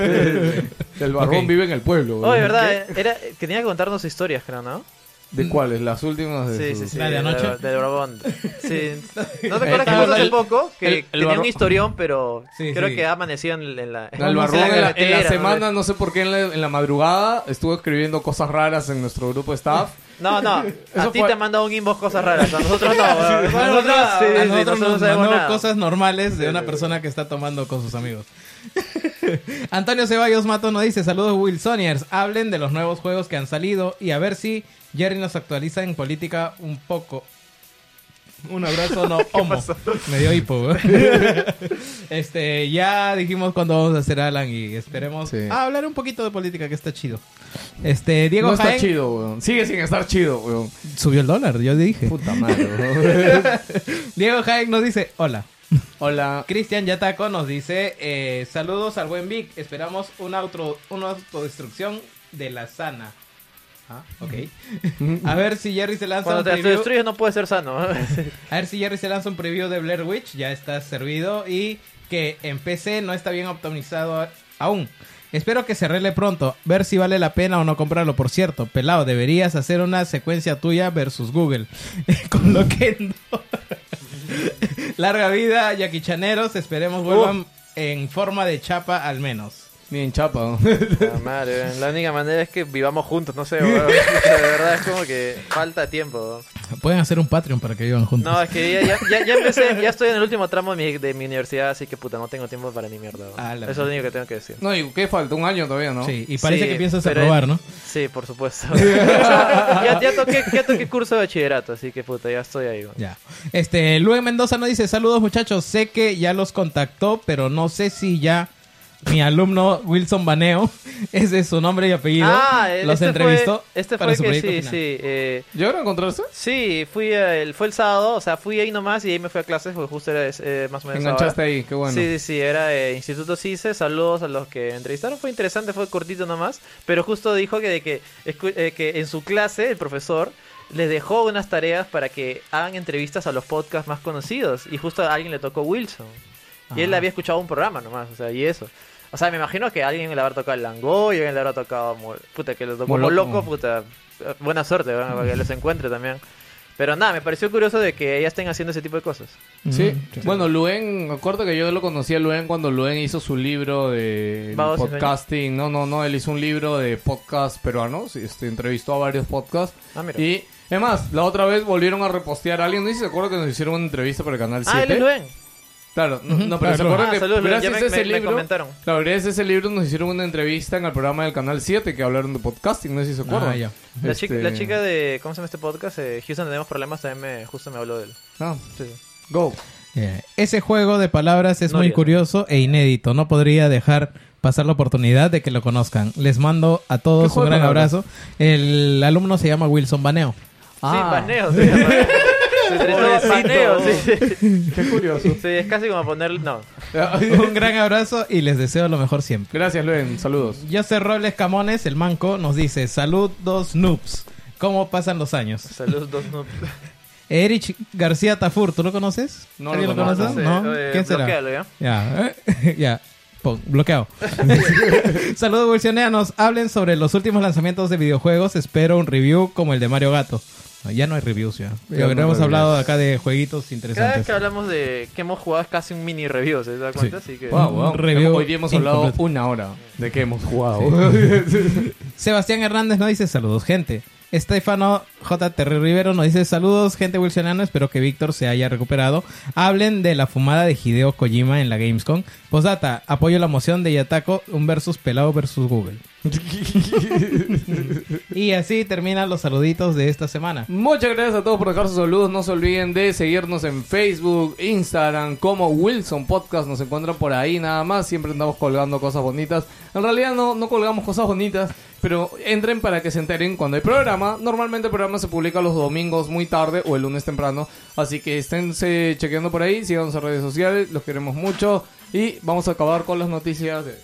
el barbón Ok. vive en el pueblo. Oh, güey. de verdad, eh, era, que tenía que contarnos historias, creo, ¿no? ¿De cuáles? Las últimas de Sí, sus- sí, sí. ¿La de anoche? Del del Bravón. Sí. ¿No te El- acuerdas que justo el- hace poco que el- el tenía Barbón- un historión, pero Sí, creo sí. que ha amanecido en, en la. El barbón en la, en la carretera, semana, no sé por qué, en la, en la madrugada estuvo escribiendo cosas raras en nuestro grupo de staff. No, no. Eso A ti fue- te han mandado un inbox cosas raras. A nosotros no. weón. no sabemos Nosotros nada. sí, a sí, Ah, nosotros nosotros no nos sabemos mandó nada. Eh. cosas normales de una persona que está tomando con sus amigos. Antonio Ceballos Mato nos dice, saludos Wilsoniers, hablen de los nuevos juegos que han salido y a ver si Jerry nos actualiza en política un poco. Un abrazo no homo. Me dio hipo. weón. este, ya dijimos cuándo vamos a hacer Alan y esperemos Sí. Ah, hablar un poquito de política que está chido. Este, Diego no está Jaén- chido, weón. Sigue sin estar chido, weón. subió el dólar, yo dije. Puta madre, weón. Diego Jaén nos dice, "Hola, Hola. Cristian Yataco nos dice eh, saludos al buen Vic, esperamos una, auto, una autodestrucción de la sana. Ah, ok. Ah. a ver si Jerry se lanza Cuando un te te preview. destruyes no puede ser sano. A ver si Jerry se lanza un preview de Blair Witch, ya está servido y que en PC no está bien optimizado a- aún. Espero que se arregle pronto, ver si vale la pena o no comprarlo. Por cierto, pelado, deberías hacer una secuencia tuya versus Google con Loquendo. Larga vida, yaquichaneros, esperemos vuelvan en forma de chapa al menos. Bien chapa. Ah, madre, weón. la única manera es que vivamos juntos, no sé. weón. O sea, De verdad es como que falta tiempo. weón. Pueden hacer un Patreon para que vivan juntos. No, es que ya, ya, ya, ya empecé, ya estoy en el último tramo de mi, de mi universidad, así que puta, no tengo tiempo para ni mierda. weón. Ah, la Eso es lo único que tengo que decir. No, y ¿qué falta? Un año todavía, ¿no? Sí, y parece Sí, que piensas pero- aprobar, ¿no? Sí, por supuesto. O sea, ya, ya toqué, ya toqué curso de bachillerato, así que puta, ya estoy ahí. weón. Ya. Este, Luis Mendoza nos dice, saludos muchachos, sé que ya los contactó, pero no sé si ya mi alumno Wilson Baneo, ese es su nombre y apellido, Ah, eh, los este entrevistó Fue, este para fue su que sí, proyecto final. sí. eh, ¿Llegaron a encontrarse? sí, fui eh, el, fue el sábado, o sea, fui ahí nomás y ahí me fui a clases porque justo era eh, más o menos. Enganchaste ahora. ahí, qué bueno. Sí, sí, sí, era eh, Instituto CICE, saludos a los que entrevistaron, fue interesante, fue cortito nomás, pero justo dijo que, de que, escu- eh, que en su clase el profesor les dejó unas tareas para que hagan entrevistas a los podcasts más conocidos y justo a alguien le tocó Wilson y Ah. él había escuchado un programa nomás, o sea, y eso. O sea, me imagino que a alguien le habrá tocado el Langoy, alguien le habrá tocado, Mol- puta, que le tocó Moloco. loco, puta, Eh, buena suerte, bueno, para que los encuentre también. Pero nada, me pareció curioso de que ya estén haciendo ese tipo de cosas. Sí. Mm, sí. Bueno, Luen, me acuerdo que yo lo conocí a Luen cuando Luen hizo su libro de Vagos sin podcasting. No, no, no, él hizo un libro de podcast peruanos. Este, entrevistó a varios podcasts. Ah, mira. Y, es más, la otra vez volvieron a repostear a alguien. No sé si se acuerda que nos hicieron una entrevista para el canal 7. Ah, él es Luen. Claro, no, no, pero claro. se acuerdan Ah, que saludos, Luen, ya gracias me- a ese me- me libro. comentaron. Claro, gracias a ese libro nos hicieron una entrevista en el programa del canal 7 que hablaron de podcasting. No sé si se acuerdan. Ah, ya. La, Este, chica, la chica de. ¿Cómo se llama este podcast? Eh, Houston Tenemos Problemas también me, justo me habló de él. Ah, Sí, sí. go. Yeah. Ese juego de palabras es No, muy ya. curioso e inédito. No podría dejar pasar la oportunidad de que lo conozcan. Les mando a ¿Qué todos juego un de gran palabras? abrazo. El alumno se llama Wilson Baneo. Ah. Sí, paneo. Se llama. Se trató de paneo, sí. sí. Qué curioso. Sí, es casi como poner. No. un gran abrazo y les deseo lo mejor siempre. Gracias, Luen. Saludos. José Robles Camones, el manco, nos dice: Saludos, noobs. ¿Cómo pasan los años? Saludos, dos no. Erich García Tafur, ¿tú lo conoces? No lo ¿Alguien conozco, conoce? sé, ¿No? eh, ¿Quién será? bloquéalo, ¿ya? Ya, eh, ya. Pon, bloqueado. Saludos, bolsioneanos. Hablen sobre los últimos lanzamientos de videojuegos. Espero un review como el de Mario Gato. No, ya no hay reviews, ya. Ya no hay hemos reviews. hablado acá de jueguitos Cada vez interesantes. que hablamos de que hemos jugado es casi un mini review, ¿se da cuenta? Así que. Wow. Un review hoy día hemos hablado incompleto. una hora de que hemos jugado. Sebastián Hernández nos dice saludos, gente. Estefano J. Terry Rivero nos dice saludos, gente wilsoniana. Espero que Víctor se haya recuperado. Hablen de la fumada de Hideo Kojima en la Gamescom. Posdata, apoyo la moción de Yatako, un versus pelado versus Google. y así terminan los saluditos de esta semana. Muchas gracias a todos por dejar sus saludos. No se olviden de seguirnos en Facebook, Instagram, como Wilson Podcast. Nos encuentran por ahí nada más. Siempre andamos colgando cosas bonitas. En realidad no, no colgamos cosas bonitas, pero entren para que se enteren cuando hay programa. Normalmente el programa se publica los domingos muy tarde o el lunes temprano. Así que esténse chequeando por ahí. Síganos en redes sociales. Los queremos mucho. Y vamos a acabar con las noticias de...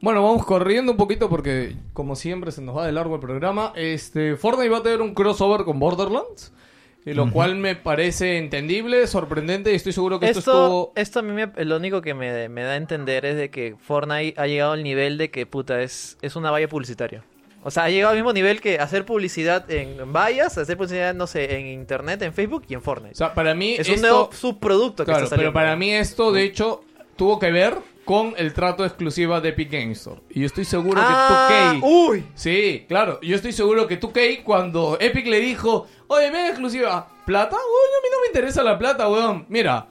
Bueno, vamos corriendo un poquito porque, como siempre, se nos va de largo el programa. Este, Fortnite va a tener un crossover con Borderlands, y lo cual me parece entendible, sorprendente, y estoy seguro que esto, Esto, estuvo... esto a mí me, lo único que me, me da a entender es de que Fortnite ha llegado al nivel de que puta es, es una valla publicitaria. O sea, ha llegado al mismo nivel que hacer publicidad en vallas, hacer publicidad, no sé, en internet, en Facebook y en Fortnite. O sea, para mí es un esto- nuevo subproducto que Claro, está pero saliendo. para mí esto, de hecho, tuvo que ver con el trato exclusiva de Epic Games Store. Y yo estoy seguro Ah, que 2K... ¡Uy! Sí, claro. Yo estoy seguro que 2K, cuando Epic le dijo, oye, mira exclusiva, ¿plata? Weón, a mí no me interesa la plata, weón. Mira,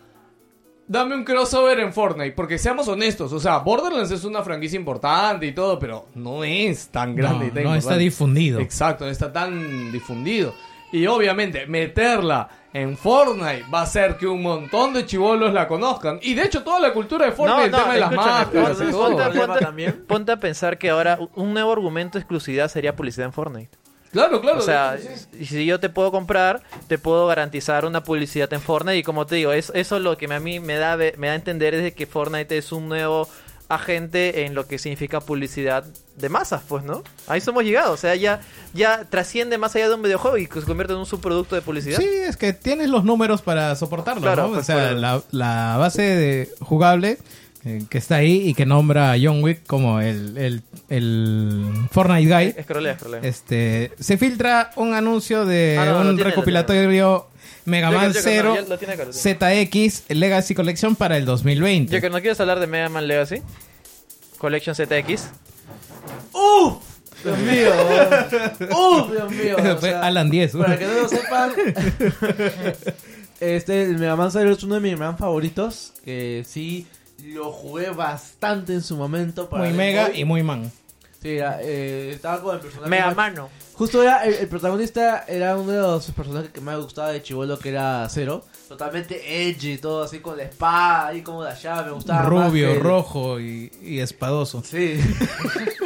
dame un crossover en Fortnite, porque seamos honestos, o sea, Borderlands es una franquicia importante y todo, pero no es tan grande. y No, tan no, está importante. difundido. Exacto, no está tan difundido. Y obviamente, meterla en Fortnite va a hacer que un montón de chivolos la conozcan. Y de hecho, toda la cultura de Fortnite, el tema de las escúchame, máscaras y ponte- todo. ponte- Problema ponte- también. ponte a pensar que ahora un nuevo argumento de exclusividad sería publicidad en Fortnite. Claro, claro. O sea, y si yo te puedo comprar, te puedo garantizar una publicidad en Fortnite. Y como te digo, es, eso lo que me- a mí me da, ve- me da a entender es de que Fortnite es un nuevo agente en lo que significa publicidad de masas, pues, ¿no? Ahí somos llegados. O sea, ya, ya trasciende más allá de un videojuego y se convierte en un subproducto de publicidad. Sí, es que tienes los números para soportarlo, Claro, ¿no? pues, o sea, por- la, la base de jugable eh, que está ahí y que nombra a John Wick como el, el, el Fortnite Guy. Escrolea, escrolea. Este, se filtra un anuncio de Ah, no, lo un tiene, lo recopilatorio Mega Yo Man creo que- no, 0 ya lo tiene acá, lo tiene. ZX Legacy Collection para el 2020. Yo que no quieres hablar de Mega Man Legacy. Collection ZX. Dios mío. ¡Uf! Dios mío. Fue o sea, Alan 10. Para que no lo sepan, Este, el Mega Man 0 es uno de mis Mega Man favoritos. Que sí, lo jugué bastante en su momento. Para Muy Game mega Boy. y muy man. Sí, era, eh, estaba con el personaje. Mega más- Mano. Justo era el, el protagonista, era uno de los personajes que más me gustaba de Chivolo, que era Cero. Totalmente edgy, todo así con la espada, ahí como de allá, me gustaba. más que Rubio, el- rojo y, y espadoso. Sí.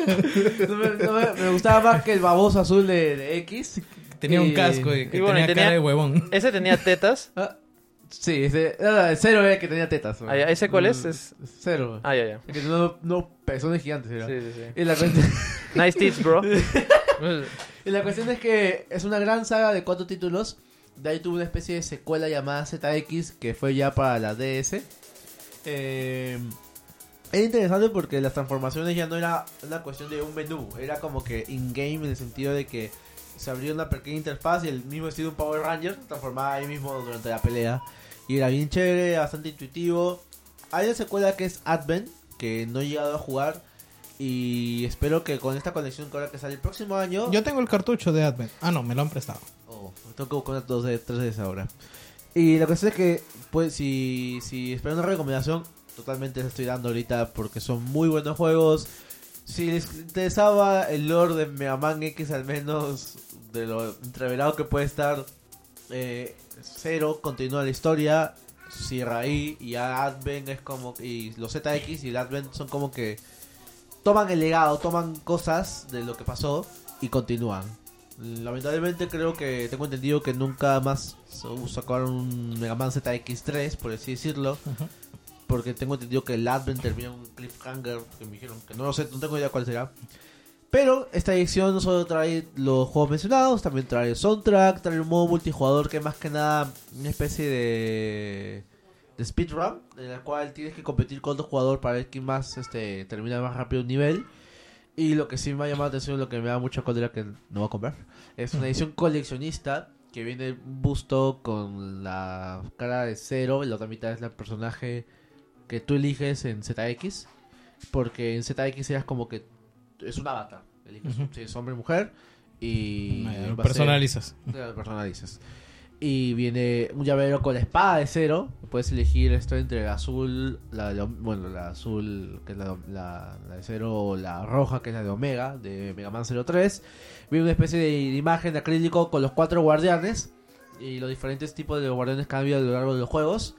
No me, no me- me gustaba más que el baboso azul de, de X. Tenía Y- un casco y que y bueno, y tenía, tenía- cara de huevón. Ese tenía tetas. Ah, sí, ese, ah, el Cero era el que tenía tetas. Ah, ya, ¿ese cuál es? Mm, Es- Cero. Ah, ya, ya. El que tenía unos, unos pezones gigantes era. Sí, sí, sí. Y la cuestión- Nice tits, bro. Y la cuestión es que es una gran saga de cuatro títulos. De ahí tuvo una especie de secuela llamada ZX que fue ya para la DS. Eh, era interesante porque las transformaciones ya no era una cuestión de un menú, era como que in-game en el sentido de que se abría una pequeña interfaz y el mismo estilo de un Power Ranger se transformaba ahí mismo durante la pelea. Y era bien chévere, bastante intuitivo. Hay una secuela que es Advent, que no he llegado a jugar. Y espero que con esta colección que ahora que sale el próximo año. Yo tengo el cartucho de Advent. Ah, no, me lo han prestado. Oh, tengo que buscar una 2 de 3 de ahora. Y la cuestión es que, pues, si, si esperan una recomendación, totalmente les estoy dando ahorita porque son muy buenos juegos. Si les interesaba el lore de Mega Man X, al menos de lo entreverado que puede estar, eh, Cero continúa la historia. Cierra ahí y ya Advent es como. Y los ZX y el Advent son como que. Toman el legado, toman cosas de lo que pasó y continúan. Lamentablemente creo que tengo entendido que nunca más so- sacaron un Mega Man ZX3, por así decirlo. Porque tengo entendido que el Advent terminó en un cliffhanger que me dijeron que no lo sé, no tengo idea cuál será. Pero esta edición no solo trae los juegos mencionados, también trae el soundtrack, trae un modo multijugador que es más que nada una especie de, de speedrun, en la cual tienes que competir con otro jugador para ver quién más este, termina más rápido un nivel. Y lo que sí me ha llamado la atención, lo que me da mucha cólera que no voy a comprar, es una edición coleccionista que viene un busto con la cara de cero y la otra mitad es el personaje que tú eliges en ZX. Porque en ZX eras como que es un avatar. Eliges si es hombre o mujer y... Me en lo base- personalizas. te lo personalizas. Y viene un llavero con la espada de cero. Puedes elegir esto entre la azul, la de, bueno, la azul, que es la, de- la- la de cero, o la roja, que es la de Omega, de Mega Man 03. Viene una especie de imagen de acrílico con los cuatro guardianes. Y los diferentes tipos de guardianes que han habido a lo largo de los juegos.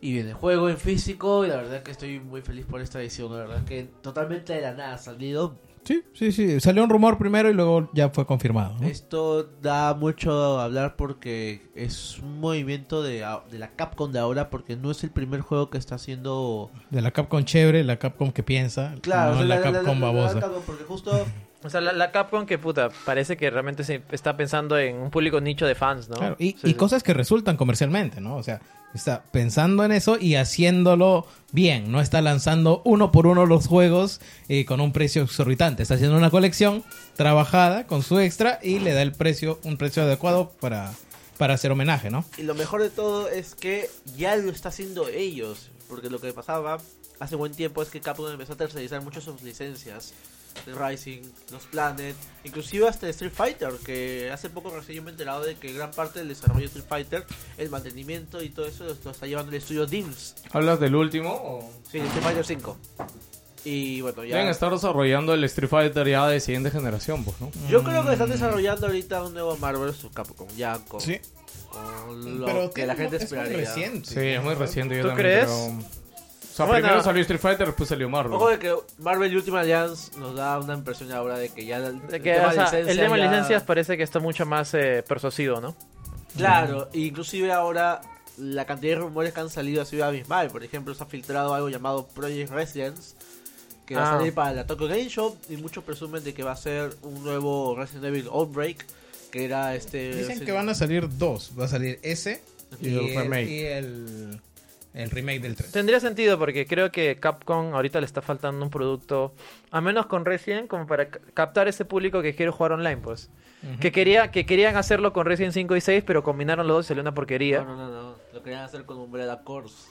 Y viene el juego en físico. Y la verdad que estoy muy feliz por esta edición. La verdad que totalmente de la nada ha salido. Sí, sí, sí. Salió un rumor primero y luego ya fue confirmado. ¿no? Esto da mucho a hablar porque es un movimiento de, a- de la Capcom de ahora porque no es el primer juego que está haciendo... De la Capcom chévere, la Capcom que piensa. no Claro, o sea, la, Capcom la- la babosa. Capcom, porque justo... O sea, la, la Capcom que puta, parece que realmente se está pensando en un público nicho de fans, ¿no? Claro, Y, Sí, y sí. cosas que resultan comercialmente, ¿no? O sea, está pensando en eso y haciéndolo bien. No está lanzando uno por uno los juegos eh, con un precio exorbitante. Está haciendo una colección trabajada con su extra y le da el precio, un precio adecuado para, para hacer homenaje, ¿no? Y lo mejor de todo es que ya lo está haciendo ellos. Porque lo que pasaba hace buen tiempo es que Capcom empezó a tercerizar muchas sus licencias. The Rising, Los Planet, inclusive hasta Street Fighter, que hace poco recién yo me he enterado de que gran parte del desarrollo de Street Fighter, el mantenimiento y todo eso lo, lo está llevando el estudio Dims. ¿Hablas del último? O... Sí, Street Fighter 5. Y bueno, ya... Deben estar desarrollando el Street Fighter ya de siguiente generación, pues, ¿no? Yo creo que están desarrollando ahorita un nuevo Marvel vs. Capcom, ya con, con lo que la gente esperaría. Sí, es muy reciente. Yo ¿Tú también crees? creo. O sea, Bueno. primero salió Street Fighter, después salió Marvel. Ojo de que Marvel Ultimate Alliance nos da una impresión ahora de que ya la- De que, o sea, el tema de licencias parece que está mucho más eh, persuasivo, ¿no? Claro, e inclusive ahora la cantidad de rumores que han salido ha sido abismal. Por ejemplo, se ha filtrado algo llamado Project Residence, que va Ah. a salir para la Tokyo Game Show, y muchos presumen de que va a ser un nuevo Resident Evil Outbreak, que era este... Dicen que van a salir dos. Va a salir ese y, Y el el, remake. y el- el remake del 3. Tendría sentido porque creo que Capcom ahorita le está faltando un producto, a menos con Resident, como para ca- captar ese público que quiere jugar online, pues. que, quería, que querían hacerlo con Resident 5 y 6, pero combinaron los dos y salió una porquería. No, no, no, no, lo querían hacer con Umbrella Corps.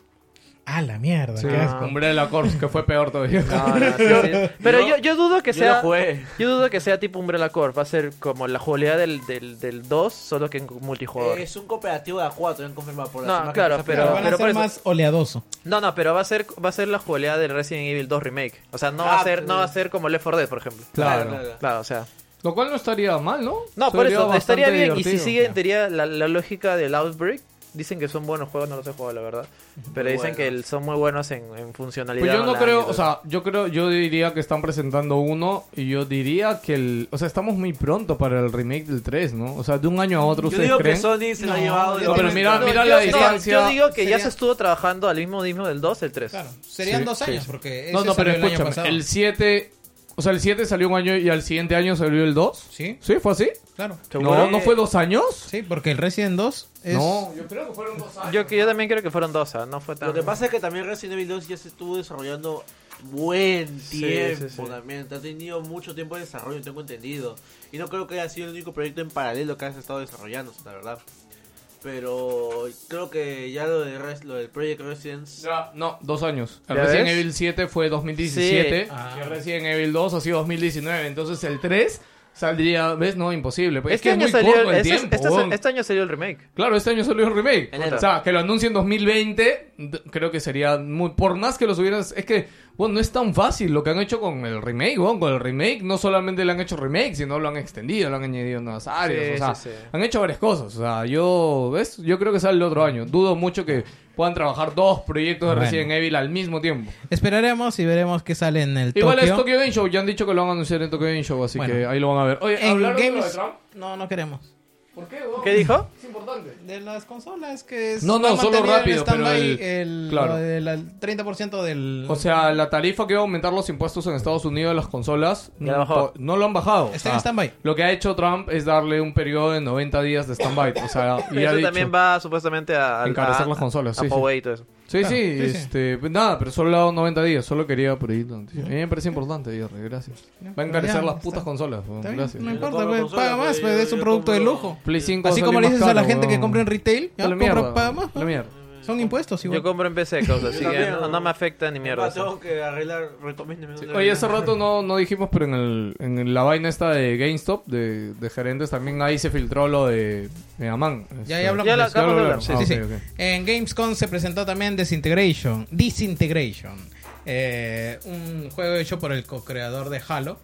Ah, la mierda. Sí, qué asco. Umbrella Corps, que fue peor todavía. No, no, sí, sí. Pero yo, yo dudo que Yo lo sea. jugué. Yo dudo que sea tipo Umbrella Corp. Va a ser como la jugabilidad del, del, del 2, solo que en multijugador. Es un cooperativo de A4, ya han confirmado por la No, semana que claro, está pero- van a pero por ser eso- más oleadoso. No, no, pero va a ser va a ser la jugabilidad del Resident Evil 2 Remake. O sea, no va Ah, a ser no sí. va a ser como Left 4 Dead, por ejemplo. Claro. Claro, o sea. Lo cual no estaría mal, ¿no? No, por Sería eso estaría bastante bien y si divertido. siguen teoría la, la lógica del Outbreak, dicen que son buenos juegos, no los he jugado la verdad, pero dicen que el- son muy buenos en, en funcionalidad. Pues yo no online y creo, todo o sea, yo creo, yo diría que están presentando uno y yo diría que el, o sea, estamos muy pronto para el remake del 3, ¿no? O sea, de un año a otro Yo ustedes digo creen. que Sony se lo ha No, llevado. yo de No, pero momento. mira, No, mira yo- la no, distancia. yo digo que ya sería- se estuvo trabajando al mismo ritmo del 2, el 3. Claro. Serían Sí, dos sí. años, porque ese no, no, pero salió el año escúchame, pasado. el 7, o sea, el 7 salió un año y al siguiente año salió el 2. Sí, ¿Sí? ¿Fue así? claro. No, ¿no fue dos años? Sí, porque el Resident 2 es... No, yo creo que fueron dos años. Yo que yo también creo que fueron dos, ah, no fue tan Lo que pasa es que también Resident Evil 2 ya se estuvo desarrollando buen Sí, tiempo sí, sí. también. Ha tenido mucho tiempo de desarrollo, tengo entendido. Y no creo que haya sido el único proyecto en paralelo que has estado desarrollando, la verdad. Pero creo que ya lo, de Res- lo del Project Residence... Ya, no, dos años. El ¿Ya Resident ves? Evil 7 fue 2017 Sí. Ah. y el Resident Evil 2 ha sido 2019. Entonces el 3 saldría, ¿ves? No, imposible. Pues Este es que año es muy salió corto el este- tiempo. este- weón. este año salió el remake. Claro, este año salió el remake. Enero. O sea, que lo anuncien en 2020, d- creo que sería muy... Por más que los hubieras... Es que, bueno, no es tan fácil lo que han hecho con el remake, bueno, con el remake no solamente le han hecho remake, sino lo han extendido, lo han añadido nuevas áreas, Sí, o sea, sí, sí. han hecho varias cosas. O sea, yo, ¿ves? Yo creo que sale el otro año. Dudo mucho que puedan trabajar dos proyectos de Bueno. Resident Evil al mismo tiempo. Esperaremos y veremos qué sale en el Igual Tokio. es Tokyo Game Show, ya han dicho que lo van a anunciar en Tokyo Game Show, así Bueno. que ahí lo van a ver. Oye, En ¿hablaron de lo Games- de Trump? No, no queremos. ¿Por qué, weón? ¿Qué dijo? Es importante. De las consolas que es- No, no, han solo mantenido en rápido, pero stand-by el- el- claro. lo del- el 30% del... O sea, la tarifa que iba a aumentar los impuestos en Estados Unidos de las consolas Ya la po- bajó. no lo han bajado. Está en O sea, stand-by. Lo que ha hecho Trump es darle un periodo de 90 días de stand-by. O sea, y ha Eso dicho- también va supuestamente a a- Encarecer a- las consolas, a sí, sí. Huawei y todo eso. Sí, Claro, sí, sí, sí. este, pues nada, pero solo le ha dado 90 días. Solo quería por ahí. la noticia. A mí me parece importante, Jerry, gracias. Va a encarecer Ya, las está. putas consolas, weón, Está bien, gracias. No Yo importa, compro pues, consolas, paga más, yo- pues, es yo un producto de compro- lujo. Play 5 va a Así salir como le más dices a la caro, gente que weón. compra en retail, ya, A la compra, mierda, paga weón, más. pues. a la mierda. Son impuestos Yo igual. compro en PC, causa, así que también, no, weón. no me afecta ni mierda. Ah, eso. tengo que arreglar, recomiéndeme un Oye, hace rato no, no dijimos, pero en, el, en la vaina esta de GameStop, de, de gerentes, también ahí se filtró lo de Mega Man. Ya, Este, ya hablamos Ya de la eso. acabamos de hablar. hablamos. sí. Ah, Sí, sí. ok, ok. En Gamescom se presentó también Disintegration. Disintegration. Eh, un juego hecho por el co-creador de Halo.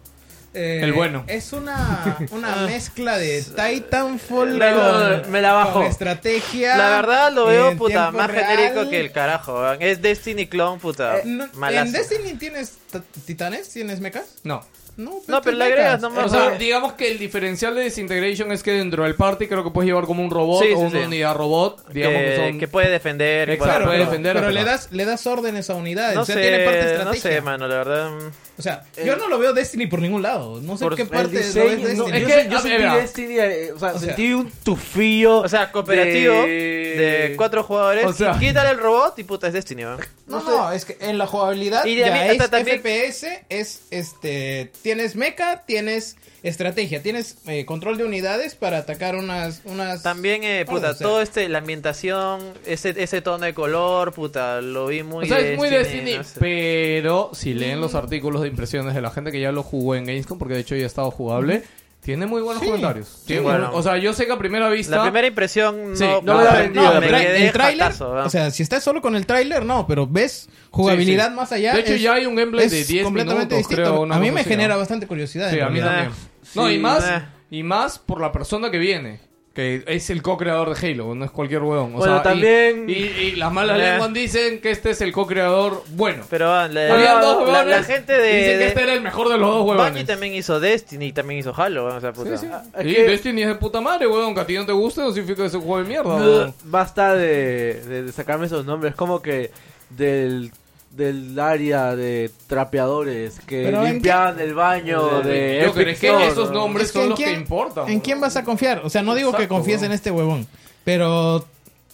Eh, El bueno. Es una, una mezcla de Titanfall Me la- con, me la bajo. con estrategia. La verdad lo veo, en puta, tiempo más real. genérico que el carajo. weón. Es Destiny Clone, puta. Eh, no, malazo. ¿En Destiny tienes ta- titanes? ¿Tienes mechas? este, No. No, No, pero le tienes agregas mechas. nomás. O sea, digamos que el diferencial de Disintegration es que dentro del party creo que puedes llevar como un robot Sí, sí, o una sí. unidad robot. Digamos que, que, son... Eh, que puede defender. que puede- Exacto, puede pero, defender, pero pero- le das le das órdenes a unidades, No o sea, sé, tiene parte de no estrategia. sé, mano, la verdad. mm. O sea, yo no lo veo Destiny por ningún lado. No sé Por qué el parte lo diseño, ves no, Destiny. es Yo que sé- yo a sentí ver, a- Destiny, eh, o sea, o sea- sentí un tufillo. O sea, cooperativo de, cuatro jugadores. O sea- y quítale el robot y puta, es Destiny, weón. No, no, es que en la jugabilidad Y de- ya hasta es también- FPS, es este, tienes mecha, tienes estrategia, tienes eh, control de unidades para atacar unas, unas. También, eh, puta, O sea, todo este, la ambientación, ese, ese tono de color, puta, lo vi muy. O sea, es muy Destiny, no sé. pero si leen Mm. los artículos de impresiones de la gente que ya lo jugó en Gamescom, porque de hecho ya ha estado jugable, tiene muy buenos Sí. comentarios. Tiene bueno. muy- O sea, yo sé que a primera vista... La primera impresión Sí, no, no me la vendió, la me verdad. quedé el tráiler, jatazo, weón. o sea, si estás solo con el tráiler, no, pero ves jugabilidad sí. más allá. De hecho, es- ya hay un gameplay de es 10 completamente minutos, distinto. creo, una a mí cosa me así, genera ¿no? bastante curiosidad. Sí, en a mí realidad. también. Sí, No, y más, nah. y más por la persona que viene. Que es el co-creador de Halo, no es cualquier huevón. O sea, Bueno, y- también- Y, y las malas Nah. lenguas dicen que este es el co-creador bueno. Pero ah, la, Habían dos la- la huevones. gente de. Dicen que de- este era el mejor de los dos Bungie huevones. también hizo Destiny y también hizo Halo. O sea, puta. Sí, sí. Es Y que- Destiny es de puta madre, huevón. Que a ti no te guste, no significa que es un juego de mierda, Ugh, huevón. Basta de, de- de sacarme esos nombres. Como que del, del área de trapeadores que Pero en limpiaban el baño de Yo Epic creo que Store, esos ¿no? nombres Es que son ¿en los que quién- importan. ¿En quién vas a confiar? O sea, no digo que Exacto, confíes weón. en este huevón, pero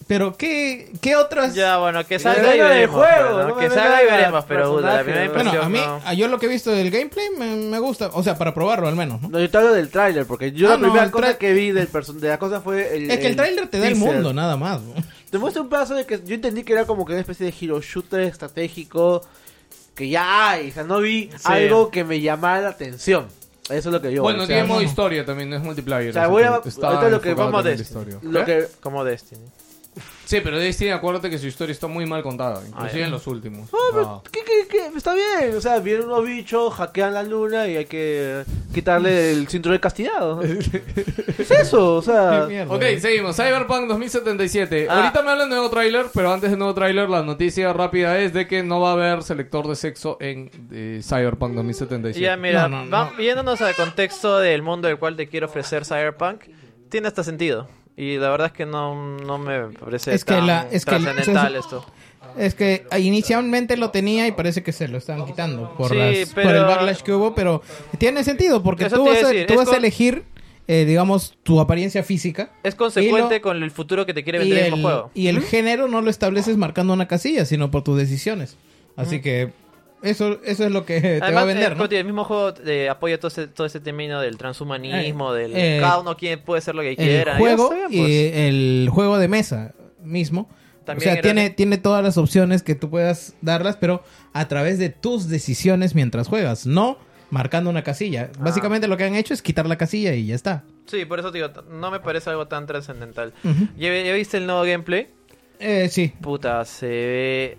pero qué qué otras Ya, bueno, que Que salga venga y del veremos. juego, pues, ¿no? no que me salga y venga veremos, pero puta, la personaje, primera ¿no? Bueno, impresión. a mí, no. a yo lo que he visto del gameplay me, me gusta, o sea, para probarlo al menos, ¿no? No, yo te hablo del tráiler, porque yo Ah, la no, primera el cosa tra- que vi del person- de la cosa fue el Es que el tráiler te da el teaser. mundo, nada más. ¿no? Te muestra un pedazo de que yo entendí que era como que una especie de hero shooter estratégico que ya hay. O sea, no vi algo que me llamara la atención. Eso es lo que yo Bueno, o sea, tiene modo historia también, no es multiplayer. O sea, así voy que a- está ahorita lo que enfocado vamos a también en decir. historia. Lo que, Como Destiny. Sí, pero Destiny, acuérdate que su historia está muy mal contada, inclusive en los últimos. Ah, No, oh, pero ¿qué, qué, qué? Está bien, o sea, vienen unos bichos, hackean la luna y hay que quitarle el cinturón de castidad. ¿no? ¿Qué es eso? O Ah, sea, Ok, eh. seguimos. Cyberpunk 2077. Ah. Ahorita me hablan de nuevo tráiler, pero antes del nuevo tráiler la noticia rápida es de que no va a haber selector de sexo en eh, Cyberpunk 2077. Ya, mira, No, no, va- yéndonos al contexto del mundo del cual te quiero ofrecer Cyberpunk, tiene hasta sentido. Y la verdad es que no, no me parece Es que tan la- es que la- trascendental se- esto. Es que ah, inicialmente lo tenía y parece que se lo están quitando por, Sí, las- por pero- el backlash que hubo, pero tiene sentido porque Eso tú te iba vas a a, decir, tú es vas a con- elegir, eh, digamos, tu apariencia física. Es consecuente Y lo- con el futuro que te quiere Y vender el el, mismo juego. y el género no lo estableces marcando una casilla, sino por tus decisiones. Así que eso, eso es lo que te va a eh, vender, ¿no? Coti, el mismo juego eh, apoya todo ese, todo ese término del transhumanismo, Eh, del eh, cada uno quien puede ser lo que el quiera. Ya juego está bien, pues. y el juego de mesa mismo. También o era- sea, tiene, tiene todas las opciones que tú puedas darlas, pero a través de tus decisiones mientras juegas, no marcando una casilla. Ah. Básicamente lo que han hecho es quitar la casilla y ya está. Sí, por eso te digo, t- no me parece algo tan trascendental. Ujú. ¿Ya, vi- ya viste el nuevo gameplay? Eh, sí. Puta, se ve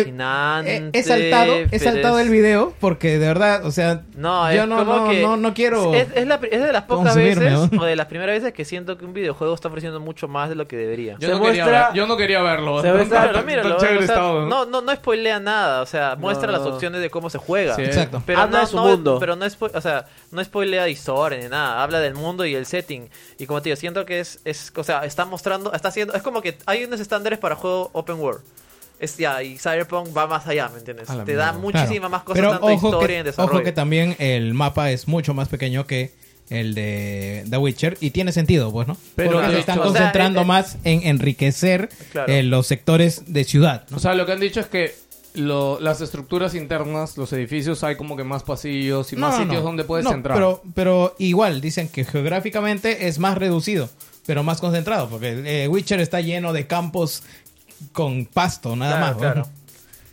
alucinante. Eh, he Eh, saltado, he pero saltado es- el video porque de verdad, o sea, No, yo es no, como no, que no, no quiero... Es, es la pri- es de las pocas consumirme, veces ¿no? o de las primeras veces que siento que un videojuego está ofreciendo mucho más de lo que debería. Yo, Se no quería muestra- ver- yo no quería verlo. Se muestra- Tan- Claro, tan míralo, chévere o sea, estaba, no, no, no spoilea nada, o sea, muestra No. las opciones de cómo se juega. Sí. Exacto. Pero Habla no, de su no- mundo. Pero no, spo- o sea, no spoilea de historia ni nada. Habla del mundo y el setting. Y como te digo, siento que es, es o sea, está mostrando, está haciendo, es como que hay unos estándares para juego open world. Es, ya, y Cyberpunk va más allá, ¿me entiendes? A la Te da mierda. muchísimas Claro. más cosas, Pero tanto ojo historia que, y desarrollo. Ojo que también el mapa es mucho más pequeño que el de The Witcher y tiene sentido, pues, ¿no? Pero Porque de se hecho- están o sea, concentrando eh, eh, más en enriquecer Claro. eh, los sectores de ciudad, ¿no? O sea, lo que han dicho es que lo- las estructuras internas, los edificios, hay como que más pasillos y más No, no, sitios no. donde puedes No, entrar. Pero, pero igual, dicen que geográficamente es más reducido, pero más concentrado, porque eh, Witcher está lleno de campos con pasto, nada Claro, más. ¿no? claro.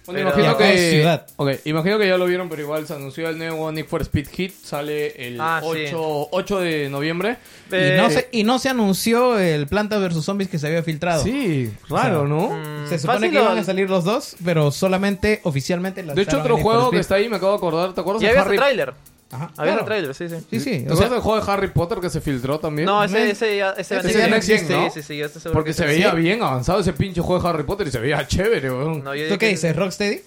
Bueno, Pero- imagino Y acá que, es ciudad. ok, imagino que ya lo vieron, pero igual se anunció el nuevo Need for Speed Hit. Sale el Ah, sí. 8, 8 de noviembre. Y, Eh, no se, y no se anunció el Planta vs. Zombies que se había filtrado. Sí, raro, ¿no? mm, Se supone fácil que lo- iban a salir los dos, pero solamente oficialmente De hecho, otro juego que está ahí, me acabo de acordar, ¿te acuerdas Y de había ese Harry tráiler. Ajá, Había claro. ese tráiler, sí, sí. Sí, sí. ¿Te O acuerdas sea, del juego de Harry Potter que se filtró también? No, ese, Men. ese ya, ese, Ese ya ya no existe. existe, ¿no? Sí, sí, sí, yo estoy seguro Porque que se sí. veía bien avanzado ese pinche juego de Harry Potter y se veía chévere, weón. No, yo ¿Tú digo qué que- dices? ¿Rocksteady?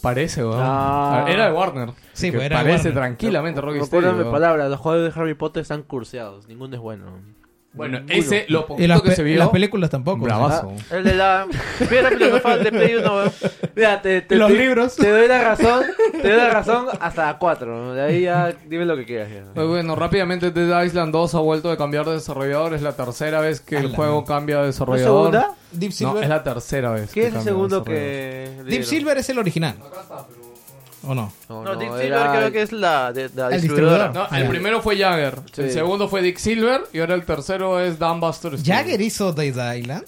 Parece, weón. Ah. Era de Warner. Sí, Que pues, era de Parece Warner. tranquilamente Rocky Recuérdame palabras, los juegos de Harry Potter están curseados, ninguno es bueno. Bueno, Ninguno. ese, lo Y las, poquito que pe- se las vio. películas tampoco. Bravazo. El de la piedra filosofal de Play 1, weón. Mira, te, te- Los te- libros. Te doy la razón, te doy la razón hasta la 4. De ahí ya dime lo que quieras. ya. Eh, Bueno, rápidamente Dead Island 2 ha vuelto a cambiar de desarrollador. Es la tercera vez que el Ala. juego cambia de ¿La desarrollador. segunda? Deep No, Silver. es la tercera vez. ¿Quién que es cambia el de segundo desarrollador. que.? Deep dieron? Silver es el original. ¿O no? No, No, Deep no, Silver era- creo que es la, de, la El distribuidora. distribuidor. No, Ah, el ya. primero fue Jagger. El Sí. segundo fue Dick Silver. Y ahora el tercero es Dan Buster Studio. ¿Jagger hizo Dead Island?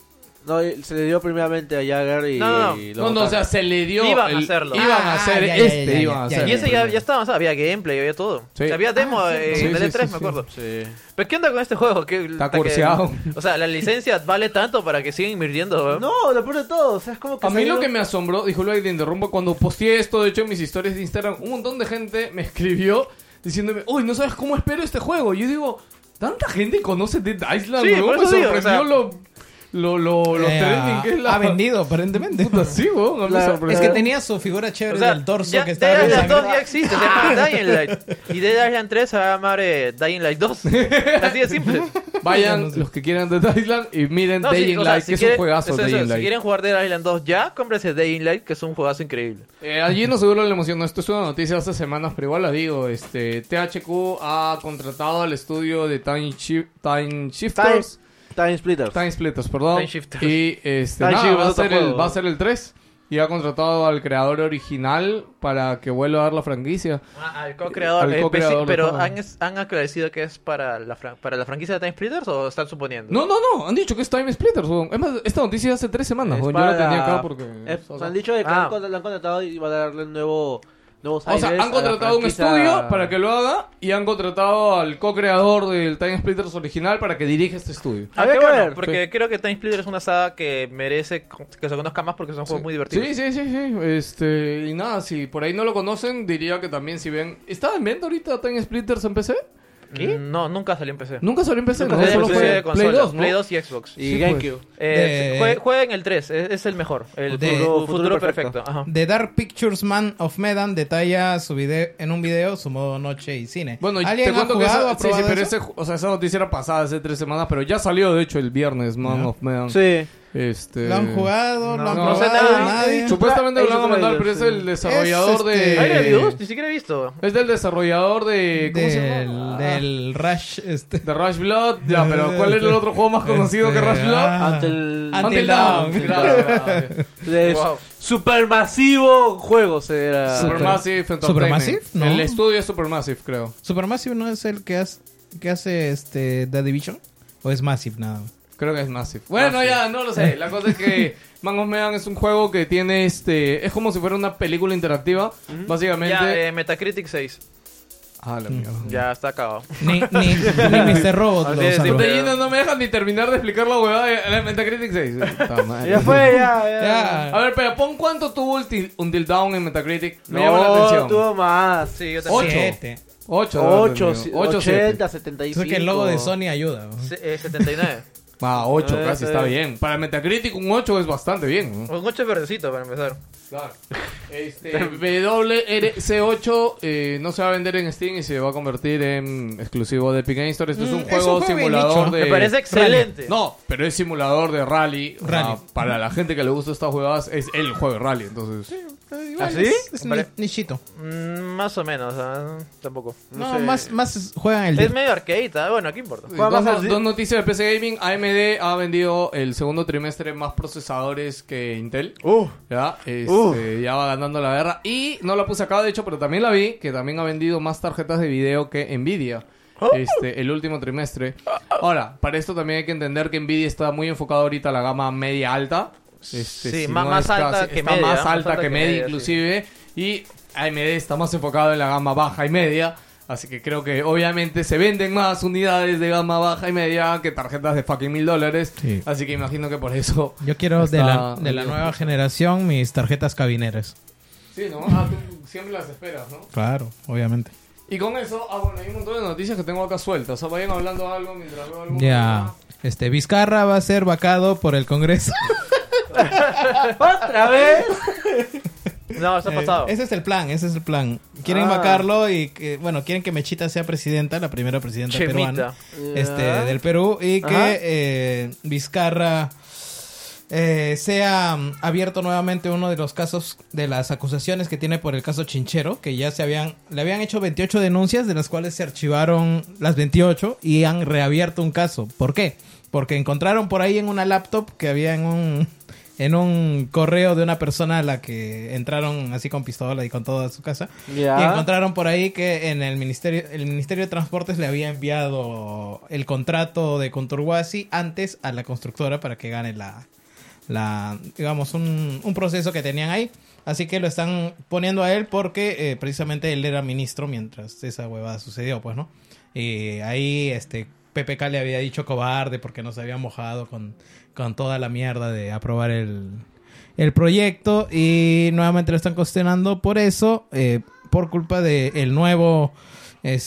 No, se le dio primeramente a Jagger y. No, no, no. y lo No, no, o sea, botaron. se le dio. Iban a el- hacerlo. Iban a Ah, hacer ya, ya, este. ya, ya, iban a ya, hacer Y ya, el ese ya, primero. ya estaba, o sea, había gameplay, había todo. Sí. O sea, Había demo Ah, eh, sí, en el sí, 3 sí, me sí. acuerdo. Sí. Pero ¿qué onda con este juego? ¿Qué- Está que- curseado. o sea, la licencia vale tanto para que sigan invirtiendo, weón. No, lo peor de todo, o sea, es como que. A mí salió- lo que me asombró, dijo Luis de Interrumpo, cuando posteé esto, de hecho, en mis historias de Instagram, un montón de gente me escribió diciéndome, uy, no sabes cómo espero este juego. Y yo digo, ¿tanta gente conoce Dead Island? Sí, weón? por me eso digo, sorprendió o sea- lo, lo, lo, lo Eh, trending ha- que es la... Ha vendido, aparentemente. Puta, sí, weón, a mí me La- sorprendió. Es que tenía su figura O chévere sea, del torso ya, que estaba Dead con Island sangre. 2 ya existe, se llama Dying Light. Y Dead Island 3 se va a llamar eh, Dying Light 2. Así de simple. Vayan No sé. los que quieran Dead Island y miren No, Dying sí, o sea, Light, que es quieren- un juegazo eso, eso, Dying Si Light. quieren jugar Dead Island 2 ya, cómprense Dying Light, que es un juegazo increíble. Eh, allí no seguro le emocionó. Esto es una noticia hace semanas, pero igual la digo. Este, THQ ha contratado al estudio de Time, Shi- Time Time, Shifters. Time Splitters. Time Splitters, perdón. Time Shifters. Y este, Time nada, Shifters, va, a otro ser el, juego. va a ser el 3. y ha contratado al creador original para que vuelva a dar la franquicia. Ah, al co-creador. Al eh, co-creador PC, pero mejor. han, es- han aclarecido que es para la, fran- para la franquicia de Time Splitters o están suponiendo. No, no, no, han dicho que es Time Splitters. weón. Es más, esta noticia hace tres semanas. Es weón. Yo la para- tenía acá porque. eh, Es- o sea, han dicho de que Ah. han contra- lo han contratado y van a darle nuevo, nuevos o sea, aires han a la contratado un franquicia. estudio para que lo haga y han contratado al co-creador del Time Splitters original para que dirija este estudio. Ah, Había qué que bueno, ver. porque creo que Time Splitter es una saga que merece co- que se conozca más porque son juegos muy divertidos. Sí, sí, sí, sí. Este, y nada, si por ahí no lo conocen, diría que también si ven... ¿Está en venta ahorita Time Splitters en PC? ¿Qué? No, nunca salió en PC. Nunca salió en PC, Nunca ¿no? salió Solo en fue PC de Play consola, 2, ¿no? Play 2 y Xbox. Y Sí, pues. GameCube. Eh, De- jue- Jueguen el 3, es, es el mejor. El De- futuro, Futuro futuro perfecto. perfecto. Ajá. The Dark Pictures Man of Medan detalla su video en un video su modo noche y cine. Bueno, y ¿Alguien te ha cuento que jugado, esa, ha sí, sí, probado pero eso? ese, ju- o sea, esa noticia era pasada hace tres semanas, pero ya salió de hecho el viernes, Man Ya. of Medan. Sí. Este... ¿Lo han jugado? ¿Lo han no sé probado? nada. ¿eh? Nadie. Supuestamente lo Ahí van a está el mandar, pero trailer, es sí. el desarrollador Es, este, de... ¿Hay eh, reviews? Ni siquiera he visto. Es del desarrollador de... ¿Cómo se llama? Ah, Del, del Rush. Este. De Rush Blood, ya, pero ¿cuál es el otro juego más conocido que Este, Rush Blood? ah. Ante el... Ante- Until Dawn. Dawn, claro. de Wow. Supermasivo Juegos era... Super- Supermassive Entertainment. Supermassive, ¿no? El estudio es Supermassive, creo. ¿Supermassive no es el que hace, que hace este, The Division? ¿O es Massive nada? más? Creo que es Massive. Bueno, ya, no lo sé. La cosa es que Man of Medan es un juego que tiene este. Es como si fuera una película interactiva. Básicamente. Ya, eh, Metacritic 6. Ah, la mierda. Ya está acabado. Ni, ni, ni Mr. Robot lo Así es, salvó. siempre- De lleno, no me dejan ni terminar de explicar la huevada de la Metacritic 6. Puta madre. Ya fue, ya, ya. Ya. A ver, pero pon cuánto tuvo Until, Until Down en Metacritic. Me No, llama la atención. tuvo más. Sí, yo Ocho. también. Siete. 8, 8, 8, 80, 75. Eso que el logo de Sony ayuda. ¿no? Se- eh, 79. Ah, 8, Eh, casi eh. está bien. Para Metacritic, un 8 es bastante bien. ¿no? Un 8 verdecito para empezar. Claro. Este, WRC8 eh, no se va a vender en Steam y se va a convertir en exclusivo de Epic Games Store. Esto es Mm, un es juego un juego bien simulador nicho. de. Me parece excelente. No, pero es simulador de rally. O sea, Rally. para la gente que le gusta estas jugadas, es el juego de rally. Entonces, Igual ¿Ah, sí? Es, es Pare- ni- nichito. Mm, más o menos, ah, tampoco. No, más, más juegan el Es día. medio arcade, ah, bueno, ¿qué importa? dos, más no- al- dos noticias de PC Gaming. AMD ha vendido el segundo trimestre más procesadores que Intel. Uh, Ya, este, Uf. ya va ganando la guerra. Y no la puse acá, de hecho, pero también la vi, que también ha vendido más tarjetas de video que Nvidia. Oh. Este, el último trimestre. Ahora, para esto también hay que entender que Nvidia está muy enfocado ahorita a la gama media alta. Este, Sí, ma- no más está- alta sí, que está media, Más más alta que, media, sí. inclusive. Y AMD está más enfocado en la gama baja y media. Así que creo que obviamente se venden más unidades de gama baja y media que tarjetas de fucking mil dólares. Sí. Así que imagino que por eso. Yo quiero de está- la, de la nueva generación mis tarjetas cabineras. Sí, ¿no? Ah, tú siempre las esperas, ¿no? Claro, obviamente. Y con eso, ah, bueno, hay un montón de noticias que tengo acá sueltas. O sea, vayan hablando algo mientras veo algo. Ya. Este, Vizcarra va a ser vacado por el Congreso. ¿Otra vez? No, eso ha Eh, pasado. ese es el plan, ese es el plan. Quieren Ah. vacarlo y, que, bueno, quieren que Mechita sea presidenta, la primera presidenta Chemita. peruana Ya. este, del Perú y Ajá. que eh, Vizcarra eh, sea mm, abierto nuevamente uno de los casos de las acusaciones que tiene por el caso Chinchero, que ya se habían, le habían hecho 28 denuncias, de las cuales se archivaron las 28 y han reabierto un caso. ¿Por qué? Porque encontraron por ahí en una laptop que había en un, en un correo de una persona a la que entraron así con pistola y con todo a su casa. Ya. Y encontraron por ahí que en el ministerio, el ministerio de Transportes le había enviado el contrato de Conturguasi antes a la constructora para que gane la, la digamos, un, un proceso que tenían ahí. Así que lo están poniendo a él porque eh, precisamente él era ministro mientras esa huevada sucedió, pues, ¿no? Y ahí, este, PPK le había dicho cobarde porque no se había mojado con, con toda la mierda de aprobar el, el proyecto y nuevamente lo están cuestionando por eso, eh, por culpa del el nuevo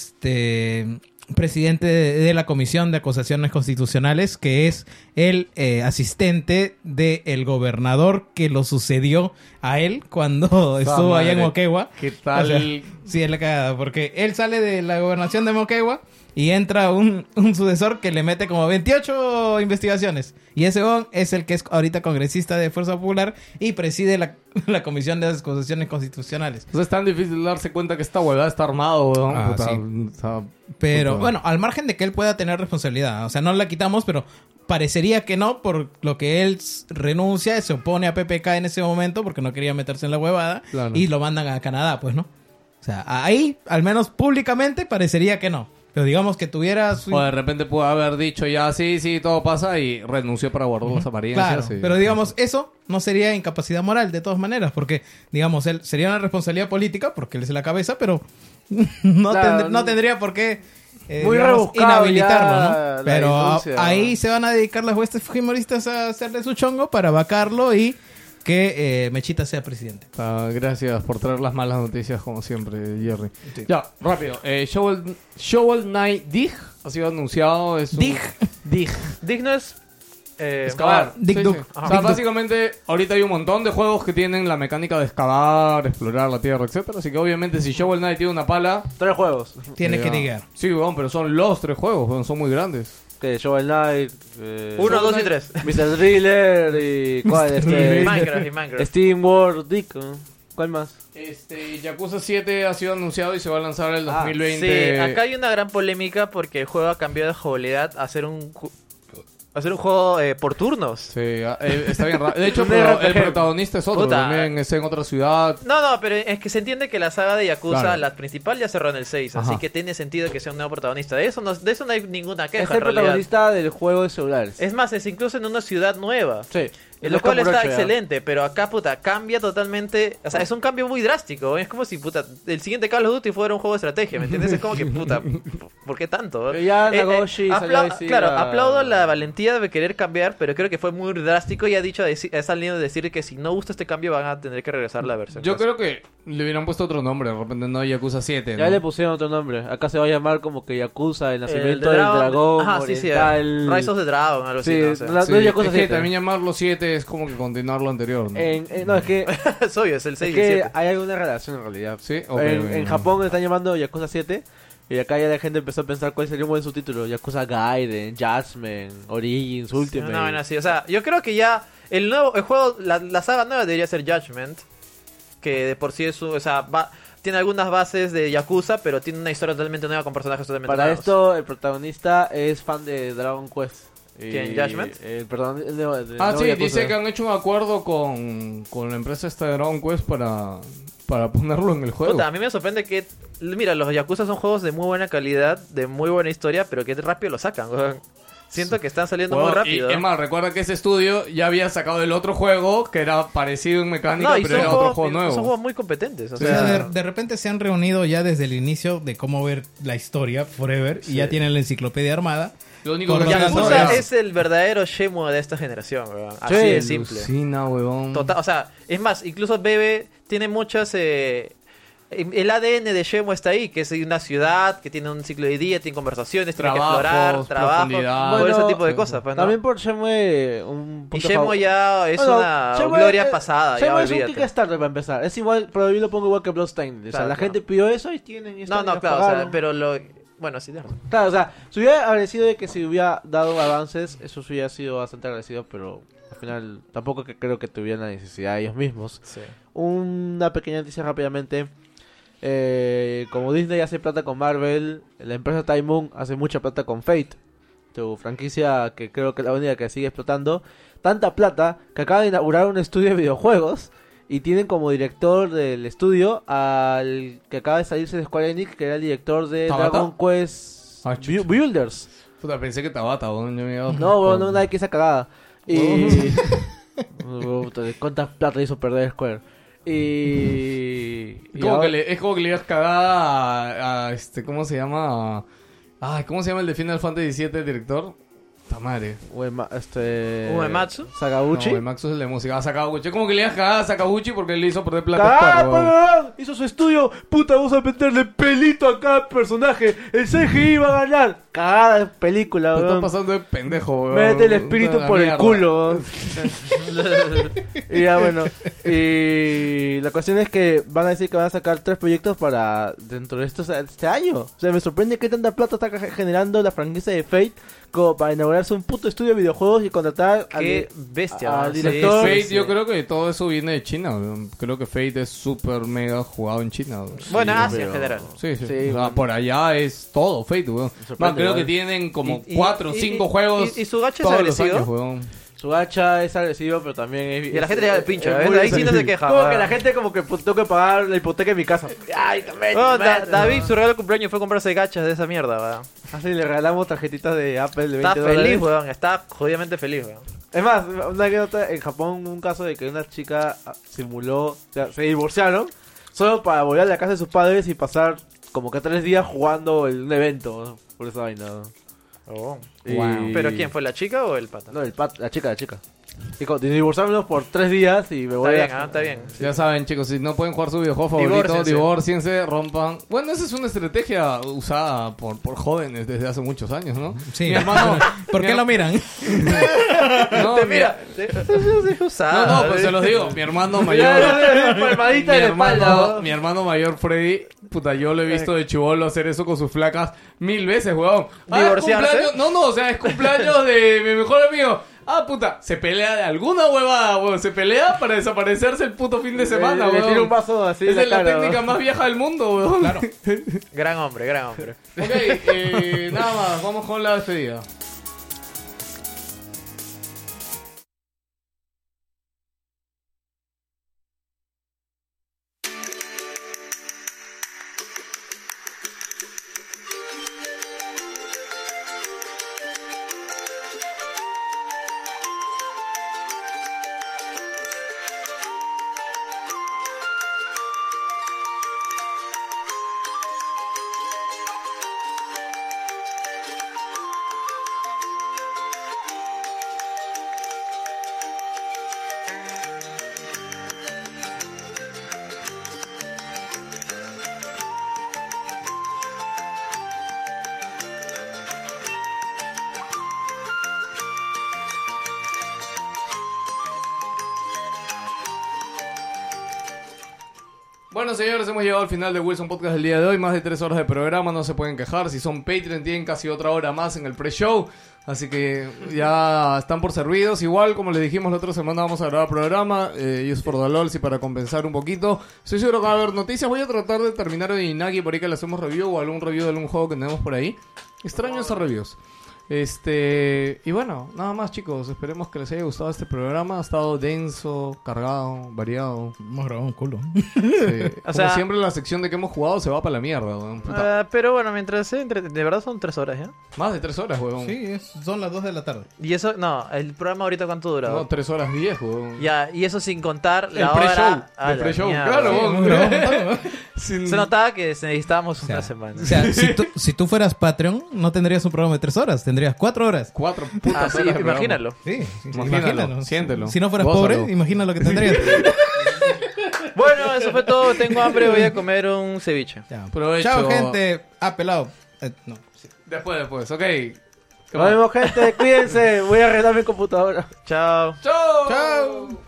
este presidente de, de la Comisión de Acusaciones Constitucionales, que es el eh, asistente del gobernador que lo sucedió a él cuando estuvo allá en madre. Moquegua. ¿Qué tal? O sea, sí, es la cagada, porque él sale de la gobernación de Moquegua y entra un, un sucesor que le mete como 28 investigaciones. Y ese huevón es el que es ahorita congresista de Fuerza Popular y preside la, la Comisión de Acusaciones Constitucionales. O sea, es tan difícil darse cuenta que esta huevada está armado, weón. Ah, Puta, sí. o sea, Pero puta. bueno, al margen de que él pueda tener responsabilidad, o sea, no la quitamos, pero Parecería que no, por lo que él s- renuncia, se opone a PPK en ese momento porque no quería meterse en la huevada Claro. y lo mandan a Canadá, pues, ¿no? O sea, ahí, al menos públicamente, parecería que no. Pero digamos que tuviera su... O de repente pudo haber dicho ya, sí, sí, todo pasa y renunció para guardar las apariencias. Claro, y- pero digamos, eso no sería incapacidad moral de todas maneras, porque, digamos, él sería una responsabilidad política, porque él es la cabeza, pero no, Claro, tendr- no no- tendría por qué eh, Muy rebuscado ya inhabilitarlo, la ¿no? Pero a- denuncia, ahí ¿no? se van a dedicar las huestes fujimoristas a hacerle su chongo para vacarlo y que eh, Mechita sea presidente. Ah, gracias por traer las malas noticias como siempre, Jerry. Ya, rápido. Eh, Shovel, Shovel Knight Dig ha sido anunciado. Es un- Dig. Dig. Digno es. eh, Excavar. Dig Sí, Dug. sí. Ajá. O sea, Dig Dug. básicamente, ahorita hay un montón de juegos que tienen la mecánica de excavar, explorar la tierra, etcétera. Así que obviamente si Shovel Knight tiene una pala... Tres juegos. Tiene eh, que ah, llegar. Sí, weón, pero son los tres juegos, weón, son muy grandes. Que Shovel Knight. eh, Uno, dos y tres. Mr. Thriller y. ¿Cuál? Y Este, eh, Minecraft y Minecraft. Steam World Dick. ¿no? ¿Cuál más? Este, Yakuza 7 ha sido anunciado y se va a lanzar el Ah, 2020. Sí, acá hay una gran polémica porque el juego ha cambiado de jugabilidad a hacer un, ju- a hacer un juego eh, por turnos. Sí, ah, eh, está bien raro. De hecho, Un pero el RPG. protagonista es otro Puta. también, es en otra ciudad. No, no, pero es que se entiende que la saga de Yakuza, Claro. la principal, ya cerró en el 6, Ajá. así que tiene sentido que sea un nuevo protagonista. De eso no, de eso no hay ninguna queja Es en el realidad. protagonista del juego de celulares. Es más, es incluso en una ciudad nueva. Sí. Eh, Lo cual está excelente, pero acá, puta, cambia totalmente. O sea, es un cambio muy drástico. ¿eh? Es como si, puta, el siguiente Call of Duty fuera un juego de estrategia, ¿me entiendes? Es como que, puta, ¿por qué tanto? Eh, Pero ya Nagoshi salió a apla- decir Claro, a- aplaudo la valentía de querer cambiar, pero creo que fue muy drástico y ha dicho, a deci- ha salido a decir que si no gusta este cambio van a tener que regresar la versión. Yo clásica. creo que le hubieran puesto otro nombre, de repente no Yakuza 7. Ya ¿no? le pusieron otro nombre. Acá se va a llamar como que Yakuza, el El nacimiento del Dragon- dragón. Ajá, sí, eh, sí, oriental. Rise of the Dragon, algo así. Sí, no, O sea, la- Sí, no es Yakuza Eh, es que 7. también llamarlo 7 es como que continuar lo anterior, ¿no? En- en- no, es que, es es obvio, es el 6 y el que 7. hay alguna relación en realidad. Sí, ok, en, ok, en ok. Japón están llamando Yakuza 7. Y acá ya la gente empezó a pensar cuál sería un buen subtítulo. Yakuza Gaiden, Judgment, Origins, Ultimate. No, no, sí, o sea, yo creo que ya el nuevo el juego, la, la saga nueva debería ser Judgment, que de por sí es, un- o sea, va- tiene algunas bases de Yakuza, pero tiene una historia totalmente nueva con personajes totalmente Para nuevos. esto, el protagonista es fan de Dragon Quest. Y- ¿Quién, Judgment? El perdón, el nuevo- el Ah, nuevo sí, Yakuza. dice que han hecho un acuerdo con, con la empresa esta de Dragon Quest para, para ponerlo en el juego. Puta, a mí me sorprende que, mira, los Yakuza son juegos de muy buena calidad, de muy buena historia, pero que rápido lo sacan. weón. Siento que están saliendo Bueno, muy y- rápido. es más, recuerda que ese estudio ya había sacado el otro juego que era parecido en mecánica, no, y pero son era otro juegos, juego son nuevo. juegos muy competentes. O O sea, sea, de, de repente se han reunido ya desde el inicio de cómo ver la historia forever y ya tienen la enciclopedia armada. Lo único Por que lo ya tanto, ya- Yakuza es el verdadero Shemo de esta generación, weón. Así Sí, de simple. Alucina, huevón. Total, o sea, es más, incluso Bebe tiene muchas... eh, el ADN de Shemo está ahí, que es una ciudad, que tiene un ciclo de día, tiene conversaciones, Trabajos, tiene que explorar, profundidad. trabajo, todo Bueno, Ah, ese tipo de cosas. pues, ¿no? También por Shenmue, un Y punto Shemo favor- ya es Bueno, una Shenmue, gloria eh, pasada, ya Shenmue es un olvídate. Kickstarter para empezar. Es igual, pero yo lo pongo igual que Bloodstained. O sea, Claro, la claro. gente pidió eso y tienen... y no, están- y no, los claro, o sea, pagaron. pero lo... Bueno, sí, de verdad. Claro, o sea, si hubiera agradecido de que si hubiera dado avances, eso sí hubiera sido bastante agradecido, pero al final tampoco que creo que tuvieran la necesidad ellos mismos. Sí. Una pequeña noticia rápidamente. Eh, como Disney hace plata con Marvel, la empresa Time Moon hace mucha plata con Fate. Tu franquicia que creo que es la única que sigue explotando. Tanta plata que acaba de inaugurar un estudio de videojuegos. Y tienen como director del estudio al que acaba de salirse de Square Enix, que era el director de ¿Tabata? Dragon Quest Ah, chucha. Ah, pues, Bu- Builders. Puta, pensé que Tabata, huevón. Yo me iba- No, bro, no, nadie que esa cagada. Y. Oh. Puta, ¿Cuántas plata hizo perder Square? Y. y Es como, ahora- que le, es como que le ibas cagada a, a, este, ¿cómo se llama? Ay, ¿cómo se llama el de Final Fantasy VII, el director? Tamare. Uema- este. ¿Uematsu? Sakaguchi. No, el Max es el de música. A Sakaguchi. Es como que le ibas cagada a Sakaguchi porque le hizo perder plata a ¡Ah, Square, pa, weón. weón! Hizo su estudio. Puta, vamos a meterle pelito a cada personaje. El CGI va a ganar. Cagada de película, Te estás weón. pasando de pendejo, weón. Mete el Puta espíritu la por el mierda. culo. weón. y ya bueno. Y la cuestión es que van a decir que van a sacar tres proyectos para dentro de estos, este año. O sea, me sorprende que tanta plata está ge- generando la franquicia de Fate como para inaugurar comprarse un puto estudio de videojuegos y contratar al- Qué bestia. al weón. Sí, director. sí, Fate, sí. yo creo que todo eso viene de China. weón. Creo que Fate es súper mega jugado en China. weón. Bueno, Asia en general. Sí, sí. ah. Sí, O sea, bueno. por allá es todo Fate, weón. Man, creo que igual. tienen como Y- y- cuatro o y- cinco y- juegos. y- y su gacha es todos los agresivo. años, weón. Su hacha es agresivo, pero también es. Y a la es- gente le da el es- pincho, es ¿eh? muy Ahí sí no se queja. Como Ah. que la gente, como que pues, tengo que pagar la hipoteca de mi casa. Ay, también. Bueno, Da- David, su regalo de cumpleaños fue comprarse gachas de esa mierda, weón. Así le regalamos tarjetitas de Apple de 20 Está dólares. feliz, weón. Está jodidamente feliz, weón. Es más, una anécdota, en Japón hubo un caso de que una chica simuló, o sea, se divorciaron solo para volver a la casa de sus padres y pasar como que tres días jugando en un evento ¿no? por esa vaina. ¿no? Oh. Y- ¿Pero quién fue, la chica o el pata? No, el pat, la chica, la chica. Y con- y divorciarnos por tres días y me Está voy bien, a... ah, está bien. Ya saben, chicos, si no pueden jugar su videojuego favorito, Divórciense. divórciense, rompan. Bueno, esa es una estrategia usada por, por jóvenes desde hace muchos años, ¿no? Sí. Mi hermano. ¿Por qué mi- lo miran? No, Te mi- mira, te- es No, usada. no, pues se los digo. Mi hermano Ah, Ya, mayor. ya, ya, ya, Palmadita mi en la espalda. hermano, ¿no? mi hermano mayor Freddy, puta, yo lo he visto de chivolo hacer eso con sus flacas mil veces, weón. Ah, ¿Divorciarse? cumpleaños- No, no, o sea, es cumpleaños de mi mejor amigo. Ah, puta, se pelea de alguna huevada, weón. Se pelea para desaparecerse el puto fin de semana, Le- le weón. tiro un vaso así en Esa la es la cara, técnica ¿no? más vieja del mundo, weón. Claro. Gran hombre, gran hombre. ok, eh, nada más, vamos con la despedida. Bueno, señores, hemos llegado al final de Wilson Podcast del día de hoy. Más de tres horas de programa, no se pueden quejar. Si son Patreon, tienen casi otra hora más en el pre-show. Así que ya están por servidos. Igual, como les dijimos la otra semana, vamos a grabar programa. Eh, y es por Dalols y para compensar un poquito. Estoy seguro que va a haber noticias. Voy a tratar de terminar de Inagi por ahí que le hacemos review o algún review de algún juego que tenemos por ahí. Extraño esos reviews. Este, y bueno, nada más chicos, esperemos que les haya gustado este programa, ha estado denso, cargado, variado, Hemos grabado un culo. Sí. Como sea- siempre la sección de que hemos jugado se va para la mierda, weón. Puta. Ah, pero bueno, mientras se entre- de verdad son tres horas, ¿ya? Más de tres horas, weón. Sí, es- son las 2 de la tarde. Y eso, no, el programa ahorita cuánto dura. No, tres horas diez, weón. Ya, y eso sin contar El la pre-show. hora. A El la pre-show, mierda. claro, Sí, weón. hemos grabado un montón, weón. Sin- Se notaba que se necesitábamos sea, una semana. O sea, si tú, si tú fueras Patreon, no tendrías un programa de 3 horas, tendrías 4 horas. Cuatro putas Así, horas de programa. Ah, imagínalo. Sí, sí, Imagínalo, siéntelo, Si no fueras gózalo. pobre, imagina lo que tendrías. Bueno, eso fue todo. Tengo hambre, voy a comer un ceviche. Ya. Provecho. Chao, gente. Ah, pelado. Eh, no. sí. Después, después, ok. Come Nos on. vemos, gente. Cuídense. Voy a arreglar mi computadora. Chao. Chao. Chao.